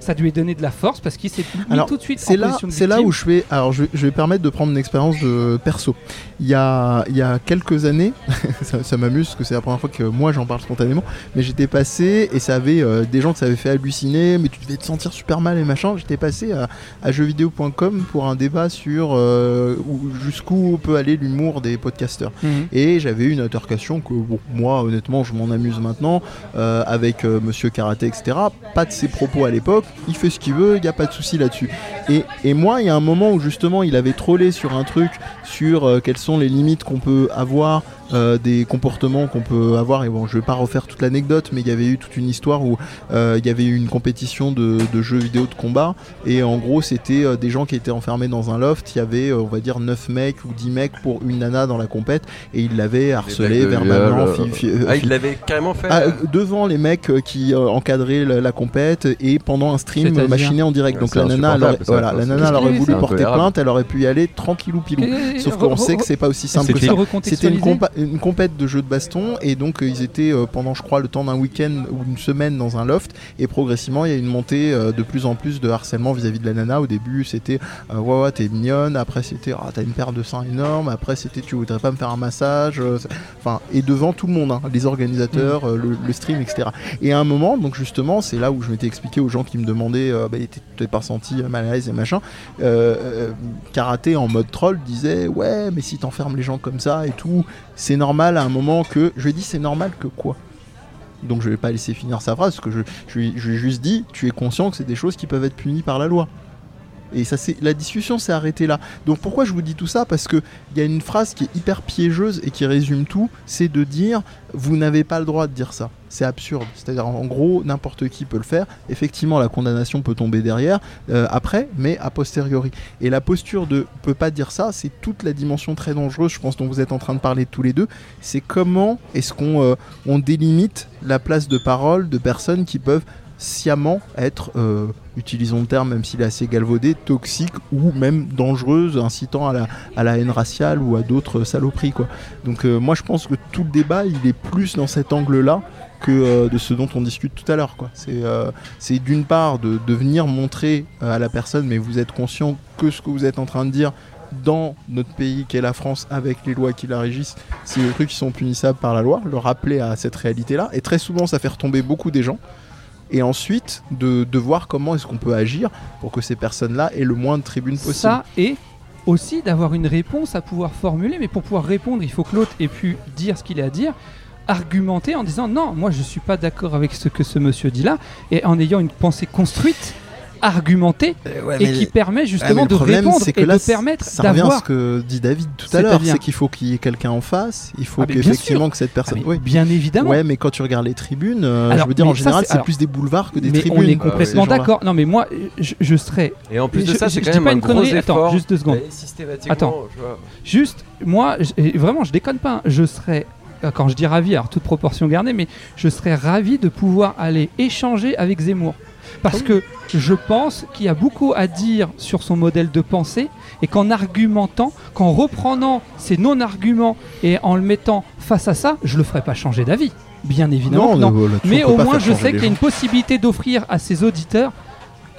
Speaker 1: Ça lui a donné de la force parce qu'il s'est mis
Speaker 2: Alors,
Speaker 1: tout de suite en
Speaker 2: C'est là,
Speaker 1: position de
Speaker 2: c'est là
Speaker 1: victime.
Speaker 2: où je vais. Alors, je, vais- je vais permettre de prendre une expérience de perso. Il y a, il y a quelques années, ça, ça m'amuse parce que c'est la première fois que moi j'en parle spontanément, mais j'étais passé et ça avait euh, des gens que ça avait fait halluciner, mais tu devais te sentir super mal et machin. J'étais passé à, à jeuxvideo.com pour un débat sur euh, où- jusqu'où peut aller l'humour des podcasteurs.
Speaker 1: Mhm.
Speaker 2: Et j'avais eu une altercation que, bon, moi honnêtement, je m'en amuse maintenant euh, avec euh, Monsieur Karaté, etc. Pas de ses propos à l'époque, il fait ce qu'il veut, il n'y a pas de souci là-dessus. Et, et moi, il y a un moment où justement il avait trollé sur un truc, sur euh, quelles sont les limites qu'on peut avoir, euh, des comportements qu'on peut avoir. Et bon, je vais pas refaire toute l'anecdote, mais il y avait eu toute une histoire où euh, il y avait eu une compétition de, de jeux vidéo de combat. Et en gros, c'était euh, des gens qui étaient enfermés dans un loft. Il y avait, euh, on va dire, 9 mecs ou 10 mecs pour une nana dans la compète. Et ils l'avaient harcelé,
Speaker 3: blagues de euh,
Speaker 2: verbalement,
Speaker 3: viol,
Speaker 2: fi- euh, fi-
Speaker 11: Ah, il l'avait carrément fait.
Speaker 2: ah, euh, devant les mecs euh, qui euh, encadraient la, la compète et pendant un stream
Speaker 4: C'est-à-dire
Speaker 2: euh, machiné en direct.
Speaker 3: Ouais,
Speaker 2: Donc
Speaker 3: c'est
Speaker 2: la nana, elle aurait,
Speaker 3: insupportable, ça,
Speaker 2: voilà,
Speaker 3: ça,
Speaker 2: la
Speaker 3: c'est-
Speaker 2: nana elle aurait
Speaker 1: c'est
Speaker 2: voulu
Speaker 3: intolérable.
Speaker 2: porter plainte, elle aurait pu y aller tranquillou pilou. Sauf qu'on sait que c'est pas aussi simple que
Speaker 3: C'était-
Speaker 2: ça. C'était
Speaker 1: C'était
Speaker 2: une, compa- une compète de jeux de baston et donc euh, ils étaient euh, pendant je crois le temps d'un week-end ou une semaine dans un loft et progressivement il y a une montée euh, de plus en plus de harcèlement vis-à-vis de la nana. Au début c'était euh, ouais ouais t'es mignonne, après c'était ah t'as une paire de seins énorme, après c'était tu voudrais pas me faire un massage, euh, c'est- enfin et devant tout le monde, hein, les organisateurs, euh, le, le stream etc. Et à un moment donc justement c'est là où je m'étais expliqué aux gens qui me demandaient euh, bah t'es- t'es pas senti euh, mal à l'aise et machin. Euh, euh, karaté en mode troll disait ouais mais si t'enfermes les gens comme ça et tout c'est normal à un moment que. Je lui ai dit, c'est normal que quoi Donc je vais pas laisser finir sa phrase, parce que je, je, lui- je lui ai juste dit, tu es conscient que c'est des choses qui peuvent être punies par la loi. Et ça, c'est la discussion s'est arrêtée là. Donc pourquoi je vous dis tout ça Parce que il y a une phrase qui est hyper piégeuse et qui résume tout, c'est de dire vous n'avez pas le droit de dire ça. C'est absurde. C'est-à-dire en gros n'importe qui peut le faire. Effectivement, la condamnation peut tomber derrière, euh, après, mais a posteriori. Et la posture de peut pas dire ça, c'est toute la dimension très dangereuse, je pense, dont vous êtes en train de parler tous les deux. C'est comment est-ce qu'on euh, on délimite la place de parole de personnes qui peuvent sciemment être, euh, utilisons le terme même s'il est assez galvaudé, toxiques ou même dangereuses, incitant à la, à la haine raciale ou à d'autres saloperies. Quoi. Donc euh, moi je pense que tout le débat, il est plus dans cet angle-là que euh, de ce dont on discute tout à l'heure. quoi. C'est euh, c'est d'une part de, de venir montrer euh, à la personne, mais vous êtes conscient que ce que vous êtes en train de dire dans notre pays qu'est la France avec les lois qui la régissent, c'est des trucs qui sont punissables par la loi, le rappeler à cette réalité-là, et très souvent ça fait retomber beaucoup des gens, et ensuite de, de voir comment est-ce qu'on peut agir pour que ces personnes-là aient le moins de tribunes possible.
Speaker 1: Ça et aussi d'avoir une réponse à pouvoir formuler, mais pour pouvoir répondre, il faut que l'autre ait pu dire ce qu'il a à dire, argumenter en disant non, moi je suis pas d'accord avec ce que ce monsieur dit là, et en ayant une pensée construite, argumentée, et qui
Speaker 2: Ouais,
Speaker 1: permet
Speaker 2: Ah, mais
Speaker 1: justement
Speaker 2: le
Speaker 1: de
Speaker 2: problème,
Speaker 1: répondre
Speaker 2: c'est que
Speaker 1: et
Speaker 2: là,
Speaker 1: de permettre
Speaker 2: ça revient à
Speaker 1: d'avoir.
Speaker 2: ce que dit David tout à
Speaker 1: C'est-à-dire-
Speaker 2: l'heure, c'est qu'il faut qu'il y ait quelqu'un en face, il faut
Speaker 1: Ah, mais bien
Speaker 2: qu'effectivement que cette
Speaker 1: Ah,
Speaker 2: personne...
Speaker 1: mais
Speaker 2: Oui.
Speaker 1: Bien évidemment.
Speaker 2: Ouais, mais quand tu regardes les tribunes, euh,
Speaker 1: Alors,
Speaker 2: je veux dire, en
Speaker 1: mais ça,
Speaker 2: général,
Speaker 1: c'est-
Speaker 2: c'est
Speaker 1: alors,
Speaker 2: plus des boulevards que des
Speaker 1: mais
Speaker 2: tribunes.
Speaker 1: on est
Speaker 2: quoi,
Speaker 1: complètement
Speaker 2: ces gens-là.
Speaker 1: d'accord. Non, mais moi, je, je serais.
Speaker 3: Et en plus de
Speaker 1: je,
Speaker 3: ça, c'est
Speaker 1: je-
Speaker 3: quand
Speaker 1: je dis
Speaker 3: même
Speaker 1: pas
Speaker 3: un
Speaker 1: une
Speaker 3: gros
Speaker 1: connerie.
Speaker 3: effort.
Speaker 1: Attends, juste deux secondes.
Speaker 3: Mais systématiquement,
Speaker 1: Attends.
Speaker 3: tu vois.
Speaker 1: Juste, moi, je- et vraiment, je déconne pas, hein, je serais, euh, quand je dis ravi, alors toute proportion gardée, mais je serais ravi de pouvoir aller échanger avec Zemmour. Parce que je pense qu'il y a beaucoup à dire sur son modèle de pensée et qu'en argumentant, qu'en reprenant ses non-arguments et en le mettant face à ça, je le ferai pas changer d'avis. Bien
Speaker 2: Non,
Speaker 1: évidemment, que non.
Speaker 2: mais, voilà, tu-
Speaker 1: Mais
Speaker 2: on peut
Speaker 1: au
Speaker 2: pas
Speaker 1: moins,
Speaker 2: faire
Speaker 1: je
Speaker 2: changer
Speaker 1: sais
Speaker 2: les
Speaker 1: qu'il y a
Speaker 2: gens.
Speaker 1: une possibilité d'offrir à ses auditeurs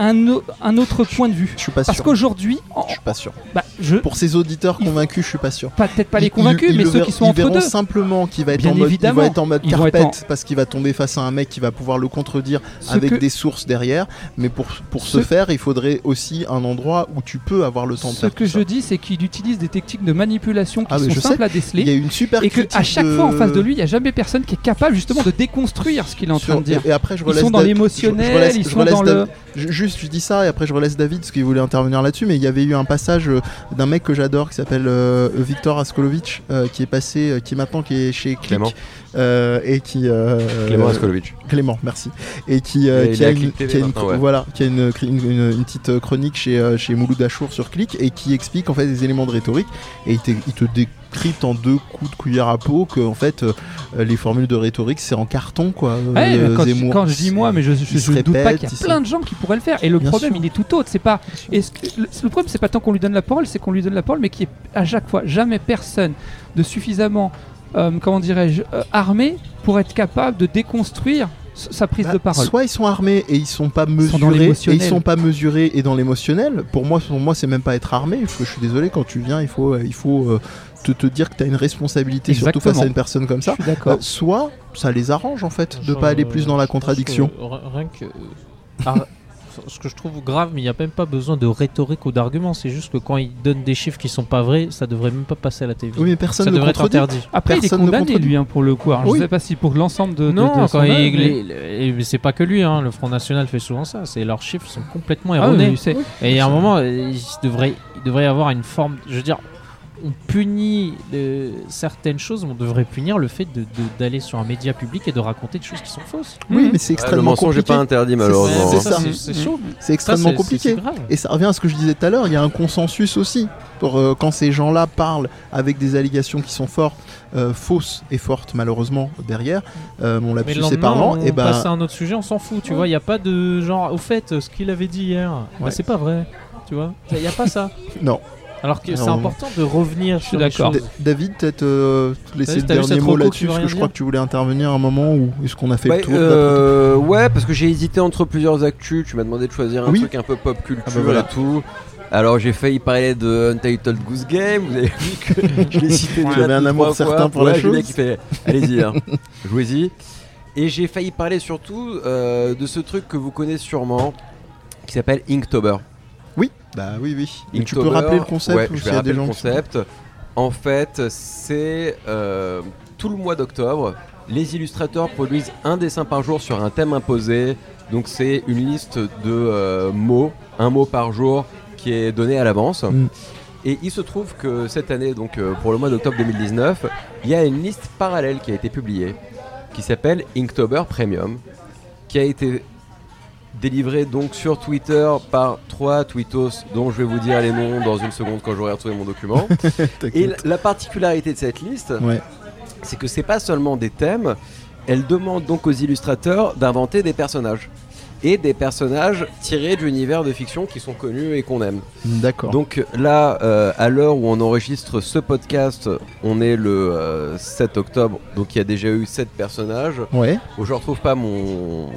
Speaker 1: un, au- un autre point de vue.
Speaker 2: Je suis pas
Speaker 1: Parce
Speaker 2: sûr.
Speaker 1: qu'aujourd'hui, en-
Speaker 2: Je suis pas sûr.
Speaker 1: bah, je
Speaker 2: Pour ces auditeurs
Speaker 1: Il-
Speaker 2: convaincus, je suis pas sûr.
Speaker 1: pas- peut-être pas les
Speaker 2: Ils-
Speaker 1: convaincus,
Speaker 2: ils- ils
Speaker 1: mais
Speaker 2: le
Speaker 1: ceux
Speaker 2: verront-
Speaker 1: qui sont
Speaker 2: ils
Speaker 1: entre
Speaker 2: verront
Speaker 1: deux.
Speaker 2: simplement qu'il va être
Speaker 1: Bien
Speaker 2: en mode, il
Speaker 1: évidemment.
Speaker 2: va être en mode
Speaker 1: Ils vont être
Speaker 2: carpette
Speaker 1: en-
Speaker 2: parce qu'il va tomber face à un mec qui va pouvoir le contredire
Speaker 1: Ce
Speaker 2: avec
Speaker 1: que-
Speaker 2: des sources derrière. Mais pour, pour ce
Speaker 1: Ce-
Speaker 2: faire, il faudrait aussi un endroit où tu peux avoir le temps de
Speaker 1: Ce
Speaker 2: faire
Speaker 1: que
Speaker 2: tout
Speaker 1: je
Speaker 2: ça.
Speaker 1: dis, c'est qu'il utilise des techniques de manipulation qui
Speaker 2: Ah, mais
Speaker 1: sont
Speaker 2: je
Speaker 1: simples
Speaker 2: sais.
Speaker 1: à
Speaker 2: Il y a
Speaker 1: déceler.
Speaker 2: une super
Speaker 1: Et que
Speaker 2: critique
Speaker 1: à chaque fois en face de lui, il n'y a jamais personne qui est capable justement de déconstruire ce qu'il est en train
Speaker 2: Sur-
Speaker 1: de dire.
Speaker 2: Et après, je
Speaker 1: Ils
Speaker 2: relaisse
Speaker 1: sont dans
Speaker 2: Dav-
Speaker 1: l'émotionnel,
Speaker 2: je- je relaisse-
Speaker 1: ils
Speaker 2: je
Speaker 1: sont
Speaker 2: relaisse
Speaker 1: dans
Speaker 2: Dav-
Speaker 1: le-
Speaker 2: je- Juste, je dis ça et après, je relaisse David parce qu'il voulait intervenir là-dessus. Mais il y avait eu un passage euh, d'un mec que j'adore qui s'appelle euh, Victor Askolovic euh, qui est passé, euh, qui est maintenant qui est chez Click,
Speaker 3: Clément.
Speaker 2: euh, et qui. euh,
Speaker 3: Clément
Speaker 2: euh,
Speaker 3: Askolovic.
Speaker 2: Clément, merci. Et qui, euh,
Speaker 3: Et
Speaker 2: qui
Speaker 3: il est
Speaker 2: a
Speaker 3: à
Speaker 2: une,
Speaker 3: Click TV
Speaker 2: qui a une-
Speaker 3: maintenant, ouais.
Speaker 2: voilà, qui a une, une- une- une petite chronique chez, euh, chez Mouloud Achour sur Click et qui explique en fait des éléments de rhétorique et il te, il te décrypte en deux coups de cuillère à peau que en fait euh, les formules de rhétorique c'est en carton quoi. euh,
Speaker 1: Ouais,
Speaker 2: euh,
Speaker 1: quand, je,
Speaker 2: Zemmour.
Speaker 1: quand je dis moi, mais je, je,
Speaker 2: Ils se
Speaker 1: je doute pas
Speaker 2: répètent,
Speaker 1: qu'il y a
Speaker 2: ils se-
Speaker 1: plein de gens qui pourraient le faire. Et le
Speaker 2: Bien
Speaker 1: problème,
Speaker 2: sûr.
Speaker 1: il est tout autre. C'est pas. est-ce que- le, le problème, c'est pas tant qu'on lui donne la parole, c'est qu'on lui donne la parole, mais qu'il n'y ait à chaque fois jamais personne de suffisamment, euh, comment dirais-je, euh, armé pour être capable de déconstruire s- sa prise
Speaker 2: Bah,
Speaker 1: de parole.
Speaker 2: Soit ils sont armés et ils sont pas mesurés,
Speaker 1: sont dans
Speaker 2: et
Speaker 1: l'émotionnel.
Speaker 2: ils sont pas mesurés et dans l'émotionnel. Pour moi, pour moi, c'est même pas être armé. Parce que je suis désolé, quand tu viens, il faut, euh, il faut euh, te, te dire que t'as une responsabilité, surtout face
Speaker 1: Exactement.
Speaker 2: à une personne comme
Speaker 1: Je
Speaker 2: ça.
Speaker 1: suis d'accord.
Speaker 3: Bah,
Speaker 2: Euh,
Speaker 4: euh,
Speaker 2: soit ça les arrange en fait de pas aller plus dans la contradiction.
Speaker 4: Rien que. euh, ar- enfin, ce que je trouve grave, mais il n'y a même pas besoin de rhétorique ou d'argument. C'est juste que quand ils donnent des chiffres qui sont pas vrais, ça devrait même pas passer à la télévision.
Speaker 2: Oui, mais personne
Speaker 4: ça
Speaker 2: ne
Speaker 4: devrait être
Speaker 2: contredit.
Speaker 4: interdit.
Speaker 1: Après,
Speaker 2: Personne
Speaker 1: il est
Speaker 2: ne
Speaker 1: condamné,
Speaker 2: contredit.
Speaker 1: lui, hein, pour le coup. Alors,
Speaker 2: Oui.
Speaker 1: Je sais pas si pour l'ensemble de. de- de
Speaker 4: non,
Speaker 1: son
Speaker 4: quand il-
Speaker 1: œuvre, mais-
Speaker 4: les- les- mais c'est pas que lui, hein, le Front National fait souvent ça. C'est leurs chiffres sont complètement
Speaker 1: Ah oui,
Speaker 4: erronés.
Speaker 1: c'est-
Speaker 4: Et à un moment, euh, il devrait, il devrait y avoir une forme. Je veux dire, on punit euh, certaines choses, mais on devrait punir le fait de- de- d'aller sur un média public et de raconter des choses qui sont fausses.
Speaker 2: Oui, mais c'est
Speaker 3: Ah, le
Speaker 2: extrêmement
Speaker 3: mensonge n'est
Speaker 2: compliqué.
Speaker 3: pas interdit,
Speaker 2: Ouais,
Speaker 3: malheureusement.
Speaker 2: c'est
Speaker 3: hein.
Speaker 2: ça.
Speaker 4: c'est-
Speaker 1: Mm.
Speaker 4: c'est chaud.
Speaker 2: C'est
Speaker 4: Ça,
Speaker 2: extrêmement
Speaker 4: c'est-
Speaker 2: compliqué.
Speaker 4: c'est- c'est grave.
Speaker 2: Et ça revient à ce que je disais tout à l'heure, il y a un consensus aussi. Pour, euh, quand ces gens-là parlent avec des allégations qui sont fortes, euh, fausses et fortes malheureusement derrière, euh, mon
Speaker 4: Mais
Speaker 2: lapsus
Speaker 4: le
Speaker 2: est
Speaker 4: lendemain,
Speaker 2: parlant,
Speaker 4: on
Speaker 2: et ben
Speaker 4: passe à un autre sujet, on s'en fout, tu vois. Il n'y a pas de genre, au fait, euh, ce qu'il avait dit hier, bah,
Speaker 2: Ouais.
Speaker 4: c'est pas vrai, tu vois. Il n'y a pas ça.
Speaker 2: non.
Speaker 4: Alors que
Speaker 2: Non,
Speaker 4: c'est
Speaker 2: non.
Speaker 4: important de revenir sur les
Speaker 1: d'accord.
Speaker 4: choses.
Speaker 2: Da- David, peut-être euh, laisser
Speaker 4: David,
Speaker 2: le
Speaker 4: t'as vu
Speaker 2: dernier
Speaker 4: cette
Speaker 2: mot
Speaker 4: reco qui
Speaker 2: là-dessus,
Speaker 4: veut
Speaker 2: parce que
Speaker 4: rien
Speaker 2: je crois
Speaker 4: dire
Speaker 2: que tu voulais intervenir à un moment où est-ce qu'on a fait
Speaker 3: Ouais,
Speaker 2: le tour
Speaker 3: euh, ouais, parce que j'ai hésité entre plusieurs actus. Tu m'as demandé de choisir un
Speaker 2: Oui.
Speaker 3: truc un peu pop culture
Speaker 2: Ah bah voilà.
Speaker 3: et tout. Alors j'ai failli parler de Untitled Goose Game. Vous avez vu que je l'ai cité déjà
Speaker 2: avais un
Speaker 3: deux,
Speaker 2: amour
Speaker 3: trois
Speaker 2: certain
Speaker 3: fois.
Speaker 2: pour la
Speaker 3: Ouais, Julien
Speaker 2: chose.
Speaker 3: qui fait allez-y, hein. jouez-y. Et j'ai failli parler surtout euh, de ce truc que vous connaissez sûrement, qui s'appelle Inktober.
Speaker 2: Bah oui, oui. Donc, tu
Speaker 3: Inktober,
Speaker 2: peux rappeler le concept
Speaker 3: ouais,
Speaker 2: ou
Speaker 3: je
Speaker 2: s'il
Speaker 3: vais
Speaker 2: y a
Speaker 3: rappeler
Speaker 2: des gens
Speaker 3: le
Speaker 2: qui-
Speaker 3: concept. En fait, c'est euh, tout le mois d'octobre, les illustrateurs produisent un dessin par jour sur un thème imposé. Donc c'est une liste de euh, mots, un mot par jour qui est donné à l'avance.
Speaker 2: Mm.
Speaker 3: Et il se trouve que cette année, donc euh, pour le mois d'octobre 2019, il y a une liste parallèle qui a été publiée, qui s'appelle Inktober Premium, qui a été délivré donc sur Twitter par trois tweetos dont je vais vous dire les noms dans une seconde quand j'aurai retrouvé mon document. Et la-
Speaker 2: T'inquiète.
Speaker 3: la particularité de cette liste,
Speaker 2: Ouais.
Speaker 3: c'est que c'est pas seulement des thèmes, elle demande donc aux illustrateurs d'inventer des personnages et des personnages tirés d'univers de fiction qui sont connus et qu'on aime.
Speaker 2: D'accord.
Speaker 3: Donc là, euh, à l'heure où on enregistre ce podcast, on est le euh, 7 octobre, donc il y a déjà eu 7 personnages.
Speaker 2: Ouais,
Speaker 3: Oh, je retrouve pas mon,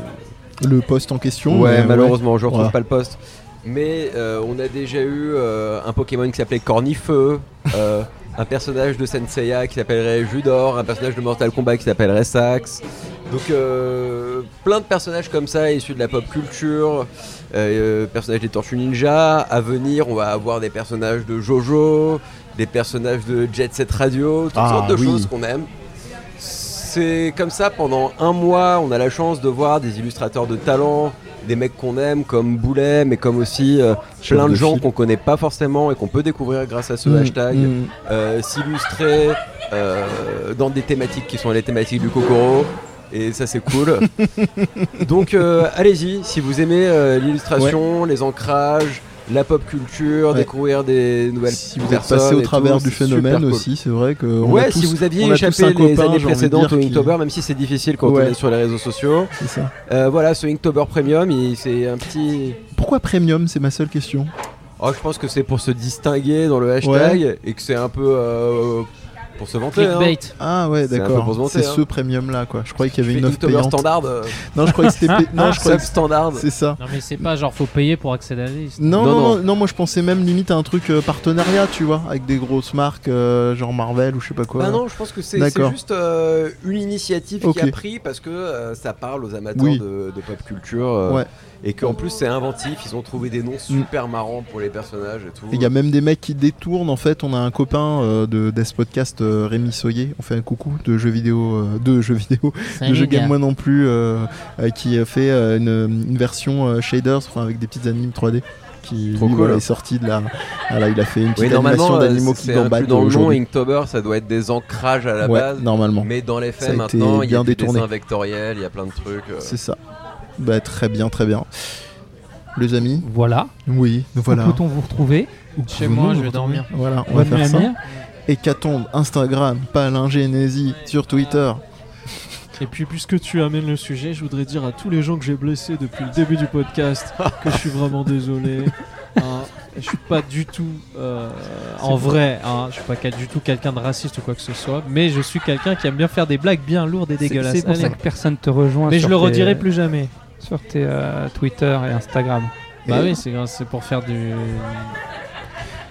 Speaker 2: le poste en question.
Speaker 3: Ouais,
Speaker 2: mais
Speaker 3: malheureusement, je retrouve
Speaker 2: Voilà.
Speaker 3: pas le poste. Mais euh, on a déjà eu euh, un Pokémon qui s'appelait Cornifeu, euh, un personnage de Senseiya qui s'appellerait Judor, un personnage de Mortal Kombat qui s'appellerait Sax. Donc euh, plein de personnages comme ça issus de la pop culture, euh, personnages des Tortues Ninja. À venir, on va avoir des personnages de Jojo, des personnages de Jet Set Radio, toutes
Speaker 2: Ah,
Speaker 3: sortes de
Speaker 2: oui.
Speaker 3: choses qu'on aime. C'est comme ça pendant un mois, on a la chance de voir des illustrateurs de talent, des mecs qu'on aime comme Boulet, mais comme aussi euh,
Speaker 2: Chef
Speaker 3: plein de
Speaker 2: de
Speaker 3: gens
Speaker 2: file.
Speaker 3: qu'on connaît pas forcément et qu'on peut découvrir grâce à ce
Speaker 2: Mmh,
Speaker 3: hashtag,
Speaker 2: mmh.
Speaker 3: euh, s'illustrer euh, dans des thématiques qui sont les thématiques du Kokoro. Et ça c'est cool. Donc euh, allez-y, si vous aimez euh, l'illustration, les ancrages, la pop culture,
Speaker 2: Ouais.
Speaker 3: découvrir des nouvelles
Speaker 2: Si vous êtes
Speaker 3: personnes.
Speaker 2: passé au
Speaker 3: et tout,
Speaker 2: travers du
Speaker 3: c'est super
Speaker 2: phénomène
Speaker 3: cool.
Speaker 2: aussi, c'est vrai que. on a
Speaker 3: Ouais,
Speaker 2: tous-
Speaker 3: si vous aviez
Speaker 2: on a tous
Speaker 3: échappé
Speaker 2: un
Speaker 3: les
Speaker 2: copain, j'ai
Speaker 3: années
Speaker 2: envie de
Speaker 3: précédentes
Speaker 2: dire,
Speaker 3: au
Speaker 2: qui-
Speaker 3: Inktober, même si c'est difficile quand on
Speaker 2: Ouais.
Speaker 3: est sur les réseaux sociaux.
Speaker 2: c'est ça.
Speaker 3: Euh, voilà, ce Inktober Premium, il- c'est un petit.
Speaker 2: Pourquoi premium C'est ma seule question.
Speaker 3: Oh, je pense que c'est pour se distinguer dans le hashtag et que c'est un peu euh, pour se vanter. hein.
Speaker 4: Clickbait.
Speaker 2: Ah ouais,
Speaker 3: C'est un peu pour se
Speaker 2: d'accord.
Speaker 3: vanter,
Speaker 2: C'est
Speaker 3: hein.
Speaker 2: ce premium là quoi. Je croyais qu'il y
Speaker 3: Je
Speaker 2: avait
Speaker 3: fais
Speaker 2: une offre
Speaker 3: Inktober
Speaker 2: payante.
Speaker 3: standard. euh, Ah,
Speaker 2: Non, je croyais que c'était pay- non, je croyais
Speaker 3: sub
Speaker 2: que
Speaker 3: standard.
Speaker 2: c'est ça.
Speaker 4: Non, mais c'est pas genre faut payer pour accéder à la liste.
Speaker 2: Non
Speaker 3: Non,
Speaker 2: non,
Speaker 3: non.
Speaker 2: non, non, moi je pensais même limite à un truc euh, partenariat, tu vois, avec des grosses marques euh, genre Marvel ou je sais pas quoi.
Speaker 3: Bah non, je pense que c'est c'est
Speaker 2: D'accord.
Speaker 3: juste euh, une initiative
Speaker 2: Ok.
Speaker 3: qui a pris parce que euh, ça parle aux amateurs
Speaker 2: Oui.
Speaker 3: de, de pop culture euh,
Speaker 2: Ouais. Mm.
Speaker 3: et qu'en plus c'est inventif. Ils ont trouvé des noms super marrants pour les personnages et tout.
Speaker 2: Il y a même des mecs qui détournent. En fait, on a un copain euh, de Death Podcast, euh, Rémi Soyer. On fait un coucou de jeux vidéo, euh, de jeux vidéo, de jeux game moi non plus, euh, euh, qui a fait euh, une, une version euh, shaders, enfin avec des petites animes 3D. Qui
Speaker 3: Trop
Speaker 2: lui,
Speaker 3: cool.
Speaker 2: voilà, est sorti de la. Voilà, il a fait une
Speaker 3: Oui,
Speaker 2: petite
Speaker 3: normalement,
Speaker 2: animation
Speaker 3: euh,
Speaker 2: d'animaux qui
Speaker 3: c'est inclus
Speaker 2: combattent
Speaker 3: dans le nom
Speaker 2: aujourd'hui.
Speaker 3: Inktober, ça doit être des ancrages à la
Speaker 2: Ouais,
Speaker 3: base.
Speaker 2: normalement.
Speaker 3: Mais dans les
Speaker 2: Ça a
Speaker 3: faits,
Speaker 2: été
Speaker 3: maintenant, il y a
Speaker 2: bien
Speaker 3: des
Speaker 2: détourné.
Speaker 3: dessins vectoriels, il y a plein de trucs. euh.
Speaker 2: C'est ça. Bah, très bien, très bien. Les amis
Speaker 1: Voilà.
Speaker 2: Oui, nous voilà.
Speaker 1: Où peut-on vous retrouver
Speaker 4: Chez moi, je vais dormir.
Speaker 2: Voilà, on va
Speaker 1: Bonne nuit
Speaker 2: faire
Speaker 1: à
Speaker 2: ça.
Speaker 1: Mia.
Speaker 2: Hécatombe, Instagram, Palingénésie, sur Twitter.
Speaker 7: Et puis, puisque tu amènes le sujet, je voudrais dire à tous les gens que j'ai blessés depuis le début du podcast que je suis vraiment désolé.
Speaker 4: Hein, je suis pas du tout euh, en vrai, hein, je suis pas quel- du tout quelqu'un de raciste ou quoi que ce soit, mais je suis quelqu'un qui aime bien faire des blagues bien lourdes et
Speaker 1: C'est-
Speaker 4: dégueulasses.
Speaker 1: C'est pour ça
Speaker 4: Allez.
Speaker 1: que personne te rejoint.
Speaker 4: mais
Speaker 1: sur
Speaker 4: je
Speaker 1: E.
Speaker 4: le
Speaker 1: tes-
Speaker 4: redirai plus jamais.
Speaker 1: sur tes euh, Twitter et Instagram.
Speaker 4: Bah
Speaker 2: Et-
Speaker 4: oui, c'est c'est pour faire du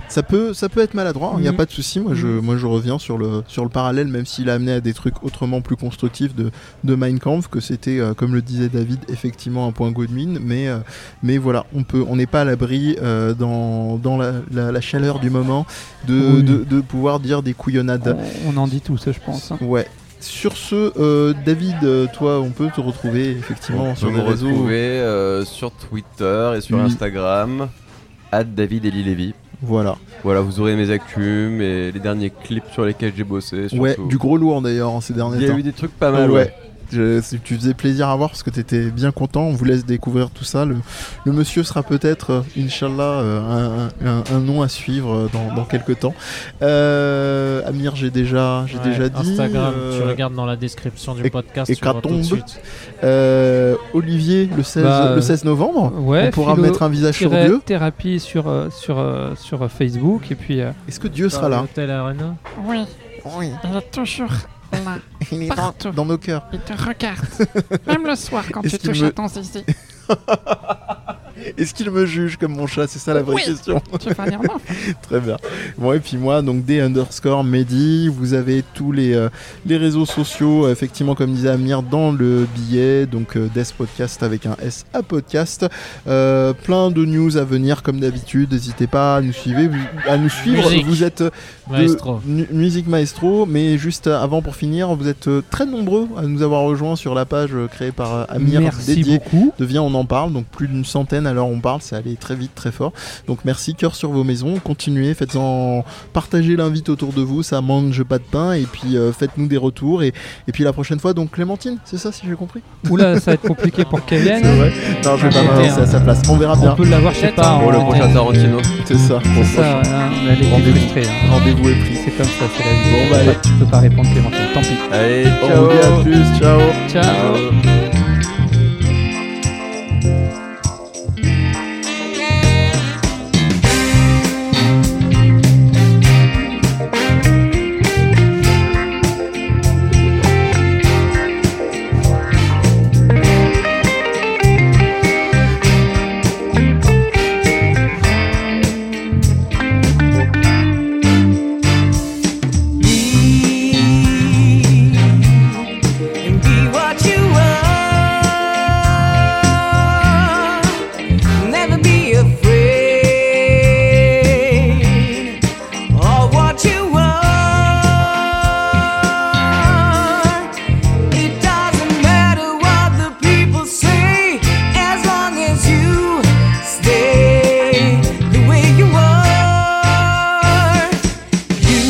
Speaker 2: Ça peut, ça peut être maladroit, il n'y a
Speaker 3: Mm-hmm.
Speaker 1: Mhm.
Speaker 2: pas de souci. Moi, je, moi, je reviens sur le, sur le parallèle, même s'il a amené à des trucs autrement plus constructifs de, de Mein Kampf, que c'était, euh, comme le disait David, effectivement un point Godwin. Mais, euh, mais voilà, on peut, on n'est pas à l'abri euh, dans, dans la, la- la chaleur du moment de,
Speaker 1: Oui.
Speaker 2: de, de pouvoir dire des couillonnades.
Speaker 1: On, on en dit tous, je pense. hein.
Speaker 2: Ouais. Sur ce, euh, David, euh, toi, on peut te retrouver effectivement
Speaker 3: On
Speaker 2: sur
Speaker 3: peut
Speaker 2: les
Speaker 3: me
Speaker 2: réseaux.
Speaker 3: retrouver euh, sur Twitter et sur
Speaker 2: Oui.
Speaker 3: Instagram, at David Eli Levy.
Speaker 2: Voilà.
Speaker 3: Voilà, vous aurez mes actus, et les derniers clips sur lesquels j'ai bossé. surtout.
Speaker 2: Ouais, du gros lourd d'ailleurs en ces derniers
Speaker 3: Il y
Speaker 2: temps.
Speaker 3: a eu des trucs pas mal,
Speaker 2: Ouais.
Speaker 3: ouais.
Speaker 2: Je- c'est- tu faisais plaisir à voir parce que t'étais bien content. On vous laisse découvrir tout ça. Le, le monsieur sera peut-être, euh, Inch'Allah, euh, un, un- un nom à suivre euh, dans, dans quelques temps. Euh, Amir, j'ai déjà, j'ai
Speaker 4: Ouais,
Speaker 2: déjà dit.
Speaker 4: Instagram,
Speaker 2: euh,
Speaker 4: tu regardes dans la description du
Speaker 2: et-
Speaker 4: podcast,
Speaker 2: et
Speaker 4: tu vois tout
Speaker 2: Kratombe.
Speaker 4: de suite.
Speaker 2: euh, Olivier, le 16,
Speaker 1: Bah,
Speaker 2: le 16 novembre.
Speaker 1: Ouais,
Speaker 2: on pourra
Speaker 1: philo-
Speaker 2: mettre un visage sur
Speaker 1: tiret-
Speaker 2: Dieu.
Speaker 1: Thérapie sur, euh, sur, euh, sur Facebook et puis. euh,
Speaker 2: Est-ce que Dieu sera là
Speaker 4: Hôtel Arena.
Speaker 8: Oui,
Speaker 2: Oui,
Speaker 8: il est toujours là.
Speaker 2: il est dans,
Speaker 8: Partout.
Speaker 2: dans nos cœurs.
Speaker 8: Il te regarde. Même le soir quand
Speaker 2: Est-ce
Speaker 8: tu
Speaker 2: qu'il
Speaker 8: touches
Speaker 2: me-
Speaker 8: à ton zizi.
Speaker 2: Est-ce qu'il me juge comme mon chat C'est ça la vraie
Speaker 8: Oui.
Speaker 2: question.
Speaker 8: Tu vas dire non.
Speaker 2: Très bien. Bon, et puis moi, donc D underscore Mehdi, vous avez tous les, euh, les réseaux sociaux, euh, effectivement, comme disait Amir, dans le billet, donc euh, Death Podcast avec un S à podcast. Euh, plein de news à venir, comme d'habitude, n'hésitez pas à nous suivre. À nous suivre.
Speaker 4: Musique.
Speaker 2: Vous êtes euh, de
Speaker 4: Maestro.
Speaker 2: Nu- Musique Maestro, mais juste euh, avant pour finir, vous êtes euh, très nombreux à nous avoir rejoints sur la page euh, créée par euh, Amir
Speaker 1: merci
Speaker 2: dédiée
Speaker 1: beaucoup.
Speaker 2: devient On en parle, donc plus d'une centaine alors on parle, ça allait très vite, très fort. Donc merci, cœur sur vos maisons, continuez, faites-en, partagez l'invite autour de vous, ça mange pas de pain, et puis euh, faites-nous des retours, et, et puis la prochaine fois, donc Clémentine, c'est ça si j'ai compris
Speaker 1: Oula, ça va être compliqué pour Kevin.
Speaker 2: C'est vrai Non, je vais pas
Speaker 1: Ah,
Speaker 2: balancer à sa place, on verra
Speaker 1: On
Speaker 2: bien.
Speaker 1: peut l'avoir, je sais pas.
Speaker 3: Pour
Speaker 1: en-
Speaker 3: le prochain Tarantino.
Speaker 2: C'est ça,
Speaker 1: C'est ça, ouais, hein, elle était
Speaker 2: Rendez-vous.
Speaker 1: frustrée, hein.
Speaker 2: rendez-vous est pris.
Speaker 1: C'est comme ça, c'est la
Speaker 2: Bon, bah,
Speaker 1: vie. Tu peux
Speaker 2: allez.
Speaker 1: pas- tu peux pas répondre, Clémentine. Tant pis.
Speaker 3: Allez,
Speaker 2: On
Speaker 3: ciao.
Speaker 2: vous dit à plus, ciao
Speaker 1: Ciao.
Speaker 11: Stay the way you are. You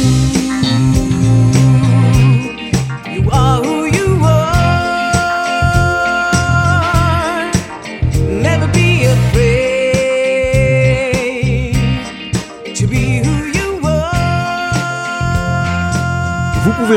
Speaker 11: are who you are. Never be afraid to be who you are.
Speaker 2: Vous pouvez